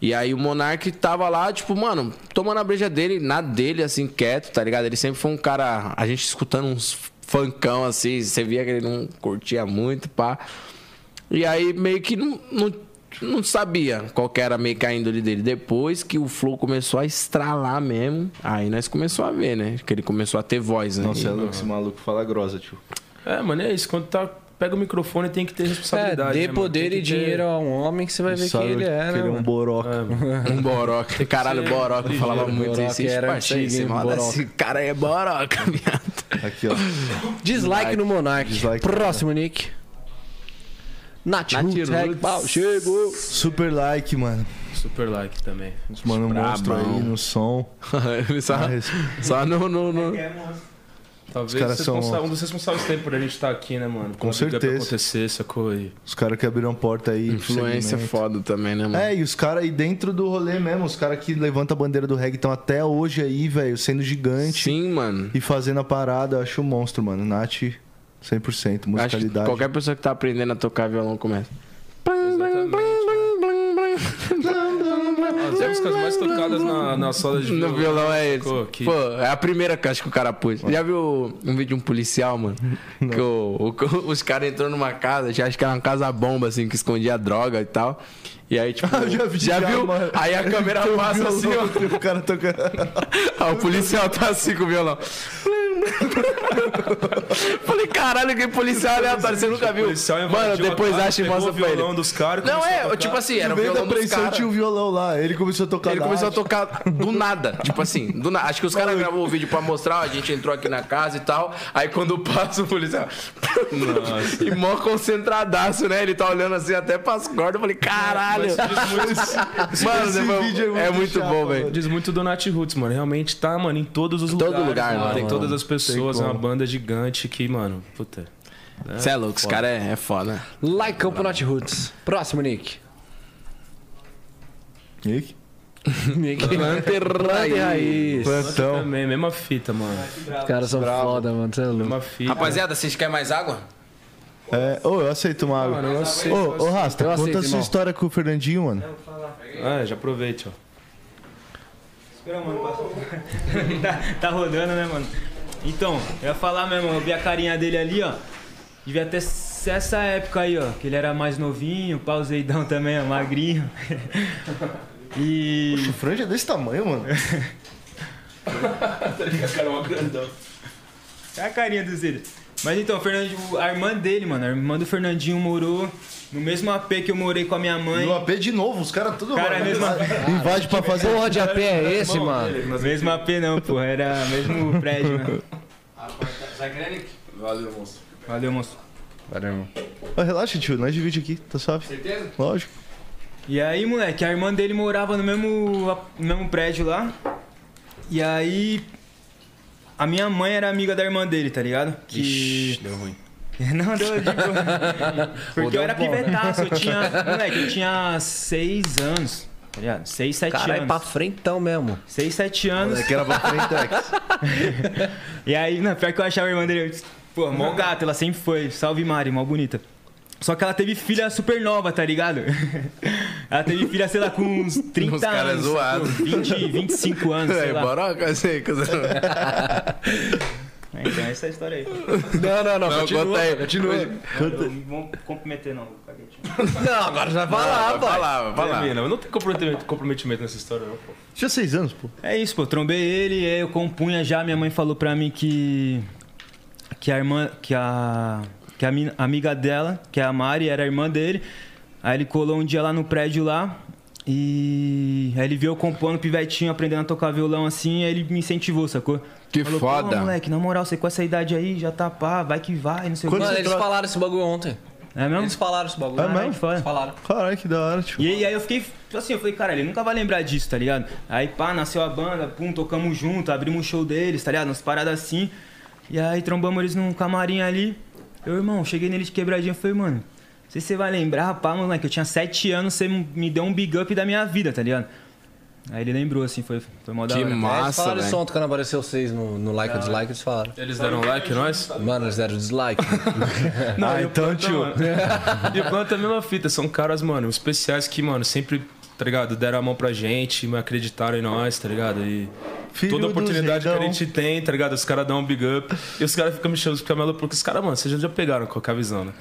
[SPEAKER 1] E aí o Monark tava lá, tipo, mano, tomando a breja dele, na dele, assim, quieto, tá ligado? Ele sempre foi um cara. A gente escutando uns funkão assim, você via que ele não curtia muito, pá. E aí meio que não, não, não sabia qual que era meio que a índole dele. Depois que o Flow começou a estralar mesmo, aí nós começou a ver, né? Que ele começou a ter voz, né?
[SPEAKER 5] Nossa,
[SPEAKER 1] E-
[SPEAKER 5] é louco, esse maluco fala grosa, tio.
[SPEAKER 4] É, mano, é isso. Quando tá, pega o microfone tem que ter
[SPEAKER 2] É,
[SPEAKER 4] responsabilidade.
[SPEAKER 2] dê
[SPEAKER 4] né, mano?
[SPEAKER 2] poder
[SPEAKER 4] Tem
[SPEAKER 2] e
[SPEAKER 4] que ter-
[SPEAKER 2] dinheiro a um homem que você vai ver quem
[SPEAKER 5] Sabe
[SPEAKER 2] ele é,
[SPEAKER 5] que
[SPEAKER 2] né?
[SPEAKER 5] ele é um
[SPEAKER 2] mano?
[SPEAKER 5] boroca.
[SPEAKER 1] Um boroca. Caralho, boroca. Eu falava muito
[SPEAKER 2] é
[SPEAKER 1] isso.
[SPEAKER 2] Boroca era
[SPEAKER 1] Era
[SPEAKER 2] antigo,
[SPEAKER 1] esse,
[SPEAKER 2] hein,
[SPEAKER 1] mano,
[SPEAKER 2] boroca.
[SPEAKER 1] esse cara é boroca, viado.
[SPEAKER 5] Aqui, ó.
[SPEAKER 2] Dislike no Monark.
[SPEAKER 5] Dislike.
[SPEAKER 2] Próximo, Nick. Nath, Roots, Hack, pau, chegou.
[SPEAKER 5] Super like, mano.
[SPEAKER 4] Super like também.
[SPEAKER 5] Os mano é um monstro aí no som.
[SPEAKER 1] só
[SPEAKER 5] Mas-
[SPEAKER 1] só no, no, no-
[SPEAKER 2] É,
[SPEAKER 6] é
[SPEAKER 4] Talvez
[SPEAKER 5] Os caras
[SPEAKER 4] vocês
[SPEAKER 5] são-
[SPEAKER 4] responsa- um dos responsáveis também por a gente estar aqui, né, mano?
[SPEAKER 5] Com
[SPEAKER 4] Quando a vida
[SPEAKER 5] certeza.
[SPEAKER 4] acontecer, sacou? E...
[SPEAKER 5] Os caras que abriram porta aí.
[SPEAKER 2] é
[SPEAKER 5] pro
[SPEAKER 1] Influência
[SPEAKER 5] segmento.
[SPEAKER 1] foda também, né, mano?
[SPEAKER 5] É, e os caras aí dentro do rolê mesmo, os caras que levantam a bandeira do reggae estão até hoje aí, velho, sendo gigante
[SPEAKER 1] Sim, mano.
[SPEAKER 5] e fazendo a parada, eu acho um monstro, mano. Nath, 100%,
[SPEAKER 1] Acho que
[SPEAKER 5] musicalidade.
[SPEAKER 1] qualquer pessoa que tá aprendendo a tocar violão começa.
[SPEAKER 4] Ah, As músicas mais tocadas na, na sala de
[SPEAKER 1] No violão é esse.
[SPEAKER 4] Pô, que-
[SPEAKER 1] Pô, é a primeira que eu acho que o cara pôs. Já viu um vídeo de um policial, mano? Que o- o- os caras entrou numa casa, já acho que era uma casa bomba, assim, que escondia droga e tal. E aí, tipo, já,
[SPEAKER 5] já vi, já,
[SPEAKER 1] viu?
[SPEAKER 5] mano.
[SPEAKER 1] Aí a câmera
[SPEAKER 5] um
[SPEAKER 1] passa assim, ó.
[SPEAKER 5] o um cara tocando.
[SPEAKER 1] Ah, o policial tá assim com o violão. Falei, caralho, que policial aleatório, você nunca viu.
[SPEAKER 4] policial
[SPEAKER 1] Mano,
[SPEAKER 4] invadiu a
[SPEAKER 1] depois
[SPEAKER 4] casa,
[SPEAKER 1] acha e
[SPEAKER 4] pegou
[SPEAKER 1] mostra
[SPEAKER 4] o
[SPEAKER 1] pra ele.
[SPEAKER 4] violão dos caras e
[SPEAKER 1] Não,
[SPEAKER 4] começou a
[SPEAKER 1] é,
[SPEAKER 4] tocar.
[SPEAKER 1] tipo assim, era
[SPEAKER 5] No
[SPEAKER 1] o
[SPEAKER 5] meio da
[SPEAKER 1] violão dos
[SPEAKER 5] pressão
[SPEAKER 1] caras.
[SPEAKER 5] tinha um violão lá, ele começou a tocar
[SPEAKER 1] Ele começou a
[SPEAKER 5] Nath.
[SPEAKER 1] tocar do nada. Tipo assim, do nada. Acho que os caras gravou o vídeo pra mostrar, ó, a gente entrou aqui na casa e tal. Aí quando passa o policial. e mó concentradaço, né? Ele tá olhando assim até pras cordas. Eu falei, caralho. Mano,
[SPEAKER 5] esse
[SPEAKER 1] depois-
[SPEAKER 5] vídeo é muito
[SPEAKER 1] é muito
[SPEAKER 5] chato,
[SPEAKER 1] bom,
[SPEAKER 5] mano.
[SPEAKER 1] velho.
[SPEAKER 4] Diz muito do Nat Roots, mano. Realmente tá, mano, em todos os
[SPEAKER 1] todo
[SPEAKER 4] lugares.
[SPEAKER 1] lugar,
[SPEAKER 4] mano.
[SPEAKER 1] mano.
[SPEAKER 4] Tem todas as pessoas, é
[SPEAKER 5] Tem
[SPEAKER 4] uma
[SPEAKER 5] como.
[SPEAKER 4] banda gigante que, mano, puta.
[SPEAKER 1] Você é louco, esse cara é, é foda.
[SPEAKER 2] Like Campo Nath Roots. Próximo, Nick.
[SPEAKER 5] Nick?
[SPEAKER 2] Nick. Planta e raiz.
[SPEAKER 3] Então-
[SPEAKER 5] Plantão.
[SPEAKER 4] Também, mesma fita, mano.
[SPEAKER 2] Os caras são foda, mano. Você é louco.
[SPEAKER 4] Mesma fita.
[SPEAKER 1] Rapaziada, vocês querem mais água?
[SPEAKER 5] É, ô, eu aceito uma água.
[SPEAKER 4] mano, eu aceito, eu
[SPEAKER 5] Ô, ô, Rasta,
[SPEAKER 2] Eu
[SPEAKER 5] conta
[SPEAKER 2] aceito,
[SPEAKER 5] a sua
[SPEAKER 2] irmão.
[SPEAKER 5] história com o Fernandinho, mano.
[SPEAKER 4] É, já aproveite, ó.
[SPEAKER 6] Espera, mano, passa. tá, tá rodando, né, mano? Então, eu ia falar mesmo, eu vi a carinha dele ali, ó. Devia até ser essa época aí, ó. Que ele era mais novinho, pauseidão também, ó, magrinho. E.
[SPEAKER 5] O Franja é desse tamanho, mano.
[SPEAKER 6] É a carinha do Zilha. Mas então, o Fernandinho, a irmã dele, mano, a irmã do Fernandinho morou no mesmo AP que eu morei com a minha mãe.
[SPEAKER 5] No AP de novo, os caras tudo
[SPEAKER 6] Cara, é a mesma
[SPEAKER 5] invade pra fazer.
[SPEAKER 2] Porra de AP é esse, mano?
[SPEAKER 6] Mesmo AP não, pô, era mesmo prédio, né?
[SPEAKER 4] Valeu, moço.
[SPEAKER 6] Valeu, moço.
[SPEAKER 5] Ô, relaxa, tio, nós divide aqui, tá suave? Certeza? Lógico.
[SPEAKER 6] E aí, moleque, a irmã dele morava no mesmo, no mesmo prédio lá. E aí. A minha mãe era amiga da irmã dele, tá ligado? Que.
[SPEAKER 4] Deu ruim.
[SPEAKER 6] Não, deu de boa. Porque eu era pivetaço, eu tinha. Moleque, eu tinha seis anos, tá ligado? Seis, sete
[SPEAKER 2] Caralho, é
[SPEAKER 6] anos.
[SPEAKER 2] pra frentão mesmo.
[SPEAKER 6] Seis, sete anos.
[SPEAKER 5] Que era pra frente, Alex.
[SPEAKER 6] E aí, não, pior que eu achava a irmã dele. eu disse, Pô, mó gato, ela sempre foi. Salve Mari, mó bonita. Só que ela teve filha super nova, tá ligado? Ela teve filha, sei lá, com uns 30
[SPEAKER 1] Os caras
[SPEAKER 6] anos.
[SPEAKER 1] zoados.
[SPEAKER 6] sacou? 20, 25 anos, sei
[SPEAKER 1] É,
[SPEAKER 6] lá.
[SPEAKER 1] boroca, eu sei. que eu-
[SPEAKER 6] É, Então, essa é a história aí.
[SPEAKER 2] Não, não, não.
[SPEAKER 1] Não,
[SPEAKER 2] continua.
[SPEAKER 1] conta aí.
[SPEAKER 6] Não, eu não vou comprometer, não. caguei, tio.
[SPEAKER 2] Não, agora já vai lá,
[SPEAKER 1] Vai
[SPEAKER 2] pai.
[SPEAKER 1] lá, vai lá.
[SPEAKER 4] Termina, mas não tem comprometimento, comprometimento nessa história, não, pô.
[SPEAKER 5] Tinha seis anos, pô.
[SPEAKER 6] É isso, pô. Trombei ele, e aí eu compunha já. Minha mãe falou pra mim que. Que a irmã. Que a. Que a min- amiga dela, que é a Mari, era a irmã dele. Aí ele colou um dia lá no prédio lá. E. Aí ele viu eu compondo pivetinho, aprendendo a tocar violão assim. Aí ele me incentivou, sacou?
[SPEAKER 1] Que
[SPEAKER 6] Falou,
[SPEAKER 1] foda.
[SPEAKER 6] Pô, moleque, na moral, você com essa idade aí já tá pá, vai que vai, não sei o
[SPEAKER 5] Quando
[SPEAKER 6] que.
[SPEAKER 2] Mano, eles falaram esse bagulho ontem.
[SPEAKER 6] É mesmo?
[SPEAKER 2] Eles falaram esse bagulho.
[SPEAKER 5] É mesmo?
[SPEAKER 2] Eles falaram.
[SPEAKER 5] Caralho, que da hora, tio.
[SPEAKER 6] E aí, aí eu fiquei assim, eu falei, cara, ele nunca vai lembrar disso, tá ligado? Aí pá, nasceu a banda, pum, tocamos junto, abrimos um show deles, tá ligado? Umas paradas assim. E aí trombamos eles num camarim ali. Eu, irmão, cheguei nele de quebradinha e falei, mano, não sei se você vai lembrar, pá, moleque, eu tinha 7 anos, você me deu um big up da minha vida, tá ligado? Aí ele lembrou, assim, foi, foi mó da
[SPEAKER 1] Que
[SPEAKER 6] hora.
[SPEAKER 2] É, eles
[SPEAKER 1] massa,
[SPEAKER 2] falaram isso
[SPEAKER 1] velho.
[SPEAKER 2] ontem quando apareceu vocês no, no like ou dislike, eles falaram.
[SPEAKER 4] Eles deram like em nós?
[SPEAKER 2] Mano, eles deram dislike.
[SPEAKER 4] Não, ah, então, tio. E o plano é a mesma fita. São caras, mano, especiais que, mano, sempre, tá ligado? Deram a mão pra gente, me acreditaram em nós, tá ligado? E
[SPEAKER 5] Filho
[SPEAKER 4] toda
[SPEAKER 5] do
[SPEAKER 4] oportunidade que a
[SPEAKER 5] Zedão.
[SPEAKER 4] gente tem, tá ligado? Os caras dão um big up. E os caras ficam me chamando de camelo porque os caras, mano, vocês já pegaram com a visão, né?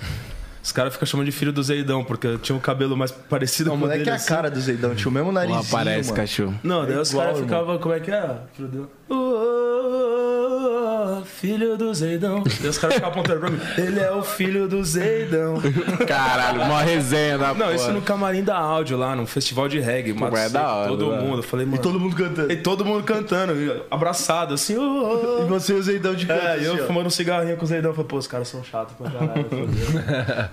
[SPEAKER 4] Os caras ficam chamando de filho do Zeidão, porque eu tinha um cabelo mais parecido
[SPEAKER 3] Não,
[SPEAKER 4] com
[SPEAKER 3] o
[SPEAKER 4] o
[SPEAKER 3] moleque
[SPEAKER 4] dele.
[SPEAKER 3] é a
[SPEAKER 4] assim.
[SPEAKER 3] cara do Zeidão, tinha o mesmo nariz.
[SPEAKER 1] aparece, cachorro.
[SPEAKER 4] Não, daí
[SPEAKER 3] É
[SPEAKER 4] os
[SPEAKER 3] igual,
[SPEAKER 4] caras
[SPEAKER 3] irmão.
[SPEAKER 4] ficavam, como é que é? Filho do... Ô, ô, ô, ô, filho do Zeidão. Daí os caras ficavam apontando pra mim. Ele é o filho do Zeidão.
[SPEAKER 1] Caralho, mó resenha da
[SPEAKER 4] Não,
[SPEAKER 1] porra.
[SPEAKER 4] isso no camarim da áudio lá, num festival de reggae. Mato
[SPEAKER 1] é
[SPEAKER 4] Seco,
[SPEAKER 1] da hora,
[SPEAKER 4] Todo
[SPEAKER 1] da hora.
[SPEAKER 4] mundo. Eu falei, mano...
[SPEAKER 3] E todo mundo cantando.
[SPEAKER 4] E todo mundo cantando, e abraçado, assim, ô, ô,
[SPEAKER 3] E
[SPEAKER 4] ô.
[SPEAKER 3] você e o Zeidão de canto,
[SPEAKER 4] É, e
[SPEAKER 3] assim,
[SPEAKER 4] eu
[SPEAKER 3] ó.
[SPEAKER 4] fumando um cigarrinho com o Zeidão. eu Falei, pô, os caras são chatos pra caralho. fodeu.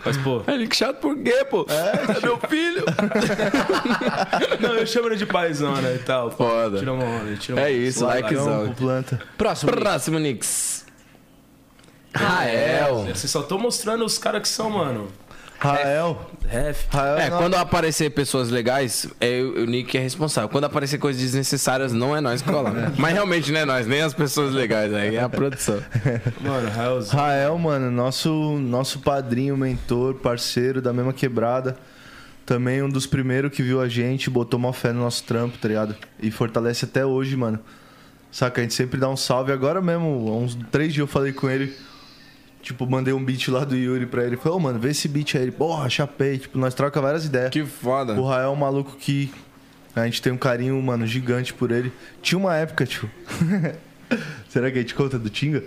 [SPEAKER 4] Mas, pô.
[SPEAKER 1] Ele que chato por quê, pô? É, meu filho.
[SPEAKER 4] Não, eu chamo ele de paizona e tal. pô.
[SPEAKER 1] Foda.
[SPEAKER 4] Tira uma onda, tira uma
[SPEAKER 1] É isso,
[SPEAKER 3] Lacão
[SPEAKER 1] likezão.
[SPEAKER 3] com planta.
[SPEAKER 2] Próximo.
[SPEAKER 1] um- Próximo, Nix. Rael.
[SPEAKER 4] Você só tô mostrando os caras que são, mano.
[SPEAKER 3] Rael.
[SPEAKER 4] Ref.
[SPEAKER 3] Rael
[SPEAKER 1] É,
[SPEAKER 3] não-
[SPEAKER 1] quando aparecer pessoas legais, é o o Nick que é responsável. Quando aparecer coisas desnecessárias, não é nós que colamos. Mas realmente não é nós, nem as pessoas legais, aí é a produção.
[SPEAKER 4] Mano, Raelzinho.
[SPEAKER 3] Rael, mano, é nosso, nosso padrinho, mentor, parceiro da mesma quebrada. Também um dos primeiros que viu a gente, botou uma fé no nosso trampo, tá ligado? E fortalece até hoje, mano. Saca? A gente sempre dá um salve. Agora mesmo, há uns três dias eu falei com ele. Tipo, mandei um beat lá do Yuri pra ele. Falei, ô, mano, vê esse beat aí. Ele, porra, chapei. Tipo, nós troca várias ideias.
[SPEAKER 1] Que foda.
[SPEAKER 3] O Rael é um maluco que a gente tem um carinho, mano, gigante por ele. Tinha uma época, tio. Será que a gente conta do Tinga?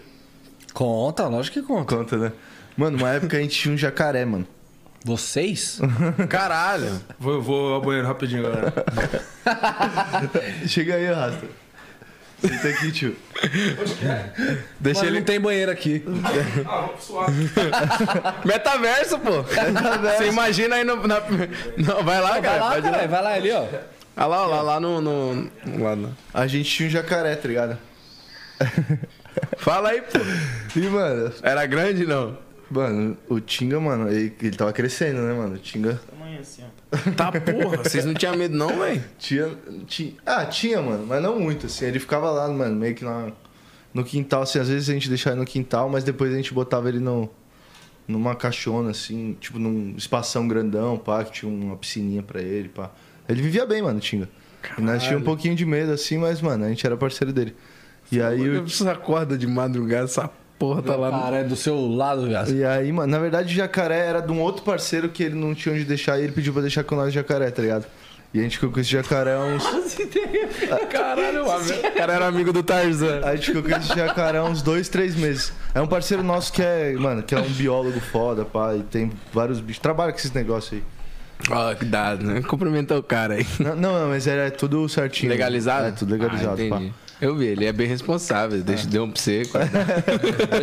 [SPEAKER 2] Conta, lógico que conta.
[SPEAKER 3] Conta, né? Mano, uma época a gente tinha um jacaré, mano.
[SPEAKER 2] Vocês?
[SPEAKER 1] Caralho.
[SPEAKER 4] Vou, vou ao banheiro rapidinho, galera.
[SPEAKER 3] Chega aí, Rasta. Senta aqui, tio.
[SPEAKER 2] Deixa ele... não tem banheiro aqui.
[SPEAKER 1] Metaverso, pô. Você imagina aí no. na- Não, vai lá,
[SPEAKER 2] Vai
[SPEAKER 1] cara.
[SPEAKER 2] lá,
[SPEAKER 1] É, pode ir lá.
[SPEAKER 2] cara, vai lá ali, ó.
[SPEAKER 1] Ah lá, ó, lá, lá no. no... lá no-
[SPEAKER 3] A gente tinha um jacaré, tá ligado?
[SPEAKER 1] Fala aí, pô.
[SPEAKER 3] E, mano,
[SPEAKER 1] Era grande, não?
[SPEAKER 3] mano, o Tinga, mano, ele, ele tava crescendo, né, mano? O Tinga
[SPEAKER 6] Tamanho assim, ó.
[SPEAKER 1] Tá porra. Vocês não tinham medo, não, velho?
[SPEAKER 3] tinha, tinha. Ah, tinha, mano, mas não muito, assim. Ele ficava lá, mano, meio que na, no quintal, assim. Às vezes a gente deixava ele no quintal, mas depois a gente botava ele no, numa caixona, assim, tipo num espação grandão, pá, que tinha uma piscininha pra ele, pá. Ele vivia bem, mano, o Tinga. E nós tínhamos um pouquinho de medo, assim, mas, mano, a gente era parceiro dele. E aí o
[SPEAKER 1] Você acorda de madrugada, essa porra tá lá. no-
[SPEAKER 2] Cara, é do seu lado, viado.
[SPEAKER 3] E aí, mano, na verdade o jacaré era de um outro parceiro que ele não tinha onde deixar e ele pediu pra deixar com nós o jacaré, tá ligado? E a gente ficou com esse jacaré há uns.
[SPEAKER 1] Caralho, o cara era amigo do Tarzan.
[SPEAKER 3] A gente ficou com esse jacaré há uns dois, três meses. É um parceiro nosso que é, mano, que é um biólogo foda, pá, e tem vários bichos. Trabalha com esses negócios aí.
[SPEAKER 1] Ó, cuidado, né? Cumprimenta o cara aí.
[SPEAKER 3] Não, não, não, mas era tudo certinho.
[SPEAKER 1] Legalizado?
[SPEAKER 3] É, tudo legalizado,
[SPEAKER 1] Ah,
[SPEAKER 3] pá.
[SPEAKER 1] entendi. Eu vi, ele é bem responsável. Deixa, deu um pra você. cara.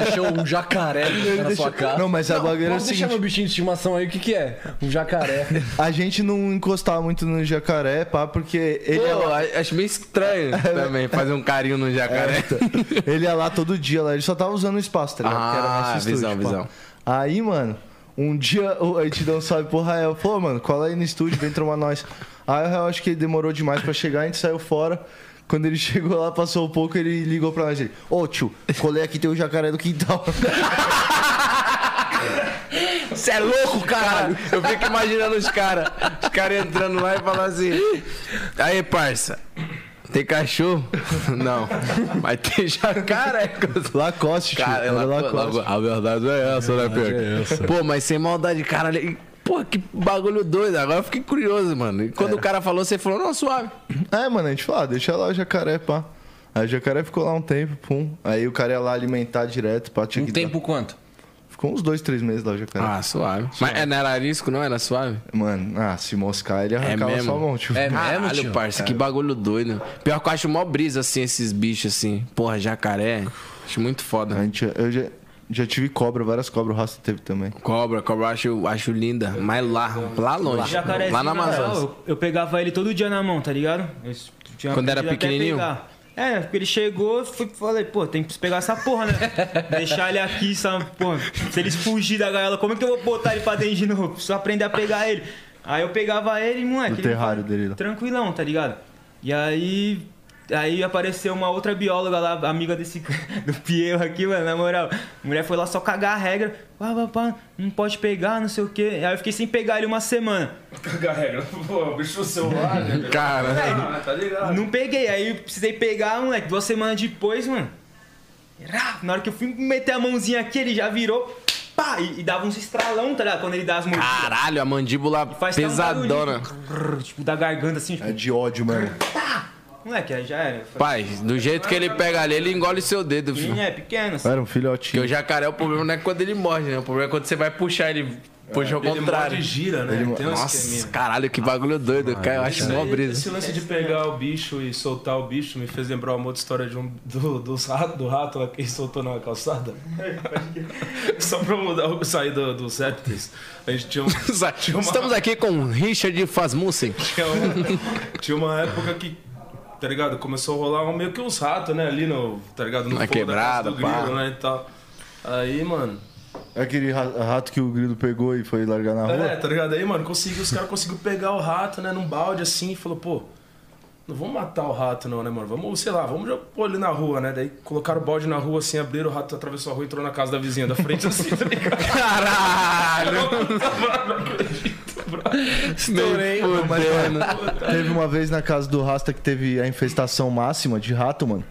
[SPEAKER 2] Deixou um jacaré na sua casa.
[SPEAKER 3] Não, mas a bagulho é o
[SPEAKER 2] Pode deixar
[SPEAKER 3] seguinte.
[SPEAKER 2] meu bichinho de estimação aí, o que que é? Um jacaré.
[SPEAKER 3] A gente não encostava muito no jacaré, pá, porque ele
[SPEAKER 1] Pô,
[SPEAKER 3] é lá-
[SPEAKER 1] a- acho meio estranho também fazer um carinho no jacaré.
[SPEAKER 3] Ele ia lá todo dia, lá. ele só tava usando o espaço, tá ligado?
[SPEAKER 1] Ah,
[SPEAKER 3] Porque era nosso estúdio,
[SPEAKER 1] visão,
[SPEAKER 3] pá.
[SPEAKER 1] visão.
[SPEAKER 3] ah. Aí, mano, um dia o- a gente deu um salve pro Rael. Pô, mano, cola aí no estúdio, vem tomar nós. Aí o Rael, acho que ele demorou demais pra chegar, a gente saiu fora. Quando ele chegou lá, passou um pouco, ele ligou pra nós. Ele, ô tio, colei aqui, tem o jacaré do quintal.
[SPEAKER 1] Você é louco, caralho! Eu fico imaginando os caras. Os caras entrando lá e falando assim. Aí, parça. Tem cachorro? Não. Mas tem jacaré.
[SPEAKER 3] Lacoste, tio.
[SPEAKER 1] Cara,
[SPEAKER 3] era
[SPEAKER 1] ela-
[SPEAKER 3] Lacoste.
[SPEAKER 1] ela- a verdade é essa, né, Pedro? Pô, mas sem maldade, caralho. E, Pô, que bagulho doido. Agora eu fiquei curioso, mano. E quando o cara falou, você falou, não, suave.
[SPEAKER 3] É, mano, a gente falou, ah, deixa lá o jacaré, pá. Aí o jacaré ficou lá um tempo, pum. Aí o cara ia lá alimentar direto, pá. Tinha
[SPEAKER 2] Um
[SPEAKER 3] que
[SPEAKER 2] tempo quanto?
[SPEAKER 3] Ficou uns dois, três meses lá o jacaré.
[SPEAKER 1] Ah, suave. Mas é, não era arisco, não? Era suave?
[SPEAKER 3] Mano, ah, se moscar, ele arrancava
[SPEAKER 1] mesmo?
[SPEAKER 3] só a mão,
[SPEAKER 5] tipo.
[SPEAKER 3] tio.
[SPEAKER 2] É
[SPEAKER 1] Caralho,
[SPEAKER 2] mesmo, tio?
[SPEAKER 1] parça, que bagulho doido. Pior que eu acho mó brisa, assim, esses bichos, assim. Porra, jacaré. Acho muito
[SPEAKER 3] A
[SPEAKER 1] foda.
[SPEAKER 3] gente, eu já, já tive cobra, várias cobras, o Rasta teve também.
[SPEAKER 1] Cobra, cobra eu acho, acho linda. Mas lá, lá longe.
[SPEAKER 6] Jacarezinho, né? Tá
[SPEAKER 1] Lá na
[SPEAKER 6] moral,
[SPEAKER 1] Amazônia.
[SPEAKER 6] Eu, eu pegava ele todo dia na mão, tá ligado? Eu tinha
[SPEAKER 1] Quando era
[SPEAKER 6] aprendido até
[SPEAKER 1] pequenininho?
[SPEAKER 6] pegar. É, porque ele chegou, fui, falei, pô, tem que pegar essa porra, né? Deixar ele aqui, sabe? Pô, se eles fugir da gaiola, como é que eu vou botar ele pra dentro de novo? Preciso aprender a pegar ele. Aí eu pegava ele, moleque.
[SPEAKER 3] Do
[SPEAKER 6] ele
[SPEAKER 3] terrário dele lá.
[SPEAKER 6] Tranquilão, tá ligado? E aí. Aí apareceu uma outra bióloga lá, amiga desse do Piero aqui, mano, na moral. A mulher foi lá só cagar a regra. Pá, pá, pá, não pode pegar, não sei o quê. Aí eu fiquei sem pegar ele uma semana.
[SPEAKER 4] Caga a regra. Pô, bicho celular, né?
[SPEAKER 1] Cara,
[SPEAKER 4] Ah, tá ligado?
[SPEAKER 6] Não peguei, aí eu precisei pegar, moleque, duas semanas depois, mano. Rá, Na hora que eu fui meter a mãozinha aqui, ele já virou. pá, pá, e, e dava uns estralão, tá ligado? Quando ele dá as mordidas.
[SPEAKER 1] Caralho, a mandíbula
[SPEAKER 6] E faz até um
[SPEAKER 1] pesadona.
[SPEAKER 6] barulhinho, Tipo, da garganta assim, tipo,
[SPEAKER 5] É de ódio, mano.
[SPEAKER 6] moleque, aí já era. Foi-
[SPEAKER 1] Pai, do jeito que ele pega ali, ele engole seu dedo, filho.
[SPEAKER 6] Pequenininho, é pequeno, assim.
[SPEAKER 5] Era um
[SPEAKER 1] Porque
[SPEAKER 5] filhotinho.
[SPEAKER 1] o jacaré, o problema não é quando ele morde, né? O problema é quando você vai puxar, ele puxa ao
[SPEAKER 4] Ele
[SPEAKER 1] contrário. é
[SPEAKER 4] morde e é gira, né? Tem um
[SPEAKER 1] Nossa,
[SPEAKER 4] esqueminha.
[SPEAKER 1] caralho, que bagulho doido, cara. Eu acho
[SPEAKER 4] Isso
[SPEAKER 1] mó
[SPEAKER 4] aí,
[SPEAKER 1] brisa.
[SPEAKER 4] Esse lance de pegar o bicho e soltar o bicho me fez lembrar uma outra história de um, do, dos rato, do rato lá que ele soltou na calçada. Só pra mudar, o- sair do, do septis. A gente tinha um, tinha uma-
[SPEAKER 1] Estamos aqui com Richard Fasmussen.
[SPEAKER 4] tinha uma, tinha uma época que, tá ligado? Começou a rolar um- meio que uns ratos, né? Ali no, tá ligado? No
[SPEAKER 1] Na
[SPEAKER 4] fogo da casa
[SPEAKER 1] quebrada,
[SPEAKER 4] do
[SPEAKER 1] pá.
[SPEAKER 4] grilo, né? E tal. Aí, mano.
[SPEAKER 5] Aquele ra- rato que o grilo pegou e foi largar na
[SPEAKER 4] É,
[SPEAKER 5] rua.
[SPEAKER 4] tá ligado? Aí, mano, consegui, os caras conseguiram pegar o rato, né, num balde assim, e falou, pô, não vamos matar o rato não, né, mano? Vamos, sei lá, vamos já pôr ele na rua, né? Daí colocaram o balde na rua assim, abriram, o rato atravessou a rua e entrou na casa da vizinha da frente assim, tá ligado?
[SPEAKER 1] Estourei, mano.
[SPEAKER 5] Teve uma vez na casa do Rasta que teve a infestação máxima de rato, mano.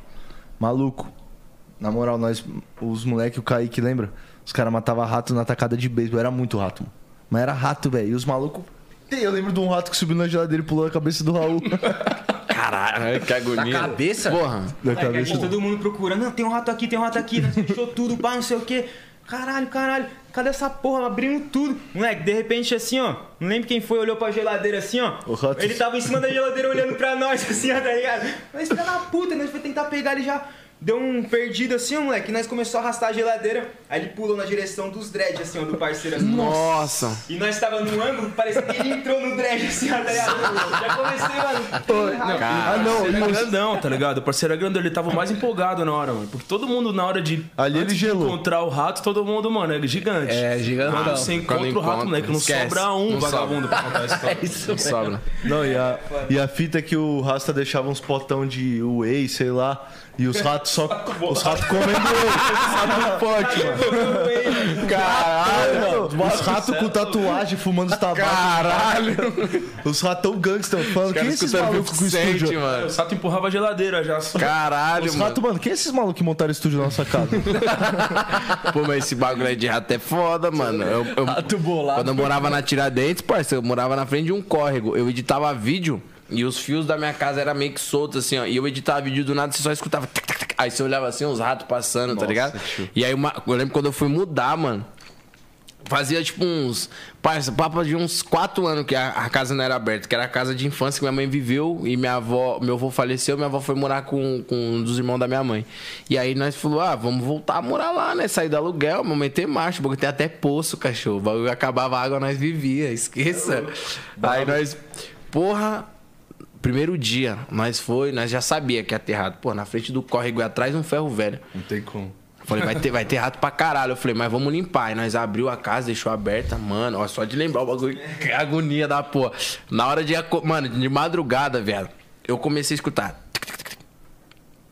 [SPEAKER 5] Maluco. Na moral, nós, os moleque, o Kaique, lembra? Os caras matavam rato na tacada de beisebol. Era muito rato, mano. Mas era rato, velho. E os malucos. Eu lembro de um rato que subiu na geladeira e pulou a cabeça do Raul.
[SPEAKER 1] Caralho, que agonia.
[SPEAKER 2] Cabeça?
[SPEAKER 1] Porra.
[SPEAKER 5] da
[SPEAKER 6] Moleque, aí
[SPEAKER 5] cabeça
[SPEAKER 6] tá todo mundo procurando, não, tem um rato aqui, tem um rato aqui, nós fechou tudo, pá, não sei o quê. Caralho, caralho, cadê essa porra? Abrimos tudo. Moleque, de repente assim, ó, não lembro quem foi, olhou pra geladeira assim, ó.
[SPEAKER 5] O rato-
[SPEAKER 6] Ele tava em cima da geladeira olhando pra nós, assim, ó, tá ligado? Mas filha da puta, nós foi tentar pegar ele já. Deu um perdido assim, ó, moleque, e nós começou a arrastar a geladeira. Aí ele pulou na direção dos dreads, assim, ó, do parceiro. Assim,
[SPEAKER 1] Nossa.
[SPEAKER 6] E nós tava num ângulo, parecia que ele entrou no dread, assim, ó, tá ligado? Já comecei, mano.
[SPEAKER 4] Ah, não, ele era grandão, tá ligado? O parceiro era grandão, ele tava mais empolgado na hora, mano. Porque todo mundo na hora de
[SPEAKER 5] Ali ele
[SPEAKER 4] antes de
[SPEAKER 5] gelou.
[SPEAKER 4] encontrar o rato, todo mundo, mano, é gigante. Ah,
[SPEAKER 2] É, gigantão.
[SPEAKER 4] Quando você encontra
[SPEAKER 1] Quando
[SPEAKER 4] o rato,
[SPEAKER 1] encontra,
[SPEAKER 4] moleque, não
[SPEAKER 1] esquece.
[SPEAKER 4] sobra um
[SPEAKER 1] Não sobra.
[SPEAKER 4] vagabundo pra contar a história.
[SPEAKER 1] Não sobra.
[SPEAKER 5] Não, e a, e a fita é que o Rasta deixava uns potão de whey, sei lá, e os ratos só. os ratos comendo whey. pote, né? mano. Caralho, mano. Os ratos com tatuagem fumando os tabacos. Caralho. Os ratão gangster falando. Quem é esses malucos com
[SPEAKER 1] sente,
[SPEAKER 5] estúdio?
[SPEAKER 1] mano.
[SPEAKER 4] O rato empurrava a geladeira já. assim. só-
[SPEAKER 1] Caralho,
[SPEAKER 5] Os
[SPEAKER 1] mano.
[SPEAKER 5] ratos, mano, quem é esses malucos que montaram estúdio na nossa casa?
[SPEAKER 1] Pô, mas esse bagulho aí de rato é foda, mano. Eu, eu- Quando eu morava na Tiradentes, parceiro, eu morava na frente de um córrego. Eu editava vídeo e os fios da minha casa eram meio que soltos, assim, ó. E eu editava vídeo do nada, você só escutava. tac, tac, tac. Aí você olhava assim, uns ratos passando, tá ligado? E aí uma- eu lembro quando eu fui mudar, mano. Fazia tipo uns. Parça, papo de uns quatro anos que a, a casa não era aberta, que era a casa de infância que minha mãe viveu e minha avó, meu avô faleceu, minha avó foi morar com, com um dos irmãos da minha mãe. E aí nós falou: ah, vamos voltar a morar lá, né? Sair do aluguel, mamãe meter marcha, porque tem até poço, cachorro. O bagulho acabava a água, nós vivia, esqueça. Aí nós. Porra, Primeiro dia, nós foi, nós já sabia que ia ter rato. Pô, na frente do córrego e atrás um ferro velho.
[SPEAKER 5] Não tem como.
[SPEAKER 1] Falei, vai ter, vai ter rato pra caralho. Eu falei, mas vamos limpar. Aí nós abriu a casa, deixou aberta, mano. Ó, só de lembrar o bagulho, que é agonia da porra. Na hora de. aco- Mano, de madrugada, velho, eu comecei a escutar. Tic, tic, tic, tic.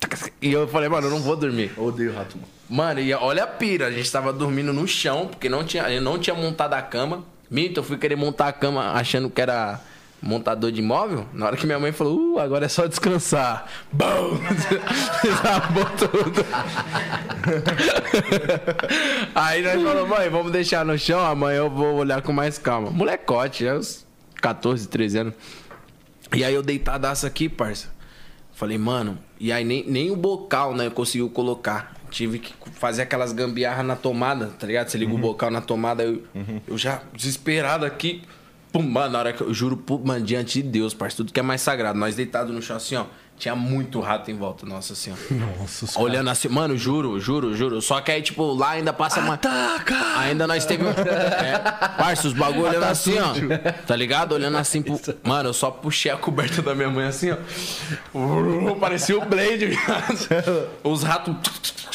[SPEAKER 1] Tic, tic. E eu falei, mano, eu não vou dormir.
[SPEAKER 5] Eu odeio rato, mano.
[SPEAKER 1] Mano, e olha a pira, a gente tava dormindo no chão, porque não tinha, eu não tinha montado a cama. Mito, eu fui querer montar a cama achando que era montador de imóvel. Na hora que minha mãe falou, uh, agora é só descansar. Bom! Desabou tudo. Aí nós falamos, mãe, vamos deixar no chão, amanhã eu vou olhar com mais calma. Molecote, já uns 14, 13 anos. E aí eu deitadaço aqui, parça. Falei, mano, e aí nem, nem o bocal, né, conseguiu colocar. Tive que fazer aquelas gambiarras na tomada, tá ligado? Você liga o bocal na tomada, eu, eu já desesperado aqui. Pum, mano, na hora que eu juro, pum, mano, diante de Deus, parça, tudo que é mais sagrado. Nós deitados no chão assim, ó. Tinha muito rato em volta, nossa assim, senhora. Nossa Olhando assim, mano, juro, juro, juro. Só que aí, tipo, lá ainda passa uma. Ainda nós teve. É, parça, os bagulho olhando assim, ó. Tá ligado? Olhando assim pro. Mano, eu só puxei a coberta da minha mãe assim, ó. Urru, Parecia o Blade, viado. Os ratos.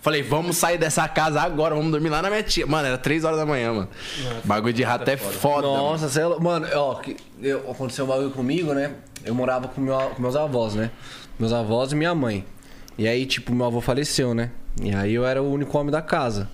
[SPEAKER 1] Falei, vamos sair dessa casa agora, vamos dormir lá na minha tia. Mano, era 3 horas da manhã, mano. Bagulho de rato é foda. mano.
[SPEAKER 2] Nossa, cê é lou- mano, ó, que- eu- aconteceu um bagulho comigo, né? Eu morava com, meu, com meus avós, né? Meus avós e minha mãe. E aí, tipo, meu avô faleceu, né? E aí eu era o único homem da casa.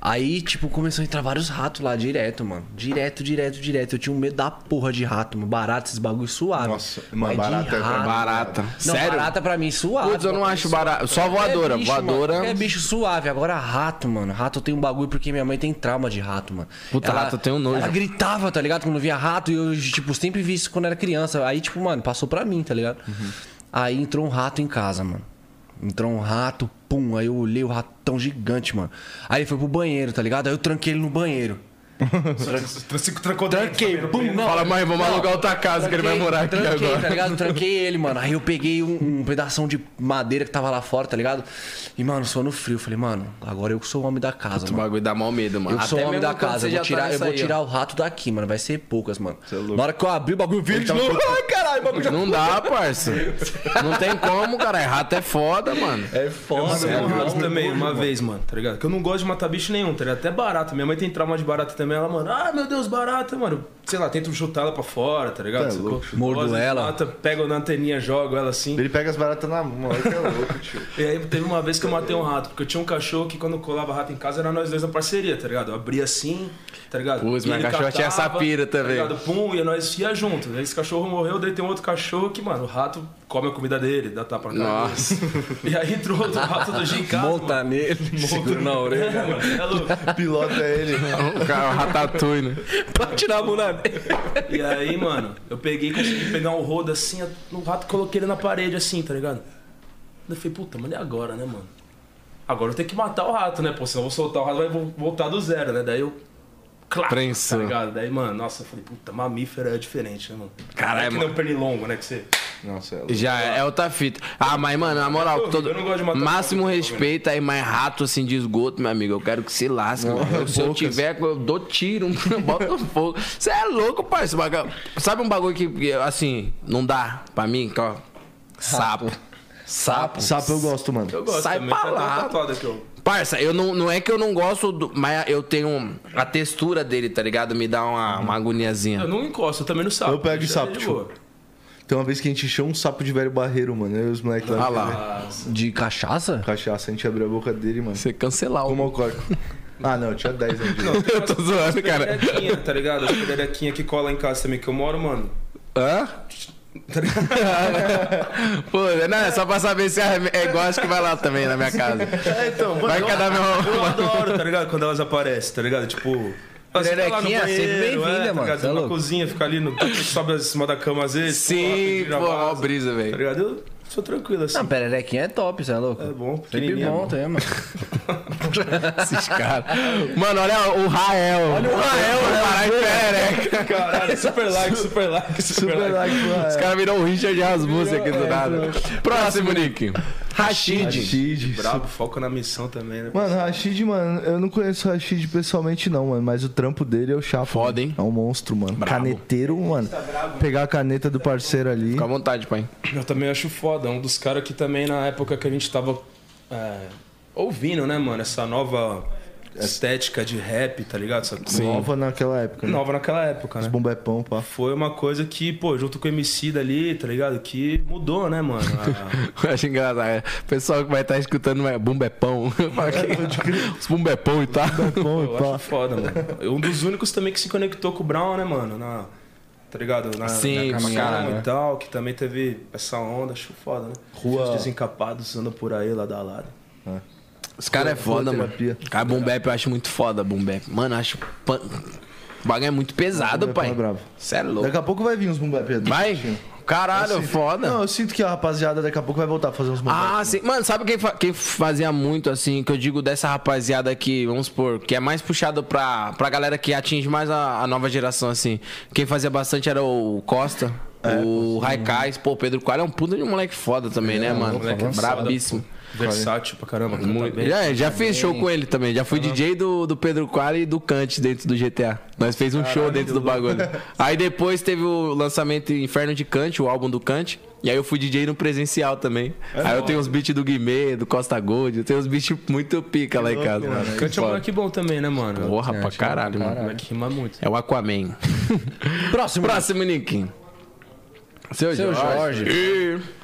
[SPEAKER 2] Aí, tipo, começou a entrar vários ratos lá direto, mano. Direto, direto, direto. Eu tinha um medo da porra de rato, mano. Barata, esses bagulho suave.
[SPEAKER 3] Nossa,
[SPEAKER 2] Mas
[SPEAKER 3] mano,
[SPEAKER 2] de
[SPEAKER 3] barata é
[SPEAKER 2] rato,
[SPEAKER 1] barata.
[SPEAKER 2] mano. Não,
[SPEAKER 1] Sério?
[SPEAKER 2] barata pra mim suave.
[SPEAKER 1] Putz, eu não
[SPEAKER 2] mano.
[SPEAKER 1] acho barata. Só voadora.
[SPEAKER 2] É bicho, mano.
[SPEAKER 1] voadora.
[SPEAKER 2] É bicho suave. Agora rato, mano. Rato tem um bagulho porque minha mãe tem trauma de rato, mano.
[SPEAKER 1] Puta, rato eu tenho nojo.
[SPEAKER 2] Ela gritava, tá ligado? Quando via rato. E eu, tipo, sempre vi isso quando era criança. Aí, tipo, mano, passou pra mim, tá ligado?
[SPEAKER 1] Uhum.
[SPEAKER 2] Aí entrou um rato em casa, mano. Entrou um rato, pum. Aí eu olhei o ratão gigante, mano. Aí ele foi pro banheiro, tá ligado? Aí eu tranquei ele no banheiro.
[SPEAKER 4] Trancou
[SPEAKER 2] Tranquei, bum, não.
[SPEAKER 1] Fala, mãe, vamos alugar outra casa que ele vai morar aqui
[SPEAKER 2] tranquei,
[SPEAKER 1] agora.
[SPEAKER 2] Tá ligado? Tranquei ele, mano. Aí eu peguei um, um pedação de madeira que tava lá fora, tá ligado? E, mano, só no frio. Falei, mano, agora eu que sou o homem da casa,
[SPEAKER 1] Esse
[SPEAKER 2] mano.
[SPEAKER 1] bagulho dá mal medo, mano.
[SPEAKER 2] Eu que sou o homem da casa,
[SPEAKER 1] tá
[SPEAKER 2] eu vou tirar, eu vou tirar o rato daqui, mano. Vai ser poucas, mano. é Na hora que eu abri o bagulho, vira de novo. Ai, caralho, o bagulho já.
[SPEAKER 1] Não dá, parça. Não tem como, cara. Rato é foda, mano.
[SPEAKER 2] É foda,
[SPEAKER 4] Eu
[SPEAKER 2] mano.
[SPEAKER 4] morri um rato também, uma vez, mano, tá ligado? Que eu não gosto de matar bicho nenhum, tá ligado? Até barata. Minha mãe tem trauma de barata também. Ela, mano, ah, meu Deus, barata, mano. Sei lá, tento chutar ela pra fora, tá ligado? Sacou?
[SPEAKER 2] É Mordo
[SPEAKER 4] Gosto de
[SPEAKER 2] ela.
[SPEAKER 4] Mata, pego na anteninha, jogo ela assim.
[SPEAKER 5] Ele pega as baratas na mão, olha que é louco, tio.
[SPEAKER 4] E aí teve uma vez que eu matei um rato, porque eu tinha um cachorro que quando colava rato em casa era nós dois na parceria, tá ligado? Eu abria assim, tá ligado?
[SPEAKER 1] Putz,
[SPEAKER 4] E
[SPEAKER 1] mas
[SPEAKER 4] ele
[SPEAKER 1] cachorro tinha essa pira também.
[SPEAKER 4] Tá ligado? Pum, e nós ia junto. Aí esse cachorro morreu, daí tem um outro cachorro que, mano, o rato come a comida dele, dá tapa na cara.
[SPEAKER 1] Nossa.
[SPEAKER 4] E aí entrou outro rato do dia em casa.
[SPEAKER 2] Monta nele, segura na orelha.
[SPEAKER 4] mano. É louco.
[SPEAKER 5] Pilota ele.
[SPEAKER 1] Então, O cara, o ratatouille, né?
[SPEAKER 2] pra tirar a mão na dele.
[SPEAKER 4] E aí, mano, eu peguei, consegui pegar um rodo assim, no rato coloquei ele na parede assim, tá ligado? Eu falei, puta, mano, e agora, né, mano? Agora eu tenho que matar o rato, né? Pô, senão eu vou soltar o rato, vai vo- voltar do zero, né? Daí eu. Claro, tá
[SPEAKER 1] Prensou.
[SPEAKER 4] ligado? Daí, mano, nossa, eu falei, puta, mamífero é diferente, né, mano?
[SPEAKER 1] Caralho,
[SPEAKER 4] é que
[SPEAKER 1] mano.
[SPEAKER 4] não pernilongo, né? Que você.
[SPEAKER 5] Nossa, é louco.
[SPEAKER 1] Já é outra fita. Ah, mas, mano, na moral,
[SPEAKER 4] Eu
[SPEAKER 1] todo...
[SPEAKER 4] não gosto de matar
[SPEAKER 1] máximo
[SPEAKER 4] rato,
[SPEAKER 1] respeito aí, mais rato assim de esgoto, meu amigo. Eu quero que se lasque, mano. Se eu tiver, eu dou tiro, bota fogo. Você é louco, parceiro. bagulho. Sabe um bagulho que, assim, não dá pra mim? Ó, sapo. Sapo.
[SPEAKER 5] Sapo eu gosto, mano.
[SPEAKER 4] Eu gosto
[SPEAKER 1] Sai
[SPEAKER 4] também,
[SPEAKER 1] pra
[SPEAKER 4] tá
[SPEAKER 1] lá.
[SPEAKER 4] tão tatuado que eu-
[SPEAKER 1] Parça, eu não, não é que eu não gosto, do, mas eu tenho a textura dele, tá ligado? Me dá uma, uma agoniazinha.
[SPEAKER 4] Eu não encosto, eu também não sapo.
[SPEAKER 5] Eu pego
[SPEAKER 4] deixa
[SPEAKER 5] sapo,
[SPEAKER 4] ele de
[SPEAKER 1] tipo,
[SPEAKER 5] tio.
[SPEAKER 4] boa.
[SPEAKER 5] Tem uma vez que a gente encheu um sapo de velho barreiro, mano. Eu e os moleques lá. né?
[SPEAKER 1] Ah lá,
[SPEAKER 2] De cachaça?
[SPEAKER 5] Cachaça, a gente abriu a boca dele, mano.
[SPEAKER 1] você cancelar
[SPEAKER 5] Como
[SPEAKER 1] o.
[SPEAKER 5] o corpo. Ah, não, eu tinha 10 anos. de idade.
[SPEAKER 1] Eu tô zoando, cara.
[SPEAKER 4] Pererequinha, tá ligado? As pererequinhas que cola em casa também, que eu moro, mano.
[SPEAKER 1] Hã? Pô, não, é só pra saber se é, é igual, acho que vai lá também na minha casa.
[SPEAKER 4] É, então, mano,
[SPEAKER 1] Vai que é da minha
[SPEAKER 4] Eu
[SPEAKER 1] mão.
[SPEAKER 4] adoro, tá ligado? Quando elas aparecem, tá ligado? Tipo. Você tá lá no
[SPEAKER 2] Pererequinha, sempre
[SPEAKER 4] banheiro,
[SPEAKER 2] bem-vinda,
[SPEAKER 4] tá
[SPEAKER 2] mano.
[SPEAKER 4] ligado?
[SPEAKER 2] Tá
[SPEAKER 4] na
[SPEAKER 2] louco?
[SPEAKER 4] cozinha, fica ali no. Sobe em cima da cama às vezes.
[SPEAKER 1] Sim,
[SPEAKER 4] rapidinho na
[SPEAKER 1] pô, ó,
[SPEAKER 4] base,
[SPEAKER 1] brisa,
[SPEAKER 4] Tá
[SPEAKER 1] velho.
[SPEAKER 4] ligado? Eu sou tranquilo assim.
[SPEAKER 2] Não, pererequinha é top, você é louco?
[SPEAKER 4] É bom,
[SPEAKER 2] Sempre
[SPEAKER 4] pequenininha,
[SPEAKER 2] bom, é, mano.
[SPEAKER 1] Esses caras. Mano, olha o Rael. Olha o Rael, vai parar em perereca.
[SPEAKER 4] Caralho, super like, super like, super,
[SPEAKER 5] Super
[SPEAKER 4] like.
[SPEAKER 5] like,
[SPEAKER 1] Os
[SPEAKER 5] mano.
[SPEAKER 1] caras viram o Richard Rasmussen aqui do nada. Próximo, Nick. Rashid.
[SPEAKER 5] Rashid.
[SPEAKER 4] Brabo, foco na missão também, né?
[SPEAKER 5] Mano, Rashid, mano, eu não conheço o Rashid pessoalmente, não, mano. Mas o trampo dele é o chapa.
[SPEAKER 1] Foda,
[SPEAKER 5] mano.
[SPEAKER 1] hein?
[SPEAKER 5] É um monstro, mano.
[SPEAKER 1] Brabo.
[SPEAKER 5] Caneteiro, mano. Pegar a caneta do parceiro ali.
[SPEAKER 1] Fica à vontade, pai.
[SPEAKER 4] Eu também acho foda. Um dos caras que também na época que a gente tava é, ouvindo, né, mano? Essa nova estética de rap, tá ligado? Essa
[SPEAKER 1] assim.
[SPEAKER 5] Nova naquela época. Né?
[SPEAKER 4] Nova naquela época, né?
[SPEAKER 5] Bombepão, pá.
[SPEAKER 4] Foi uma coisa que, pô, junto com o MC dali, tá ligado? Que mudou, né, mano? A-
[SPEAKER 1] Eu acho engraçado. é, O pessoal que vai estar escutando é vai. Bumbepão. Os bumbepão e tal.
[SPEAKER 5] Bom,
[SPEAKER 4] eu
[SPEAKER 5] pá.
[SPEAKER 4] acho foda, mano. Um dos únicos também que se conectou com o Brown, né, mano? Na, tá ligado? Na,
[SPEAKER 1] Sim,
[SPEAKER 4] na
[SPEAKER 1] pra
[SPEAKER 4] canção
[SPEAKER 1] caralho, né?
[SPEAKER 4] e tal, que também teve essa onda, acho foda, né?
[SPEAKER 5] Rua-
[SPEAKER 4] Os desencapados andam por aí, lá da lado.
[SPEAKER 1] Os caras é foda, mano.
[SPEAKER 5] terapia.
[SPEAKER 1] Cara, Bumbep eu acho muito foda, Bumbep. Mano, eu acho. Pan... O bagulho é muito pesado,
[SPEAKER 5] Bumbepão
[SPEAKER 1] pai.
[SPEAKER 5] é bravo.
[SPEAKER 1] Cê é louco.
[SPEAKER 5] Daqui a pouco vai vir uns bombepão.
[SPEAKER 1] Vai? Caralho, foda.
[SPEAKER 5] Não, eu sinto que a rapaziada daqui a pouco vai voltar a fazer uns bombepão.
[SPEAKER 1] Ah, sim. Mano, sabe quem, fa- quem fazia muito, assim, que eu digo dessa rapaziada que, vamos supor, que é mais puxado pra, pra galera que atinge mais a, a nova geração, assim. Quem fazia bastante era o Costa, o Raikais, pô, o Pedro Coelho é um puta de moleque foda também, né, mano?
[SPEAKER 4] moleque é foda,
[SPEAKER 1] Brabíssimo.
[SPEAKER 4] Versátil pra caramba, canta
[SPEAKER 1] Muito-
[SPEAKER 4] Tá bem. Tá
[SPEAKER 1] Já, já fiz show com ele também. Já fui DJ do, do Pedro Quali e do Kant dentro do GTA. Nós fez um show dentro do bagulho. Aí depois teve o lançamento Inferno de Kant, o álbum do Kant. E aí eu fui DJ no presencial também.
[SPEAKER 4] É
[SPEAKER 1] aí eu tenho uns beats do Guimê, do Costa Gold. Eu tenho uns beats tipo, muito pica lá em casa.
[SPEAKER 4] Cante é um moleque bom também, né, mano? Um
[SPEAKER 1] Porra, pra caralho, mano.
[SPEAKER 4] Moleque rima muito.
[SPEAKER 1] É o Aquaman.
[SPEAKER 2] Próximo.
[SPEAKER 1] Próximo, Nick. Seu,
[SPEAKER 2] Seu
[SPEAKER 1] Jorge.
[SPEAKER 2] Jorge.
[SPEAKER 1] Ih.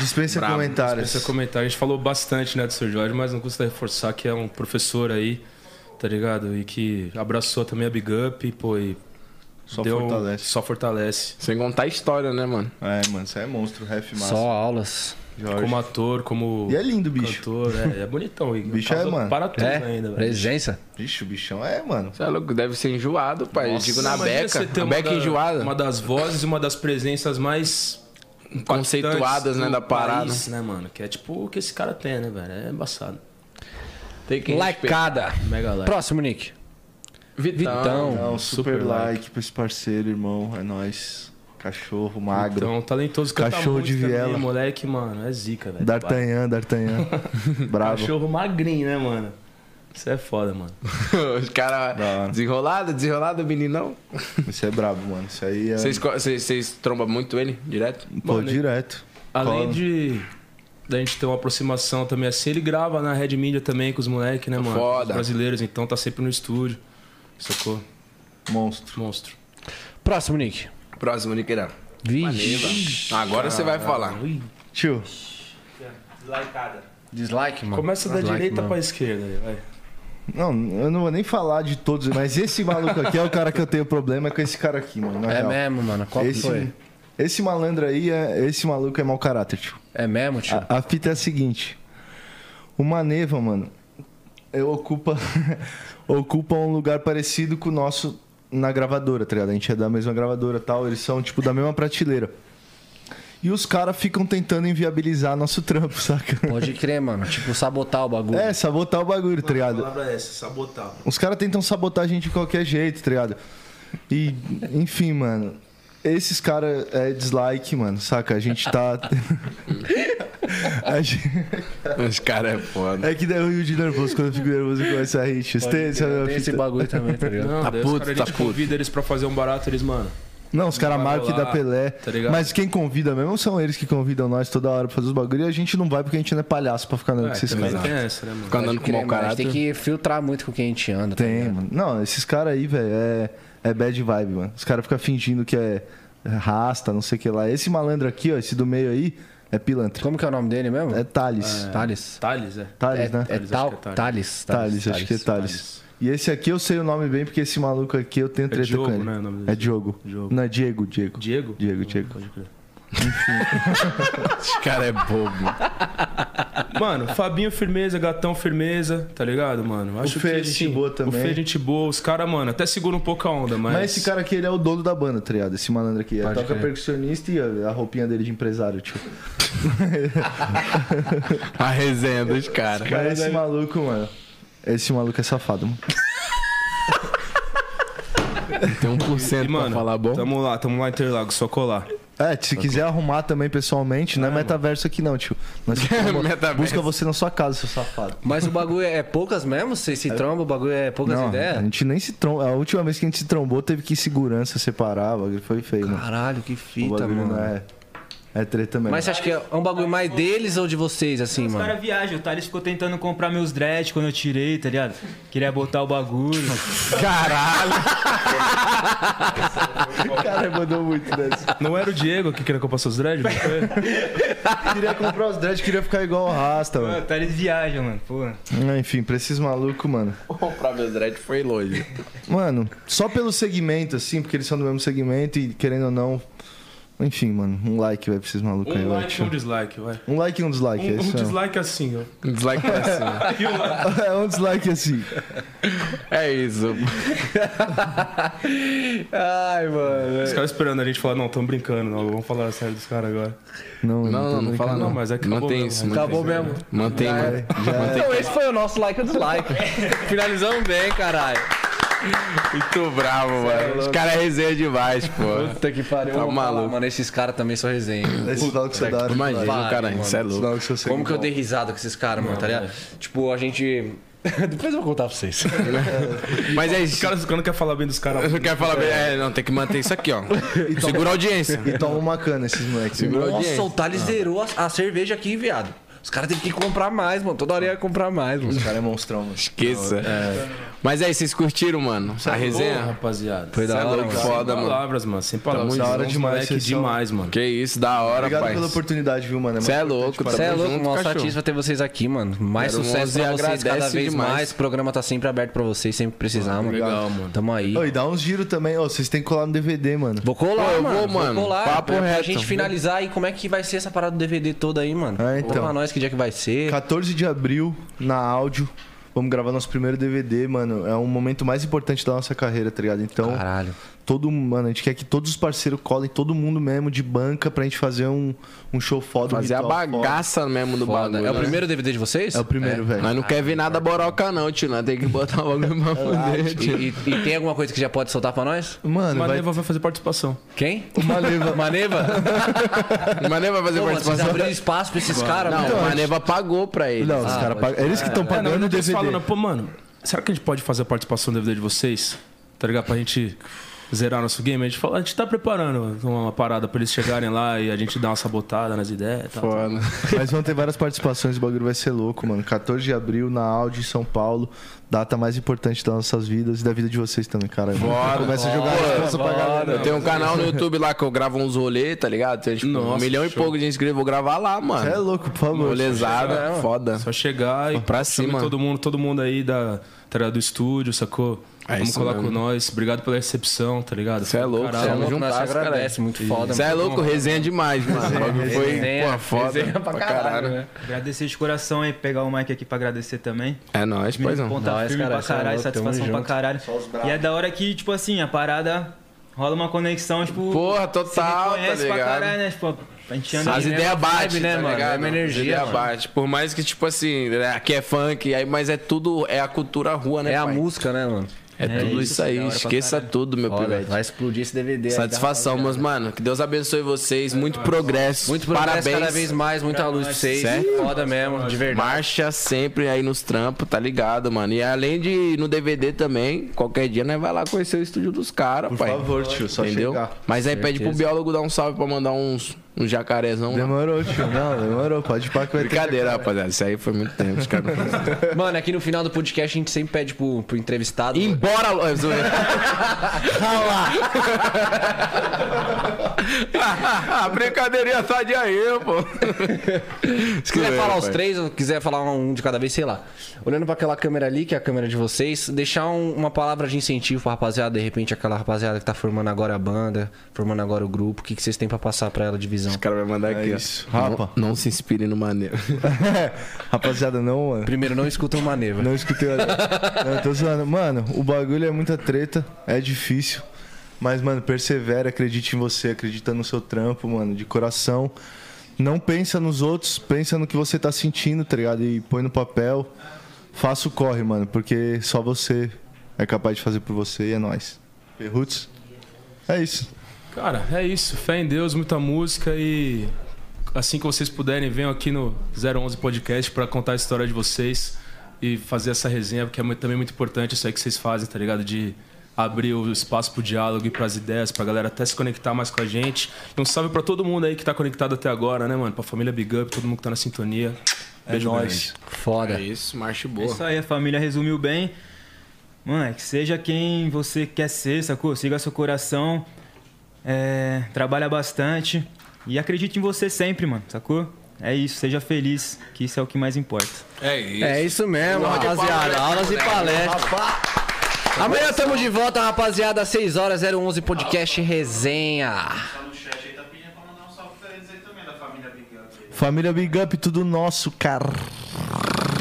[SPEAKER 3] Dispensa
[SPEAKER 4] Bravo.
[SPEAKER 3] comentários.
[SPEAKER 4] Dispensa comentários. é A gente falou bastante, né, do seu Jorge, mas não custa reforçar que é um professor aí, tá ligado? E que abraçou também a Big Up e, pô, e
[SPEAKER 3] Só
[SPEAKER 4] deu um-
[SPEAKER 3] fortalece.
[SPEAKER 4] Só fortalece.
[SPEAKER 1] Sem contar a história, né, mano?
[SPEAKER 3] É, mano, você é monstro, ref massa.
[SPEAKER 2] Só aulas.
[SPEAKER 3] Jorge.
[SPEAKER 4] Como ator, como
[SPEAKER 3] E é lindo, bicho.
[SPEAKER 4] cantor, é, é bonitão. E
[SPEAKER 3] Bicho é,
[SPEAKER 4] causa-
[SPEAKER 3] mano.
[SPEAKER 4] Para tudo
[SPEAKER 2] É,
[SPEAKER 4] ainda, velho.
[SPEAKER 2] presença.
[SPEAKER 3] Bicho, bichão é, mano.
[SPEAKER 1] Você é louco, deve ser enjoado, pai. Eu digo na
[SPEAKER 4] Imagina
[SPEAKER 1] beca.
[SPEAKER 4] você ter
[SPEAKER 1] A
[SPEAKER 4] uma
[SPEAKER 1] beca
[SPEAKER 4] da-
[SPEAKER 1] enjoada.
[SPEAKER 4] Uma das vozes e uma das presenças mais
[SPEAKER 1] Conceituadas, né,
[SPEAKER 4] do
[SPEAKER 1] da parada.
[SPEAKER 4] país, né, mano? Que é tipo o que esse cara tem, né, velho? É embaçado.
[SPEAKER 1] Tem que respeitar.
[SPEAKER 2] Lacada.
[SPEAKER 4] Mega like.
[SPEAKER 2] Próximo, Nick. Vitão.
[SPEAKER 3] Não, É um super,
[SPEAKER 4] super
[SPEAKER 3] like, pra esse parceiro, irmão. É nóis. Cachorro, magro.
[SPEAKER 4] Então, talentoso canta
[SPEAKER 3] Cachorro
[SPEAKER 4] muito
[SPEAKER 3] de
[SPEAKER 4] também,
[SPEAKER 3] viela.
[SPEAKER 4] moleque, mano. É zica, velho.
[SPEAKER 3] D'Artagnan, D'Artagnan. Bravo.
[SPEAKER 4] Cachorro magrinho, né, mano? Isso é foda, mano.
[SPEAKER 1] Os caras. Desenrolado, desenrolado, meninão.
[SPEAKER 3] Isso é brabo, mano. Isso aí é. um
[SPEAKER 1] Vocês co- Vocês vocês trombam muito ele direto?
[SPEAKER 3] Pô, direto.
[SPEAKER 4] Além
[SPEAKER 3] Cola.
[SPEAKER 4] de da gente ter uma aproximação também assim, ele grava na Red Media também com os moleques, né, mano?
[SPEAKER 1] Foda.
[SPEAKER 4] Com Os brasileiros, então tá sempre no estúdio. Sacou?
[SPEAKER 3] Monstro.
[SPEAKER 4] Monstro.
[SPEAKER 2] Próximo, Nick.
[SPEAKER 1] Próximo, Niqueirão.
[SPEAKER 2] Vixe.
[SPEAKER 1] Agora você vai falar.
[SPEAKER 3] Tio,
[SPEAKER 6] Likeada.
[SPEAKER 2] Dislike, mano.
[SPEAKER 4] Começa da
[SPEAKER 2] Dislike,
[SPEAKER 4] direita
[SPEAKER 2] mano.
[SPEAKER 4] pra esquerda, aí, vai.
[SPEAKER 3] não, eu não vou nem falar de todos, mas esse maluco aqui é o cara que eu tenho problema é com esse cara aqui, mano. na
[SPEAKER 2] É
[SPEAKER 3] real.
[SPEAKER 2] mesmo, mano. Qual que
[SPEAKER 3] esse,
[SPEAKER 2] foi?
[SPEAKER 3] Esse malandro aí, é, esse maluco é mau caráter, tio.
[SPEAKER 2] É mesmo, tio?
[SPEAKER 3] A, a fita é a seguinte. Uma neva, mano, é, ocupa, ocupa um lugar parecido com o nosso na gravadora, tá ligado? A gente é da mesma gravadora e tal, eles são, tipo, da mesma prateleira. E os caras ficam tentando inviabilizar nosso trampo, saca?
[SPEAKER 2] Pode crer, mano. Tipo, sabotar o bagulho.
[SPEAKER 3] É, sabotar o bagulho, tá ligado?
[SPEAKER 4] palavra é essa, sabotar.
[SPEAKER 3] Os caras tentam sabotar a gente de qualquer jeito, tá ligado? E, enfim, mano. Esses caras é dislike, mano, saca? A gente tá. a gente...
[SPEAKER 1] Os caras é foda.
[SPEAKER 3] É que daí eu rio de nervoso quando eu fico nervoso e começo a rir. tipo, é tio. Você tem- você tem uma
[SPEAKER 2] Tem esse
[SPEAKER 3] fita?
[SPEAKER 2] bagulho também, tá ligado?
[SPEAKER 4] Não,
[SPEAKER 1] Tá
[SPEAKER 4] daí
[SPEAKER 1] puto,
[SPEAKER 4] os caras,
[SPEAKER 1] tá
[SPEAKER 4] a gente
[SPEAKER 1] puto.
[SPEAKER 4] convida eles pra fazer um barato, eles, mano.
[SPEAKER 3] Não, os caras
[SPEAKER 4] Vai
[SPEAKER 3] marcam que dá
[SPEAKER 4] rolar,
[SPEAKER 3] Pelé.
[SPEAKER 4] tá ligado?
[SPEAKER 3] mas quem convida mesmo são eles que convidam nós toda hora pra fazer os bagulho e a gente não vai porque a gente não é palhaço pra ficar andando com esses
[SPEAKER 4] também
[SPEAKER 3] caras.
[SPEAKER 4] tem essa, né, mano?
[SPEAKER 1] Fica andando com
[SPEAKER 2] É. Crer,
[SPEAKER 1] mau
[SPEAKER 2] mano, a gente
[SPEAKER 1] caráter.
[SPEAKER 2] tem que filtrar muito com quem a gente anda. tá
[SPEAKER 3] Tem,
[SPEAKER 2] ligado?
[SPEAKER 3] mano. Não, esses caras aí, velho, é, é bad vibe, mano. Os caras ficam fingindo que é rasta, não sei o que lá. Esse malandro aqui, ó, esse do meio aí, é pilantra.
[SPEAKER 2] Como que é o nome dele mesmo?
[SPEAKER 3] É Thales.
[SPEAKER 2] Thales.
[SPEAKER 4] Thales, é.
[SPEAKER 3] Thales, né?
[SPEAKER 2] É, é tal,
[SPEAKER 4] acho que é Thales.
[SPEAKER 2] Thales.
[SPEAKER 3] Thales, acho que é Thales. E esse aqui eu sei o nome bem, porque esse maluco aqui eu tenho treta
[SPEAKER 4] Diogo,
[SPEAKER 3] com ele.
[SPEAKER 4] né, o nome
[SPEAKER 3] é
[SPEAKER 4] dele?
[SPEAKER 3] Diogo.
[SPEAKER 4] Diogo.
[SPEAKER 3] Não, é Diego, Diego.
[SPEAKER 4] Diego?
[SPEAKER 3] Diego, Diego.
[SPEAKER 4] Pode crer.
[SPEAKER 1] Esse cara é bobo.
[SPEAKER 4] Mano, Fabinho firmeza, Gatão firmeza, tá ligado, mano? Acho
[SPEAKER 3] Fê
[SPEAKER 4] que,
[SPEAKER 3] é gente
[SPEAKER 4] assim,
[SPEAKER 3] boa também.
[SPEAKER 4] O Fê é gente boa, os caras, mano, até segura um pouco a onda, mas...
[SPEAKER 3] Mas esse cara aqui, ele é o dono da banda, tá ligado? Esse malandro aqui. Ele
[SPEAKER 2] Pode
[SPEAKER 3] toca
[SPEAKER 2] crer.
[SPEAKER 3] percussionista e a a roupinha dele de empresário, tipo.
[SPEAKER 1] A resenha dos caras.
[SPEAKER 3] Mas esse maluco, mano. Esse maluco é safado, mano.
[SPEAKER 1] Tem 1%
[SPEAKER 4] E, mano,
[SPEAKER 1] pra falar bom.
[SPEAKER 4] tamo lá, tamo lá, Interlagos, só colar.
[SPEAKER 3] É, se quiser arrumar também pessoalmente, não é metaverso aqui não, tio. Nós
[SPEAKER 1] Metaverso.
[SPEAKER 3] busca você na sua casa, seu safado.
[SPEAKER 2] Mas o bagulho é poucas mesmo? Vocês se trombam, o bagulho é poucas
[SPEAKER 3] Não, a
[SPEAKER 2] ideias?
[SPEAKER 3] gente nem se trombou. A última vez que a gente se trombou, teve que ir segurança separar, o bagulho foi feio, mano.
[SPEAKER 2] Caralho, que
[SPEAKER 3] O
[SPEAKER 2] fita,
[SPEAKER 3] bagulho
[SPEAKER 2] mano.
[SPEAKER 3] não é. É treta mesmo.
[SPEAKER 2] Mas você acha que é um bagulho mais deles ou de vocês, assim,
[SPEAKER 6] Os
[SPEAKER 2] mano?
[SPEAKER 6] caras viajam, o Thales ficou tentando comprar meus dreads quando eu tirei, tá ligado? Queria botar o bagulho.
[SPEAKER 3] o cara mandou muito dessa.
[SPEAKER 4] Não era o Diego que queria que eu passasse os dreads? não foi?
[SPEAKER 3] Queria comprar os dreads, queria ficar igual o Rasta,
[SPEAKER 6] Mano,
[SPEAKER 3] mano.
[SPEAKER 6] o Thales viaja, mano, pô.
[SPEAKER 3] Ah, Enfim, pra esses malucos, mano.
[SPEAKER 1] Comprar meu dread foi longe.
[SPEAKER 3] Mano, só pelo segmento, assim, porque eles são do mesmo segmento e querendo ou não. Enfim, mano, um like, vai pra esses malucos aí,
[SPEAKER 4] Um
[SPEAKER 3] vai,
[SPEAKER 4] like e
[SPEAKER 3] tio.
[SPEAKER 4] um dislike, vai.
[SPEAKER 3] Um like e um
[SPEAKER 4] Um,
[SPEAKER 3] dislike, é
[SPEAKER 4] um
[SPEAKER 3] isso. mesmo.
[SPEAKER 4] dislike assim, ó.
[SPEAKER 1] Dislike pra cima.
[SPEAKER 3] é um dislike assim.
[SPEAKER 1] É isso.
[SPEAKER 2] Ai, mano.
[SPEAKER 4] Os caras esperando a gente falar, não, tamo brincando, não, vamos falar sério dos caras agora.
[SPEAKER 3] Não, eu
[SPEAKER 1] Não,
[SPEAKER 3] tô
[SPEAKER 1] não, não fala
[SPEAKER 3] brincando,
[SPEAKER 1] não.
[SPEAKER 4] Não, mas é que acabou
[SPEAKER 1] Mantém
[SPEAKER 4] mesmo,
[SPEAKER 1] isso. mantém
[SPEAKER 2] Acabou
[SPEAKER 1] isso.
[SPEAKER 2] mesmo.
[SPEAKER 1] Mantém, mano.
[SPEAKER 2] Então, esse foi o nosso like ou dislike. Finalizamos bem, caralho.
[SPEAKER 1] Muito bravo, mano. Os caras é resenha demais, pô.
[SPEAKER 2] Puta que pariu.
[SPEAKER 1] Tá
[SPEAKER 2] Vou falar,
[SPEAKER 1] maluco.
[SPEAKER 2] Mano, esses caras também são resenha.
[SPEAKER 3] É sinal que você dá.
[SPEAKER 1] Imagina,
[SPEAKER 2] Vale,
[SPEAKER 1] cara,
[SPEAKER 2] mano.
[SPEAKER 1] isso é louco.
[SPEAKER 3] Sinal que você
[SPEAKER 2] Como que eu dei risada com esses caras, mano, tá ligado? Tipo, a gente... Depois eu vou contar pra vocês.
[SPEAKER 1] Mas é
[SPEAKER 4] Os
[SPEAKER 1] isso.
[SPEAKER 4] caras não querem falar bem dos caras.
[SPEAKER 1] Não quer falar bem. É, não, tem que manter isso aqui, ó. Segura a audiência.
[SPEAKER 3] E toma uma cana esses moleques.
[SPEAKER 1] Segura a
[SPEAKER 2] Nossa, o
[SPEAKER 1] audiência.
[SPEAKER 2] Thales zerou a, a cerveja aqui,
[SPEAKER 1] é
[SPEAKER 2] viado. Os caras teve que comprar mais, mano. Toda hora ia comprar mais, mano.
[SPEAKER 3] cara é monstrão, mano.
[SPEAKER 1] Esqueça. Mas aí, vocês curtiram, mano?
[SPEAKER 2] é
[SPEAKER 1] a resenha?
[SPEAKER 4] rapaziada.
[SPEAKER 1] Foi da
[SPEAKER 4] Cê é
[SPEAKER 1] hora,
[SPEAKER 4] louco,
[SPEAKER 1] mano.
[SPEAKER 4] Sem
[SPEAKER 1] Foda, mano.
[SPEAKER 4] palavras, mano. Sem palavras.
[SPEAKER 1] Tamo
[SPEAKER 4] Vocês
[SPEAKER 1] junto,
[SPEAKER 4] são uns
[SPEAKER 3] demais,
[SPEAKER 4] moleque
[SPEAKER 3] vocês são-
[SPEAKER 4] demais, mano.
[SPEAKER 1] Que isso, da hora,
[SPEAKER 3] Obrigado
[SPEAKER 1] pai.
[SPEAKER 3] pela oportunidade, viu, mano?
[SPEAKER 1] Você é louco,
[SPEAKER 2] Você é
[SPEAKER 1] tamo
[SPEAKER 2] louco,
[SPEAKER 1] junto,
[SPEAKER 2] mó
[SPEAKER 1] cachorro.
[SPEAKER 2] satisfação ter vocês aqui, mano. Mais
[SPEAKER 1] Quero
[SPEAKER 2] sucesso
[SPEAKER 1] um
[SPEAKER 2] pra
[SPEAKER 1] onze e
[SPEAKER 2] vocês cada
[SPEAKER 1] agradece
[SPEAKER 2] vez
[SPEAKER 1] demais.
[SPEAKER 2] mais. O programa tá sempre aberto pra vocês, sempre que precisar, mano.
[SPEAKER 4] Legal, mano.
[SPEAKER 2] Tamo aí.
[SPEAKER 3] Ô, e dá uns giros também. Ô, vocês têm que colar no DVD, mano.
[SPEAKER 2] Vou colar,
[SPEAKER 1] Pô, eu
[SPEAKER 2] mano.
[SPEAKER 1] vou, mano.
[SPEAKER 2] colar.
[SPEAKER 1] Papo
[SPEAKER 2] pra
[SPEAKER 1] reto.
[SPEAKER 2] gente finalizar aí, como é que vai ser essa parada do DVD toda aí, mano?
[SPEAKER 3] É, então.
[SPEAKER 2] Fala pra nós que dia que vai ser.
[SPEAKER 3] 14 de abril, na áudio. Vamos gravar nosso primeiro DVD, mano. É um momento mais importante da nossa carreira, tá ligado? Então,
[SPEAKER 2] Caralho.
[SPEAKER 3] todo mano, a gente quer que todos os parceiros colem, todo mundo mesmo, de banca, pra gente fazer um, um show foda. um
[SPEAKER 1] Fazer a
[SPEAKER 3] ritual foda.
[SPEAKER 1] bagaça mesmo do
[SPEAKER 2] Foda.
[SPEAKER 1] bagulho.
[SPEAKER 2] É o
[SPEAKER 1] né?
[SPEAKER 2] primeiro DVD de vocês?
[SPEAKER 3] É o primeiro, velho.
[SPEAKER 1] Nós não quer ver nada boroca, não, tio. Nós tem que botar o bagulho
[SPEAKER 2] É
[SPEAKER 1] pra fuder,
[SPEAKER 2] E,
[SPEAKER 1] tio.
[SPEAKER 2] e- e tem alguma coisa que já pode soltar pra nós?
[SPEAKER 3] Mano, vai...
[SPEAKER 4] Maneva vai fazer participação.
[SPEAKER 2] Quem?
[SPEAKER 1] Então
[SPEAKER 2] Então,
[SPEAKER 3] Maneva.
[SPEAKER 2] Maneva?
[SPEAKER 1] Mas nem vai fazer
[SPEAKER 2] Pô, mano, vocês
[SPEAKER 1] participação.
[SPEAKER 2] abriram espaço pra esses caras,
[SPEAKER 1] Não,
[SPEAKER 2] mano.
[SPEAKER 1] o Maneva pagou pra ele.
[SPEAKER 3] Não, os
[SPEAKER 2] Ah,
[SPEAKER 3] caras
[SPEAKER 2] pode-
[SPEAKER 3] pagam. Eles que estão
[SPEAKER 4] É, na
[SPEAKER 3] pagando o
[SPEAKER 4] verdade, eles
[SPEAKER 3] DVD.
[SPEAKER 4] falam, pô, mano, será que a gente pode fazer a participação do DVD de vocês? Tá ligado? Pra gente zerar nosso game? A gente, fala, a gente tá preparando uma parada pra eles chegarem lá e a gente dar uma sabotada nas ideias e tal.
[SPEAKER 1] Foda.
[SPEAKER 3] Mas vão ter várias participações, o bagulho vai ser louco, mano. 14 de abril, na Audi, em São Paulo. Data mais importante das nossas vidas e da vida de vocês também, cara.
[SPEAKER 1] Bora.
[SPEAKER 3] Começa a jogar a resposta pra galera.
[SPEAKER 1] Eu tenho um canal no YouTube lá que eu gravo uns rolê, tá ligado? Tem tipo, um
[SPEAKER 4] Nossa,
[SPEAKER 1] milhão e pouco de inscritos, vou gravar lá, mano. Um
[SPEAKER 3] É louco, por favor.
[SPEAKER 1] Rolezada, foda.
[SPEAKER 4] Só chegar e
[SPEAKER 1] Pra
[SPEAKER 4] chame
[SPEAKER 1] cima.
[SPEAKER 4] todo mundo, todo mundo aí da, tá ligado? do estúdio, sacou?
[SPEAKER 1] É
[SPEAKER 4] Vamos
[SPEAKER 1] isso
[SPEAKER 4] colar
[SPEAKER 1] mesmo.
[SPEAKER 4] com nós. Obrigado pela recepção, tá ligado?
[SPEAKER 1] Cê é louco,
[SPEAKER 4] Caralho,
[SPEAKER 1] cê é
[SPEAKER 2] Louco, nós
[SPEAKER 1] juntar,
[SPEAKER 2] se agradece, muito foda.
[SPEAKER 1] Você é louco, resenha demais, mano. O bagulho Foi,
[SPEAKER 2] Resenha,
[SPEAKER 1] pô, foda.
[SPEAKER 2] resenha pra caralho, né?
[SPEAKER 6] Agradecer de coração aí, pegar o mic aqui pra agradecer também.
[SPEAKER 1] É nóis, pois não. é
[SPEAKER 6] Ponta
[SPEAKER 2] Nós,
[SPEAKER 6] firme
[SPEAKER 2] cara,
[SPEAKER 6] pra caralho,
[SPEAKER 2] tamo
[SPEAKER 6] satisfação
[SPEAKER 2] junto.
[SPEAKER 6] pra caralho. E é da hora que, tipo assim, a parada rola uma conexão, tipo.
[SPEAKER 1] Porra,
[SPEAKER 6] você
[SPEAKER 1] total, tá
[SPEAKER 6] reconhece pra
[SPEAKER 1] ligado?
[SPEAKER 6] caralho, né? Tipo, a gente anda
[SPEAKER 1] As
[SPEAKER 6] de mesma
[SPEAKER 1] ideias batem,
[SPEAKER 6] vibe,
[SPEAKER 1] né, mano?
[SPEAKER 2] É uma energia,
[SPEAKER 1] As ideias
[SPEAKER 2] mano.
[SPEAKER 1] batem. Por mais que, tipo assim, né, aqui é funk, aí, mas é tudo, é a cultura rua, né,
[SPEAKER 2] É a
[SPEAKER 1] pai?
[SPEAKER 2] música, né, mano?
[SPEAKER 1] É, tudo isso, aí. Esqueça tudo, meu
[SPEAKER 2] Foda,
[SPEAKER 1] pivete.
[SPEAKER 2] vai explodir esse DVD. aí, tá?
[SPEAKER 1] Satisfação, meus mano. Que Deus abençoe vocês. Muito progresso.
[SPEAKER 2] Muito parabéns.
[SPEAKER 1] Parabéns. é
[SPEAKER 2] cada vez mais, muita luz pra vocês.
[SPEAKER 1] Certo?
[SPEAKER 2] Foda mesmo, de verdade.
[SPEAKER 1] Marcha sempre aí nos trampos, tá ligado, mano? E além de no DVD também, qualquer dia nós vai lá conhecer o estúdio dos caras,
[SPEAKER 3] Por
[SPEAKER 1] pai.
[SPEAKER 3] favor, tio, só
[SPEAKER 1] Entendeu?
[SPEAKER 3] chegar.
[SPEAKER 1] Mas aí pede pro biólogo dar um salve pra mandar uns, um jacarezão. lá.
[SPEAKER 3] Demorou, tio. Não, demorou. Pode ir pra que vai ter
[SPEAKER 1] Brincadeira, rapaziada. Isso aí foi muito tempo, os caras.
[SPEAKER 2] Mano, aqui no final do podcast a gente sempre pede pro, pro entrevistado.
[SPEAKER 1] Embora, Lu- é Rala! Brincadeirinha tá de aí, pô.
[SPEAKER 2] Se
[SPEAKER 1] É,
[SPEAKER 2] quiser falar os três, ou quiser falar um de cada vez, sei lá. Olhando pra aquela câmera ali, que é a câmera de vocês, deixar um- uma palavra de incentivo pra rapaziada, de repente aquela rapaziada que tá formando agora a banda, formando agora o grupo, o que, que vocês têm pra passar pra ela de visão?
[SPEAKER 1] O cara vai mandar aqui, ó.
[SPEAKER 3] É isso. Rapa.
[SPEAKER 1] Não, não se inspire no maneiro.
[SPEAKER 3] Rapaziada, não, mano.
[SPEAKER 2] Primeiro, não escutam uma neva.
[SPEAKER 3] Não escutei nada. Não, tô zoando. Mano, o bagulho é muita treta, é difícil. Mas, mano, persevera, acredite em você, acredita no seu trampo, mano, de coração. Não pensa nos outros, pensa no que você tá sentindo, tá ligado? E põe no papel. Faça o corre, mano, porque só você é capaz de fazer por você e é nóis. Perrutz? É isso.
[SPEAKER 4] Cara, é isso. Fé em Deus, muita música e assim que vocês puderem, venham aqui no 011 Podcast pra contar a história de vocês e fazer essa resenha, porque é muito- também muito importante isso aí que vocês fazem, tá ligado? De abrir o espaço pro diálogo e pras ideias, pra galera até se conectar mais com a gente. E um salve pra todo mundo aí que tá conectado até agora, né, mano? Pra família Big Up, todo mundo que tá na sintonia. Beijo, nós.
[SPEAKER 2] Foda.
[SPEAKER 1] É isso, marche
[SPEAKER 6] É
[SPEAKER 1] boa.
[SPEAKER 6] isso aí, a família resumiu bem. Mano, é que seja quem você quer ser, sacou? Siga seu coração, é, trabalha bastante e acredite em você sempre, mano, sacou? É isso, seja feliz, que isso é o que mais importa.
[SPEAKER 1] É isso.
[SPEAKER 2] É isso mesmo, rapaziada. Aulas e
[SPEAKER 1] né?
[SPEAKER 2] palestras. Amanhã tamo de volta, rapaziada. 6 horas 011 podcast resenha.
[SPEAKER 3] Família Big Up, tudo nosso, cara.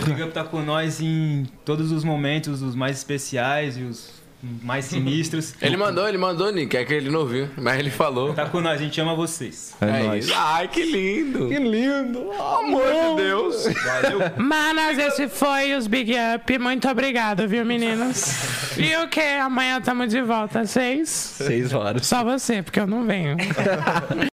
[SPEAKER 6] Big Up tá com nós em todos os momentos, os mais especiais e os mais sinistros.
[SPEAKER 1] Ele mandou, ele mandou, Nick. É que ele não viu, mas ele falou.
[SPEAKER 6] Tá com nós, a gente ama vocês.
[SPEAKER 3] É,
[SPEAKER 1] É
[SPEAKER 3] nóis.
[SPEAKER 1] isso. Ai, que lindo. Que lindo. Amor de Deus.
[SPEAKER 11] Manas, esse foi os Big Up. Muito obrigado, viu, meninos? E o que? Amanhã tamo de volta às seis.
[SPEAKER 2] 6 horas.
[SPEAKER 11] Só você, porque eu não venho.